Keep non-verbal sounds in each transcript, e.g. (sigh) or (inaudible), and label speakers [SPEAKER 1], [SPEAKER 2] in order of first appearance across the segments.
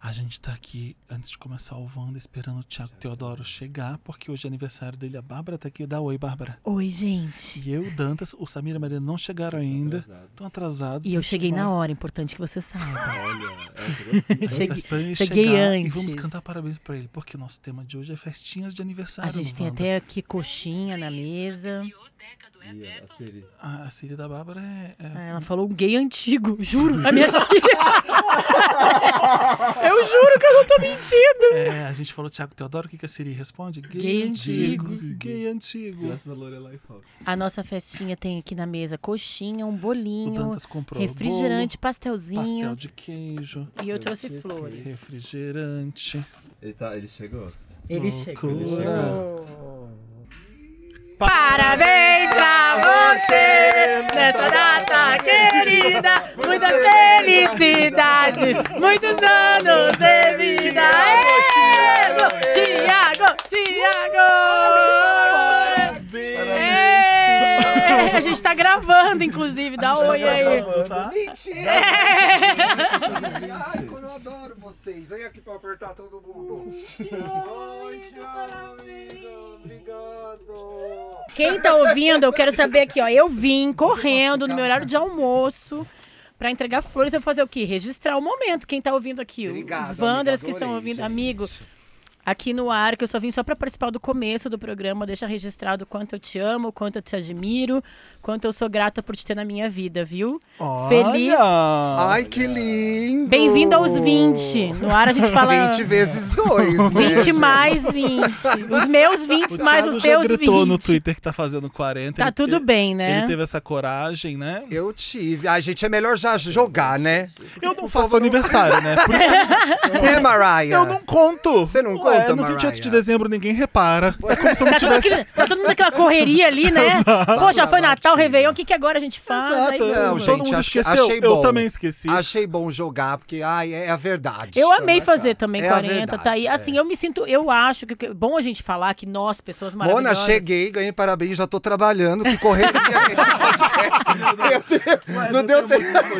[SPEAKER 1] A gente tá aqui antes de começar o Wanda esperando o Thiago Teodoro chegar, porque hoje é aniversário dele. A Bárbara tá aqui. Dá oi, Bárbara.
[SPEAKER 2] Oi, gente.
[SPEAKER 1] E eu, o Dantas, o Samir e a Maria não chegaram (laughs)
[SPEAKER 3] é, assim.
[SPEAKER 1] ainda.
[SPEAKER 3] atrasados.
[SPEAKER 1] Estão atrasados.
[SPEAKER 2] E eu cheguei na
[SPEAKER 1] hora.
[SPEAKER 2] hora, importante que você saiba.
[SPEAKER 3] Olha, é, chegou assim.
[SPEAKER 1] Aí
[SPEAKER 2] Cheguei-
[SPEAKER 1] tá esperando ele
[SPEAKER 2] cheguei
[SPEAKER 1] chegar
[SPEAKER 2] antes.
[SPEAKER 1] E vamos cantar parabéns pra ele, porque o nosso tema de hoje é festinhas de aniversário.
[SPEAKER 2] A gente
[SPEAKER 1] no
[SPEAKER 2] tem
[SPEAKER 1] Wanda.
[SPEAKER 2] até aqui coxinha na mesa.
[SPEAKER 3] E a- a Siri.
[SPEAKER 1] A, a Siri da Bárbara é. é-
[SPEAKER 2] Ah, Ela falou um gay antigo, (laughs) juro. A minha filha. (laughs) eu juro que eu não tô mentindo. (laughs)
[SPEAKER 1] é, a gente falou Thiago Teodoro, o que, que a Siri responde?
[SPEAKER 2] Gay
[SPEAKER 3] antigo.
[SPEAKER 1] Gay antigo.
[SPEAKER 3] Graças a Lorelai Fox.
[SPEAKER 2] A nossa festinha tem aqui na mesa coxinha, um
[SPEAKER 1] O
[SPEAKER 2] bolinho,
[SPEAKER 1] Dantas comprou o
[SPEAKER 2] refrigerante,
[SPEAKER 1] bolo, pastel
[SPEAKER 2] pastelzinho.
[SPEAKER 1] de queijo,
[SPEAKER 2] E eu trouxe
[SPEAKER 3] Cheesecake.
[SPEAKER 2] flores.
[SPEAKER 1] refrigerante.
[SPEAKER 3] Ele, tá, ele chegou.
[SPEAKER 2] Ele chegou.
[SPEAKER 1] Loucura.
[SPEAKER 2] Parabéns pra você nessa data querida. Muita felicidade, muitos anos de vida. Tiago, Tiago. A gente tá gravando, inclusive. Dá um oi aí.
[SPEAKER 1] Tá?
[SPEAKER 4] Mentira!
[SPEAKER 2] É.
[SPEAKER 4] Ai, como eu adoro vocês. Vem aqui pra apertar todo mundo. Oi, tchau, amigo. Obrigado.
[SPEAKER 2] Quem tá ouvindo, eu quero saber aqui, ó. Eu vim correndo no meu horário de almoço pra entregar flores. Eu vou fazer o quê? Registrar o momento. Quem tá ouvindo aqui,
[SPEAKER 4] Obrigado,
[SPEAKER 2] os Wanders
[SPEAKER 4] amigo,
[SPEAKER 2] que estão
[SPEAKER 4] adorei,
[SPEAKER 2] ouvindo,
[SPEAKER 4] gente.
[SPEAKER 2] amigo, aqui no ar, que eu só vim só pra participar do começo do programa, deixar registrado o quanto eu te amo, o quanto eu te admiro, o quanto eu sou grata por te ter na minha vida, viu? Feliz.
[SPEAKER 1] Olha!
[SPEAKER 4] Ai, que lindo.
[SPEAKER 2] Bem-vindo aos 20. No ar a gente fala
[SPEAKER 4] 20
[SPEAKER 2] (laughs)
[SPEAKER 4] vezes né? 2.
[SPEAKER 2] 20 mais 20. Os meus 20
[SPEAKER 1] O
[SPEAKER 2] mais
[SPEAKER 1] Thiago
[SPEAKER 2] os
[SPEAKER 1] já
[SPEAKER 2] teus
[SPEAKER 1] gritou
[SPEAKER 2] 20.
[SPEAKER 1] no Twitter que tá fazendo 40.
[SPEAKER 2] Tá
[SPEAKER 1] ele-
[SPEAKER 2] tudo
[SPEAKER 1] ele-
[SPEAKER 2] bem, né?
[SPEAKER 1] Ele teve essa coragem, né?
[SPEAKER 4] Eu tive. A gente é melhor já jogar, né?
[SPEAKER 1] Eu não faço aniversário, né? Por
[SPEAKER 4] (laughs)
[SPEAKER 1] isso
[SPEAKER 4] É, Mariah?
[SPEAKER 1] eu não conto.
[SPEAKER 4] Você não
[SPEAKER 1] Ué,
[SPEAKER 4] conta,
[SPEAKER 1] No 28 de
[SPEAKER 4] Mariah?
[SPEAKER 1] dezembro ninguém repara. É como se eu não
[SPEAKER 2] Tá todo,
[SPEAKER 1] tivesse.
[SPEAKER 2] aquele- tá todo mundo naquela correria ali, né? Pô, já foi Natal,
[SPEAKER 4] Bárbara Batista.
[SPEAKER 2] Réveillon, o que, que agora a gente faz? Aí-
[SPEAKER 1] Exato. é,
[SPEAKER 4] Não,
[SPEAKER 1] todo
[SPEAKER 4] gente,
[SPEAKER 1] mundo
[SPEAKER 4] achei-
[SPEAKER 1] esqueceu.
[SPEAKER 4] achei
[SPEAKER 1] eu
[SPEAKER 4] bom.
[SPEAKER 1] também esqueci.
[SPEAKER 4] Achei bom jogar, porque ai, é a verdade.
[SPEAKER 2] Eu amei fazer também
[SPEAKER 4] É a
[SPEAKER 2] 40,
[SPEAKER 4] verdade,
[SPEAKER 2] tá aí. Assim,
[SPEAKER 4] é.
[SPEAKER 2] eu me sinto, eu acho que que é bom a gente falar que nós, pessoas maravilhosas.
[SPEAKER 4] Mona, cheguei, ganhei parabéns, já tô trabalhando, que correria que
[SPEAKER 2] (laughs)
[SPEAKER 4] é esse podcast. Meu Deus, não deu tempo.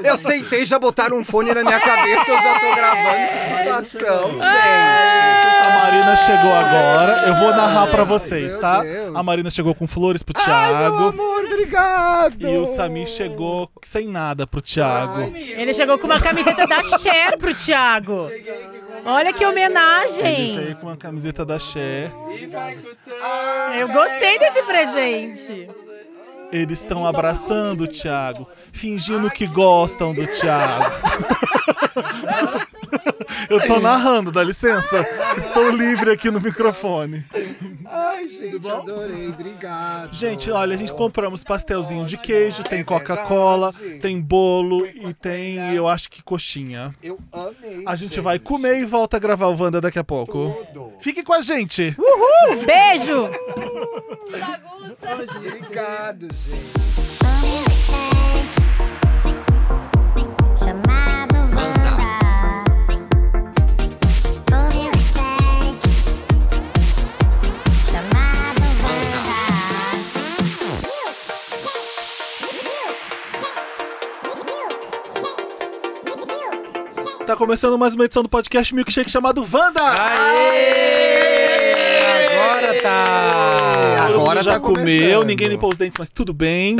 [SPEAKER 4] Eu, eu sentei, já botaram um fone na minha cabeça, eu já tô gravando. Que situação, gente.
[SPEAKER 1] A Marina chegou agora. Eu vou narrar pra vocês,
[SPEAKER 4] meu
[SPEAKER 1] tá?
[SPEAKER 4] Deus.
[SPEAKER 1] A Marina chegou com flores pro
[SPEAKER 4] Ai, meu
[SPEAKER 1] Thiago.
[SPEAKER 4] amor, obrigado.
[SPEAKER 1] E o Samir chegou sem nada pro Thiago.
[SPEAKER 2] Ele chegou com uma camiseta da Cher pro Thiago. Olha que
[SPEAKER 1] Ele
[SPEAKER 2] homenagem.
[SPEAKER 1] veio com uma camiseta da Cher.
[SPEAKER 2] Eu gostei desse presente.
[SPEAKER 1] Eles estão abraçando o Thiago, fingindo que gostam do Thiago. (laughs) Eu tô narrando, dá licença. Estou livre aqui no microfone.
[SPEAKER 4] Ai, gente, adorei, obrigado.
[SPEAKER 1] Gente, olha, a gente compramos pastelzinho de queijo, tem Coca-Cola, tem bolo e tem, eu acho que coxinha.
[SPEAKER 4] Eu amei.
[SPEAKER 1] A gente vai comer e volta a gravar o Wanda daqui a pouco.
[SPEAKER 4] Tudo.
[SPEAKER 1] Fique com a gente!
[SPEAKER 2] Beijo.
[SPEAKER 4] Obrigado, gente.
[SPEAKER 5] Chamado Vanda. Chamado Vanda.
[SPEAKER 1] Tá começando mais uma edição do podcast Milkshake chamado Wanda!
[SPEAKER 6] Agora tá!
[SPEAKER 1] Todo
[SPEAKER 4] Agora
[SPEAKER 1] mundo já
[SPEAKER 4] tá
[SPEAKER 1] comeu,
[SPEAKER 4] começando.
[SPEAKER 1] ninguém limpou os dentes, mas tudo bem.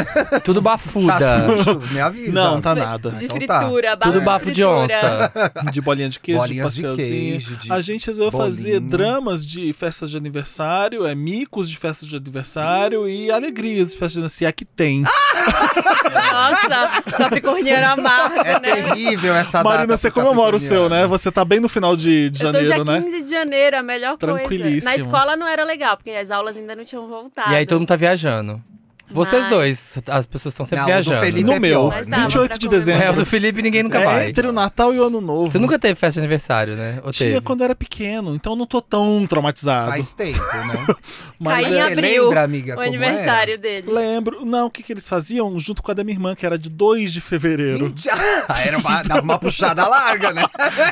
[SPEAKER 6] Tudo bafuda.
[SPEAKER 4] Tá sujo, me avisa.
[SPEAKER 1] Não, tá nada.
[SPEAKER 7] De
[SPEAKER 4] então tá.
[SPEAKER 7] fritura, tá.
[SPEAKER 6] Tudo bafo de onça.
[SPEAKER 1] De bolinha de queijo,
[SPEAKER 4] Bolinhas
[SPEAKER 1] de
[SPEAKER 4] de
[SPEAKER 1] pastelzinho.
[SPEAKER 4] queijo, de
[SPEAKER 1] a gente resolveu fazer
[SPEAKER 4] bolinho.
[SPEAKER 1] dramas de festas de aniversário, é micos de festas de aniversário e alegrias de festas de aniversário, se é que tem.
[SPEAKER 7] Nossa, tá Capricorniano amargo,
[SPEAKER 4] É
[SPEAKER 7] né?
[SPEAKER 4] terrível essa
[SPEAKER 1] Marina,
[SPEAKER 4] data
[SPEAKER 1] você
[SPEAKER 4] pro
[SPEAKER 1] comemora o seu, né?
[SPEAKER 4] capricorniano.
[SPEAKER 1] Você tá bem no final de, de
[SPEAKER 7] Eu tô Então, dia
[SPEAKER 1] janeiro, né?
[SPEAKER 7] 15 de janeiro, a melhor coisa.
[SPEAKER 1] Tranquilíssimo.
[SPEAKER 7] Na escola não era legal, porque as aulas ainda não tinham voltado.
[SPEAKER 6] E aí todo mundo tá viajando. Vocês
[SPEAKER 7] Mas-
[SPEAKER 6] dois, as pessoas estão sempre
[SPEAKER 4] Não, o do
[SPEAKER 6] viajando.
[SPEAKER 4] Felipe
[SPEAKER 1] No
[SPEAKER 4] é
[SPEAKER 1] meu,
[SPEAKER 4] pior,
[SPEAKER 7] Mas
[SPEAKER 4] né?
[SPEAKER 7] dava
[SPEAKER 1] 28
[SPEAKER 7] pra
[SPEAKER 1] de
[SPEAKER 7] comemorar.
[SPEAKER 6] É, o
[SPEAKER 1] dezembro.
[SPEAKER 6] do Felipe ninguém nunca
[SPEAKER 1] É,
[SPEAKER 6] vai.
[SPEAKER 1] entre o Natal e o Ano Novo.
[SPEAKER 6] Você nunca teve festa de aniversário, né? Ou
[SPEAKER 1] Tinha
[SPEAKER 6] teve?
[SPEAKER 1] quando eu era pequeno, então eu não tô tão traumatizado.
[SPEAKER 4] Faz tempo, né?
[SPEAKER 1] mas
[SPEAKER 7] Caí em
[SPEAKER 1] é-
[SPEAKER 4] Você
[SPEAKER 7] abril,
[SPEAKER 4] lembra, amiga,
[SPEAKER 7] O
[SPEAKER 4] como
[SPEAKER 7] aniversário dele.
[SPEAKER 1] lembro. Não, o que, que eles faziam? Junto com a da minha irmã, que era de 2 de
[SPEAKER 4] era? (laughs)
[SPEAKER 1] fevereiro.
[SPEAKER 4] Mentira! Era uma, dava uma puxada larga, né?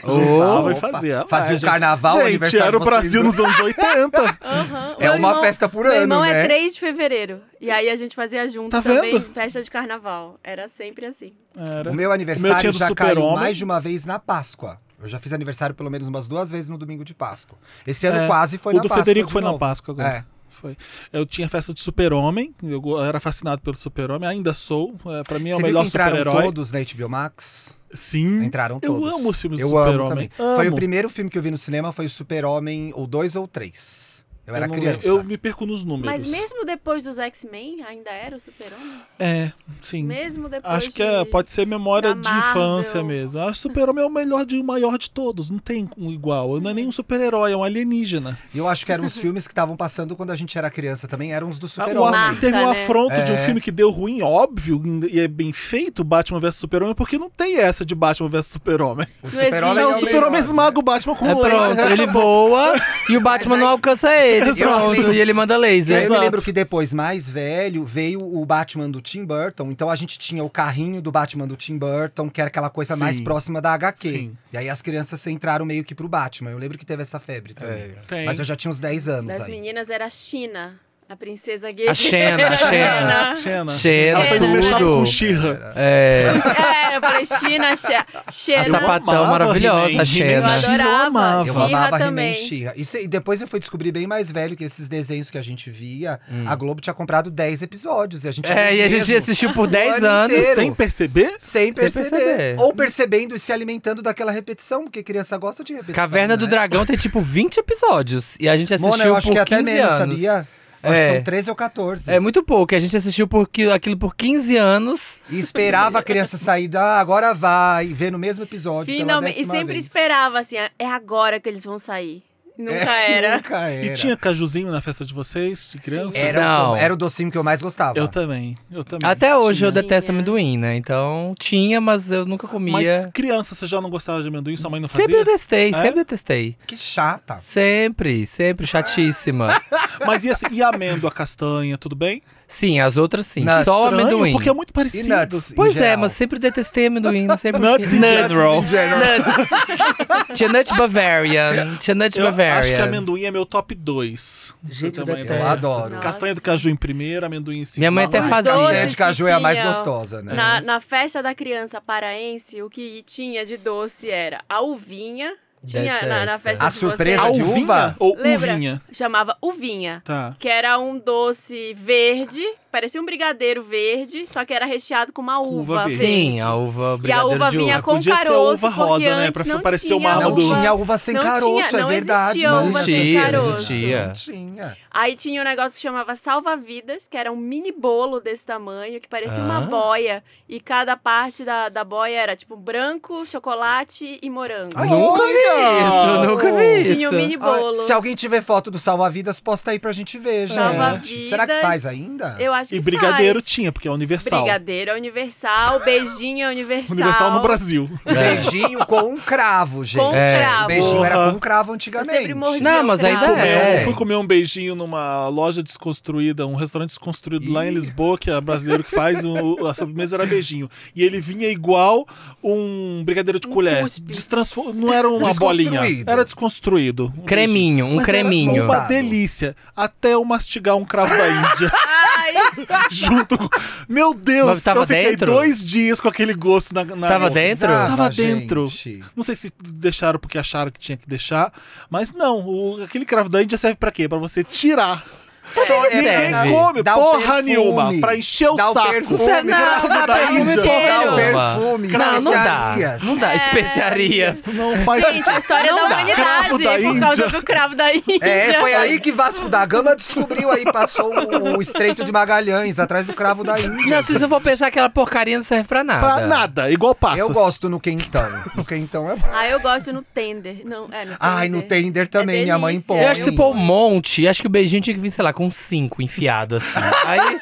[SPEAKER 6] Ô,
[SPEAKER 1] Tava e
[SPEAKER 4] Opa,
[SPEAKER 1] fazia.
[SPEAKER 4] fazia
[SPEAKER 1] Mas,
[SPEAKER 4] o carnaval, o
[SPEAKER 1] Gente,
[SPEAKER 4] aniversário
[SPEAKER 1] era o
[SPEAKER 4] de vocês
[SPEAKER 1] Brasil
[SPEAKER 4] do-
[SPEAKER 1] nos anos 80.
[SPEAKER 4] (laughs)
[SPEAKER 7] Aham.
[SPEAKER 4] É
[SPEAKER 7] Meu
[SPEAKER 4] uma
[SPEAKER 7] irmão-
[SPEAKER 4] festa por
[SPEAKER 7] Meu
[SPEAKER 4] ano,
[SPEAKER 7] irmão é
[SPEAKER 4] né?
[SPEAKER 7] 3 de fevereiro. E aí a gente gente fazia junto
[SPEAKER 1] Tá
[SPEAKER 7] também,
[SPEAKER 1] vendo?
[SPEAKER 7] festa de carnaval. Era sempre assim.
[SPEAKER 1] Era.
[SPEAKER 4] O meu
[SPEAKER 1] O meu
[SPEAKER 4] aniversário
[SPEAKER 1] tinha do
[SPEAKER 4] já caiu
[SPEAKER 1] super-homem.
[SPEAKER 4] mais de uma vez na Páscoa. Eu já fiz aniversário pelo menos umas duas vezes no domingo de Páscoa. Esse ano
[SPEAKER 1] É,
[SPEAKER 4] quase foi
[SPEAKER 1] o
[SPEAKER 4] na
[SPEAKER 1] do
[SPEAKER 4] Páscoa.
[SPEAKER 1] Federico
[SPEAKER 4] de
[SPEAKER 1] foi na
[SPEAKER 4] novo.
[SPEAKER 1] Páscoa agora.
[SPEAKER 4] É.
[SPEAKER 1] Foi. Eu tinha festa de super-homem, eu go- eu era fascinado pelo super-homem, ainda sou. É, pra mim é o
[SPEAKER 4] Você viu
[SPEAKER 1] melhor
[SPEAKER 4] que entraram
[SPEAKER 1] super-herói.
[SPEAKER 4] todos na HBO Max?
[SPEAKER 1] Sim.
[SPEAKER 4] Entraram
[SPEAKER 1] Eu
[SPEAKER 4] todos.
[SPEAKER 1] amo os filmes do
[SPEAKER 4] Eu amo
[SPEAKER 1] Super-Homem.
[SPEAKER 4] também. Foi
[SPEAKER 1] Amo.
[SPEAKER 4] o primeiro filme que eu vi no cinema, foi o Super-Homem, ou dois ou três. Eu era
[SPEAKER 1] não
[SPEAKER 4] criança.
[SPEAKER 1] lembro. Eu me perco nos números.
[SPEAKER 7] Mas mesmo depois dos X-Men, ainda era o super-homem?
[SPEAKER 1] É, sim.
[SPEAKER 7] Mesmo depois
[SPEAKER 1] Acho que
[SPEAKER 7] de-
[SPEAKER 1] é- pode ser memória
[SPEAKER 7] da
[SPEAKER 1] de infância
[SPEAKER 7] Marvel.
[SPEAKER 1] mesmo. Acho que super-homem é o melhor de o maior de todos. Não tem um igual. Não é nem um super-herói, é um alienígena.
[SPEAKER 4] E eu acho que eram os filmes que estavam passando quando a gente era criança também, eram os do
[SPEAKER 1] Ah, o af-
[SPEAKER 4] Super-Homem.
[SPEAKER 7] Marca,
[SPEAKER 1] teve um
[SPEAKER 7] né?
[SPEAKER 1] afronto de um
[SPEAKER 4] É.
[SPEAKER 1] filme que deu ruim, óbvio, e é bem feito, Batman vs Super-Homem, porque não tem essa de Batman vs Super-Homem.
[SPEAKER 4] O
[SPEAKER 7] existe.
[SPEAKER 4] Super-Homem
[SPEAKER 1] Não,
[SPEAKER 4] é
[SPEAKER 1] o
[SPEAKER 4] o
[SPEAKER 1] Super-Homem
[SPEAKER 4] melhor.
[SPEAKER 1] esmaga o Batman com
[SPEAKER 6] É,
[SPEAKER 1] um
[SPEAKER 4] (laughs)
[SPEAKER 6] pronto,
[SPEAKER 1] laser.
[SPEAKER 6] ele voa e o Batman
[SPEAKER 4] aí-
[SPEAKER 6] não alcança ele.
[SPEAKER 4] Eu
[SPEAKER 6] Pronto,
[SPEAKER 4] lembro-
[SPEAKER 6] e ele manda
[SPEAKER 4] E aí
[SPEAKER 6] laser.
[SPEAKER 4] eu me
[SPEAKER 1] Exato.
[SPEAKER 4] lembro que depois, mais velho, veio o Batman do Tim Burton. Então a gente tinha o carrinho do Batman do Tim Burton, que era aquela coisa
[SPEAKER 1] Sim.
[SPEAKER 4] mais próxima da HQ.
[SPEAKER 1] Sim.
[SPEAKER 4] E aí as crianças entraram meio que pro Batman. Eu lembro que teve essa febre também.
[SPEAKER 6] É.
[SPEAKER 1] Tem.
[SPEAKER 4] Mas eu já tinha uns 10 anos
[SPEAKER 7] Das
[SPEAKER 4] aí.
[SPEAKER 7] meninas era a China, a princesa guerreira. (laughs)
[SPEAKER 6] A É Xena, a
[SPEAKER 1] Xena. Xena.
[SPEAKER 6] Cheira
[SPEAKER 1] Ela foi
[SPEAKER 7] Xena.
[SPEAKER 1] fechada com
[SPEAKER 6] tudo.
[SPEAKER 1] Xirra.
[SPEAKER 6] É,
[SPEAKER 7] É, eu falei China, Xena.
[SPEAKER 6] a sapatão
[SPEAKER 1] amava He-Man,
[SPEAKER 6] maravilhosa, a
[SPEAKER 1] He-Man.
[SPEAKER 7] Eu
[SPEAKER 6] Xena.
[SPEAKER 1] She-Ra eu amava.
[SPEAKER 7] adorava.
[SPEAKER 4] Eu
[SPEAKER 1] She-Ra
[SPEAKER 4] amava He-Man e
[SPEAKER 7] também.
[SPEAKER 4] She-Ra. E, se- e depois eu fui descobrir bem mais velho que esses desenhos que a gente via, a Globo tinha comprado 10 episódios. E Hum. a gente
[SPEAKER 6] Hum. É,
[SPEAKER 4] viu
[SPEAKER 6] e a gente
[SPEAKER 4] mesmo,
[SPEAKER 6] assistiu por
[SPEAKER 4] O
[SPEAKER 6] 10
[SPEAKER 4] ano
[SPEAKER 6] anos.
[SPEAKER 4] inteiro. né?
[SPEAKER 1] Sem perceber?
[SPEAKER 4] Sem perceber.
[SPEAKER 6] perceber.
[SPEAKER 4] Ou percebendo e se alimentando daquela repetição, porque criança gosta de repetição.
[SPEAKER 6] Caverna
[SPEAKER 4] né?
[SPEAKER 6] do Dragão tem tipo 20 episódios. E a gente assistiu
[SPEAKER 4] Mona, eu acho
[SPEAKER 6] por
[SPEAKER 4] que é
[SPEAKER 6] 15
[SPEAKER 4] até menos,
[SPEAKER 6] anos.
[SPEAKER 4] sabia? Eu Acho
[SPEAKER 6] É.
[SPEAKER 4] que são 13 ou 14.
[SPEAKER 6] É muito pouco. e A gente assistiu por, qui- aquilo por 15 anos.
[SPEAKER 4] E esperava a criança sair da. Agora vai, vê no mesmo episódio.
[SPEAKER 7] Finalmente, e sempre esperava assim, é agora que eles vão sair. Nunca
[SPEAKER 4] É. (laughs)
[SPEAKER 7] era.
[SPEAKER 4] Nunca era.
[SPEAKER 1] E tinha cajuzinho na festa de vocês, de criança?
[SPEAKER 4] Era,
[SPEAKER 6] Não.
[SPEAKER 4] O, era o docinho que eu mais gostava.
[SPEAKER 1] Eu também, eu também.
[SPEAKER 6] Até hoje eu
[SPEAKER 7] Tinha.
[SPEAKER 6] detesto amendoim, né? Então tinha, mas eu nunca comia.
[SPEAKER 1] Mas criança, você já não gostava de amendoim? Sua mãe não
[SPEAKER 6] Sempre
[SPEAKER 1] fazia?
[SPEAKER 6] detestei,
[SPEAKER 1] É?
[SPEAKER 6] sempre detestei.
[SPEAKER 4] Que chata.
[SPEAKER 6] Sempre, sempre, chatíssima.
[SPEAKER 1] Mas e, assim, e amêndoa, castanha, tudo bem?
[SPEAKER 6] Sim, as outras sim.
[SPEAKER 4] Nuts.
[SPEAKER 6] Só o
[SPEAKER 1] Estranho,
[SPEAKER 6] amendoim.
[SPEAKER 1] Porque é muito
[SPEAKER 4] E
[SPEAKER 1] parecido.
[SPEAKER 4] nuts. em
[SPEAKER 6] Pois é,
[SPEAKER 4] geral.
[SPEAKER 6] mas sempre detestei amendoim, não sei porquê.
[SPEAKER 1] Nuts in general.
[SPEAKER 6] Nuts. (laughs) Tinha Nut Bavarian. Tinha Nut
[SPEAKER 1] Eu
[SPEAKER 6] Bavarian.
[SPEAKER 1] acho que amendoim é meu top 2.
[SPEAKER 4] Gente,
[SPEAKER 1] também
[SPEAKER 4] eu
[SPEAKER 1] gosta?
[SPEAKER 4] adoro.
[SPEAKER 7] Não.
[SPEAKER 1] Castanha do
[SPEAKER 7] Nossa.
[SPEAKER 1] caju em primeiro, amendoim em segundo.
[SPEAKER 6] Minha mãe até
[SPEAKER 7] Os
[SPEAKER 6] fazia.
[SPEAKER 7] doces
[SPEAKER 4] Castanha de
[SPEAKER 7] que
[SPEAKER 4] caju é a mais
[SPEAKER 7] tinha
[SPEAKER 4] gostosa, né?
[SPEAKER 7] Na, na festa da criança paraense, o que tinha de doce era a uvinha.
[SPEAKER 1] é
[SPEAKER 7] Tinha na, na
[SPEAKER 6] Detesto.
[SPEAKER 7] festa
[SPEAKER 4] A
[SPEAKER 7] de
[SPEAKER 4] surpresa
[SPEAKER 1] A
[SPEAKER 7] vocês,
[SPEAKER 4] de
[SPEAKER 1] uvinha
[SPEAKER 4] uva?
[SPEAKER 1] é ou
[SPEAKER 7] Lembra?
[SPEAKER 1] uvinha?
[SPEAKER 7] chamava uvinha.
[SPEAKER 1] Tá.
[SPEAKER 7] Que era um doce verde, parecia um brigadeiro verde, só que era recheado com uma uva,
[SPEAKER 1] Uva verde.
[SPEAKER 7] verde.
[SPEAKER 6] Sim, a uva
[SPEAKER 7] E a
[SPEAKER 6] brigadeiro
[SPEAKER 7] uva
[SPEAKER 6] de
[SPEAKER 7] vinha
[SPEAKER 6] uva.
[SPEAKER 7] com
[SPEAKER 1] Podia ser
[SPEAKER 7] caroço,
[SPEAKER 1] uva rosa,
[SPEAKER 7] porque
[SPEAKER 1] né?
[SPEAKER 7] antes
[SPEAKER 1] Pra-
[SPEAKER 7] não
[SPEAKER 1] parecia uma
[SPEAKER 7] tinha
[SPEAKER 1] alma
[SPEAKER 4] Não
[SPEAKER 1] do-
[SPEAKER 4] tinha uva sem
[SPEAKER 7] não
[SPEAKER 4] caroço,
[SPEAKER 7] tinha- não
[SPEAKER 4] é verdade.
[SPEAKER 7] existia
[SPEAKER 4] não
[SPEAKER 7] uva sem
[SPEAKER 4] existia,
[SPEAKER 7] caroço.
[SPEAKER 4] não tinha.
[SPEAKER 7] Aí tinha um negócio que chamava salva-vidas, que era um mini bolo desse tamanho, que parecia uma
[SPEAKER 6] Ah.
[SPEAKER 7] boia. E cada parte da, da boia era tipo branco, chocolate e morango.
[SPEAKER 4] Ai,
[SPEAKER 6] Nunca
[SPEAKER 4] Olha!
[SPEAKER 6] vi isso, nunca vi isso.
[SPEAKER 7] tinha um mini bolo.
[SPEAKER 4] Ah, se alguém tiver foto do Salva-Vidas, posta aí pra gente ver, gente.
[SPEAKER 7] Salva-vidas.
[SPEAKER 4] Será que faz ainda?
[SPEAKER 7] Eu acho que
[SPEAKER 1] E brigadeiro
[SPEAKER 7] faz.
[SPEAKER 1] tinha, porque é universal.
[SPEAKER 7] Brigadeiro é universal, beijinho é universal.
[SPEAKER 1] Universal no Brasil.
[SPEAKER 6] É.
[SPEAKER 4] Beijinho com um cravo, gente.
[SPEAKER 7] Com
[SPEAKER 6] É,
[SPEAKER 7] cravo.
[SPEAKER 4] Beijinho era
[SPEAKER 1] Porra.
[SPEAKER 4] com um cravo
[SPEAKER 7] Eu
[SPEAKER 4] antigamente.
[SPEAKER 7] sempre mordi
[SPEAKER 6] Não,
[SPEAKER 7] o
[SPEAKER 6] mas
[SPEAKER 7] cravo.
[SPEAKER 6] ainda
[SPEAKER 1] Comer um-
[SPEAKER 6] É.
[SPEAKER 1] fui comer um beijinho numa loja desconstruída, um restaurante desconstruído lá em
[SPEAKER 4] Ih.
[SPEAKER 1] Lisboa, que é brasileiro que faz, o- a sobremesa era beijinho. E ele vinha igual um brigadeiro de
[SPEAKER 7] Um
[SPEAKER 1] colher.
[SPEAKER 7] cuspe.
[SPEAKER 1] Destransfor- Não era uma
[SPEAKER 4] Desconstruído.
[SPEAKER 1] bolinha, era desconstruído. Um beijinho.
[SPEAKER 6] Creminho,
[SPEAKER 1] Mas
[SPEAKER 6] um
[SPEAKER 1] era
[SPEAKER 6] creminho.
[SPEAKER 1] uma delícia. Até eu mastigar um cravo da Índia (laughs)
[SPEAKER 7] Ai,
[SPEAKER 1] junto com... Meu Deus,
[SPEAKER 6] Mas tava
[SPEAKER 1] eu fiquei
[SPEAKER 6] dentro?
[SPEAKER 1] dois dias com aquele gosto na, na
[SPEAKER 6] Tava
[SPEAKER 1] boca.
[SPEAKER 6] dentro?
[SPEAKER 1] Tava
[SPEAKER 4] Tava
[SPEAKER 1] dentro.
[SPEAKER 4] gente.
[SPEAKER 1] Não sei se deixaram porque acharam que tinha que deixar, mas não, o- aquele cravo da Índia serve pra quê? Pra você tirar. Só ninguém
[SPEAKER 6] serve.
[SPEAKER 1] come
[SPEAKER 4] É, Dá o
[SPEAKER 1] porra
[SPEAKER 4] perfume.
[SPEAKER 1] nenhuma, pra encher o
[SPEAKER 4] Dá o
[SPEAKER 1] saco. é
[SPEAKER 4] perfume.
[SPEAKER 1] Serve
[SPEAKER 4] Não,
[SPEAKER 1] cravo
[SPEAKER 6] dá
[SPEAKER 1] da
[SPEAKER 6] perfume
[SPEAKER 1] Índia.
[SPEAKER 7] porra
[SPEAKER 4] Dá o
[SPEAKER 7] Cheiro.
[SPEAKER 4] perfume,
[SPEAKER 6] Não, não dá.
[SPEAKER 4] especiarias.
[SPEAKER 6] Não dá. Especiarias.
[SPEAKER 1] Não faz
[SPEAKER 7] gente, a história da
[SPEAKER 1] dá. Cravo
[SPEAKER 7] humanidade é
[SPEAKER 1] da
[SPEAKER 7] por causa
[SPEAKER 1] Índia.
[SPEAKER 7] do cravo da Índia.
[SPEAKER 4] (laughs) É, foi aí que Vasco da Gama descobriu aí, passou o, o Estreito de Magalhães, atrás do cravo da Índia.
[SPEAKER 6] Não, se eu for pensar aquela porcaria não serve pra nada.
[SPEAKER 1] Pra nada, igual passas.
[SPEAKER 4] Eu gosto no quentão. No quentão é bom.
[SPEAKER 7] Ah, eu gosto no Tender. Não, é no Tender.
[SPEAKER 4] Ai, no Tender também,
[SPEAKER 7] É
[SPEAKER 4] minha mãe
[SPEAKER 7] delícia.
[SPEAKER 4] põe.
[SPEAKER 6] Eu acho que se pôr um monte, acho que o beijinho tinha que vir, sei lá, com um cinco enfiado assim. Aí,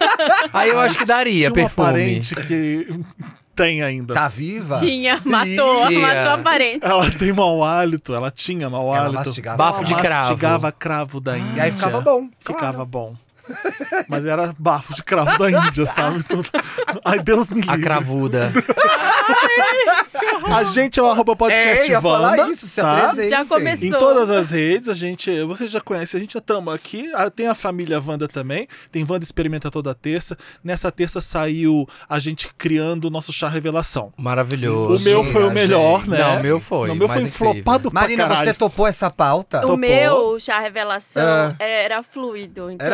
[SPEAKER 6] aí eu acho que
[SPEAKER 1] Tinha
[SPEAKER 6] daria
[SPEAKER 1] uma
[SPEAKER 6] perfume.
[SPEAKER 1] parente que tem ainda.
[SPEAKER 4] Tá viva?
[SPEAKER 7] Tinha, matou,
[SPEAKER 6] Tinha.
[SPEAKER 7] matou a parente.
[SPEAKER 1] Ela tem mau hálito, ela tinha mau
[SPEAKER 4] Ela
[SPEAKER 1] hálito.
[SPEAKER 4] mastigava. Ah,
[SPEAKER 6] Bafo de
[SPEAKER 1] Ela
[SPEAKER 6] cravo.
[SPEAKER 1] mastigava cravo da Índia.
[SPEAKER 4] E aí ficava bom.
[SPEAKER 1] Ficava bom.
[SPEAKER 4] (laughs)
[SPEAKER 1] Mas era bafo de cravo da Índia, sabe? Então, Ai, Deus me livre.
[SPEAKER 6] A cravuda.
[SPEAKER 1] A gente é o arroba podcast
[SPEAKER 4] É, ia falar
[SPEAKER 1] Wanda,
[SPEAKER 4] isso, se
[SPEAKER 1] tá?
[SPEAKER 4] apresenta.
[SPEAKER 7] Já começou.
[SPEAKER 1] Em todas as redes, a gente, vocês já conhecem, a gente já estamos aqui. Ah, Tem a família Wanda também. Tem Wanda Experimenta toda terça. Nessa terça saiu a gente criando o nosso chá revelação.
[SPEAKER 6] Maravilhoso.
[SPEAKER 1] o meu foi o
[SPEAKER 4] gente.
[SPEAKER 1] melhor, né?
[SPEAKER 6] Não, o meu foi,
[SPEAKER 1] O meu foi um
[SPEAKER 6] mais incrível.
[SPEAKER 1] flopado pra
[SPEAKER 4] Marina,
[SPEAKER 1] caralho.
[SPEAKER 4] você tá topou essa pauta?
[SPEAKER 1] Tá Topou. É.
[SPEAKER 7] O meu chá revelação é,
[SPEAKER 4] Ah.
[SPEAKER 7] era fluido. Então,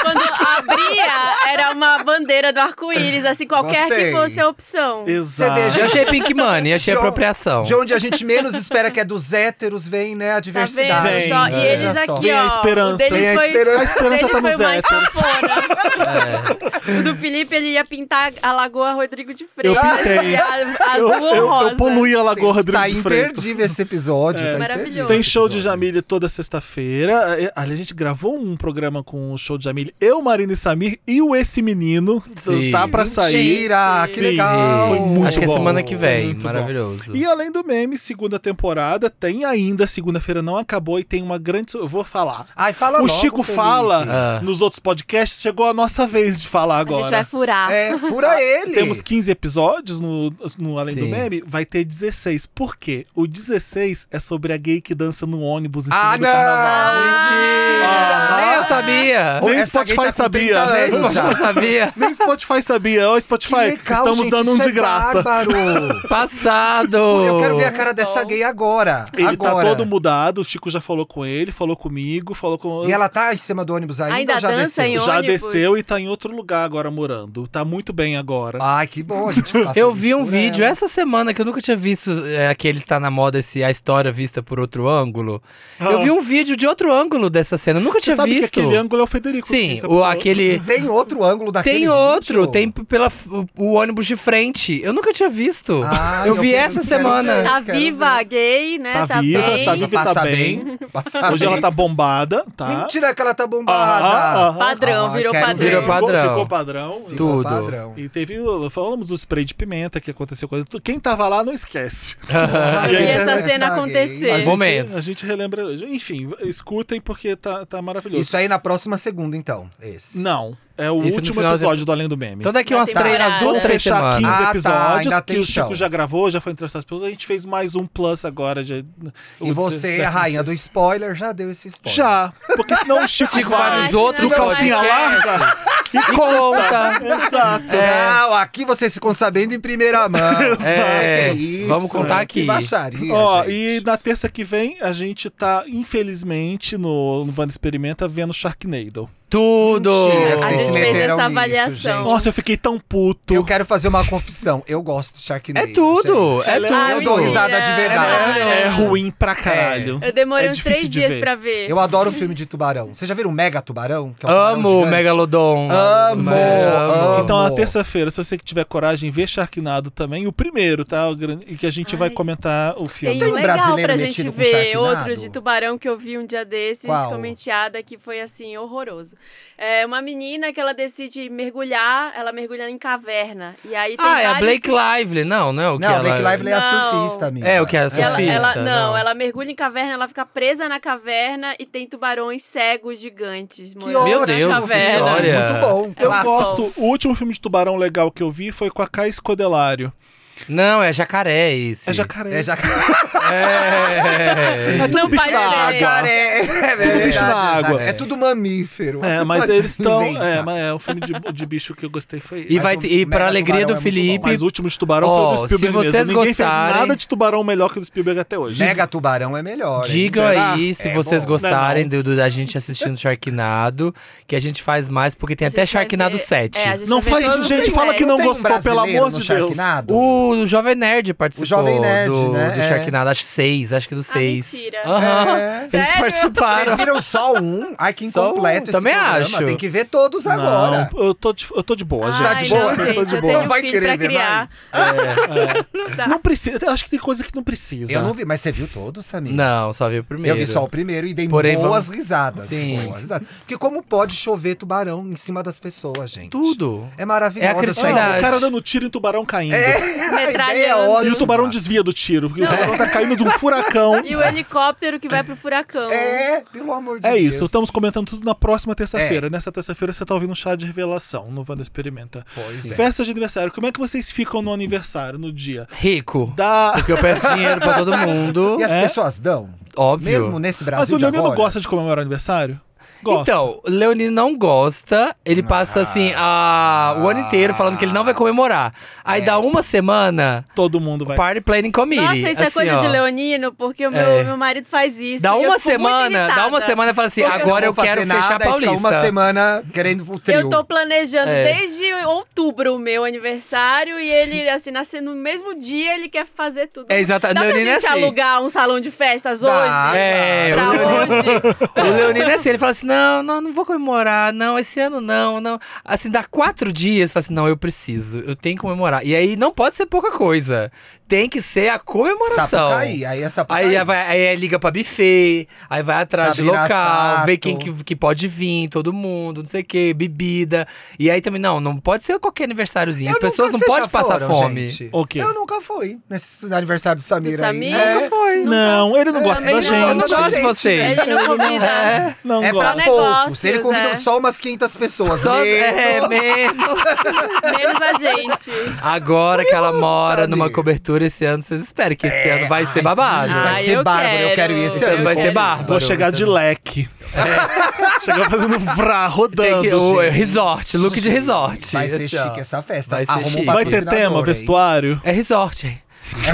[SPEAKER 7] quando abria, era uma bandeira do arco-íris, assim, qualquer
[SPEAKER 4] Gostei.
[SPEAKER 7] que fosse a opção.
[SPEAKER 1] Exato.
[SPEAKER 4] veja-
[SPEAKER 6] Já achei Pink Money, achei
[SPEAKER 4] John-
[SPEAKER 6] apropriação.
[SPEAKER 4] De onde a gente menos espera, que é dos héteros, vem, né, a
[SPEAKER 7] Tá
[SPEAKER 4] diversidade.
[SPEAKER 7] vendo?
[SPEAKER 1] Vem,
[SPEAKER 7] só?
[SPEAKER 6] vem.
[SPEAKER 7] E eles
[SPEAKER 4] Veja só.
[SPEAKER 7] aqui,
[SPEAKER 1] Vem a
[SPEAKER 7] ó.
[SPEAKER 1] esperança.
[SPEAKER 7] O deles
[SPEAKER 4] Vem a
[SPEAKER 7] foi,
[SPEAKER 4] esperança.
[SPEAKER 1] A esperança
[SPEAKER 7] deles
[SPEAKER 1] tá nos
[SPEAKER 7] foi mais
[SPEAKER 1] héteros.
[SPEAKER 7] cafona.
[SPEAKER 6] É.
[SPEAKER 7] O do Felipe, ele ia pintar a Lagoa Rodrigo de Freitas.
[SPEAKER 1] pintei.
[SPEAKER 7] E a-
[SPEAKER 1] Eu,
[SPEAKER 7] Azul ou
[SPEAKER 1] eu,
[SPEAKER 7] rosa.
[SPEAKER 1] eu poluí a Lagoa
[SPEAKER 4] tá
[SPEAKER 1] Rodrigo de Freitas.
[SPEAKER 4] imperdível esse episódio.
[SPEAKER 7] É.
[SPEAKER 4] tá
[SPEAKER 7] Maravilhoso.
[SPEAKER 4] imperdível.
[SPEAKER 1] Tem show de Jamile toda sexta-feira. É, Ali a gente gravou um programa com o show de Jamile. Eu, Marina e Samir e o Esse Menino.
[SPEAKER 6] Sim.
[SPEAKER 1] Tá pra sair.
[SPEAKER 4] Mentira, que
[SPEAKER 1] Sim.
[SPEAKER 4] legal.
[SPEAKER 1] Foi muito
[SPEAKER 6] Acho que é
[SPEAKER 1] bom.
[SPEAKER 6] semana que vem.
[SPEAKER 1] Muito bom.
[SPEAKER 6] Maravilhoso.
[SPEAKER 1] E além do meme, segunda temporada, tem ainda. Segunda-feira não acabou e tem uma grande. su- Eu vou falar.
[SPEAKER 4] Ai, fala
[SPEAKER 1] o
[SPEAKER 4] logo,
[SPEAKER 1] Chico
[SPEAKER 4] Felipe. É.
[SPEAKER 1] fala
[SPEAKER 6] Ah.
[SPEAKER 1] nos outros podcasts. Chegou a nossa vez de falar
[SPEAKER 7] A gente vai
[SPEAKER 1] agora.
[SPEAKER 7] furar.
[SPEAKER 4] É, fura ele.
[SPEAKER 1] Ah, Temos 15 episódios no, no Além do
[SPEAKER 6] Sim.
[SPEAKER 1] Meme, vai ter 16. Por quê? O 16 é sobre a gay que dança no ônibus em cima
[SPEAKER 4] Ah,
[SPEAKER 1] do carnaval. Ah,
[SPEAKER 4] não!
[SPEAKER 6] Nem eu sabia.
[SPEAKER 1] Nem
[SPEAKER 4] Essa gay
[SPEAKER 1] Spotify
[SPEAKER 4] tá com
[SPEAKER 1] sabia.
[SPEAKER 4] 30
[SPEAKER 6] Nem
[SPEAKER 4] anos
[SPEAKER 6] eu
[SPEAKER 4] já.
[SPEAKER 6] sabia.
[SPEAKER 1] Nem Spotify sabia. Ó, Spotify,
[SPEAKER 4] Que legal,
[SPEAKER 1] estamos
[SPEAKER 4] gente,
[SPEAKER 1] dando um
[SPEAKER 4] isso
[SPEAKER 1] de
[SPEAKER 4] é
[SPEAKER 1] graça.
[SPEAKER 4] bárbaro.
[SPEAKER 1] (laughs)
[SPEAKER 6] Passado.
[SPEAKER 4] Eu quero ver a cara dessa
[SPEAKER 7] Então.
[SPEAKER 4] gay agora.
[SPEAKER 1] Ele
[SPEAKER 4] agora.
[SPEAKER 1] tá todo mudado, o Chico já falou com ele, falou comigo, falou com.
[SPEAKER 4] E ela tá em cima do ônibus ainda,
[SPEAKER 7] Ainda
[SPEAKER 4] ou já
[SPEAKER 7] dança
[SPEAKER 4] desceu?
[SPEAKER 7] em
[SPEAKER 1] já
[SPEAKER 7] ônibus.
[SPEAKER 1] desceu e tá em outro lugar agora morando. Tá muito bem agora.
[SPEAKER 4] Ai, que bom, a gente fica
[SPEAKER 6] (laughs) Eu
[SPEAKER 4] feliz
[SPEAKER 6] vi um
[SPEAKER 1] né?
[SPEAKER 4] por
[SPEAKER 6] vídeo
[SPEAKER 4] ela.
[SPEAKER 6] essa semana que eu nunca tinha visto é, aquele que tá na moda, esse, a história vista por outro ângulo. Eu vi um vídeo de outro ângulo dessa cena, eu nunca
[SPEAKER 1] Você
[SPEAKER 6] tinha
[SPEAKER 1] sabe
[SPEAKER 6] visto.
[SPEAKER 1] que aquele ângulo é o Federico.
[SPEAKER 6] Sim,
[SPEAKER 1] que tá
[SPEAKER 6] o,
[SPEAKER 1] pro-
[SPEAKER 6] aquele.
[SPEAKER 4] Tem outro ângulo daquele
[SPEAKER 6] Tem outro,
[SPEAKER 4] vídeo?
[SPEAKER 6] tem p- pela, f- o, o ônibus de frente. Eu nunca tinha visto.
[SPEAKER 4] Ah,
[SPEAKER 6] eu
[SPEAKER 4] eu
[SPEAKER 6] vi
[SPEAKER 4] quero-
[SPEAKER 6] essa
[SPEAKER 4] quero
[SPEAKER 6] semana.
[SPEAKER 4] ver.
[SPEAKER 7] Tá
[SPEAKER 4] quero
[SPEAKER 7] viva, gay, né?
[SPEAKER 1] Tá
[SPEAKER 7] Tá,
[SPEAKER 1] viva,
[SPEAKER 7] bem.
[SPEAKER 1] tá viva.
[SPEAKER 4] Passa
[SPEAKER 1] Tá
[SPEAKER 4] bem. Passa
[SPEAKER 1] Hoje
[SPEAKER 4] bem.
[SPEAKER 1] ela tá bombada, tá?
[SPEAKER 4] Mentira que ela tá
[SPEAKER 1] Aham,
[SPEAKER 4] bombada.
[SPEAKER 1] aham.
[SPEAKER 7] Padrão,
[SPEAKER 4] Ah,
[SPEAKER 7] virou
[SPEAKER 4] quero
[SPEAKER 7] padrão.
[SPEAKER 4] ver.
[SPEAKER 6] Virou padrão.
[SPEAKER 1] Ficou padrão.
[SPEAKER 4] Ficou
[SPEAKER 6] Tudo.
[SPEAKER 4] padrão.
[SPEAKER 1] E teve. o- Falamos do spray de pimenta que aconteceu com ele. Quem tava lá não esquece.
[SPEAKER 6] (laughs)
[SPEAKER 7] Eu
[SPEAKER 1] E
[SPEAKER 7] vi
[SPEAKER 1] aí,
[SPEAKER 7] essa
[SPEAKER 1] essa
[SPEAKER 7] cena
[SPEAKER 4] gay.
[SPEAKER 1] A
[SPEAKER 7] acontecer.
[SPEAKER 1] gente-
[SPEAKER 6] Momentos.
[SPEAKER 1] A gente relembra. Enfim, escutem porque tá, tá maravilhoso.
[SPEAKER 4] Isso aí na próxima segunda, então. Esse.
[SPEAKER 1] Não, é o
[SPEAKER 6] Esse no
[SPEAKER 1] último
[SPEAKER 6] final-
[SPEAKER 1] episódio do Além do Meme.
[SPEAKER 6] Então daqui
[SPEAKER 7] Na
[SPEAKER 6] umas, três, umas
[SPEAKER 7] temporada.
[SPEAKER 6] duas,
[SPEAKER 1] Vamos
[SPEAKER 6] três
[SPEAKER 1] fechar
[SPEAKER 6] semanas.
[SPEAKER 1] 15
[SPEAKER 4] Ah, tá,
[SPEAKER 1] episódios
[SPEAKER 4] ainda
[SPEAKER 1] que
[SPEAKER 4] tem
[SPEAKER 1] o Chico
[SPEAKER 4] chão.
[SPEAKER 1] já gravou, já foi entre essas pessoas. A gente fez mais um plus agora. de-
[SPEAKER 4] E
[SPEAKER 1] o
[SPEAKER 4] você, é a
[SPEAKER 1] 16º.
[SPEAKER 4] rainha do spoiler, já deu esse spoiler.
[SPEAKER 1] Já, porque senão o Chico,
[SPEAKER 6] Chico
[SPEAKER 1] vai,
[SPEAKER 6] vai nos
[SPEAKER 7] no
[SPEAKER 6] outros
[SPEAKER 1] calcinha
[SPEAKER 6] podcasts.
[SPEAKER 1] larga e
[SPEAKER 6] E
[SPEAKER 1] conta.
[SPEAKER 6] conta.
[SPEAKER 1] Exato.
[SPEAKER 6] É.
[SPEAKER 4] Não, aqui vocês ficam sabendo em primeira mão.
[SPEAKER 6] É,
[SPEAKER 4] Ai, que isso,
[SPEAKER 6] vamos contar
[SPEAKER 4] que
[SPEAKER 6] aqui.
[SPEAKER 4] baixaria,
[SPEAKER 1] Ó, e
[SPEAKER 4] gente.
[SPEAKER 1] na terça que vem a gente tá, infelizmente, no, no Vanda Experimenta vendo Sharknado.
[SPEAKER 6] Tudo.
[SPEAKER 4] Mentira que
[SPEAKER 7] A
[SPEAKER 4] vocês
[SPEAKER 7] gente
[SPEAKER 4] se
[SPEAKER 7] fez
[SPEAKER 4] meteram
[SPEAKER 7] essa
[SPEAKER 4] nisso,
[SPEAKER 7] avaliação.
[SPEAKER 4] gente.
[SPEAKER 1] Nossa, eu fiquei tão puto.
[SPEAKER 4] Eu quero fazer uma confissão. Eu gosto de
[SPEAKER 6] É
[SPEAKER 4] Sharknado.
[SPEAKER 6] tudo,
[SPEAKER 4] gente.
[SPEAKER 6] é
[SPEAKER 1] Ela é-
[SPEAKER 6] tudo.
[SPEAKER 7] Ah,
[SPEAKER 4] Eu dou risada de
[SPEAKER 7] mentira.
[SPEAKER 4] verdade.
[SPEAKER 1] É, é ruim pra caralho.
[SPEAKER 7] Eu demorei
[SPEAKER 1] É
[SPEAKER 7] uns
[SPEAKER 1] difícil
[SPEAKER 7] três
[SPEAKER 1] de
[SPEAKER 7] dias
[SPEAKER 1] ver.
[SPEAKER 7] pra ver.
[SPEAKER 4] Eu adoro filme de tubarão. Vocês já viram Mega Tubarão? Que é um tubarão
[SPEAKER 6] Amo o
[SPEAKER 4] gigante?
[SPEAKER 6] Megalodon.
[SPEAKER 4] Amo,
[SPEAKER 6] É,
[SPEAKER 4] amo.
[SPEAKER 1] Então,
[SPEAKER 4] Amor.
[SPEAKER 1] na terça-feira, se você que tiver coragem, vê Sharknado também, o primeiro, tá? O grande- E que a gente vai
[SPEAKER 7] Ai.
[SPEAKER 1] comentar o filme.
[SPEAKER 7] Tem
[SPEAKER 4] Tem um
[SPEAKER 7] um legal
[SPEAKER 4] brasileiro
[SPEAKER 7] pra
[SPEAKER 4] metido
[SPEAKER 7] gente
[SPEAKER 4] com
[SPEAKER 7] ver.
[SPEAKER 4] Sharknado?
[SPEAKER 7] Outro de tubarão que eu vi um dia desses,
[SPEAKER 4] Qual?
[SPEAKER 7] comenteada, que foi assim, horroroso. É uma menina que ela decide mergulhar, ela mergulha em caverna. E aí tem
[SPEAKER 6] Ah, é a
[SPEAKER 7] vários-
[SPEAKER 6] Blake Lively. Não, não é o que
[SPEAKER 4] Não,
[SPEAKER 6] ela...
[SPEAKER 4] Blake Lively é a
[SPEAKER 7] Não.
[SPEAKER 4] surfista, amiga.
[SPEAKER 6] É, o que é a surfista.
[SPEAKER 7] Ela, ela- não,
[SPEAKER 6] não.
[SPEAKER 7] ela mergulha em caverna, ela fica presa na caverna e tem tubarões cegos gigantes.
[SPEAKER 4] Que
[SPEAKER 7] morando
[SPEAKER 4] ótimo,
[SPEAKER 6] Meu
[SPEAKER 7] na
[SPEAKER 6] Deus, que
[SPEAKER 7] caverna.
[SPEAKER 6] história.
[SPEAKER 4] é Muito bom.
[SPEAKER 1] Eu
[SPEAKER 4] Clássico.
[SPEAKER 1] gosto. O último filme de tubarão legal que eu vi foi com a Kai Escodelário.
[SPEAKER 6] Não, é jacaré esse.
[SPEAKER 1] É jacaré.
[SPEAKER 4] É (laughs) já
[SPEAKER 1] (laughs)
[SPEAKER 6] É.
[SPEAKER 1] É tudo
[SPEAKER 7] Não
[SPEAKER 1] bicho
[SPEAKER 7] faz
[SPEAKER 1] da
[SPEAKER 7] ideia.
[SPEAKER 6] Ah,
[SPEAKER 1] água.
[SPEAKER 4] É,
[SPEAKER 1] Tudo bicho na água.
[SPEAKER 4] É tudo mamífero.
[SPEAKER 1] É, mas eles estão.
[SPEAKER 4] Inventa.
[SPEAKER 1] É, mas é, o filme de, de bicho que eu gostei foi.
[SPEAKER 6] E,
[SPEAKER 1] esse.
[SPEAKER 6] vai,
[SPEAKER 4] um
[SPEAKER 6] e pra
[SPEAKER 4] Mega
[SPEAKER 6] alegria
[SPEAKER 4] Tubarão
[SPEAKER 6] do
[SPEAKER 4] é muito
[SPEAKER 6] Felipe...
[SPEAKER 1] Mas o último de tubarão
[SPEAKER 6] Ó,
[SPEAKER 1] foi o do
[SPEAKER 6] se
[SPEAKER 1] Spielberg
[SPEAKER 6] vocês
[SPEAKER 1] mesmo. Ninguém
[SPEAKER 6] gostarem-
[SPEAKER 1] fez nada de tubarão melhor que o do Spielberg até hoje.
[SPEAKER 4] Mega tubarão é melhor. hein?
[SPEAKER 6] Digam
[SPEAKER 1] Será?
[SPEAKER 6] aí se
[SPEAKER 4] É
[SPEAKER 6] vocês
[SPEAKER 4] bom.
[SPEAKER 6] gostarem
[SPEAKER 1] Não
[SPEAKER 6] do, do- da gente assistindo Sharknado, que a gente faz mais, porque tem
[SPEAKER 7] A
[SPEAKER 6] até
[SPEAKER 7] gente vai
[SPEAKER 6] Sharknado
[SPEAKER 7] ver-
[SPEAKER 6] 7.
[SPEAKER 7] é, a gente
[SPEAKER 1] Não
[SPEAKER 7] vai ver
[SPEAKER 1] faz-
[SPEAKER 7] todo
[SPEAKER 1] gente,
[SPEAKER 7] mundo
[SPEAKER 1] fala
[SPEAKER 7] em
[SPEAKER 1] que
[SPEAKER 7] breve.
[SPEAKER 1] não
[SPEAKER 4] Tem um
[SPEAKER 1] gostou, pelo
[SPEAKER 4] brasileiro
[SPEAKER 1] amor
[SPEAKER 4] no
[SPEAKER 1] de Deus.
[SPEAKER 4] Sharknado?
[SPEAKER 6] O Jovem Nerd participou
[SPEAKER 4] O Jovem Nerd,
[SPEAKER 6] do,
[SPEAKER 4] né?
[SPEAKER 6] do
[SPEAKER 4] É.
[SPEAKER 6] Sharknado, acho que seis, acho que do seis.
[SPEAKER 7] Ah, mentira.
[SPEAKER 6] Aham.
[SPEAKER 4] É.
[SPEAKER 6] Eles
[SPEAKER 7] Sério?
[SPEAKER 6] participaram.
[SPEAKER 4] Vocês viram só um? Ai, que
[SPEAKER 6] (laughs) Só um,
[SPEAKER 4] incompleto esse
[SPEAKER 6] também
[SPEAKER 4] programa.
[SPEAKER 6] acho.
[SPEAKER 4] Tem que ver todos
[SPEAKER 1] Não,
[SPEAKER 4] agora.
[SPEAKER 1] eu tô de, eu tô de boa, gente.
[SPEAKER 4] Tá
[SPEAKER 7] Ai,
[SPEAKER 4] de
[SPEAKER 7] não,
[SPEAKER 4] boa?
[SPEAKER 7] gente,
[SPEAKER 1] tô de boa.
[SPEAKER 7] eu tenho um
[SPEAKER 4] Não vai
[SPEAKER 7] filho
[SPEAKER 4] querer
[SPEAKER 7] pra
[SPEAKER 4] ver
[SPEAKER 7] criar.
[SPEAKER 4] Tá.
[SPEAKER 7] Não dá.
[SPEAKER 1] Não precisa. Acho que tem coisa que não precisa.
[SPEAKER 4] Eu não vi, mas você viu todos, Samir?
[SPEAKER 6] Não, só vi o
[SPEAKER 4] Eu
[SPEAKER 6] primeiro.
[SPEAKER 4] vi só o primeiro e dei
[SPEAKER 6] Porém,
[SPEAKER 4] boas
[SPEAKER 6] vamos-
[SPEAKER 4] risadas.
[SPEAKER 6] Sim.
[SPEAKER 4] Boas risadas. Porque como pode chover tubarão em cima das pessoas, gente?
[SPEAKER 6] Tudo.
[SPEAKER 4] É maravilhoso.
[SPEAKER 6] É a
[SPEAKER 1] Ah,
[SPEAKER 6] criatividade.
[SPEAKER 1] o cara dando tiro em tubarão caindo.
[SPEAKER 4] ideia é
[SPEAKER 7] metralhando.
[SPEAKER 4] ótima.
[SPEAKER 1] E o tubarão desvia do tiro, porque o
[SPEAKER 7] Não.
[SPEAKER 1] tubarão tá caindo de um
[SPEAKER 4] (laughs)
[SPEAKER 1] furacão.
[SPEAKER 7] E o helicóptero que vai pro furacão.
[SPEAKER 4] É, pelo amor de
[SPEAKER 1] É
[SPEAKER 4] Deus.
[SPEAKER 1] isso, estamos comentando tudo na próxima
[SPEAKER 4] É.
[SPEAKER 1] terça-feira. Nessa terça-feira você tá ouvindo um chá de revelação no Wanda Experimenta.
[SPEAKER 4] Pois é.
[SPEAKER 1] Festa de aniversário, como é que vocês ficam no aniversário, no dia?
[SPEAKER 6] Rico.
[SPEAKER 1] Da...
[SPEAKER 6] Porque eu peço dinheiro pra todo mundo.
[SPEAKER 4] (laughs) E as
[SPEAKER 1] É?
[SPEAKER 4] pessoas dão?
[SPEAKER 6] Então, Óbvio.
[SPEAKER 4] Mesmo nesse
[SPEAKER 1] Mas
[SPEAKER 4] Brasil
[SPEAKER 1] o
[SPEAKER 4] de
[SPEAKER 1] Leonino
[SPEAKER 4] agora?
[SPEAKER 1] gosta de comemorar aniversário? Gosta.
[SPEAKER 6] Então, Leonino não gosta. Ele
[SPEAKER 4] Ah.
[SPEAKER 6] passa assim a- o ano inteiro falando que ele não vai comemorar. Aí
[SPEAKER 4] É.
[SPEAKER 6] dá uma semana,
[SPEAKER 4] Então,
[SPEAKER 1] Todo mundo vai.
[SPEAKER 6] party planning committee.
[SPEAKER 7] Nossa, isso é
[SPEAKER 6] assim,
[SPEAKER 7] coisa
[SPEAKER 6] ó.
[SPEAKER 7] de leonino, porque o meu,
[SPEAKER 6] É.
[SPEAKER 7] meu marido faz isso.
[SPEAKER 6] Dá
[SPEAKER 7] e eu
[SPEAKER 6] uma
[SPEAKER 7] fico muito
[SPEAKER 6] semana, dá uma
[SPEAKER 7] irritada.
[SPEAKER 6] semana e fala assim,
[SPEAKER 7] Porque eu
[SPEAKER 6] agora
[SPEAKER 4] Não
[SPEAKER 6] eu
[SPEAKER 4] vou fazer
[SPEAKER 6] quero
[SPEAKER 4] nada,
[SPEAKER 6] fechar a
[SPEAKER 4] aí fica
[SPEAKER 6] Paulista.
[SPEAKER 4] uma semana querendo o trio.
[SPEAKER 7] Eu tô planejando
[SPEAKER 6] É.
[SPEAKER 7] desde outubro o meu aniversário e ele, assim, nasce no mesmo dia, ele quer fazer tudo.
[SPEAKER 6] É, exata-
[SPEAKER 7] Dá pra
[SPEAKER 6] Leonino é
[SPEAKER 7] gente
[SPEAKER 6] assim.
[SPEAKER 7] alugar um salão de festas
[SPEAKER 4] Dá,
[SPEAKER 7] hoje?
[SPEAKER 6] É,
[SPEAKER 7] pra
[SPEAKER 6] o Leonino,
[SPEAKER 7] hoje?
[SPEAKER 6] o Leonino é assim, ele fala assim, não, não, não vou comemorar, não, esse ano não, não. Assim, dá quatro dias, fala assim, não, eu preciso, eu tenho que comemorar. E aí não pode ser pouca coisa, tem que ser a comemoração.
[SPEAKER 4] Sapucaí, aí é Sapucaí.
[SPEAKER 6] Aí, vai, aí liga pra buffet, aí vai atrás de
[SPEAKER 4] Sabrina
[SPEAKER 6] local,
[SPEAKER 4] Sato.
[SPEAKER 6] vê quem que, que pode vir, todo mundo, não sei o quê, bebida. E aí também, não, não pode ser qualquer aniversáriozinho.
[SPEAKER 4] Eu
[SPEAKER 6] As
[SPEAKER 4] nunca-
[SPEAKER 6] pessoas não
[SPEAKER 4] vocês
[SPEAKER 6] podem
[SPEAKER 4] já
[SPEAKER 6] passar
[SPEAKER 4] foram,
[SPEAKER 6] fome.
[SPEAKER 4] gente?
[SPEAKER 1] O quê?
[SPEAKER 4] Eu nunca fui nesse aniversário do Samir,
[SPEAKER 7] Do
[SPEAKER 4] aí,
[SPEAKER 7] Samir?
[SPEAKER 4] né?
[SPEAKER 7] Nunca
[SPEAKER 6] foi.
[SPEAKER 1] Não, ele não
[SPEAKER 4] É,
[SPEAKER 1] gosta
[SPEAKER 4] ele
[SPEAKER 1] da
[SPEAKER 4] não
[SPEAKER 1] gente.
[SPEAKER 6] eu não
[SPEAKER 4] gosta
[SPEAKER 6] gosto de
[SPEAKER 4] gente,
[SPEAKER 6] vocês.
[SPEAKER 7] Ele não convida.
[SPEAKER 1] Não
[SPEAKER 4] É pra
[SPEAKER 1] gosta.
[SPEAKER 7] Só
[SPEAKER 4] poucos.
[SPEAKER 7] negócios,
[SPEAKER 4] Ele convida
[SPEAKER 7] é.
[SPEAKER 4] só umas 500 pessoas.
[SPEAKER 6] Só,
[SPEAKER 4] Meu,
[SPEAKER 6] é, menos.
[SPEAKER 7] Menos a gente.
[SPEAKER 6] Agora que ela mora
[SPEAKER 4] sabe?
[SPEAKER 6] numa cobertura esse ano, vocês esperam que esse ano vai ser babado.
[SPEAKER 4] Vai
[SPEAKER 7] Ah,
[SPEAKER 4] ser
[SPEAKER 7] eu
[SPEAKER 4] bárbaro, eu quero
[SPEAKER 7] quero.
[SPEAKER 4] ir esse
[SPEAKER 6] esse
[SPEAKER 4] ano.
[SPEAKER 6] ano vai ser
[SPEAKER 7] quero.
[SPEAKER 6] bárbaro.
[SPEAKER 1] Vou chegar de leque.
[SPEAKER 4] É.
[SPEAKER 1] (laughs) Chegar fazendo um vrá,
[SPEAKER 6] Tem
[SPEAKER 1] rodando.
[SPEAKER 6] que, o, é resort, look de resort.
[SPEAKER 4] Vai ser
[SPEAKER 6] Assim, ó.
[SPEAKER 4] chique essa festa.
[SPEAKER 6] Vai ser
[SPEAKER 4] Arruma um
[SPEAKER 6] chique.
[SPEAKER 1] Vai ter
[SPEAKER 4] patrocinador
[SPEAKER 1] tema,
[SPEAKER 4] aí.
[SPEAKER 1] vestuário?
[SPEAKER 6] É resort.
[SPEAKER 4] É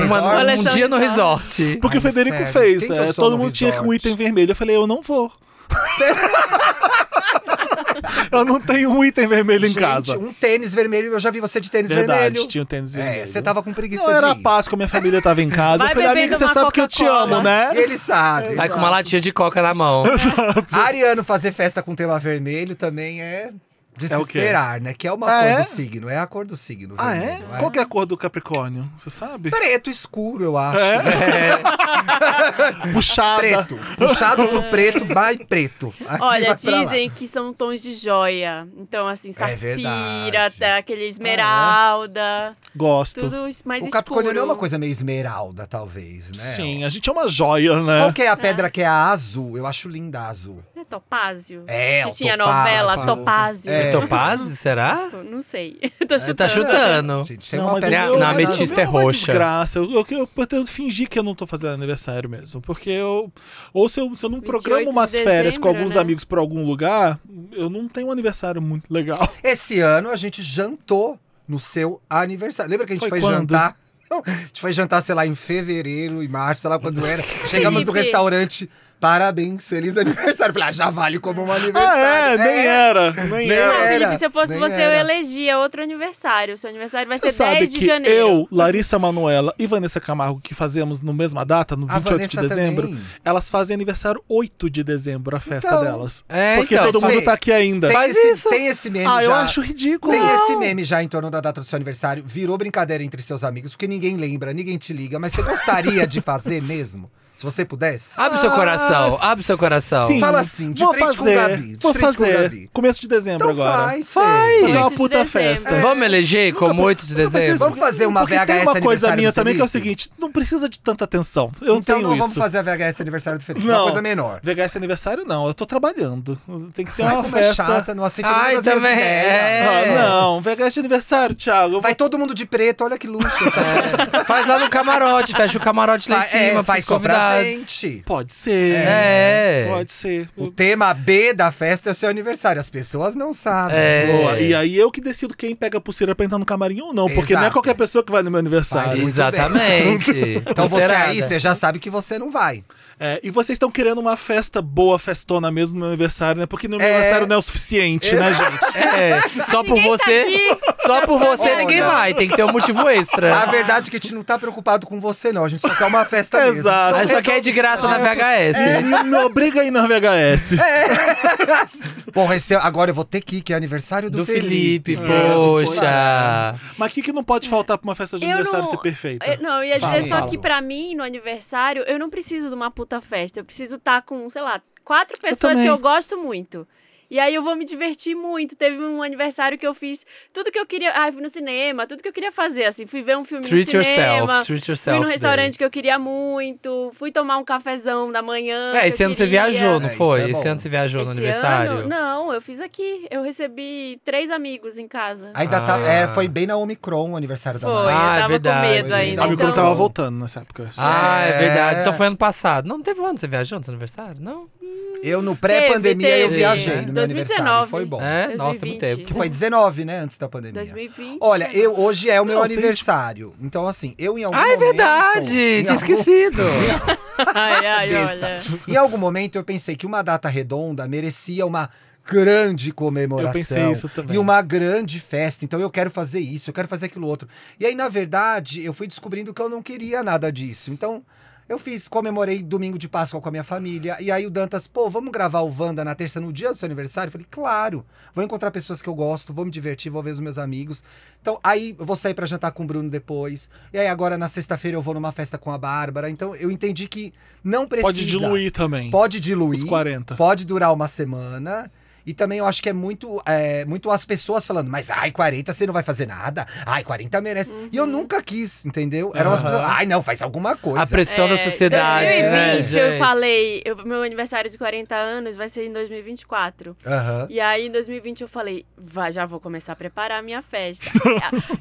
[SPEAKER 6] Uma-
[SPEAKER 4] resort?
[SPEAKER 6] um dia no resort.
[SPEAKER 1] Porque o Federico
[SPEAKER 4] inferno.
[SPEAKER 1] fez.
[SPEAKER 4] Quem que eu
[SPEAKER 1] é,
[SPEAKER 4] sou
[SPEAKER 1] todo
[SPEAKER 4] no
[SPEAKER 1] mundo tinha com um
[SPEAKER 4] resort?
[SPEAKER 1] item vermelho. Eu falei, eu não vou. (laughs) eu não tenho um item vermelho em
[SPEAKER 4] Gente,
[SPEAKER 1] casa.
[SPEAKER 4] um tênis vermelho. Eu já vi você de tênis
[SPEAKER 1] Verdade,
[SPEAKER 4] vermelho.
[SPEAKER 1] tinha um tênis vermelho.
[SPEAKER 4] É, você tava com preguiça
[SPEAKER 1] Não
[SPEAKER 4] de
[SPEAKER 1] era a
[SPEAKER 4] ir.
[SPEAKER 1] Páscoa, minha família tava em casa. eu
[SPEAKER 7] Vai
[SPEAKER 1] falei,
[SPEAKER 7] bebendo
[SPEAKER 1] amiga, você
[SPEAKER 7] uma
[SPEAKER 1] sabe que eu te
[SPEAKER 7] Coca-Cola.
[SPEAKER 1] amo, né?
[SPEAKER 4] E ele sabe.
[SPEAKER 6] Vai com uma latinha de coca na mão.
[SPEAKER 4] Ariano fazer festa com tema vermelho também é de se
[SPEAKER 1] É o quê?
[SPEAKER 4] esperar, né? Que é uma
[SPEAKER 1] Ah,
[SPEAKER 4] cor
[SPEAKER 1] é?
[SPEAKER 4] do signo. É a cor do signo.
[SPEAKER 1] Ah, é?
[SPEAKER 4] vermelho,
[SPEAKER 1] Qual que é a cor do Capricórnio? Você sabe?
[SPEAKER 4] Preto escuro,
[SPEAKER 1] É?
[SPEAKER 4] eu acho.
[SPEAKER 1] Puxada.
[SPEAKER 4] Preto. Puxado pro preto, vai preto. Aí
[SPEAKER 7] Olha,
[SPEAKER 4] (laughs) vai pra lá. É
[SPEAKER 7] dizem que são tons de joia. Então, assim, safira,
[SPEAKER 4] verdade. É.
[SPEAKER 7] até aquele esmeralda,
[SPEAKER 1] Gosto.
[SPEAKER 7] tudo es- mais
[SPEAKER 4] O
[SPEAKER 7] escuro.
[SPEAKER 4] Capricorniano é uma coisa meio esmeralda, talvez, né?
[SPEAKER 1] Sim, a gente é uma joia,
[SPEAKER 4] Qual
[SPEAKER 1] né?
[SPEAKER 4] que é a pedra que é a azul? Eu acho linda a azul.
[SPEAKER 7] É topázio?
[SPEAKER 4] É,
[SPEAKER 7] que
[SPEAKER 4] o
[SPEAKER 7] tinha
[SPEAKER 4] topázio.
[SPEAKER 7] novela, topázio.
[SPEAKER 4] É.
[SPEAKER 6] É topázio, será?
[SPEAKER 7] Não sei. (laughs) Tô
[SPEAKER 6] Você
[SPEAKER 7] chutando.
[SPEAKER 6] tá chutando.
[SPEAKER 4] Gente, tem
[SPEAKER 1] Não,
[SPEAKER 4] é uma
[SPEAKER 1] mas o
[SPEAKER 4] pedra.
[SPEAKER 1] meu-
[SPEAKER 6] na
[SPEAKER 1] mas o
[SPEAKER 6] ametista
[SPEAKER 1] meu
[SPEAKER 6] é
[SPEAKER 1] uma
[SPEAKER 6] roxa.
[SPEAKER 1] Desgraça. Eu, eu, eu pretendo fingir que eu não tô fazendo aniversário mesmo. Porque eu. Ou se eu, se eu não
[SPEAKER 7] 28
[SPEAKER 1] programo
[SPEAKER 7] de
[SPEAKER 1] umas férias com
[SPEAKER 7] dezembro,
[SPEAKER 1] alguns
[SPEAKER 7] né?
[SPEAKER 1] amigos pra algum lugar, eu não tenho um aniversário muito legal.
[SPEAKER 4] Esse ano a gente jantou no seu aniversário. Lembra que a gente
[SPEAKER 1] Foi
[SPEAKER 4] foi,
[SPEAKER 1] quando?
[SPEAKER 4] jantar? (laughs) Não, a gente foi jantar, sei lá, em fevereiro, em março, sei lá quando
[SPEAKER 7] (laughs)
[SPEAKER 4] era. Chegamos no
[SPEAKER 7] Felipe.
[SPEAKER 4] restaurante, parabéns, feliz aniversário. Falei, ah, já vale como um
[SPEAKER 1] Ah,
[SPEAKER 4] (laughs) aniversário.
[SPEAKER 1] é, nem era. Nem
[SPEAKER 4] Nem
[SPEAKER 1] era.
[SPEAKER 7] Ah,
[SPEAKER 4] Era,
[SPEAKER 7] Felipe, se eu fosse
[SPEAKER 4] nem
[SPEAKER 7] você,
[SPEAKER 4] era.
[SPEAKER 7] eu elegia outro aniversário. Seu aniversário vai
[SPEAKER 1] Você
[SPEAKER 7] ser
[SPEAKER 1] sabe
[SPEAKER 7] 10
[SPEAKER 1] que
[SPEAKER 7] de janeiro.
[SPEAKER 1] eu, Larissa Manuela e Vanessa Camargo, que fazemos no mesma data, no
[SPEAKER 4] A
[SPEAKER 1] 28 de
[SPEAKER 4] Vanessa
[SPEAKER 1] dezembro,
[SPEAKER 4] também.
[SPEAKER 1] elas fazem aniversário 8 de dezembro, a festa
[SPEAKER 4] Então,
[SPEAKER 1] delas.
[SPEAKER 6] É,
[SPEAKER 1] Porque
[SPEAKER 6] então.
[SPEAKER 1] todo
[SPEAKER 4] só-
[SPEAKER 1] mundo tá aqui ainda.
[SPEAKER 4] Tem,
[SPEAKER 6] Faz
[SPEAKER 4] esse,
[SPEAKER 6] isso.
[SPEAKER 4] tem esse meme
[SPEAKER 1] Ah,
[SPEAKER 4] já.
[SPEAKER 1] eu acho ridículo.
[SPEAKER 4] Tem esse meme já em torno da data do seu aniversário. Virou brincadeira entre seus amigos, porque ninguém lembra, ninguém te liga. Mas você gostaria de fazer mesmo? Se você pudesse?
[SPEAKER 6] Abre seu coração, abre seu coração.
[SPEAKER 1] Ah, Sim.
[SPEAKER 4] Ah, Fala assim, de
[SPEAKER 1] vou
[SPEAKER 4] frente
[SPEAKER 1] fazer,
[SPEAKER 4] com o Gabi. De
[SPEAKER 1] vou
[SPEAKER 4] frente com o
[SPEAKER 1] fazer.
[SPEAKER 4] Gabi.
[SPEAKER 1] Começo de dezembro
[SPEAKER 4] Então
[SPEAKER 1] agora.
[SPEAKER 4] faz,
[SPEAKER 6] Faz.
[SPEAKER 4] Fê.
[SPEAKER 1] Fazer uma
[SPEAKER 7] Oito de
[SPEAKER 1] puta
[SPEAKER 7] dezembro.
[SPEAKER 1] festa.
[SPEAKER 6] Vamos eleger como 8 É. de dezembro?
[SPEAKER 4] Vamos fazer uma
[SPEAKER 1] Porque
[SPEAKER 4] VHS
[SPEAKER 1] tem uma coisa
[SPEAKER 4] aniversário
[SPEAKER 1] minha
[SPEAKER 4] do
[SPEAKER 1] também que é o
[SPEAKER 4] Felipe?
[SPEAKER 1] seguinte, não precisa de tanta atenção. Eu
[SPEAKER 4] então
[SPEAKER 1] tenho
[SPEAKER 4] não
[SPEAKER 1] isso.
[SPEAKER 4] vamos fazer a VHS aniversário do Felipe.
[SPEAKER 1] Não.
[SPEAKER 4] Uma coisa menor.
[SPEAKER 1] VHS aniversário não, eu tô trabalhando. Tem que ser
[SPEAKER 4] Ai,
[SPEAKER 1] uma
[SPEAKER 4] como é
[SPEAKER 1] festa.
[SPEAKER 4] chata, não aceita
[SPEAKER 6] Ai,
[SPEAKER 4] nenhuma das minhas
[SPEAKER 6] também
[SPEAKER 4] ideias.
[SPEAKER 6] é.
[SPEAKER 1] Ah, não, VHS de aniversário, Thiago. Eu
[SPEAKER 4] Vai todo mundo de preto, olha que luxo. Essa
[SPEAKER 6] É. Faz lá no camarote, fecha o camarote lá em
[SPEAKER 4] Fa- é,
[SPEAKER 6] cima,
[SPEAKER 4] faz
[SPEAKER 6] faz
[SPEAKER 4] só pra
[SPEAKER 6] convidados.
[SPEAKER 4] gente.
[SPEAKER 1] Pode ser.
[SPEAKER 6] É.
[SPEAKER 1] Pode ser.
[SPEAKER 4] O tema B da festa é o seu aniversário. As pessoas não sabem.
[SPEAKER 6] É.
[SPEAKER 1] Boa. E aí eu que decido quem pega a pulseira pra entrar no camarim ou não. Porque não é
[SPEAKER 4] Exato.
[SPEAKER 1] qualquer pessoa que vai no meu
[SPEAKER 4] Faz
[SPEAKER 1] aniversário.
[SPEAKER 4] muito
[SPEAKER 6] Ah, Exatamente.
[SPEAKER 4] Então você
[SPEAKER 6] Será? né?
[SPEAKER 4] aí, você já sabe que você não vai.
[SPEAKER 1] É, e vocês estão querendo uma festa boa, festona mesmo no meu aniversário, né? Porque no meu
[SPEAKER 4] É.
[SPEAKER 1] aniversário não é o suficiente, né, gente?
[SPEAKER 6] É, só por
[SPEAKER 7] Ninguém tá
[SPEAKER 6] você.
[SPEAKER 7] aqui.
[SPEAKER 6] Só por você
[SPEAKER 4] Olha.
[SPEAKER 6] ninguém vai, tem que ter um motivo
[SPEAKER 4] (laughs) A
[SPEAKER 6] extra.
[SPEAKER 4] verdade é que a gente não tá preocupado com você, não. A gente só quer uma festa mesmo. Então,
[SPEAKER 1] Exato.
[SPEAKER 6] Mas só que é de graça na VHS.
[SPEAKER 1] É, não obriga aí na VHS.
[SPEAKER 4] Bom, esse, agora eu vou ter que ir, que é aniversário do,
[SPEAKER 6] Do Felipe,
[SPEAKER 4] É.
[SPEAKER 6] poxa.
[SPEAKER 1] Mas o que, que não pode faltar pra uma festa de
[SPEAKER 7] Eu
[SPEAKER 1] aniversário
[SPEAKER 7] não-
[SPEAKER 1] ser perfeita?
[SPEAKER 7] Eu- É, não, eu ia
[SPEAKER 1] Fala,
[SPEAKER 7] dizer só
[SPEAKER 1] fala.
[SPEAKER 7] que pra mim, no aniversário, tá eu não preciso de uma puta festa. Eu preciso estar com, sei lá, quatro pessoas
[SPEAKER 1] também.
[SPEAKER 7] que eu gosto muito. E aí eu vou me divertir muito. Teve um aniversário que eu fiz tudo que eu queria. Ah, eu fui no cinema, tudo que eu queria fazer, assim. Fui ver um filme
[SPEAKER 6] Treat
[SPEAKER 7] no
[SPEAKER 6] yourself,
[SPEAKER 7] cinema.
[SPEAKER 6] treat
[SPEAKER 7] Fui
[SPEAKER 6] yourself.
[SPEAKER 7] num
[SPEAKER 6] day.
[SPEAKER 7] restaurante que eu queria muito, fui tomar um cafezão da manhã.
[SPEAKER 6] É,
[SPEAKER 7] que
[SPEAKER 6] esse
[SPEAKER 7] eu
[SPEAKER 6] ano você
[SPEAKER 7] queria.
[SPEAKER 6] viajou,
[SPEAKER 4] É,
[SPEAKER 6] não
[SPEAKER 4] isso
[SPEAKER 6] foi?
[SPEAKER 4] é
[SPEAKER 6] esse
[SPEAKER 4] bom.
[SPEAKER 6] ano você viajou no
[SPEAKER 7] Esse
[SPEAKER 6] aniversário?
[SPEAKER 7] Ano? Não, eu fiz aqui. Eu recebi três amigos em casa.
[SPEAKER 4] Ainda
[SPEAKER 6] Ah.
[SPEAKER 4] tava- é, foi bem na Omicron o aniversário da Mari.
[SPEAKER 7] Foi,
[SPEAKER 6] Ah, é
[SPEAKER 7] eu tava
[SPEAKER 6] verdade.
[SPEAKER 7] com medo ainda.
[SPEAKER 1] A Micron
[SPEAKER 7] então...
[SPEAKER 1] tava voltando nessa época.
[SPEAKER 6] Ah, é.
[SPEAKER 4] É.
[SPEAKER 6] verdade. Então foi ano passado. Não, não teve um ano que você viajou no seu aniversário? Não?
[SPEAKER 4] Eu, no pré-pandemia,
[SPEAKER 7] Teve,
[SPEAKER 4] eu
[SPEAKER 7] teve.
[SPEAKER 4] viajei no meu
[SPEAKER 7] 2019.
[SPEAKER 4] aniversário. Foi bom.
[SPEAKER 6] é? Nossa, tem muito
[SPEAKER 7] 2020.
[SPEAKER 4] Que
[SPEAKER 6] tempo.
[SPEAKER 4] foi 19, né? Antes da pandemia.
[SPEAKER 7] 2020.
[SPEAKER 6] né?
[SPEAKER 4] Olha, eu, hoje é o meu
[SPEAKER 1] Não, foi, tipo-
[SPEAKER 4] aniversário. Então, assim, eu em algum
[SPEAKER 6] Ah, é
[SPEAKER 4] momento.
[SPEAKER 6] verdade!
[SPEAKER 4] Em
[SPEAKER 6] Tinha
[SPEAKER 4] algum-
[SPEAKER 6] esquecido.
[SPEAKER 7] Ai, ai,
[SPEAKER 4] Besta.
[SPEAKER 7] olha.
[SPEAKER 4] Em algum momento eu pensei que uma data redonda merecia uma grande comemoração.
[SPEAKER 1] Eu pensei isso também.
[SPEAKER 4] E uma grande festa. Então eu quero fazer isso, eu quero fazer aquilo outro. E aí, na verdade, eu fui descobrindo que eu não queria nada disso. Então. Eu fiz, comemorei domingo de Páscoa com a minha família. E aí o Dantas, pô, vamos gravar o Wanda na terça no dia do seu aniversário? Eu falei, claro. Vou encontrar pessoas que eu gosto, vou me divertir, vou ver os meus amigos. Então, aí eu vou sair pra jantar com o Bruno depois. E aí agora na sexta-feira eu vou numa festa com a Bárbara. Então, eu entendi que não precisa.
[SPEAKER 1] Pode diluir também.
[SPEAKER 4] Pode
[SPEAKER 1] Os
[SPEAKER 4] diluir,
[SPEAKER 1] 40.
[SPEAKER 4] pode durar uma semana. E também eu acho que é muito, é, muito as pessoas falando, mas ai, 40 você não vai fazer nada. Ai, 40 merece. E
[SPEAKER 7] Uhum.
[SPEAKER 4] eu nunca quis, entendeu? Eram umas
[SPEAKER 6] Aham.
[SPEAKER 4] pessoas, ai, não, faz alguma coisa.
[SPEAKER 6] A pressão da
[SPEAKER 7] É,
[SPEAKER 6] sociedade, né,
[SPEAKER 7] 2020 eu
[SPEAKER 6] gente?
[SPEAKER 7] falei, eu- meu aniversário de 40 anos vai ser em 2024.
[SPEAKER 4] Aham.
[SPEAKER 7] E aí, em 2020, eu falei, "Vá, já vou começar a preparar a minha festa.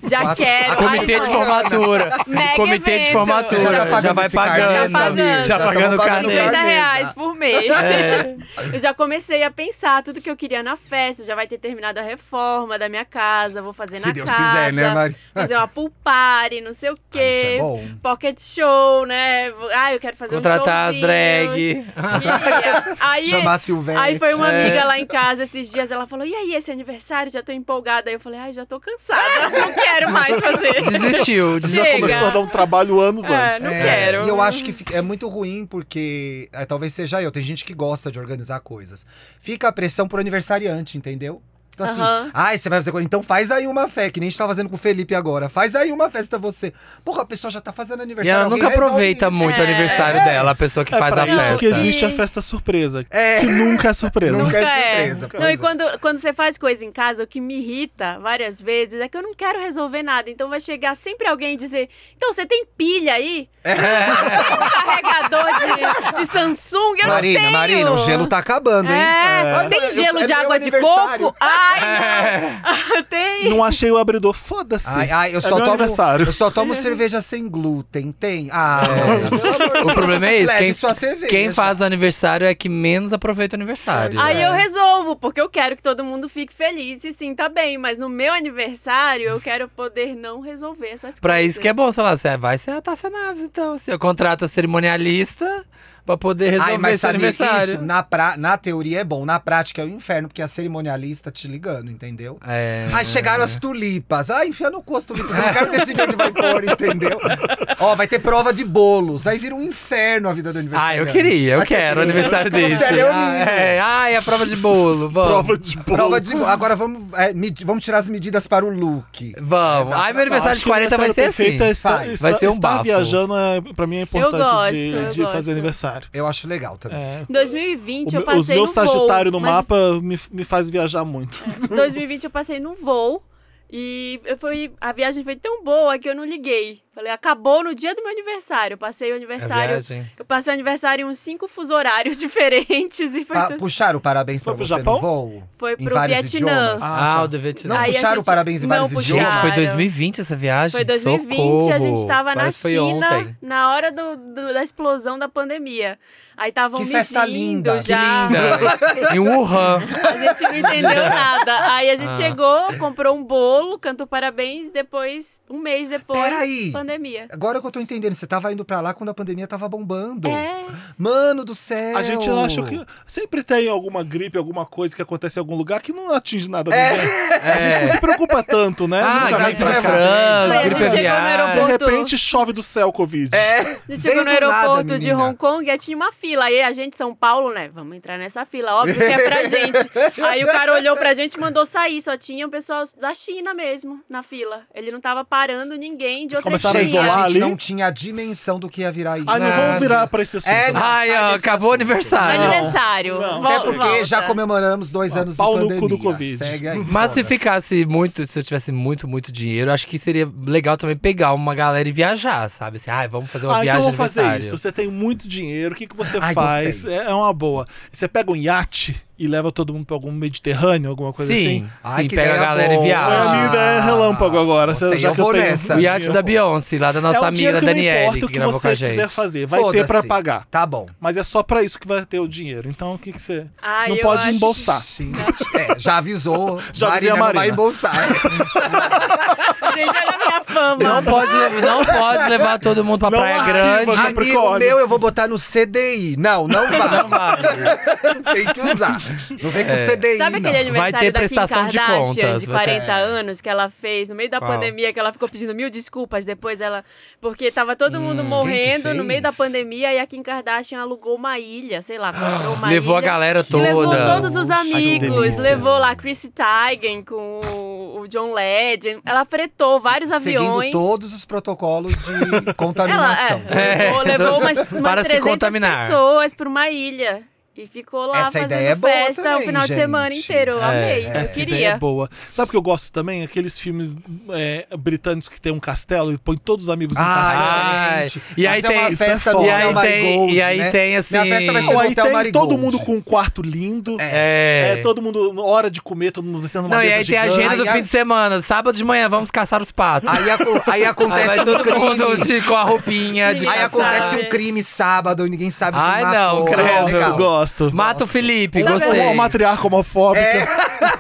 [SPEAKER 7] já
[SPEAKER 4] Quatro-
[SPEAKER 7] quero.
[SPEAKER 6] Comitê
[SPEAKER 7] ai,
[SPEAKER 6] de
[SPEAKER 7] não.
[SPEAKER 6] formatura.
[SPEAKER 7] (laughs) Mega
[SPEAKER 6] Comitê de
[SPEAKER 7] evento.
[SPEAKER 6] formatura.
[SPEAKER 7] Já tá
[SPEAKER 6] Já,
[SPEAKER 4] pagando
[SPEAKER 6] vai
[SPEAKER 4] esse carnê,
[SPEAKER 6] pagando.
[SPEAKER 7] Samir?
[SPEAKER 6] Já
[SPEAKER 4] Já tamo
[SPEAKER 6] pagando o
[SPEAKER 4] pagando
[SPEAKER 6] carnê.
[SPEAKER 7] 90
[SPEAKER 4] Carnê.
[SPEAKER 7] reais por mês.
[SPEAKER 6] É.
[SPEAKER 7] Eu já comecei a pensar tudo que eu queria na festa. Já vai ter terminado a reforma da minha casa. Vou fazer
[SPEAKER 4] Se
[SPEAKER 7] na
[SPEAKER 4] Deus
[SPEAKER 7] casa.
[SPEAKER 4] quiser, né, Mari?
[SPEAKER 7] Fazer uma pool party, não sei o
[SPEAKER 4] Ah, isso é
[SPEAKER 7] quê.
[SPEAKER 4] bom.
[SPEAKER 7] Pocket show, né? Ah, eu quero fazer
[SPEAKER 6] Contratar
[SPEAKER 7] um
[SPEAKER 6] as
[SPEAKER 7] showzinho. (laughs)
[SPEAKER 6] drag. (laughs)
[SPEAKER 7] Queria. Aí,
[SPEAKER 4] Chamar a Silvete.
[SPEAKER 7] aí foi um, uma
[SPEAKER 6] É.
[SPEAKER 7] amiga lá em casa esses dias, ela falou: e aí, esse aniversário? Já tô empolgada. Aí eu falei, ai, já tô cansada, (laughs) não quero mais fazer.
[SPEAKER 6] Desistiu.
[SPEAKER 1] Já
[SPEAKER 7] Chega.
[SPEAKER 1] começou a dar um trabalho anos
[SPEAKER 7] É,
[SPEAKER 1] antes.
[SPEAKER 7] não
[SPEAKER 4] É,
[SPEAKER 7] quero.
[SPEAKER 4] E eu acho que fica- é muito ruim, porque é, talvez seja eu. Tem gente que gosta de organizar coisas. Fica a pressão pro aniversariante, entendeu? Então assim,
[SPEAKER 7] Aham.
[SPEAKER 4] ai, você vai fazer agora. Então faz aí uma fé, que nem a gente tá fazendo com o Felipe agora. Faz aí uma festa você. Porra, a pessoa já tá fazendo
[SPEAKER 6] E
[SPEAKER 4] aniversário.
[SPEAKER 6] ela
[SPEAKER 4] alguém
[SPEAKER 6] nunca
[SPEAKER 4] resolve
[SPEAKER 6] aproveita
[SPEAKER 4] isso.
[SPEAKER 6] muito o
[SPEAKER 7] É.
[SPEAKER 6] aniversário dela, a pessoa que
[SPEAKER 1] É
[SPEAKER 6] faz
[SPEAKER 1] pra
[SPEAKER 6] a
[SPEAKER 1] isso
[SPEAKER 6] festa.
[SPEAKER 1] que
[SPEAKER 6] (laughs)
[SPEAKER 1] existe a
[SPEAKER 7] E-
[SPEAKER 1] festa surpresa.
[SPEAKER 4] É.
[SPEAKER 1] Que nunca é surpresa.
[SPEAKER 4] Nunca
[SPEAKER 7] Nunca
[SPEAKER 4] é
[SPEAKER 7] é.
[SPEAKER 4] surpresa.
[SPEAKER 7] Não,
[SPEAKER 4] pois
[SPEAKER 7] e
[SPEAKER 4] é.
[SPEAKER 7] quando, quando você faz coisa em casa, o que me irrita várias vezes é que eu não quero resolver nada. Então vai chegar sempre alguém e dizer: Então, você tem pilha aí?
[SPEAKER 4] É.
[SPEAKER 7] Tem (laughs) um carregador de, de Samsung? Eu
[SPEAKER 4] Marina,
[SPEAKER 7] não tenho.
[SPEAKER 4] Marina, o gelo tá acabando, hein?
[SPEAKER 7] É, tem gelo
[SPEAKER 4] Eu- é
[SPEAKER 7] de
[SPEAKER 4] meu
[SPEAKER 7] água de
[SPEAKER 4] aniversário. É.
[SPEAKER 7] coco? Ai, (laughs) não. tem.
[SPEAKER 1] Não achei o abridor, foda-se.
[SPEAKER 4] Ai, ai, eu
[SPEAKER 1] É
[SPEAKER 4] só
[SPEAKER 1] meu
[SPEAKER 4] tomo.
[SPEAKER 1] aniversário.
[SPEAKER 4] Eu só tomo cerveja sem glúten. Tem. Ah, olha, (laughs) pelo amor de
[SPEAKER 6] O problema é isso.
[SPEAKER 4] Leve
[SPEAKER 6] Quem,
[SPEAKER 4] sua cerveja.
[SPEAKER 6] quem faz o aniversário é que menos aproveita o aniversário.
[SPEAKER 7] Aí eu resolvo, porque eu quero que todo mundo fique feliz e sinta bem. Mas no meu aniversário, eu quero poder não resolver essas coisas.
[SPEAKER 6] Pra isso que é bom, sei lá, você vai ser a Tassia Naves, então. Assim, eu contrato a cerimonialista pra poder resolver
[SPEAKER 4] Ai, mas
[SPEAKER 6] seu
[SPEAKER 4] sabe
[SPEAKER 6] aniversário.
[SPEAKER 4] isso? Na, pra- na teoria é bom, na prática é o inferno, porque a cerimonialista te ligando, entendeu?
[SPEAKER 6] É.
[SPEAKER 4] Aí chegaram as tulipas. Ah, enfia no cu as tulipas. Eu não quero decidir onde vai pôr, entendeu? Ó, vai ter prova de bolos. Aí vira um inferno a vida do
[SPEAKER 6] Ah,
[SPEAKER 4] aniversário.
[SPEAKER 6] eu queria, eu quero o aniversário desse.
[SPEAKER 4] Você é leonino.
[SPEAKER 6] Ah, é. Ai, a prova de bolo, vamos.
[SPEAKER 1] Prova de bolo.
[SPEAKER 4] Prova de bolos. Agora vamos, é, medi- vamos tirar as medidas para o look.
[SPEAKER 6] Vamos. Ai, meu aniversário de
[SPEAKER 1] Acho que o
[SPEAKER 6] 40 vai ser
[SPEAKER 1] aniversário
[SPEAKER 6] assim.
[SPEAKER 1] perfeito é estar,
[SPEAKER 4] Vai.
[SPEAKER 1] estar-
[SPEAKER 6] Vai ser um
[SPEAKER 1] estar
[SPEAKER 6] bafo.
[SPEAKER 1] viajando, é, pra mim, é importante
[SPEAKER 7] gosto,
[SPEAKER 1] de,
[SPEAKER 7] eu
[SPEAKER 1] de
[SPEAKER 7] gosto.
[SPEAKER 1] fazer aniversário.
[SPEAKER 4] Eu acho legal também.
[SPEAKER 1] É.
[SPEAKER 7] Em 2020
[SPEAKER 1] O
[SPEAKER 7] eu
[SPEAKER 1] meu- os
[SPEAKER 7] passei
[SPEAKER 1] meus
[SPEAKER 7] no voo,
[SPEAKER 1] Sagitário no
[SPEAKER 7] mas
[SPEAKER 1] mapa me, me faz viajar muito.
[SPEAKER 7] 2020 eu passei num voo e eu fui, a viagem foi tão boa que eu não liguei. Falei, acabou no dia do meu aniversário. Eu passei o É aniversário. eu passei o aniversário em uns cinco fuso horários (laughs) diferentes e foi,
[SPEAKER 4] Pa
[SPEAKER 7] tu-
[SPEAKER 4] puxaram o parabéns
[SPEAKER 1] Foi
[SPEAKER 4] para
[SPEAKER 1] pro
[SPEAKER 4] você
[SPEAKER 1] Japão?
[SPEAKER 4] no voo?
[SPEAKER 7] foi
[SPEAKER 4] Ah, em
[SPEAKER 7] pro
[SPEAKER 4] vários
[SPEAKER 7] Vietnã.
[SPEAKER 4] idiomas.
[SPEAKER 1] Ah,
[SPEAKER 6] Ah,
[SPEAKER 1] tá.
[SPEAKER 6] o do Vietnã.
[SPEAKER 4] Não
[SPEAKER 7] Aí a
[SPEAKER 4] puxaram
[SPEAKER 7] gente-
[SPEAKER 4] parabéns em
[SPEAKER 7] não
[SPEAKER 4] vários
[SPEAKER 7] puxaram.
[SPEAKER 4] idiomas?
[SPEAKER 6] Gente, foi 2020 essa viagem?
[SPEAKER 7] Foi 2020, a gente
[SPEAKER 6] Socorro.
[SPEAKER 7] tava na
[SPEAKER 6] Parece que foi
[SPEAKER 7] China
[SPEAKER 6] ontem.
[SPEAKER 7] na hora do, do- da explosão da pandemia. Aí estavam
[SPEAKER 4] Que
[SPEAKER 7] me
[SPEAKER 4] festa
[SPEAKER 7] vindo
[SPEAKER 4] linda, que
[SPEAKER 7] já.
[SPEAKER 6] Linda. em Wuhan.
[SPEAKER 7] (laughs) A gente não
[SPEAKER 6] (laughs)
[SPEAKER 7] entendeu nada. Aí a gente
[SPEAKER 6] Ah.
[SPEAKER 7] chegou, comprou um bolo, cantou parabéns, depois, um mês depois,
[SPEAKER 4] Peraí.
[SPEAKER 7] pandemia.
[SPEAKER 4] Agora que eu tô entendendo, você tava indo pra lá quando a pandemia tava bombando.
[SPEAKER 7] É,
[SPEAKER 4] Mano do céu!
[SPEAKER 6] É
[SPEAKER 1] A gente acha que sempre tem alguma gripe, alguma coisa que acontece em algum lugar que não atinge nada.
[SPEAKER 4] É.
[SPEAKER 1] ninguém. A
[SPEAKER 6] É.
[SPEAKER 1] gente não se preocupa tanto, né?
[SPEAKER 6] Ah,
[SPEAKER 1] Nunca vem
[SPEAKER 6] gripe
[SPEAKER 1] pra
[SPEAKER 6] na
[SPEAKER 1] cá.
[SPEAKER 7] Foi,
[SPEAKER 6] França,
[SPEAKER 7] a
[SPEAKER 6] gripe
[SPEAKER 7] gente chegou no
[SPEAKER 6] aviária.
[SPEAKER 1] De
[SPEAKER 7] aeroporto.
[SPEAKER 1] repente chove do céu Covid.
[SPEAKER 4] É!
[SPEAKER 7] a gente chegou tipo,
[SPEAKER 4] Veio
[SPEAKER 7] no
[SPEAKER 4] do nada,
[SPEAKER 7] aeroporto de
[SPEAKER 4] menina.
[SPEAKER 7] Hong Kong e aí tinha uma fila. Aí a gente, São Paulo, né? Vamos entrar nessa fila, óbvio que é
[SPEAKER 4] (laughs)
[SPEAKER 7] pra gente. Aí o cara olhou pra gente e mandou sair. Só tinha o pessoal da China mesmo na fila. Ele não tava parando ninguém de outras
[SPEAKER 1] Começaram começaram a
[SPEAKER 4] gente,
[SPEAKER 1] isolar
[SPEAKER 4] a gente
[SPEAKER 1] ali.
[SPEAKER 4] não tinha a dimensão do que ia virar isso.
[SPEAKER 1] Ah, não
[SPEAKER 6] Nada.
[SPEAKER 1] vamos virar pra esse assunto.
[SPEAKER 4] É, não.
[SPEAKER 6] Ai, ó,
[SPEAKER 4] Ai, nesse
[SPEAKER 6] acabou o
[SPEAKER 4] assunto.
[SPEAKER 6] aniversário.
[SPEAKER 7] Aniversário.
[SPEAKER 1] Não.
[SPEAKER 4] Até
[SPEAKER 7] Vol-
[SPEAKER 4] É porque
[SPEAKER 7] volta.
[SPEAKER 4] já comemoramos dois
[SPEAKER 1] Ah,
[SPEAKER 4] anos
[SPEAKER 1] pau
[SPEAKER 4] de
[SPEAKER 1] no cu
[SPEAKER 4] pandemia.
[SPEAKER 1] do Covid.
[SPEAKER 4] Segue aí,
[SPEAKER 6] Mas
[SPEAKER 4] foda-se.
[SPEAKER 6] se ficasse muito, se eu tivesse muito, muito dinheiro, acho que seria legal também pegar uma galera e viajar, sabe? Assim, ai, vamos fazer uma
[SPEAKER 1] Ah, então
[SPEAKER 6] viagem
[SPEAKER 1] vamos
[SPEAKER 6] de
[SPEAKER 1] fazer
[SPEAKER 6] aniversário.
[SPEAKER 1] isso. Você tem muito dinheiro, o que, que você
[SPEAKER 4] Ai,
[SPEAKER 1] faz?
[SPEAKER 4] gostei.
[SPEAKER 1] É, é uma boa. Você pega um iate e leva todo mundo pra algum Mediterrâneo, alguma coisa
[SPEAKER 6] sim,
[SPEAKER 1] assim?
[SPEAKER 4] Ai,
[SPEAKER 6] sim,
[SPEAKER 4] que
[SPEAKER 6] pega a
[SPEAKER 4] ideia
[SPEAKER 6] galera
[SPEAKER 4] boa.
[SPEAKER 6] e
[SPEAKER 1] Ah, a minha
[SPEAKER 6] viaja.
[SPEAKER 1] ideia é relâmpago agora.
[SPEAKER 4] gostei,
[SPEAKER 1] já
[SPEAKER 4] eu
[SPEAKER 1] que eu
[SPEAKER 4] vou
[SPEAKER 1] tenho
[SPEAKER 4] nessa.
[SPEAKER 6] O
[SPEAKER 1] muito
[SPEAKER 6] iate da
[SPEAKER 1] dinheiro.
[SPEAKER 6] Beyoncé, lá da nossa
[SPEAKER 1] é um dinheiro
[SPEAKER 6] amiga
[SPEAKER 1] que não
[SPEAKER 6] Daniele,
[SPEAKER 1] importa
[SPEAKER 6] que
[SPEAKER 1] o que
[SPEAKER 6] gravou com
[SPEAKER 1] você
[SPEAKER 6] a gente.
[SPEAKER 1] quiser fazer. Vai ter
[SPEAKER 4] Foda-se.
[SPEAKER 1] pra pagar.
[SPEAKER 4] Tá bom.
[SPEAKER 1] Mas é só pra isso que vai ter o dinheiro. Então o que, que você.
[SPEAKER 7] Ai,
[SPEAKER 1] não
[SPEAKER 7] eu
[SPEAKER 1] pode
[SPEAKER 7] acho-
[SPEAKER 1] embolsar.
[SPEAKER 4] É, já avisou.
[SPEAKER 1] (laughs) Já avisei
[SPEAKER 4] Marina,
[SPEAKER 1] a
[SPEAKER 4] não
[SPEAKER 1] Marina.
[SPEAKER 4] vai embolsar.
[SPEAKER 1] (laughs)
[SPEAKER 7] Gente, olha a minha fama.
[SPEAKER 6] Não pode, não pode levar todo mundo pra
[SPEAKER 1] Não
[SPEAKER 6] Praia
[SPEAKER 1] arquiva,
[SPEAKER 6] Grande.
[SPEAKER 1] gente.
[SPEAKER 4] Amigo meu, eu vou botar no CDI. Não, não vai.
[SPEAKER 1] (laughs)
[SPEAKER 6] Não vale.
[SPEAKER 4] Tem que usar. Não vem
[SPEAKER 6] É.
[SPEAKER 4] com CDI,
[SPEAKER 7] Sabe
[SPEAKER 4] não.
[SPEAKER 7] aquele aniversário
[SPEAKER 6] Vai ter
[SPEAKER 7] da Kim
[SPEAKER 6] prestação de
[SPEAKER 7] Kardashian
[SPEAKER 6] contas,
[SPEAKER 7] de
[SPEAKER 6] vai ter.
[SPEAKER 7] 40 anos que ela fez no meio da
[SPEAKER 6] Qual?
[SPEAKER 7] pandemia, que ela ficou pedindo mil desculpas depois ela. Porque tava todo
[SPEAKER 6] Hum,
[SPEAKER 7] mundo morrendo
[SPEAKER 4] fez?
[SPEAKER 7] no meio da pandemia e a Kim Kardashian alugou uma ilha, sei lá, comprou uma
[SPEAKER 6] Ah, Levou a
[SPEAKER 7] ilha.
[SPEAKER 6] galera
[SPEAKER 7] E
[SPEAKER 6] toda.
[SPEAKER 7] Levou todos os
[SPEAKER 1] Ai, que
[SPEAKER 7] amigos,
[SPEAKER 1] delícia.
[SPEAKER 7] levou lá Chris Teigen com o- o John Legend. Ela fretou vários
[SPEAKER 4] Seguindo
[SPEAKER 7] aviões.
[SPEAKER 4] todos os protocolos
[SPEAKER 7] (laughs)
[SPEAKER 4] de
[SPEAKER 7] Ela é,
[SPEAKER 4] contaminação.
[SPEAKER 7] levou,
[SPEAKER 6] É,
[SPEAKER 7] levou umas, umas
[SPEAKER 6] para se
[SPEAKER 7] 300
[SPEAKER 6] contaminar.
[SPEAKER 7] pessoas pra uma ilha. E ficou lá
[SPEAKER 4] Essa
[SPEAKER 7] fazendo
[SPEAKER 4] ideia é boa
[SPEAKER 7] festa
[SPEAKER 4] também,
[SPEAKER 7] o final de
[SPEAKER 4] gente.
[SPEAKER 7] semana inteiro. Eu
[SPEAKER 6] É,
[SPEAKER 7] Amei, eu
[SPEAKER 1] Essa
[SPEAKER 7] queria.
[SPEAKER 1] ideia é boa. Sabe o que eu gosto também? Aqueles filmes é, britânicos que tem um castelo e põe todos os amigos no castelo.
[SPEAKER 4] Ah,
[SPEAKER 6] Ai,
[SPEAKER 4] gente.
[SPEAKER 6] e aí
[SPEAKER 4] Mas é uma
[SPEAKER 6] tem-
[SPEAKER 4] festa
[SPEAKER 1] isso é
[SPEAKER 4] no
[SPEAKER 1] foda.
[SPEAKER 4] Hotel
[SPEAKER 6] E aí tem-
[SPEAKER 4] Marigold,
[SPEAKER 6] e aí
[SPEAKER 4] né?
[SPEAKER 6] tem, assim-
[SPEAKER 4] Minha festa vai ser
[SPEAKER 1] Ou Então,
[SPEAKER 4] no
[SPEAKER 1] aí
[SPEAKER 4] Hotel
[SPEAKER 1] tem
[SPEAKER 4] Marigold.
[SPEAKER 1] todo mundo com um quarto lindo.
[SPEAKER 6] É.
[SPEAKER 1] É, todo mundo, hora de comer, todo mundo tendo uma
[SPEAKER 6] Não, e
[SPEAKER 1] mesa
[SPEAKER 6] aí tem a
[SPEAKER 1] gigante.
[SPEAKER 6] agenda do
[SPEAKER 4] Aí a-
[SPEAKER 6] fim de semana. Sábado de manhã, vamos caçar os patos.
[SPEAKER 4] Aí, aco- aí
[SPEAKER 6] Aí
[SPEAKER 4] acontece
[SPEAKER 6] vai
[SPEAKER 4] um
[SPEAKER 6] todo mundo
[SPEAKER 4] crime.
[SPEAKER 6] de- com a roupinha de
[SPEAKER 7] Aí
[SPEAKER 4] Aí
[SPEAKER 6] caçar.
[SPEAKER 4] acontece
[SPEAKER 7] Sabe.
[SPEAKER 4] um crime sábado e ninguém sabe quem
[SPEAKER 6] Ai,
[SPEAKER 4] matou.
[SPEAKER 6] não, credo.
[SPEAKER 4] Ah,
[SPEAKER 1] Gosto,
[SPEAKER 4] legal.
[SPEAKER 1] gosto.
[SPEAKER 6] Mata o Felipe,
[SPEAKER 7] Sabe-
[SPEAKER 6] gostei.
[SPEAKER 1] Uma matriarca homofóbica.
[SPEAKER 4] É,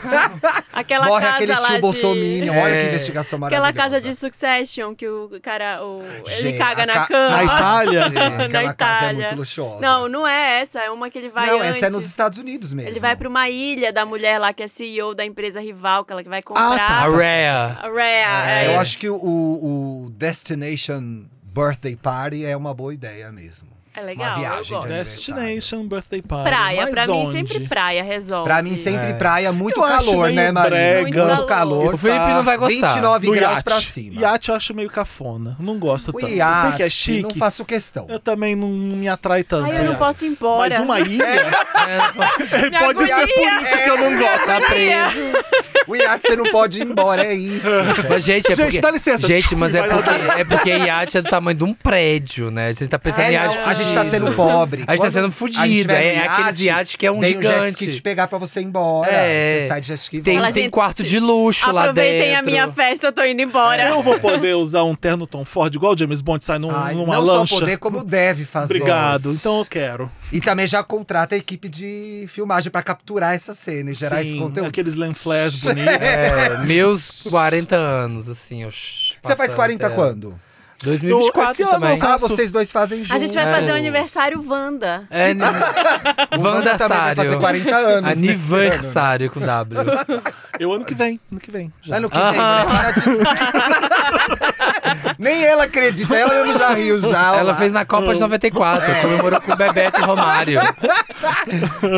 [SPEAKER 7] Aquela
[SPEAKER 4] Morre
[SPEAKER 7] casa
[SPEAKER 4] aquele
[SPEAKER 7] lá
[SPEAKER 4] tio
[SPEAKER 7] de...
[SPEAKER 4] Bolsominion. Olha que
[SPEAKER 6] É.
[SPEAKER 4] investigação maravilhosa.
[SPEAKER 7] Aquela casa de Succession que o cara. O... Ele
[SPEAKER 4] Gente,
[SPEAKER 7] caga
[SPEAKER 4] a
[SPEAKER 7] na
[SPEAKER 4] ca-
[SPEAKER 1] Na
[SPEAKER 7] cama.
[SPEAKER 1] Itália?
[SPEAKER 4] Sim, Aquela
[SPEAKER 7] Na
[SPEAKER 4] casa é
[SPEAKER 7] Itália.
[SPEAKER 4] muito luxuosa.
[SPEAKER 7] Não, não é essa. É uma que ele vai.
[SPEAKER 4] Não,
[SPEAKER 7] antes.
[SPEAKER 4] essa é nos Estados Unidos mesmo.
[SPEAKER 7] Ele vai pra uma ilha da mulher lá que é CEO da empresa rival, que ela que vai comprar.
[SPEAKER 1] tá.
[SPEAKER 6] A Rhea.
[SPEAKER 7] A Rhea,
[SPEAKER 4] Ah, É,
[SPEAKER 7] é.
[SPEAKER 4] Eu acho que o, o Destination Birthday Party é uma boa ideia mesmo.
[SPEAKER 7] É legal.
[SPEAKER 4] Uma viagem,
[SPEAKER 7] eu gosto.
[SPEAKER 4] né?
[SPEAKER 1] Destination Birthday Party.
[SPEAKER 7] Praia,
[SPEAKER 1] Mas
[SPEAKER 7] pra mim
[SPEAKER 1] onde?
[SPEAKER 7] sempre praia, resolve.
[SPEAKER 4] Pra mim, sempre
[SPEAKER 6] É.
[SPEAKER 4] praia, muito
[SPEAKER 1] Eu acho
[SPEAKER 4] calor,
[SPEAKER 1] meio
[SPEAKER 4] né, Maria?
[SPEAKER 1] brega.
[SPEAKER 4] Muito calor. Tá
[SPEAKER 6] O Felipe não vai gostar.
[SPEAKER 4] 29
[SPEAKER 1] No
[SPEAKER 4] graus
[SPEAKER 1] iate.
[SPEAKER 4] pra cima.
[SPEAKER 1] Iate eu acho meio cafona. Não gosto
[SPEAKER 4] O
[SPEAKER 1] tanto.
[SPEAKER 4] iate,
[SPEAKER 1] eu sei que é
[SPEAKER 4] não
[SPEAKER 1] chique.
[SPEAKER 4] faço questão.
[SPEAKER 1] Eu também não me atrai tanto.
[SPEAKER 7] Ai, eu não
[SPEAKER 1] iate.
[SPEAKER 7] posso ir embora.
[SPEAKER 1] Mas
[SPEAKER 4] um
[SPEAKER 1] uma ilha
[SPEAKER 4] É,
[SPEAKER 1] (laughs)
[SPEAKER 7] Me
[SPEAKER 1] pode ser
[SPEAKER 7] agonia.
[SPEAKER 1] por
[SPEAKER 6] é
[SPEAKER 1] isso que eu não gosto.
[SPEAKER 6] Tá preso.
[SPEAKER 4] O iate você não pode ir embora, é
[SPEAKER 1] (laughs)
[SPEAKER 4] isso. gente. tá
[SPEAKER 6] Mas, gente, é
[SPEAKER 1] Gente,
[SPEAKER 6] porque...
[SPEAKER 1] dá licença.
[SPEAKER 6] Gente, mas é
[SPEAKER 1] Vai lá.
[SPEAKER 6] porque, é porque iate é do tamanho de um prédio, né? A gente tá pensando
[SPEAKER 4] É, não,
[SPEAKER 6] em iate
[SPEAKER 4] a gente tá
[SPEAKER 6] fudido.
[SPEAKER 4] sendo pobre.
[SPEAKER 6] A gente tá
[SPEAKER 4] Quando
[SPEAKER 6] sendo
[SPEAKER 4] a gente
[SPEAKER 6] fudido.
[SPEAKER 4] tiver
[SPEAKER 6] É,
[SPEAKER 4] no
[SPEAKER 6] aqueles iates que é um
[SPEAKER 4] vem um jet
[SPEAKER 6] gigante.
[SPEAKER 4] ski te pegar pra você ir embora.
[SPEAKER 6] É.
[SPEAKER 4] Você sai de jet ski e
[SPEAKER 6] Tem,
[SPEAKER 7] Fala,
[SPEAKER 4] volta.
[SPEAKER 6] tem
[SPEAKER 7] gente,
[SPEAKER 6] quarto de luxo lá dentro.
[SPEAKER 7] Aproveitem a minha festa, eu tô indo embora.
[SPEAKER 1] eu vou poder usar um terno Tom Ford igual o James Bond sai
[SPEAKER 6] um-
[SPEAKER 1] num,
[SPEAKER 4] Ai,
[SPEAKER 1] numa
[SPEAKER 4] não
[SPEAKER 1] lancha.
[SPEAKER 4] só poder, como deve fazer.
[SPEAKER 1] Obrigado. Então eu quero.
[SPEAKER 4] E também já contrata a equipe de filmagem pra capturar essa cena e gerar esse
[SPEAKER 1] Sim,
[SPEAKER 4] conteúdo.
[SPEAKER 1] Aqueles lens flash
[SPEAKER 4] (laughs)
[SPEAKER 1] bonitos.
[SPEAKER 6] É, meus 40 anos, assim. Eu,
[SPEAKER 4] Você faz
[SPEAKER 6] é.
[SPEAKER 4] 40 quando?
[SPEAKER 6] 2024
[SPEAKER 1] Esse ano eu
[SPEAKER 6] também.
[SPEAKER 1] faço.
[SPEAKER 4] Ah, vocês dois fazem juntos.
[SPEAKER 7] A gente vai fazer o
[SPEAKER 6] É.
[SPEAKER 7] aniversário Wanda.
[SPEAKER 6] É, né?
[SPEAKER 4] O Wanda também vai fazer 40 anos. nesse ano.
[SPEAKER 6] Aniversário com W.
[SPEAKER 1] Eu ano que vem. Ano que vem. já.
[SPEAKER 4] Ano que vem,
[SPEAKER 6] (laughs)
[SPEAKER 4] né? (laughs) Nem ela acredita, ela mesmo já riu já.
[SPEAKER 6] Ela
[SPEAKER 4] ó Ah, lá.
[SPEAKER 6] fez na Copa de 94, comemorou com o Bebeto e Romário.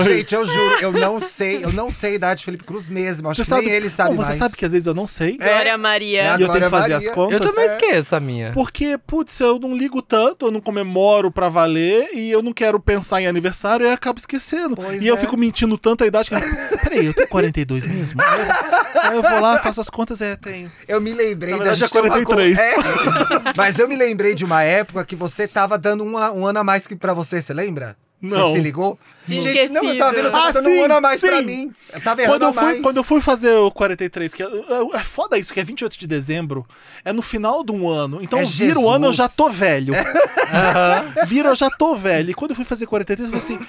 [SPEAKER 4] Gente, eu juro, eu não sei, eu não sei a idade de Felipe Cruz mesmo. Acho
[SPEAKER 1] Você
[SPEAKER 4] que
[SPEAKER 1] sabe,
[SPEAKER 4] nem ele sabe
[SPEAKER 1] Bom, você
[SPEAKER 4] mais.
[SPEAKER 1] sabe que às vezes eu não sei.
[SPEAKER 7] Glória Maria.
[SPEAKER 4] É.
[SPEAKER 1] E eu tenho
[SPEAKER 4] Glória
[SPEAKER 1] que fazer
[SPEAKER 4] Maria.
[SPEAKER 1] as contas. É.
[SPEAKER 6] Eu também esqueço a minha.
[SPEAKER 1] Porque, putz, eu não ligo tanto, eu não comemoro pra valer e eu não quero pensar em aniversário e eu acabo esquecendo.
[SPEAKER 4] Pois
[SPEAKER 1] e eu
[SPEAKER 4] é.
[SPEAKER 1] fico mentindo tanto a idade que. Peraí, eu tenho 42
[SPEAKER 4] (laughs)
[SPEAKER 1] mesmo? Aí eu- Aí eu vou lá, faço as contas, é, tenho.
[SPEAKER 4] Eu me lembrei
[SPEAKER 1] Na verdade,
[SPEAKER 4] da gente
[SPEAKER 1] é
[SPEAKER 4] ter uma
[SPEAKER 1] 43.
[SPEAKER 4] co- É. Mas eu me lembrei de uma época que você tava dando uma- um ano a mais que pra você, você lembra?
[SPEAKER 1] (laughs) Não.
[SPEAKER 4] Você se ligou?
[SPEAKER 7] Tinha
[SPEAKER 4] Gente, não, eu tava vendo, eu tava
[SPEAKER 1] Ah,
[SPEAKER 4] dando
[SPEAKER 1] sim,
[SPEAKER 4] um ano a mais pra
[SPEAKER 1] sim.
[SPEAKER 4] mim. Eu tava errando
[SPEAKER 1] Quando eu,
[SPEAKER 4] a mais.
[SPEAKER 1] fui, quando eu fui fazer o 43, que é, é- é foda isso, que é 28 de dezembro, é no final de um ano. Então
[SPEAKER 4] É
[SPEAKER 1] vira o
[SPEAKER 4] Jesus. É.
[SPEAKER 1] ano, eu já tô
[SPEAKER 4] (laughs)
[SPEAKER 1] velho. Vira, eu já tô velho. E quando eu fui fazer 43, eu falei assim: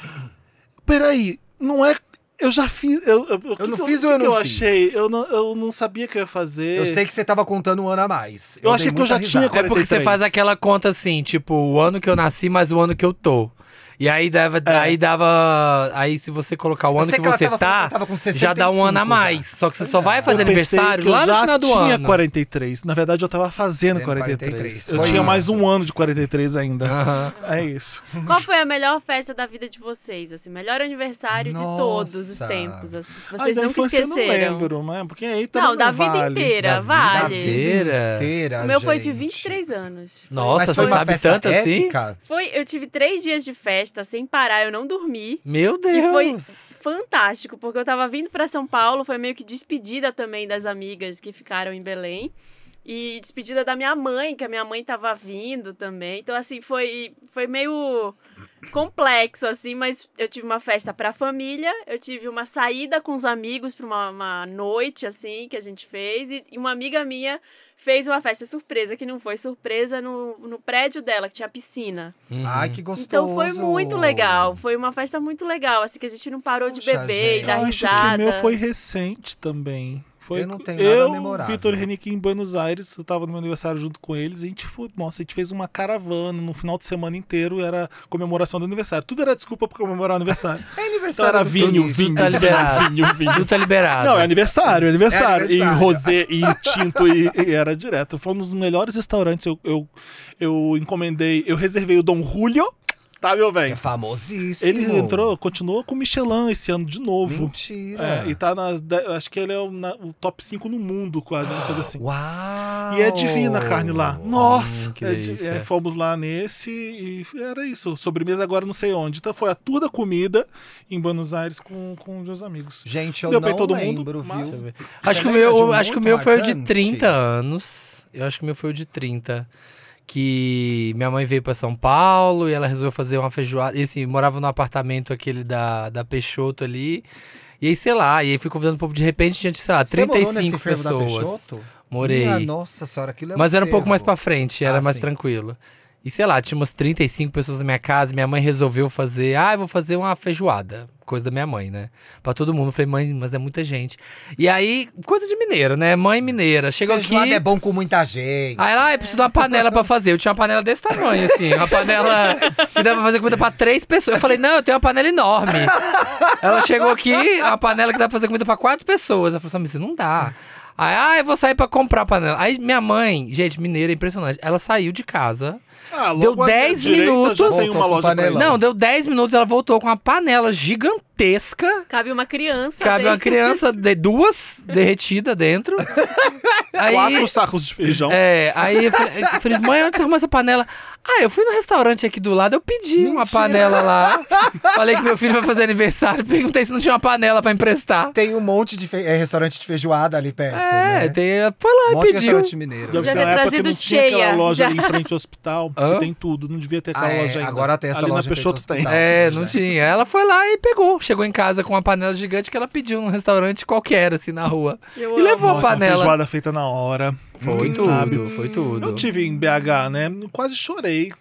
[SPEAKER 1] peraí, não é. Eu já fiz. Eu, eu, o que
[SPEAKER 4] não
[SPEAKER 1] que
[SPEAKER 4] fiz
[SPEAKER 1] o que
[SPEAKER 4] ou eu
[SPEAKER 1] que
[SPEAKER 4] não
[SPEAKER 1] eu
[SPEAKER 4] fiz?
[SPEAKER 1] achei? Eu não, eu não sabia que eu ia fazer.
[SPEAKER 4] Eu sei que você tava contando um ano a mais.
[SPEAKER 1] Eu
[SPEAKER 4] dei
[SPEAKER 1] achei que eu
[SPEAKER 4] muita
[SPEAKER 1] já tinha
[SPEAKER 4] risada.
[SPEAKER 6] É porque você
[SPEAKER 1] 43.
[SPEAKER 6] faz aquela conta assim, tipo, o ano que eu nasci mais o ano que eu tô. E aí dava, aí dava. Aí se você colocar o ano que, você tá,
[SPEAKER 4] com
[SPEAKER 6] já dá um ano a
[SPEAKER 4] 65
[SPEAKER 6] mais. Só que você só vai fazer
[SPEAKER 1] eu pensei
[SPEAKER 6] aniversário
[SPEAKER 1] que
[SPEAKER 6] lá
[SPEAKER 1] eu
[SPEAKER 6] no
[SPEAKER 1] já
[SPEAKER 6] final do
[SPEAKER 1] tinha
[SPEAKER 6] ano.
[SPEAKER 1] 43. Na verdade, eu tava fazendo
[SPEAKER 4] Fazendo
[SPEAKER 1] 43.
[SPEAKER 4] 43.
[SPEAKER 1] Eu
[SPEAKER 4] Foi
[SPEAKER 1] tinha
[SPEAKER 4] isso.
[SPEAKER 1] mais um ano de 43 ainda.
[SPEAKER 6] Aham.
[SPEAKER 1] É isso.
[SPEAKER 7] Qual foi a melhor festa da vida de vocês? Assim, melhor aniversário de
[SPEAKER 4] Nossa.
[SPEAKER 7] todos os tempos. Assim, que
[SPEAKER 1] Aí
[SPEAKER 7] vocês
[SPEAKER 1] da
[SPEAKER 7] nunca
[SPEAKER 1] infância eu
[SPEAKER 7] esqueceram.
[SPEAKER 1] não lembro, né? Porque aí também
[SPEAKER 7] Não, da vida
[SPEAKER 1] vale.
[SPEAKER 7] inteira,
[SPEAKER 6] Da
[SPEAKER 4] Da
[SPEAKER 7] vale.
[SPEAKER 6] Inteira.
[SPEAKER 4] vida inteira,
[SPEAKER 7] o meu foi de
[SPEAKER 4] gente.
[SPEAKER 7] 23 anos.
[SPEAKER 4] Mas
[SPEAKER 6] Nossa, você
[SPEAKER 4] foi uma
[SPEAKER 6] sabe
[SPEAKER 4] festa
[SPEAKER 6] tanto assim?
[SPEAKER 4] épica?
[SPEAKER 7] Foi, eu tive três dias de festa sem parar, eu não dormi.
[SPEAKER 6] Meu
[SPEAKER 7] E foi
[SPEAKER 6] Deus!
[SPEAKER 7] fantástico, porque eu tava vindo pra São Paulo, foi meio que despedida também das amigas que ficaram em Belém. E despedida da minha mãe, que a minha mãe tava vindo também. Então, assim, foi, foi meio complexo, assim, mas eu tive uma festa pra família, eu tive uma saída com os amigos pra uma, uma noite, assim, que a gente fez. E e uma amiga minha fez uma festa surpresa, que não foi surpresa, no, no prédio dela, que tinha piscina.
[SPEAKER 6] Uhum.
[SPEAKER 4] Ai, que gostoso.
[SPEAKER 7] Então foi muito legal, foi uma festa muito legal, assim que a gente não parou de
[SPEAKER 4] Puxa,
[SPEAKER 7] beber e
[SPEAKER 4] gente.
[SPEAKER 7] dar
[SPEAKER 1] Eu acho
[SPEAKER 7] risada.
[SPEAKER 1] que o meu foi recente também. Foi
[SPEAKER 4] Eu não tenho nada
[SPEAKER 1] eu,
[SPEAKER 4] memorável.
[SPEAKER 1] Vitor Renick em Buenos Aires, eu tava no meu aniversário junto com eles, e a gente, tipo, nossa, a gente fez uma caravana no final de semana inteiro, era comemoração do aniversário. Tudo era desculpa pra comemorar o aniversário.
[SPEAKER 4] É
[SPEAKER 1] Então
[SPEAKER 4] aniversário.
[SPEAKER 1] era
[SPEAKER 4] do
[SPEAKER 1] vinho,
[SPEAKER 4] Felipe.
[SPEAKER 1] vinho,
[SPEAKER 6] Tá
[SPEAKER 1] vinho,
[SPEAKER 6] liberado.
[SPEAKER 1] vinho, vinho.
[SPEAKER 6] Tu tá liberado.
[SPEAKER 1] Não, é aniversário, é aniversário.
[SPEAKER 4] É aniversário.
[SPEAKER 1] E rosé, e tinto, e, e era direto. Foi um dos melhores restaurantes. Eu, eu, eu encomendei, eu reservei o Dom Julio, tá, meu
[SPEAKER 4] É
[SPEAKER 1] velho?
[SPEAKER 4] famosíssimo.
[SPEAKER 1] Ele entrou, continuou com Michelin esse ano de novo.
[SPEAKER 4] Mentira.
[SPEAKER 1] É, e tá nas. de- Acho que ele é o, na- o top 5 no mundo, quase, uma coisa assim.
[SPEAKER 4] Uau.
[SPEAKER 1] E é divina a carne lá. Nossa!
[SPEAKER 6] Hum, que
[SPEAKER 1] é di-
[SPEAKER 6] delícia.
[SPEAKER 1] é, fomos lá nesse e era isso. Sobremesa agora não sei onde. Então foi a toda comida em Buenos Aires com, com meus amigos.
[SPEAKER 4] Gente, eu
[SPEAKER 1] Deu pra
[SPEAKER 4] não
[SPEAKER 1] todo mundo,
[SPEAKER 4] lembro, viu?
[SPEAKER 1] mas-
[SPEAKER 6] Acho que, o
[SPEAKER 4] lembra de um
[SPEAKER 6] meu, acho que o
[SPEAKER 4] muito
[SPEAKER 6] meu foi o de
[SPEAKER 4] marcante?
[SPEAKER 6] 30 anos. Eu acho que o meu foi o de 30. Que minha mãe veio pra São Paulo e ela resolveu fazer uma feijoada. E assim, morava no apartamento aquele da, da Peixoto ali. E aí, sei lá, e aí fui convidando o povo de repente, tinha, sei lá,
[SPEAKER 4] Você morou
[SPEAKER 6] 35
[SPEAKER 4] nesse fervo da
[SPEAKER 6] pessoas.
[SPEAKER 4] Peixoto?
[SPEAKER 6] Morei.
[SPEAKER 4] Minha nossa senhora, aquilo é
[SPEAKER 6] Mas era um pouco
[SPEAKER 4] fervo.
[SPEAKER 6] mais pra frente, era
[SPEAKER 4] Ah,
[SPEAKER 6] mais
[SPEAKER 4] sim.
[SPEAKER 6] tranquilo. E sei lá, tinha umas 35 pessoas na minha casa, minha mãe resolveu fazer, ah, eu vou fazer uma feijoada, coisa da minha mãe, né? Pra todo mundo, eu falei, mãe, mas é muita gente. E aí, coisa de mineiro, né? Mãe mineira, chegou aqui,
[SPEAKER 4] Feijoada é bom com muita gente.
[SPEAKER 6] aí ela, ah, eu preciso de uma panela pra fazer. Eu tinha uma panela desse tamanho, assim, uma panela que dava pra fazer comida pra três pessoas. Eu falei, não, eu tenho uma panela enorme. Ela chegou aqui, uma panela que dá pra fazer comida pra quatro pessoas. Ela falou assim, mas isso não dá. Aí, ah, eu vou sair pra comprar panela. Aí minha mãe, gente, mineira, é impressionante. Ela saiu de casa.
[SPEAKER 1] Ah,
[SPEAKER 6] Deu
[SPEAKER 1] logo à
[SPEAKER 6] 10
[SPEAKER 1] direita Já
[SPEAKER 6] minutos.
[SPEAKER 1] tem uma
[SPEAKER 4] Voltou com
[SPEAKER 1] loja pra
[SPEAKER 4] panelão.
[SPEAKER 1] isso.
[SPEAKER 6] Não, deu 10 minutos, ela voltou com uma panela gigantesca.
[SPEAKER 7] Cabe uma criança.
[SPEAKER 6] Cabe uma
[SPEAKER 7] dentro.
[SPEAKER 6] criança de duas derretida dentro. Aí,
[SPEAKER 1] (laughs) Quatro sacos de feijão.
[SPEAKER 6] É, aí eu falei, eu falei, mãe, onde você arrumou essa panela? Ah, eu fui no restaurante aqui do lado, eu pedi uma panela lá. Falei que meu filho vai fazer aniversário, perguntei se não tinha uma panela pra emprestar.
[SPEAKER 4] Tem um monte de fe- é, restaurante de feijoada ali perto,
[SPEAKER 6] É,
[SPEAKER 4] né?
[SPEAKER 6] tem, foi lá é
[SPEAKER 4] um
[SPEAKER 6] e
[SPEAKER 4] monte de
[SPEAKER 6] pediu.
[SPEAKER 4] restaurante mineiro.
[SPEAKER 1] Deve
[SPEAKER 7] Já
[SPEAKER 1] ser uma
[SPEAKER 7] ter
[SPEAKER 1] época que
[SPEAKER 7] trazido
[SPEAKER 1] não tinha
[SPEAKER 7] cheia,
[SPEAKER 1] aquela loja
[SPEAKER 7] já.
[SPEAKER 1] ali em frente ao hospital,
[SPEAKER 6] Hã?
[SPEAKER 1] que tem tudo. Não devia ter aquela
[SPEAKER 4] Ah, é,
[SPEAKER 1] loja ainda.
[SPEAKER 4] agora tem essa
[SPEAKER 1] ali na
[SPEAKER 4] loja em frente ao
[SPEAKER 1] Peixoto tem.
[SPEAKER 4] hospital.
[SPEAKER 6] É, não
[SPEAKER 4] né?
[SPEAKER 6] tinha. Ela foi lá e pegou. Chegou em casa com uma panela gigante que ela pediu num restaurante qualquer, assim, na rua.
[SPEAKER 7] Eu
[SPEAKER 6] E
[SPEAKER 7] amo.
[SPEAKER 6] levou a
[SPEAKER 1] Nossa, uma
[SPEAKER 6] panela.
[SPEAKER 1] feijoada feita na hora.
[SPEAKER 6] Foi
[SPEAKER 1] Quem
[SPEAKER 6] tudo,
[SPEAKER 1] sabe?
[SPEAKER 6] foi tudo.
[SPEAKER 1] Eu tive em BH, né? Quase chorei.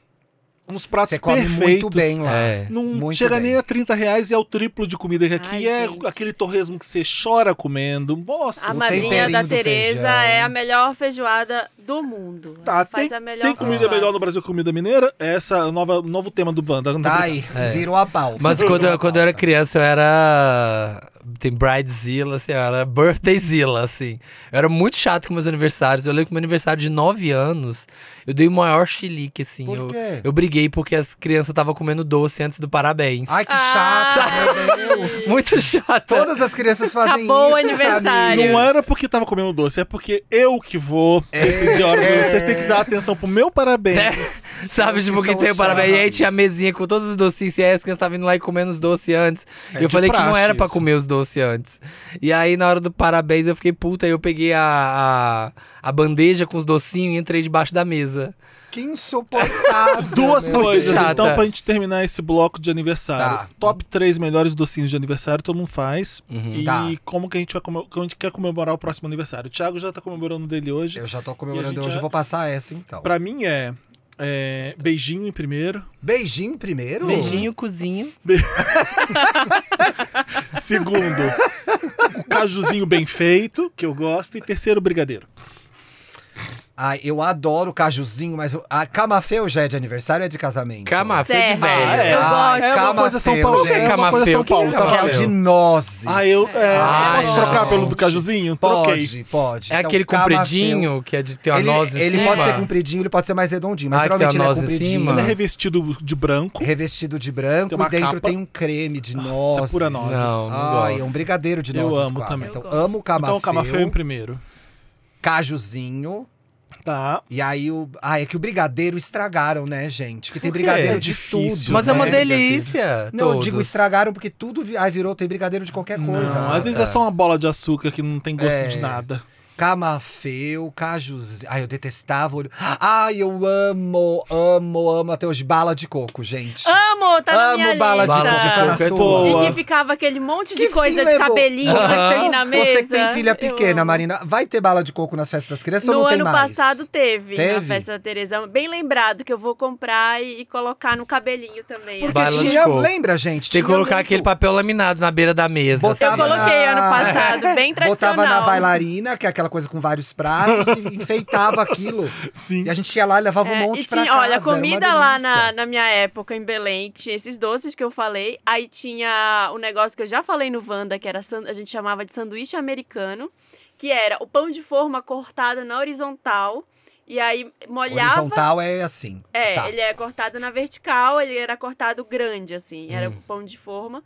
[SPEAKER 1] Uns pratos
[SPEAKER 4] Você come
[SPEAKER 1] perfeitos.
[SPEAKER 4] muito bem lá.
[SPEAKER 6] É.
[SPEAKER 1] Não
[SPEAKER 4] Muito
[SPEAKER 1] chega
[SPEAKER 4] bem.
[SPEAKER 1] nem a 30 reais e é o triplo de comida que aqui
[SPEAKER 7] Ai,
[SPEAKER 1] é
[SPEAKER 7] gente. Ah,
[SPEAKER 1] aquele torresmo que você chora comendo. Nossa,
[SPEAKER 7] A
[SPEAKER 4] O
[SPEAKER 7] madrinha
[SPEAKER 4] temperinho
[SPEAKER 7] da
[SPEAKER 4] do
[SPEAKER 7] Tereza
[SPEAKER 4] feijão.
[SPEAKER 7] é a melhor feijoada do mundo. Ela
[SPEAKER 1] Tá,
[SPEAKER 7] faz a melhor
[SPEAKER 1] tem comida
[SPEAKER 7] feijoada.
[SPEAKER 1] melhor no Brasil que comida mineira? É Essa nova novo tema do banda.
[SPEAKER 4] Tá aí,
[SPEAKER 6] É.
[SPEAKER 4] virou a pauta.
[SPEAKER 6] Mas
[SPEAKER 4] (laughs)
[SPEAKER 6] quando,
[SPEAKER 4] Virou
[SPEAKER 6] eu-
[SPEAKER 4] a
[SPEAKER 6] quando eu era
[SPEAKER 4] pauta.
[SPEAKER 6] criança, eu era. Tem Bridezilla, assim, eu era Birthdayzilla, assim. Eu era muito chato com meus aniversários. Eu lembro que meu aniversário de 9 anos, eu dei o maior chilique, assim.
[SPEAKER 4] Por
[SPEAKER 6] eu,
[SPEAKER 4] quê?
[SPEAKER 6] eu briguei porque as crianças estavam comendo doce antes do parabéns.
[SPEAKER 4] Ai, que
[SPEAKER 7] Ah!
[SPEAKER 4] chato, meu Deus.
[SPEAKER 6] (laughs) Muito chato.
[SPEAKER 4] Todas as crianças fazem
[SPEAKER 7] Acabou o
[SPEAKER 4] isso,
[SPEAKER 7] aniversário.
[SPEAKER 4] sabe?
[SPEAKER 1] Não era porque tava comendo doce, é porque eu que vou decidir a hora do
[SPEAKER 4] É.
[SPEAKER 1] Vocês têm que dar atenção pro meu parabéns.
[SPEAKER 6] Sabe, tipo,
[SPEAKER 4] que
[SPEAKER 6] quem
[SPEAKER 4] são
[SPEAKER 6] tem o
[SPEAKER 4] chato.
[SPEAKER 6] parabéns. E aí tinha a mesinha com todos os docinhos, e aí as crianças estavam indo lá e comendo os doces antes.
[SPEAKER 1] É
[SPEAKER 6] E eu
[SPEAKER 1] de
[SPEAKER 6] falei que não
[SPEAKER 1] praxe
[SPEAKER 6] era pra
[SPEAKER 1] isso.
[SPEAKER 6] comer os doces antes. E aí, na hora do parabéns, eu fiquei puta, aí eu peguei a, a, a bandeja com os docinhos e entrei debaixo da mesa.
[SPEAKER 4] Que insuportável.
[SPEAKER 1] Duas
[SPEAKER 4] meu
[SPEAKER 1] coisas,
[SPEAKER 6] chata.
[SPEAKER 1] então, pra gente terminar esse bloco de aniversário.
[SPEAKER 4] Tá.
[SPEAKER 1] Top três melhores docinhos de aniversário, todo mundo faz.
[SPEAKER 6] Uhum.
[SPEAKER 1] E
[SPEAKER 4] Tá.
[SPEAKER 1] como que a gente vai comem- como a gente quer comemorar o próximo aniversário? O Thiago já tá comemorando o dele hoje.
[SPEAKER 4] Eu já tô comemorando
[SPEAKER 1] E a gente é
[SPEAKER 4] hoje,
[SPEAKER 1] já-
[SPEAKER 4] eu vou passar essa então.
[SPEAKER 1] Pra mim é, é, beijinho em primeiro.
[SPEAKER 4] Beijinho primeiro?
[SPEAKER 6] Beijinho, cozinho.
[SPEAKER 1] Segundo, o cajuzinho bem feito, que eu gosto. E terceiro, brigadeiro.
[SPEAKER 4] Ai, eu adoro cajuzinho, mas eu- a camafeu já é de aniversário ou é de casamento?
[SPEAKER 6] Camafé de
[SPEAKER 7] Certo. Ah,
[SPEAKER 6] velho.
[SPEAKER 7] Eu
[SPEAKER 4] Ai,
[SPEAKER 7] gosto.
[SPEAKER 1] É uma coisa São
[SPEAKER 4] camafeu,
[SPEAKER 1] Paulo,
[SPEAKER 4] gente.
[SPEAKER 1] é uma coisa São
[SPEAKER 6] Camafeu.
[SPEAKER 1] Paulo, tá
[SPEAKER 4] Que é o
[SPEAKER 1] valendo.
[SPEAKER 4] de nozes.
[SPEAKER 1] Ah, eu é,
[SPEAKER 6] Ah,
[SPEAKER 1] posso trocar
[SPEAKER 6] gente.
[SPEAKER 1] pelo do cajuzinho? Troquei.
[SPEAKER 4] Pode, pode.
[SPEAKER 6] É
[SPEAKER 4] Então,
[SPEAKER 6] aquele
[SPEAKER 4] camafeu-
[SPEAKER 6] compridinho que é de ter uma
[SPEAKER 4] Ele,
[SPEAKER 6] noz em
[SPEAKER 4] ele
[SPEAKER 6] cima.
[SPEAKER 4] pode ser compridinho, ele pode ser mais redondinho, mas
[SPEAKER 6] Ah, que tem
[SPEAKER 4] geralmente
[SPEAKER 6] a
[SPEAKER 4] ele é
[SPEAKER 6] noz em
[SPEAKER 4] compridinho.
[SPEAKER 6] cima.
[SPEAKER 1] Ele é revestido de branco.
[SPEAKER 4] Revestido de
[SPEAKER 1] Tem
[SPEAKER 4] branco,
[SPEAKER 1] uma
[SPEAKER 4] dentro
[SPEAKER 1] capa.
[SPEAKER 4] tem um creme de
[SPEAKER 1] Nossa,
[SPEAKER 4] nozes.
[SPEAKER 1] pura nozes.
[SPEAKER 6] Não, não
[SPEAKER 4] Ai,
[SPEAKER 6] gosto.
[SPEAKER 4] é um brigadeiro de
[SPEAKER 1] Eu
[SPEAKER 4] nozes
[SPEAKER 1] amo
[SPEAKER 4] quase.
[SPEAKER 1] também.
[SPEAKER 4] Então,
[SPEAKER 7] Eu
[SPEAKER 4] amo o camafeu,
[SPEAKER 1] Então o camafeu em primeiro.
[SPEAKER 4] cajuzinho.
[SPEAKER 1] Tá.
[SPEAKER 4] E aí, o... ah, é que o brigadeiro estragaram, né, gente? Que tem
[SPEAKER 6] Por quê?
[SPEAKER 4] brigadeiro
[SPEAKER 1] É
[SPEAKER 4] de
[SPEAKER 1] difícil,
[SPEAKER 4] tudo,
[SPEAKER 6] Mas é
[SPEAKER 4] né?
[SPEAKER 6] uma
[SPEAKER 1] É,
[SPEAKER 6] delícia.
[SPEAKER 4] Não, eu digo
[SPEAKER 6] todos.
[SPEAKER 4] estragaram porque tudo vi- ai, virou, tem brigadeiro de qualquer
[SPEAKER 6] Não,
[SPEAKER 4] coisa.
[SPEAKER 1] Não, às vezes é só uma bola de açúcar que não tem gosto de nada.
[SPEAKER 4] Camafeu, cajuzinho. Ai, eu detestava. olho- Ai, eu amo, amo, amo até hoje bala de coco, gente.
[SPEAKER 7] Amo, tá na
[SPEAKER 4] Amo
[SPEAKER 7] minha
[SPEAKER 4] bala de
[SPEAKER 7] lista.
[SPEAKER 6] Bala de coco é
[SPEAKER 1] Pô,
[SPEAKER 6] boa.
[SPEAKER 7] E
[SPEAKER 1] boa.
[SPEAKER 7] que ficava aquele monte de
[SPEAKER 4] Que
[SPEAKER 7] coisa
[SPEAKER 4] fim
[SPEAKER 7] de
[SPEAKER 4] levou?
[SPEAKER 7] cabelinho
[SPEAKER 4] Você que
[SPEAKER 7] assim
[SPEAKER 4] tem-
[SPEAKER 7] na mesa.
[SPEAKER 4] Você que tem filha
[SPEAKER 7] Eu
[SPEAKER 4] pequena,
[SPEAKER 7] amo.
[SPEAKER 4] Marina, vai ter bala de coco nas festas das crianças ou
[SPEAKER 7] No
[SPEAKER 4] não tem
[SPEAKER 7] ano
[SPEAKER 4] mais?
[SPEAKER 7] passado teve, na
[SPEAKER 4] Teve?
[SPEAKER 7] festa da Tereza. Bem lembrado que eu vou comprar e, e colocar no cabelinho também.
[SPEAKER 4] Porque
[SPEAKER 6] Bala de
[SPEAKER 4] tinha,
[SPEAKER 6] coco.
[SPEAKER 4] lembra, gente?
[SPEAKER 6] Tem que
[SPEAKER 4] Tinha
[SPEAKER 6] colocar
[SPEAKER 4] muito.
[SPEAKER 6] aquele papel laminado na beira da mesa.
[SPEAKER 4] Botar-
[SPEAKER 7] Eu
[SPEAKER 6] assim.
[SPEAKER 7] coloquei
[SPEAKER 4] Ah.
[SPEAKER 7] ano passado, bem tradicional.
[SPEAKER 4] Botava na bailarina, que é aquela coisa com vários pratos, e enfeitava aquilo.
[SPEAKER 1] Sim.
[SPEAKER 4] E a gente ia lá e levava um
[SPEAKER 7] É,
[SPEAKER 4] monte
[SPEAKER 7] e
[SPEAKER 4] pra
[SPEAKER 7] tinha,
[SPEAKER 4] casa.
[SPEAKER 7] olha,
[SPEAKER 4] era uma
[SPEAKER 7] comida lá na,
[SPEAKER 4] delícia.
[SPEAKER 7] na minha época em Belém, tinha esses doces que eu falei. Aí tinha um negócio que eu já falei no Wanda, que era san- a gente chamava de sanduíche americano, que era o pão de forma cortado na horizontal. E aí molhava.
[SPEAKER 4] Horizontal é assim.
[SPEAKER 7] É,
[SPEAKER 4] tá.
[SPEAKER 7] ele é cortado na vertical, ele era cortado grande, assim, era
[SPEAKER 6] Hum.
[SPEAKER 7] pão de forma.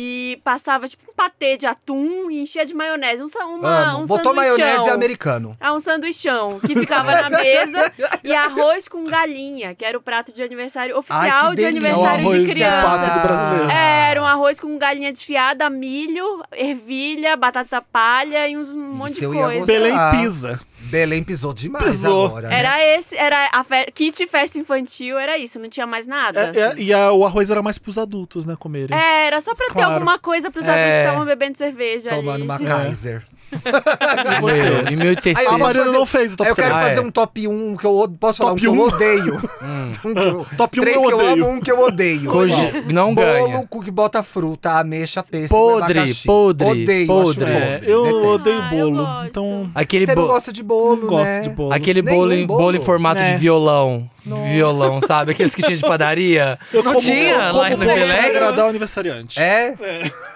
[SPEAKER 7] E passava tipo um patê de atum e enchia de maionese. Um, sa- uma,
[SPEAKER 4] Amo.
[SPEAKER 7] um
[SPEAKER 4] Botou
[SPEAKER 7] sanduichão.
[SPEAKER 4] maionese americano.
[SPEAKER 7] Ah, um sanduichão que ficava na
[SPEAKER 4] (laughs)
[SPEAKER 7] mesa e arroz com galinha, que era o prato de aniversário oficial
[SPEAKER 4] Ai, que
[SPEAKER 7] de
[SPEAKER 4] delícia.
[SPEAKER 1] É
[SPEAKER 7] aniversário
[SPEAKER 1] o arroz
[SPEAKER 7] de
[SPEAKER 1] pato do
[SPEAKER 7] criança.
[SPEAKER 1] brasileiro.
[SPEAKER 7] É, Era um arroz com galinha desfiada, milho, ervilha, batata palha e uns um monte
[SPEAKER 4] Isso
[SPEAKER 7] de
[SPEAKER 4] eu ia
[SPEAKER 7] coisa.
[SPEAKER 4] gostar.
[SPEAKER 1] Belém
[SPEAKER 4] Ah.
[SPEAKER 1] pisa.
[SPEAKER 4] Belém pisou demais
[SPEAKER 1] Pisou.
[SPEAKER 4] agora. né?
[SPEAKER 7] Era esse, era a fe... kit festa infantil, era isso, não tinha mais nada.
[SPEAKER 1] É, é,
[SPEAKER 7] assim.
[SPEAKER 1] e a- o arroz era mais pros adultos, né, comerem.
[SPEAKER 7] É, era só pra
[SPEAKER 1] Claro.
[SPEAKER 7] ter alguma coisa pros adultos
[SPEAKER 6] É.
[SPEAKER 7] que estavam bebendo cerveja
[SPEAKER 4] Tomando
[SPEAKER 7] ali.
[SPEAKER 4] uma Kaiser.
[SPEAKER 1] E você?
[SPEAKER 6] Meu, E meu
[SPEAKER 4] Aí
[SPEAKER 6] terceiro.
[SPEAKER 1] A
[SPEAKER 4] eu vou
[SPEAKER 1] Marina
[SPEAKER 4] fazer-
[SPEAKER 1] não fez o top
[SPEAKER 4] eu quero
[SPEAKER 6] Ah,
[SPEAKER 1] três.
[SPEAKER 4] fazer
[SPEAKER 6] é.
[SPEAKER 4] um top 1 que eu odeio. Posso falar
[SPEAKER 1] Top
[SPEAKER 4] um que
[SPEAKER 1] um?
[SPEAKER 4] eu odeio?
[SPEAKER 6] Hum.
[SPEAKER 4] um que eu...
[SPEAKER 1] (laughs) Top 1
[SPEAKER 4] Três
[SPEAKER 1] eu
[SPEAKER 4] que eu
[SPEAKER 1] odeio.
[SPEAKER 4] amo, um que eu odeio.
[SPEAKER 6] Cogi- Não ganha.
[SPEAKER 4] Bolo com que bota fruta, ameixa, pêssego,
[SPEAKER 6] Podre,
[SPEAKER 4] abacaxi.
[SPEAKER 6] podre,
[SPEAKER 4] Odeio,
[SPEAKER 6] podre.
[SPEAKER 4] acho
[SPEAKER 1] É,
[SPEAKER 4] podre.
[SPEAKER 1] eu
[SPEAKER 4] Detesto.
[SPEAKER 1] odeio
[SPEAKER 7] Ah, eu
[SPEAKER 1] bolo.
[SPEAKER 7] gosto.
[SPEAKER 1] então,
[SPEAKER 6] Aquele
[SPEAKER 4] Você não
[SPEAKER 6] bolo.
[SPEAKER 4] gosta de bolo,
[SPEAKER 1] não gosto
[SPEAKER 4] né?
[SPEAKER 1] de bolo.
[SPEAKER 6] Aquele
[SPEAKER 4] Nenhum
[SPEAKER 6] bolo em,
[SPEAKER 4] bolo.
[SPEAKER 6] bolo em formato
[SPEAKER 1] É.
[SPEAKER 6] de violão. Violão, sabe? Aqueles que tinha
[SPEAKER 4] (laughs)
[SPEAKER 6] de padaria.
[SPEAKER 1] Eu
[SPEAKER 6] não
[SPEAKER 1] como-
[SPEAKER 6] tinha
[SPEAKER 1] eu
[SPEAKER 6] lá
[SPEAKER 1] como
[SPEAKER 6] no
[SPEAKER 1] bolo pra
[SPEAKER 6] Belém?
[SPEAKER 1] agradar o aniversariante.
[SPEAKER 4] É?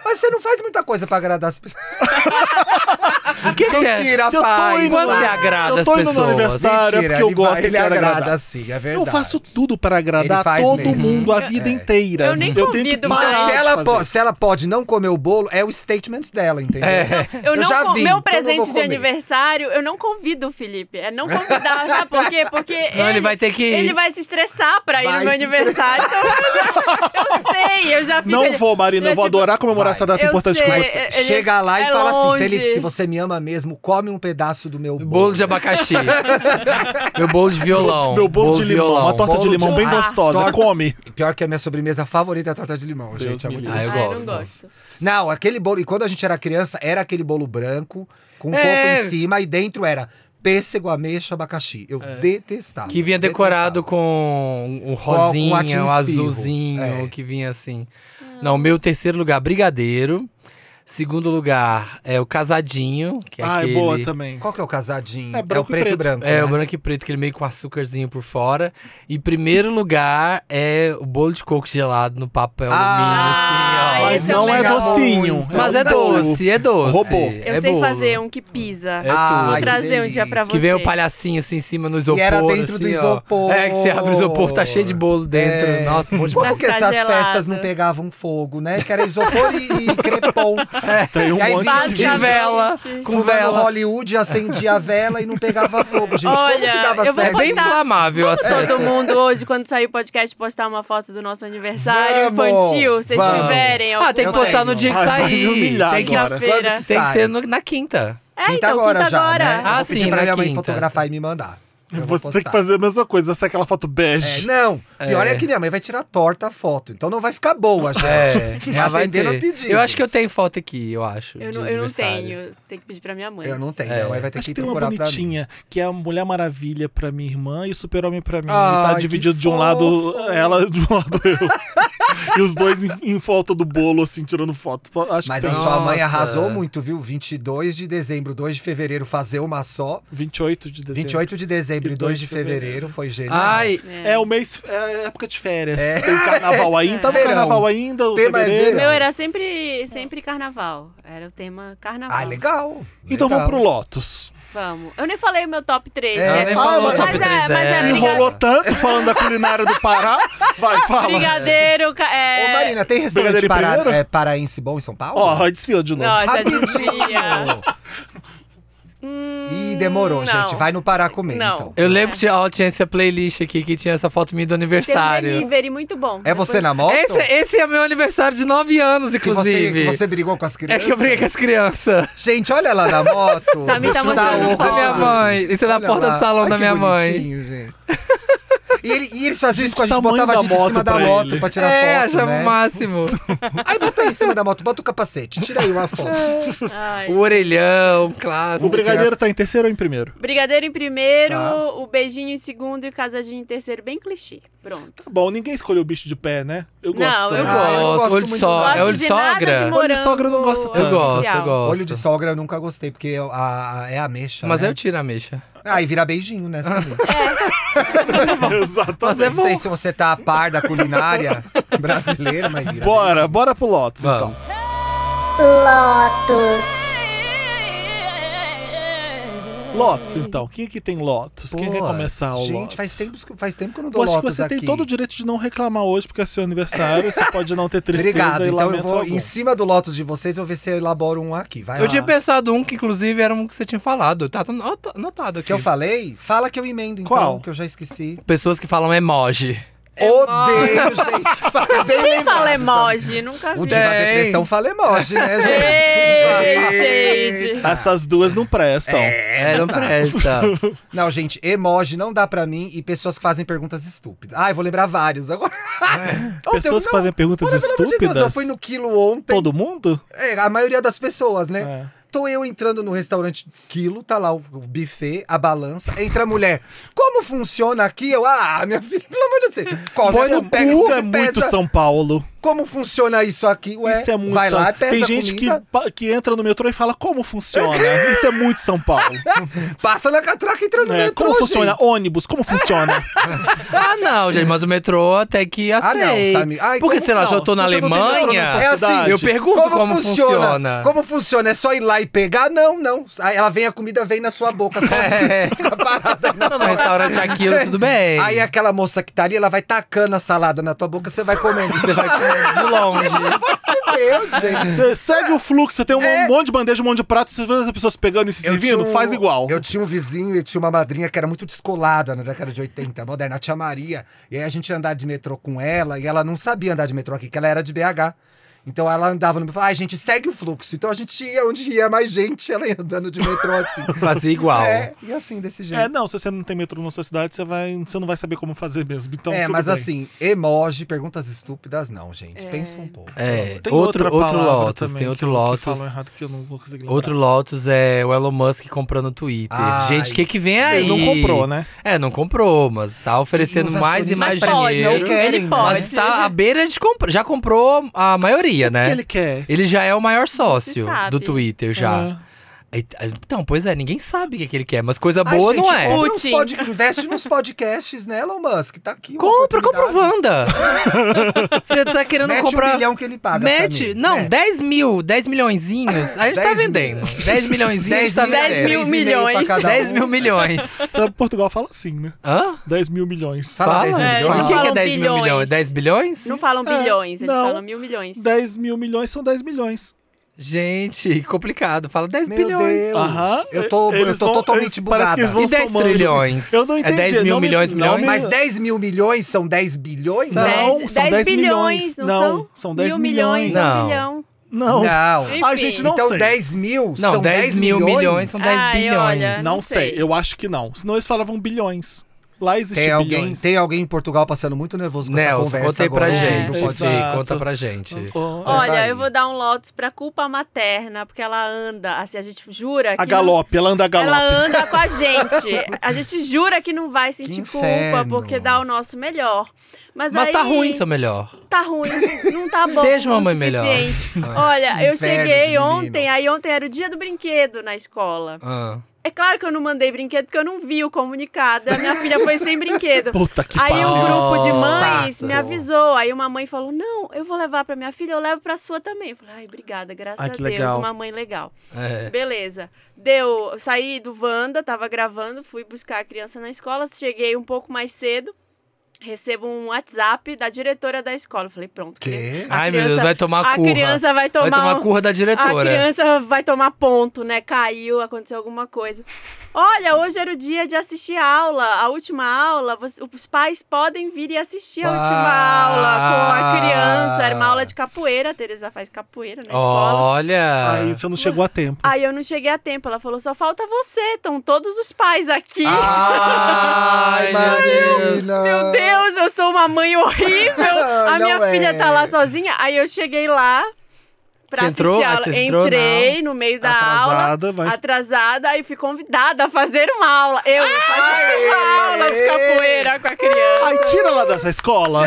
[SPEAKER 4] Mas você não faz muita coisa pra agradar as
[SPEAKER 1] (laughs)
[SPEAKER 4] pessoas.
[SPEAKER 6] O que
[SPEAKER 4] Você
[SPEAKER 6] que é?
[SPEAKER 4] tira a
[SPEAKER 1] Se eu tô
[SPEAKER 4] paz.
[SPEAKER 1] indo
[SPEAKER 6] Quando
[SPEAKER 1] lá,
[SPEAKER 6] você
[SPEAKER 1] se
[SPEAKER 6] agrada
[SPEAKER 1] eu
[SPEAKER 6] as
[SPEAKER 1] tô indo no
[SPEAKER 6] pessoas?
[SPEAKER 1] aniversário, é
[SPEAKER 4] Mentira,
[SPEAKER 1] porque eu
[SPEAKER 4] ele
[SPEAKER 1] gosto
[SPEAKER 4] vai-
[SPEAKER 1] e
[SPEAKER 4] ele
[SPEAKER 1] quero
[SPEAKER 4] agrada,
[SPEAKER 1] agradar.
[SPEAKER 4] sim, é
[SPEAKER 1] Eu
[SPEAKER 4] verdade.
[SPEAKER 1] faço tudo para agradar
[SPEAKER 4] Ele faz
[SPEAKER 1] todo
[SPEAKER 4] mesmo.
[SPEAKER 1] mundo a vida
[SPEAKER 4] É.
[SPEAKER 1] inteira.
[SPEAKER 7] Eu nem
[SPEAKER 1] tenho que
[SPEAKER 7] convido
[SPEAKER 4] Então,
[SPEAKER 1] parar
[SPEAKER 7] mais.
[SPEAKER 4] se
[SPEAKER 1] de
[SPEAKER 4] ela,
[SPEAKER 1] fazer
[SPEAKER 4] po-
[SPEAKER 1] isso.
[SPEAKER 4] se ela pode não comer o bolo, é o statement dela, entendeu?
[SPEAKER 6] É.
[SPEAKER 7] Eu
[SPEAKER 4] Eu
[SPEAKER 7] não
[SPEAKER 4] já
[SPEAKER 7] con-
[SPEAKER 4] vi, então
[SPEAKER 7] meu
[SPEAKER 4] eu vou
[SPEAKER 7] presente de
[SPEAKER 4] comer.
[SPEAKER 7] aniversário, eu não convido o Felipe. É não convidar, sabe por quê?
[SPEAKER 4] (laughs)
[SPEAKER 7] Porque
[SPEAKER 6] Não, ele vai ter que ir.
[SPEAKER 7] ele vai se estressar pra ir
[SPEAKER 4] Vai
[SPEAKER 7] no meu
[SPEAKER 4] se
[SPEAKER 7] aniversário. Então, eu sei, eu já fico
[SPEAKER 1] Não
[SPEAKER 7] ele-
[SPEAKER 1] vou, Marina. Eu
[SPEAKER 7] Eu,
[SPEAKER 1] vou
[SPEAKER 7] tipo,
[SPEAKER 1] adorar comemorar
[SPEAKER 4] vai.
[SPEAKER 1] essa data
[SPEAKER 7] Eu
[SPEAKER 1] importante
[SPEAKER 7] sei.
[SPEAKER 1] com
[SPEAKER 7] É,
[SPEAKER 1] você.
[SPEAKER 7] é, ele
[SPEAKER 4] Chega lá e
[SPEAKER 7] é
[SPEAKER 4] fala
[SPEAKER 7] longe.
[SPEAKER 4] assim, Felipe, se você me ama mesmo, come um pedaço do meu bolo.
[SPEAKER 6] Bolo de
[SPEAKER 1] (laughs)
[SPEAKER 6] abacaxi. meu bolo de violão.
[SPEAKER 1] Meu bolo, de limão,
[SPEAKER 6] violão.
[SPEAKER 1] uma torta de
[SPEAKER 4] Bolo de-
[SPEAKER 1] limão bem
[SPEAKER 7] Ah,
[SPEAKER 1] gostosa.
[SPEAKER 4] torta.
[SPEAKER 1] Come.
[SPEAKER 4] Pior que a minha sobremesa favorita é a torta de limão,
[SPEAKER 1] Deus
[SPEAKER 4] gente. É
[SPEAKER 1] me
[SPEAKER 4] muito
[SPEAKER 1] livre.
[SPEAKER 6] Ah, eu
[SPEAKER 7] Ai,
[SPEAKER 6] gosto.
[SPEAKER 7] não gosto.
[SPEAKER 4] Não, aquele bolo. E quando a gente era criança, era aquele bolo branco, com coco
[SPEAKER 6] É.
[SPEAKER 4] em cima, e dentro era pêssego, ameixa, abacaxi. Eu detestava.
[SPEAKER 6] Que vinha decorado com
[SPEAKER 4] Com-
[SPEAKER 6] um
[SPEAKER 4] com
[SPEAKER 6] rosinha,
[SPEAKER 4] atinho
[SPEAKER 6] um
[SPEAKER 4] espirro.
[SPEAKER 6] azulzinho,
[SPEAKER 4] É.
[SPEAKER 6] que vinha assim. Não, meu terceiro lugar, brigadeiro. Segundo lugar é o casadinho, que é
[SPEAKER 1] Ah, é
[SPEAKER 6] aquele...
[SPEAKER 1] boa também.
[SPEAKER 4] Qual que é o casadinho?
[SPEAKER 1] É branco e
[SPEAKER 4] o preto e
[SPEAKER 1] preto.
[SPEAKER 4] branco.
[SPEAKER 6] É,
[SPEAKER 4] né?
[SPEAKER 6] o branco e preto, aquele meio com açúcarzinho por fora. E primeiro lugar é o bolo de coco gelado no papel
[SPEAKER 1] Mas
[SPEAKER 4] Ah,
[SPEAKER 6] alumínio, assim,
[SPEAKER 4] esse
[SPEAKER 6] ó.
[SPEAKER 1] não
[SPEAKER 4] eu
[SPEAKER 1] é
[SPEAKER 4] tinha
[SPEAKER 1] docinho.
[SPEAKER 4] muito.
[SPEAKER 6] Mas é
[SPEAKER 1] bolo.
[SPEAKER 6] doce, é doce.
[SPEAKER 1] Robô.
[SPEAKER 7] Eu
[SPEAKER 6] é
[SPEAKER 7] sei
[SPEAKER 6] bolo.
[SPEAKER 7] fazer um que pisa.
[SPEAKER 6] É
[SPEAKER 4] Ai,
[SPEAKER 7] Vou
[SPEAKER 6] tudo.
[SPEAKER 4] que
[SPEAKER 7] trazer um dia pra
[SPEAKER 4] delícia.
[SPEAKER 7] você.
[SPEAKER 6] Que vem o palhacinho assim em cima no isopor.
[SPEAKER 4] E era dentro do
[SPEAKER 6] assim, ó.
[SPEAKER 4] isopor.
[SPEAKER 6] É, que você abre o isopor, tá cheio de bolo dentro.
[SPEAKER 4] É.
[SPEAKER 6] Nossa, um monte de
[SPEAKER 4] Como
[SPEAKER 7] Pra
[SPEAKER 4] que
[SPEAKER 7] ficar
[SPEAKER 4] essas
[SPEAKER 7] gelado.
[SPEAKER 4] festas não pegavam fogo, né? Que era isopor e, e crepom.
[SPEAKER 6] É.
[SPEAKER 1] Tem um
[SPEAKER 4] E aí
[SPEAKER 1] monte
[SPEAKER 4] vinha
[SPEAKER 1] de
[SPEAKER 4] É, de
[SPEAKER 6] Com vela,
[SPEAKER 7] Basicamente.
[SPEAKER 6] com
[SPEAKER 4] Fulano
[SPEAKER 6] vela.
[SPEAKER 4] Hollywood acendia a vela e não pegava fogo, gente. Como que
[SPEAKER 7] Olha,
[SPEAKER 4] dava
[SPEAKER 7] eu vou
[SPEAKER 6] É
[SPEAKER 4] certo?
[SPEAKER 6] bem
[SPEAKER 7] postar-
[SPEAKER 6] inflamável assim. as
[SPEAKER 7] Vamos
[SPEAKER 6] festas.
[SPEAKER 7] todo mundo hoje, quando sair o podcast, postar uma foto do nosso aniversário
[SPEAKER 4] Vamos,
[SPEAKER 7] infantil. Se
[SPEAKER 4] vamos.
[SPEAKER 7] tiverem alguma.
[SPEAKER 6] Ah, tem que
[SPEAKER 4] Eu
[SPEAKER 6] postar
[SPEAKER 4] tenho.
[SPEAKER 6] no dia que
[SPEAKER 1] Ai, vai me
[SPEAKER 6] sair.
[SPEAKER 1] humilhar
[SPEAKER 6] Tem que,
[SPEAKER 1] agora.
[SPEAKER 7] Quinta-feira.
[SPEAKER 4] Quando
[SPEAKER 6] tem que
[SPEAKER 4] Sai.
[SPEAKER 6] ser no- na quinta.
[SPEAKER 7] É, então,
[SPEAKER 4] Quinta agora
[SPEAKER 7] quinta
[SPEAKER 4] já,
[SPEAKER 7] agora.
[SPEAKER 4] né?
[SPEAKER 6] Ah,
[SPEAKER 4] eu vou pedir
[SPEAKER 6] sim,
[SPEAKER 4] pra
[SPEAKER 6] na
[SPEAKER 4] minha mãe
[SPEAKER 6] quinta.
[SPEAKER 4] fotografar e me mandar. Eu vou
[SPEAKER 1] Você tem que
[SPEAKER 4] postar.
[SPEAKER 1] fazer a mesma coisa, sai aquela foto
[SPEAKER 4] É,
[SPEAKER 1] bege.
[SPEAKER 4] não, pior é.
[SPEAKER 6] É.
[SPEAKER 4] que minha mãe vai tirar torta a foto, então não vai ficar boa, gente. (laughs)
[SPEAKER 6] É, mas vai
[SPEAKER 4] atendendo a
[SPEAKER 6] ter.
[SPEAKER 4] pedidos.
[SPEAKER 6] Eu acho que eu tenho foto aqui, eu acho.
[SPEAKER 7] Eu
[SPEAKER 6] de
[SPEAKER 7] não, eu não
[SPEAKER 6] aniversário.
[SPEAKER 7] tenho. Tem que pedir pra minha mãe.
[SPEAKER 4] Eu não tenho,
[SPEAKER 6] É.
[SPEAKER 4] minha mãe vai ter
[SPEAKER 1] Acho
[SPEAKER 4] que
[SPEAKER 1] que tem uma
[SPEAKER 4] procurar pra mim.
[SPEAKER 1] bonitinha, que é a Mulher Maravilha pra minha irmã e o Super-Homem pra mim.
[SPEAKER 4] Ai,
[SPEAKER 1] tá
[SPEAKER 4] que
[SPEAKER 1] dividido de um
[SPEAKER 4] fofo.
[SPEAKER 1] lado ela, de um lado eu. (laughs) e os dois em, em volta do bolo, assim, tirando foto. Acho
[SPEAKER 4] Mas
[SPEAKER 1] que
[SPEAKER 4] é a
[SPEAKER 1] tem
[SPEAKER 4] sua mãe
[SPEAKER 6] Nossa.
[SPEAKER 4] arrasou muito, viu? 22 de dezembro, 2 de fevereiro, fazer uma só.
[SPEAKER 1] 28 de dezembro.
[SPEAKER 4] 28 de dezembro e
[SPEAKER 1] E
[SPEAKER 4] 2
[SPEAKER 1] dois
[SPEAKER 4] de
[SPEAKER 1] de fevereiro.
[SPEAKER 4] fevereiro, foi genial.
[SPEAKER 6] Ai,
[SPEAKER 1] É o mês, é época de férias.
[SPEAKER 4] (laughs) É.
[SPEAKER 1] Tem carnaval ainda, tá no
[SPEAKER 4] Verão.
[SPEAKER 1] carnaval ainda, o
[SPEAKER 4] Tema é
[SPEAKER 7] O
[SPEAKER 1] fevereiro.
[SPEAKER 4] verão.
[SPEAKER 7] meu era sempre, sempre carnaval. Era o tema carnaval.
[SPEAKER 4] Ah, legal.
[SPEAKER 1] Então
[SPEAKER 4] legal.
[SPEAKER 1] vamos pro Lotus.
[SPEAKER 7] Vamos. Eu nem falei o meu top 3.
[SPEAKER 4] É,
[SPEAKER 7] né?
[SPEAKER 4] nem
[SPEAKER 1] falou
[SPEAKER 7] mas,
[SPEAKER 1] o top né?
[SPEAKER 7] é, mas
[SPEAKER 6] três
[SPEAKER 7] é
[SPEAKER 6] dela.
[SPEAKER 7] briga-
[SPEAKER 1] Enrolou tanto falando da culinária do Pará. Vai, fala.
[SPEAKER 7] brigadeiro. ca- É...
[SPEAKER 4] Ô, Marina, tem restaurante
[SPEAKER 1] Brigadeiro
[SPEAKER 4] para,
[SPEAKER 1] primeiro?
[SPEAKER 4] é, paraense bom em São Paulo?
[SPEAKER 1] Ó, desfiou de novo.
[SPEAKER 7] Nossa, desvia.
[SPEAKER 4] Rapidinho!
[SPEAKER 7] Hum,
[SPEAKER 4] Ih, demorou,
[SPEAKER 7] não.
[SPEAKER 4] gente. Vai no Pará comer,
[SPEAKER 7] Não.
[SPEAKER 4] então.
[SPEAKER 6] eu lembro que tinha, ó, tinha essa playlist aqui que tinha essa foto minha do
[SPEAKER 7] Tem um
[SPEAKER 6] aniversário.
[SPEAKER 7] delivery muito bom.
[SPEAKER 4] É você
[SPEAKER 7] Depois-
[SPEAKER 4] na moto?
[SPEAKER 6] Esse, esse é meu aniversário de 9 anos,
[SPEAKER 4] que, você, que
[SPEAKER 6] inclusive.
[SPEAKER 4] você brigou com as
[SPEAKER 6] É
[SPEAKER 4] crianças?
[SPEAKER 6] que eu briguei com as crianças.
[SPEAKER 4] Gente, olha lá na moto.
[SPEAKER 7] Samir tá mostrando
[SPEAKER 4] Saúde.
[SPEAKER 7] pra
[SPEAKER 6] Da minha mãe. Isso é na
[SPEAKER 4] Olha
[SPEAKER 6] porta
[SPEAKER 4] lá.
[SPEAKER 6] do salão
[SPEAKER 4] Olha
[SPEAKER 6] da
[SPEAKER 4] que
[SPEAKER 6] minha mãe.
[SPEAKER 4] bonitinho, gente. E, ele- e eles faziam
[SPEAKER 1] Gente,
[SPEAKER 4] isso com a gente,
[SPEAKER 1] tamanho
[SPEAKER 4] botava a
[SPEAKER 1] da
[SPEAKER 4] gente em cima
[SPEAKER 1] moto
[SPEAKER 4] da
[SPEAKER 1] pra
[SPEAKER 4] moto
[SPEAKER 1] ele.
[SPEAKER 4] pra tirar
[SPEAKER 6] é,
[SPEAKER 4] foto,
[SPEAKER 6] achava
[SPEAKER 4] né? (laughs)
[SPEAKER 6] o máximo.
[SPEAKER 4] Aí bota em cima da moto, bota o capacete, tira aí uma foto.
[SPEAKER 7] Ai.
[SPEAKER 6] O orelhão, um clássico.
[SPEAKER 1] O brigadeiro tá em terceiro ou em primeiro?
[SPEAKER 7] Brigadeiro em primeiro,
[SPEAKER 4] Tá.
[SPEAKER 7] o beijinho em segundo e o casadinho em terceiro. Bem clichê. Pronto.
[SPEAKER 1] Tá bom, ninguém escolheu o bicho de pé, né? Eu gosto.
[SPEAKER 7] Não,
[SPEAKER 1] também.
[SPEAKER 7] eu gosto.
[SPEAKER 4] eu gosto
[SPEAKER 6] Gosto, Ah, olho de
[SPEAKER 4] muito
[SPEAKER 6] so-
[SPEAKER 4] do-
[SPEAKER 6] é olho
[SPEAKER 7] de
[SPEAKER 6] de
[SPEAKER 7] nada de
[SPEAKER 6] sogra.
[SPEAKER 7] morango.
[SPEAKER 1] Olho de sogra eu não gosto
[SPEAKER 6] Eu
[SPEAKER 1] tanto.
[SPEAKER 6] gosto,
[SPEAKER 7] oficial.
[SPEAKER 6] eu gosto.
[SPEAKER 4] Olho de sogra eu nunca gostei, porque eu- a- a- é a mecha,
[SPEAKER 6] Mas
[SPEAKER 4] né?
[SPEAKER 6] aí eu tiro a mecha.
[SPEAKER 4] Ah, e vira beijinho, né? Samir?
[SPEAKER 1] Ah, Exatamente.
[SPEAKER 6] Mas é
[SPEAKER 4] Não sei
[SPEAKER 6] bom.
[SPEAKER 4] se você tá a par da
[SPEAKER 6] (laughs)
[SPEAKER 4] culinária brasileira, mas vira
[SPEAKER 1] Bora, bora pro Lotus, então.
[SPEAKER 6] Vamos.
[SPEAKER 1] Lotus, então. Quem que tem Lotus? Quem
[SPEAKER 4] Pô,
[SPEAKER 1] quer começar o
[SPEAKER 4] Gente,
[SPEAKER 1] Lotus?
[SPEAKER 4] faz tempo, faz tempo que eu não
[SPEAKER 1] Eu
[SPEAKER 4] dou
[SPEAKER 1] acho que
[SPEAKER 4] Lotus
[SPEAKER 1] você
[SPEAKER 4] aqui.
[SPEAKER 1] tem todo o direito de não reclamar hoje, porque é seu aniversário, você pode não ter tristeza
[SPEAKER 4] Obrigado,
[SPEAKER 1] e
[SPEAKER 4] então eu
[SPEAKER 1] lamento
[SPEAKER 4] vou
[SPEAKER 1] algum.
[SPEAKER 4] em cima do Lotus de vocês, eu vou ver se eu elaboro um aqui. Vai
[SPEAKER 6] Eu
[SPEAKER 4] lá.
[SPEAKER 6] tinha pensado um que, inclusive, era um que você tinha falado. Tá anota- anotado aqui.
[SPEAKER 4] que eu falei? Fala que eu emendo, então,
[SPEAKER 1] Qual?
[SPEAKER 4] que eu já esqueci.
[SPEAKER 6] Pessoas que falam emoji.
[SPEAKER 4] Odeio, gente. Bem
[SPEAKER 7] Quem
[SPEAKER 4] lembrado,
[SPEAKER 7] fala
[SPEAKER 4] sabe?
[SPEAKER 7] emoji? Nunca
[SPEAKER 4] Um
[SPEAKER 7] vi.
[SPEAKER 4] dia da
[SPEAKER 6] Tem.
[SPEAKER 4] depressão fala emoji, né, gente?
[SPEAKER 7] Ei, shade.
[SPEAKER 1] Essas duas não prestam.
[SPEAKER 6] É, não
[SPEAKER 4] (laughs)
[SPEAKER 6] presta.
[SPEAKER 4] Não, gente, emoji não dá pra mim e pessoas que fazem perguntas estúpidas. Ah, eu vou lembrar vários agora. (laughs) Ontem eu-
[SPEAKER 1] é? Pessoas que
[SPEAKER 4] não,
[SPEAKER 1] fazem perguntas
[SPEAKER 4] olha, pelo amor de
[SPEAKER 1] estúpidas.
[SPEAKER 4] Deus, eu fui no quilo ontem.
[SPEAKER 1] Todo mundo?
[SPEAKER 4] É, a maioria das pessoas, né?
[SPEAKER 1] É.
[SPEAKER 4] Tô eu entrando no restaurante Quilo, tá lá o o buffet, a balança, entra a mulher. Como funciona aqui? Eu, ah, minha filha, pelo amor de Deus. Qual
[SPEAKER 1] Põe
[SPEAKER 4] seu
[SPEAKER 1] no
[SPEAKER 4] pé,
[SPEAKER 1] cu,
[SPEAKER 4] você
[SPEAKER 1] é muito
[SPEAKER 4] um pesa?
[SPEAKER 1] São Paulo.
[SPEAKER 4] Como funciona isso aqui? Ué,
[SPEAKER 1] Isso é muito
[SPEAKER 4] vai
[SPEAKER 1] São
[SPEAKER 4] lá, e pesa
[SPEAKER 1] Tem gente que,
[SPEAKER 4] comida,
[SPEAKER 1] pa- que entra no metrô e fala como
[SPEAKER 4] (laughs)
[SPEAKER 1] funciona. Isso é muito São Paulo.
[SPEAKER 4] passa na catraca e entra no
[SPEAKER 1] É,
[SPEAKER 4] metrô,
[SPEAKER 1] como
[SPEAKER 4] gente.
[SPEAKER 1] funciona? Ônibus, como
[SPEAKER 4] (laughs)
[SPEAKER 1] funciona?
[SPEAKER 6] ah, não, gente, mas o metrô até que
[SPEAKER 4] Ah,
[SPEAKER 6] aceita.
[SPEAKER 4] não, Samir. Ai,
[SPEAKER 6] Porque,
[SPEAKER 4] como-
[SPEAKER 6] sei lá, se eu
[SPEAKER 1] não,
[SPEAKER 6] tô na
[SPEAKER 1] se você não tem metrô na
[SPEAKER 6] Alemanha,
[SPEAKER 1] sua
[SPEAKER 4] É assim,
[SPEAKER 1] cidade,
[SPEAKER 6] eu pergunto como, funciona.
[SPEAKER 4] Como funciona? É só ir lá e pegar? Não, não. Aí Ela vem, a comida vem na sua boca.
[SPEAKER 6] (laughs)
[SPEAKER 4] Só
[SPEAKER 6] É.
[SPEAKER 4] fica parada. aí na
[SPEAKER 6] No
[SPEAKER 4] (laughs)
[SPEAKER 6] restaurante aquilo, tudo bem.
[SPEAKER 4] Aí aquela moça que tá ali, ela vai tacando a salada na tua boca, você vai comendo. Você vai comendo.
[SPEAKER 6] de longe.
[SPEAKER 4] Meu Deus, gente.
[SPEAKER 1] Você segue o fluxo, você tem um
[SPEAKER 4] É.
[SPEAKER 1] monte de bandeja, um monte de prato, (laughs) você vê as pessoas pegando e se servindo,
[SPEAKER 4] tinha um-
[SPEAKER 1] faz igual.
[SPEAKER 4] Eu tinha um vizinho e tinha uma madrinha que era muito descolada na década de 80, moderna, a tia Maria. E aí a gente ia andar de metrô com ela e ela não sabia andar de metrô aqui, que ela era de BH. Então ela andava no metrô, ah, gente, segue o fluxo. Então a gente ia onde ia mais gente, ela ia andando de metrô
[SPEAKER 1] (laughs)
[SPEAKER 4] assim.
[SPEAKER 6] Fazer igual.
[SPEAKER 4] É, e assim, desse
[SPEAKER 1] É,
[SPEAKER 4] jeito.
[SPEAKER 1] não, se você não tem metrô na sua cidade, você, vai, você não vai saber como fazer mesmo. Então,
[SPEAKER 4] É,
[SPEAKER 1] tudo
[SPEAKER 4] mas
[SPEAKER 1] bem.
[SPEAKER 4] assim, emoji, perguntas estúpidas, não, gente. Pensa um pouco.
[SPEAKER 6] É,
[SPEAKER 1] Tem outra
[SPEAKER 6] outro, outro
[SPEAKER 1] palavra
[SPEAKER 6] Lotus,
[SPEAKER 1] também
[SPEAKER 6] tem outro
[SPEAKER 1] que, eu- Que
[SPEAKER 6] Lotus.
[SPEAKER 1] falam errado que eu não vou conseguir lembrar.
[SPEAKER 6] Outro Lotus é o Elon Musk comprando o Twitter.
[SPEAKER 4] Ai.
[SPEAKER 6] Gente, o que que vem aí?
[SPEAKER 1] Ele não comprou, né?
[SPEAKER 6] É, não comprou, mas tá oferecendo
[SPEAKER 4] E os
[SPEAKER 6] mais e mais
[SPEAKER 7] Mas
[SPEAKER 4] acionistas
[SPEAKER 7] pode,
[SPEAKER 4] não
[SPEAKER 6] dinheiro.
[SPEAKER 4] querem,
[SPEAKER 7] ele
[SPEAKER 4] né?
[SPEAKER 7] pode.
[SPEAKER 6] Mas tá à beira de comprar. Já comprou a
[SPEAKER 1] O
[SPEAKER 6] maioria,
[SPEAKER 1] que
[SPEAKER 6] né?
[SPEAKER 1] ele quer?
[SPEAKER 6] Ele já é o maior sócio
[SPEAKER 7] sabe.
[SPEAKER 6] do Twitter,
[SPEAKER 4] É.
[SPEAKER 6] já.
[SPEAKER 1] Ah,
[SPEAKER 6] E- Então, pois é, ninguém sabe o que, que ele quer, mas coisa
[SPEAKER 4] Ai,
[SPEAKER 6] boa
[SPEAKER 4] gente,
[SPEAKER 6] não é.
[SPEAKER 4] compra uns
[SPEAKER 7] Putin.
[SPEAKER 4] pod- investe nos podcasts, né, Elon Musk? Tá aqui. uma
[SPEAKER 6] Compra, compra o
[SPEAKER 4] oportunidade. (laughs)
[SPEAKER 6] Wanda. Você tá querendo
[SPEAKER 4] Mete um
[SPEAKER 6] comprar.
[SPEAKER 4] milhão que ele paga.
[SPEAKER 6] Mete,
[SPEAKER 4] Samir.
[SPEAKER 6] não,
[SPEAKER 4] Mete.
[SPEAKER 6] 10 mil, 10 milhões. A gente tá
[SPEAKER 4] 10 mil.
[SPEAKER 6] vendendo. 10 milhões, a gente tá
[SPEAKER 7] 10
[SPEAKER 6] vendendo.
[SPEAKER 7] mil
[SPEAKER 4] Três e meio pra
[SPEAKER 7] milhões.
[SPEAKER 4] cada
[SPEAKER 6] 10
[SPEAKER 4] um.
[SPEAKER 6] mil milhões.
[SPEAKER 1] Sabe, Portugal fala assim, né?
[SPEAKER 6] Hã?
[SPEAKER 1] 10 mil Tá milhões.
[SPEAKER 4] Fala 10 mil
[SPEAKER 7] É,
[SPEAKER 4] milhões.
[SPEAKER 7] eles
[SPEAKER 6] O que, que é
[SPEAKER 7] falam
[SPEAKER 6] 10 mil
[SPEAKER 7] bilhões.
[SPEAKER 6] milhões? 10 bilhões?
[SPEAKER 7] Não falam
[SPEAKER 1] É,
[SPEAKER 7] bilhões, eles
[SPEAKER 1] não.
[SPEAKER 7] falam mil milhões.
[SPEAKER 1] 10 mil milhões são 10 milhões.
[SPEAKER 6] Gente, que complicado. Fala 10
[SPEAKER 4] Meu
[SPEAKER 6] bilhões.
[SPEAKER 4] Deus.
[SPEAKER 1] Aham.
[SPEAKER 4] Eu tô, eu
[SPEAKER 1] Eles
[SPEAKER 4] tô
[SPEAKER 1] vão-
[SPEAKER 4] totalmente
[SPEAKER 1] eles-
[SPEAKER 4] bugada.
[SPEAKER 1] parece que eles vão
[SPEAKER 6] E 10
[SPEAKER 1] somando.
[SPEAKER 6] trilhões?
[SPEAKER 1] Eu não
[SPEAKER 6] É
[SPEAKER 1] entendi.
[SPEAKER 6] 10 mil
[SPEAKER 1] não me-
[SPEAKER 6] milhões,
[SPEAKER 1] não
[SPEAKER 6] milhões?
[SPEAKER 1] me-
[SPEAKER 4] Mas 10 mil milhões são 10 bilhões?
[SPEAKER 6] Não.
[SPEAKER 1] Não, são 10 milhões.
[SPEAKER 7] não
[SPEAKER 1] Não,
[SPEAKER 7] são?
[SPEAKER 1] são 10
[SPEAKER 7] mil
[SPEAKER 1] milhões.
[SPEAKER 7] milhões,
[SPEAKER 6] Não.
[SPEAKER 7] um milhão.
[SPEAKER 1] Não.
[SPEAKER 4] Não.
[SPEAKER 7] Enfim.
[SPEAKER 1] Ai, gente, não
[SPEAKER 4] então
[SPEAKER 1] sei.
[SPEAKER 4] 10 mil
[SPEAKER 6] Não,
[SPEAKER 4] são
[SPEAKER 6] 10 mil milhões são 10
[SPEAKER 7] Ai,
[SPEAKER 6] bilhões.
[SPEAKER 7] olha.
[SPEAKER 1] Não
[SPEAKER 7] É, Não
[SPEAKER 1] sei.
[SPEAKER 7] sei.
[SPEAKER 1] eu acho que não. Senão eles falavam bilhões. Lá existe
[SPEAKER 4] Tem alguém,
[SPEAKER 1] bilhões.
[SPEAKER 4] tem alguém em Portugal passando muito nervoso com essa
[SPEAKER 6] Nelson,
[SPEAKER 4] conversa
[SPEAKER 6] conta aí Né, pra
[SPEAKER 4] agora.
[SPEAKER 6] gente.
[SPEAKER 4] Não
[SPEAKER 1] É,
[SPEAKER 4] pode
[SPEAKER 1] sim.
[SPEAKER 4] ser.
[SPEAKER 1] Exato.
[SPEAKER 6] Conta pra gente.
[SPEAKER 1] Oh,
[SPEAKER 7] Olha,
[SPEAKER 4] vai.
[SPEAKER 7] eu vou dar um Lotus pra culpa materna, porque ela anda, assim, a gente jura que.
[SPEAKER 1] a galope, ela anda a
[SPEAKER 7] não-
[SPEAKER 1] galope.
[SPEAKER 7] Ela anda com a gente. A gente jura que não vai sentir culpa
[SPEAKER 4] inferno.
[SPEAKER 7] porque dá o nosso melhor. Mas,
[SPEAKER 6] Mas
[SPEAKER 7] aí,
[SPEAKER 6] tá ruim seu melhor.
[SPEAKER 7] Tá ruim. Não tá bom.
[SPEAKER 6] Seja uma
[SPEAKER 7] o
[SPEAKER 6] mãe melhor.
[SPEAKER 7] suficiente. Olha,
[SPEAKER 4] Inferno
[SPEAKER 7] eu
[SPEAKER 4] de
[SPEAKER 7] cheguei
[SPEAKER 4] menino.
[SPEAKER 7] ontem, aí ontem era o dia do brinquedo na escola.
[SPEAKER 6] Ah.
[SPEAKER 7] É claro que eu não mandei brinquedo porque eu não vi o comunicado. A minha filha foi sem brinquedo.
[SPEAKER 1] Puta que
[SPEAKER 7] Aí
[SPEAKER 1] pariu.
[SPEAKER 7] o grupo de mães
[SPEAKER 6] Nossa.
[SPEAKER 7] me avisou. Aí uma mãe falou: Não, eu vou levar pra minha filha, eu levo pra sua também. Eu falei, ai, obrigada, graças
[SPEAKER 1] Ai,
[SPEAKER 7] a
[SPEAKER 1] que
[SPEAKER 7] Deus.
[SPEAKER 1] legal.
[SPEAKER 7] Uma mãe legal.
[SPEAKER 6] É.
[SPEAKER 7] Beleza. Deu. eu Saí do Wanda, tava gravando, fui buscar a criança na escola, cheguei um pouco mais cedo. Recebo um WhatsApp da diretora da escola. Eu falei, pronto.
[SPEAKER 4] Quê?
[SPEAKER 7] A
[SPEAKER 6] Ai, meu Deus,
[SPEAKER 7] criança-
[SPEAKER 6] vai tomar
[SPEAKER 7] A
[SPEAKER 6] curva.
[SPEAKER 7] criança vai tomar,
[SPEAKER 6] Vai tomar
[SPEAKER 7] um-
[SPEAKER 6] curva da
[SPEAKER 7] a
[SPEAKER 6] diretora.
[SPEAKER 7] criança vai tomar ponto, né? Caiu, aconteceu alguma coisa. Olha, hoje era o dia de assistir a aula, a última aula. Você- os pais podem vir e assistir a última
[SPEAKER 6] Ah.
[SPEAKER 7] aula com a criança. Era uma aula de capoeira, a Tereza faz capoeira na escola.
[SPEAKER 6] Olha. (laughs)
[SPEAKER 1] Aí você não chegou a tempo.
[SPEAKER 7] Aí eu não cheguei a tempo. Ela falou: só falta você, estão todos os pais aqui.
[SPEAKER 4] Ah.
[SPEAKER 6] Ai, meu Deus.
[SPEAKER 7] Meu
[SPEAKER 6] Ah.
[SPEAKER 7] Deus, eu sou uma mãe horrível.
[SPEAKER 6] (laughs)
[SPEAKER 7] A minha
[SPEAKER 4] Não é.
[SPEAKER 7] filha tá lá sozinha. Aí eu cheguei lá pra
[SPEAKER 6] Você entrou?
[SPEAKER 7] assistir a
[SPEAKER 6] Ah,
[SPEAKER 7] aula.
[SPEAKER 6] você entrou na
[SPEAKER 7] Entrei no meio da aula.
[SPEAKER 1] Atrasada, vai.
[SPEAKER 7] atrasada e fui convidada a fazer uma aula. Eu fazer uma aula de capoeira com a criança.
[SPEAKER 1] Ai, tira lá dessa
[SPEAKER 7] (laughs)
[SPEAKER 1] escola.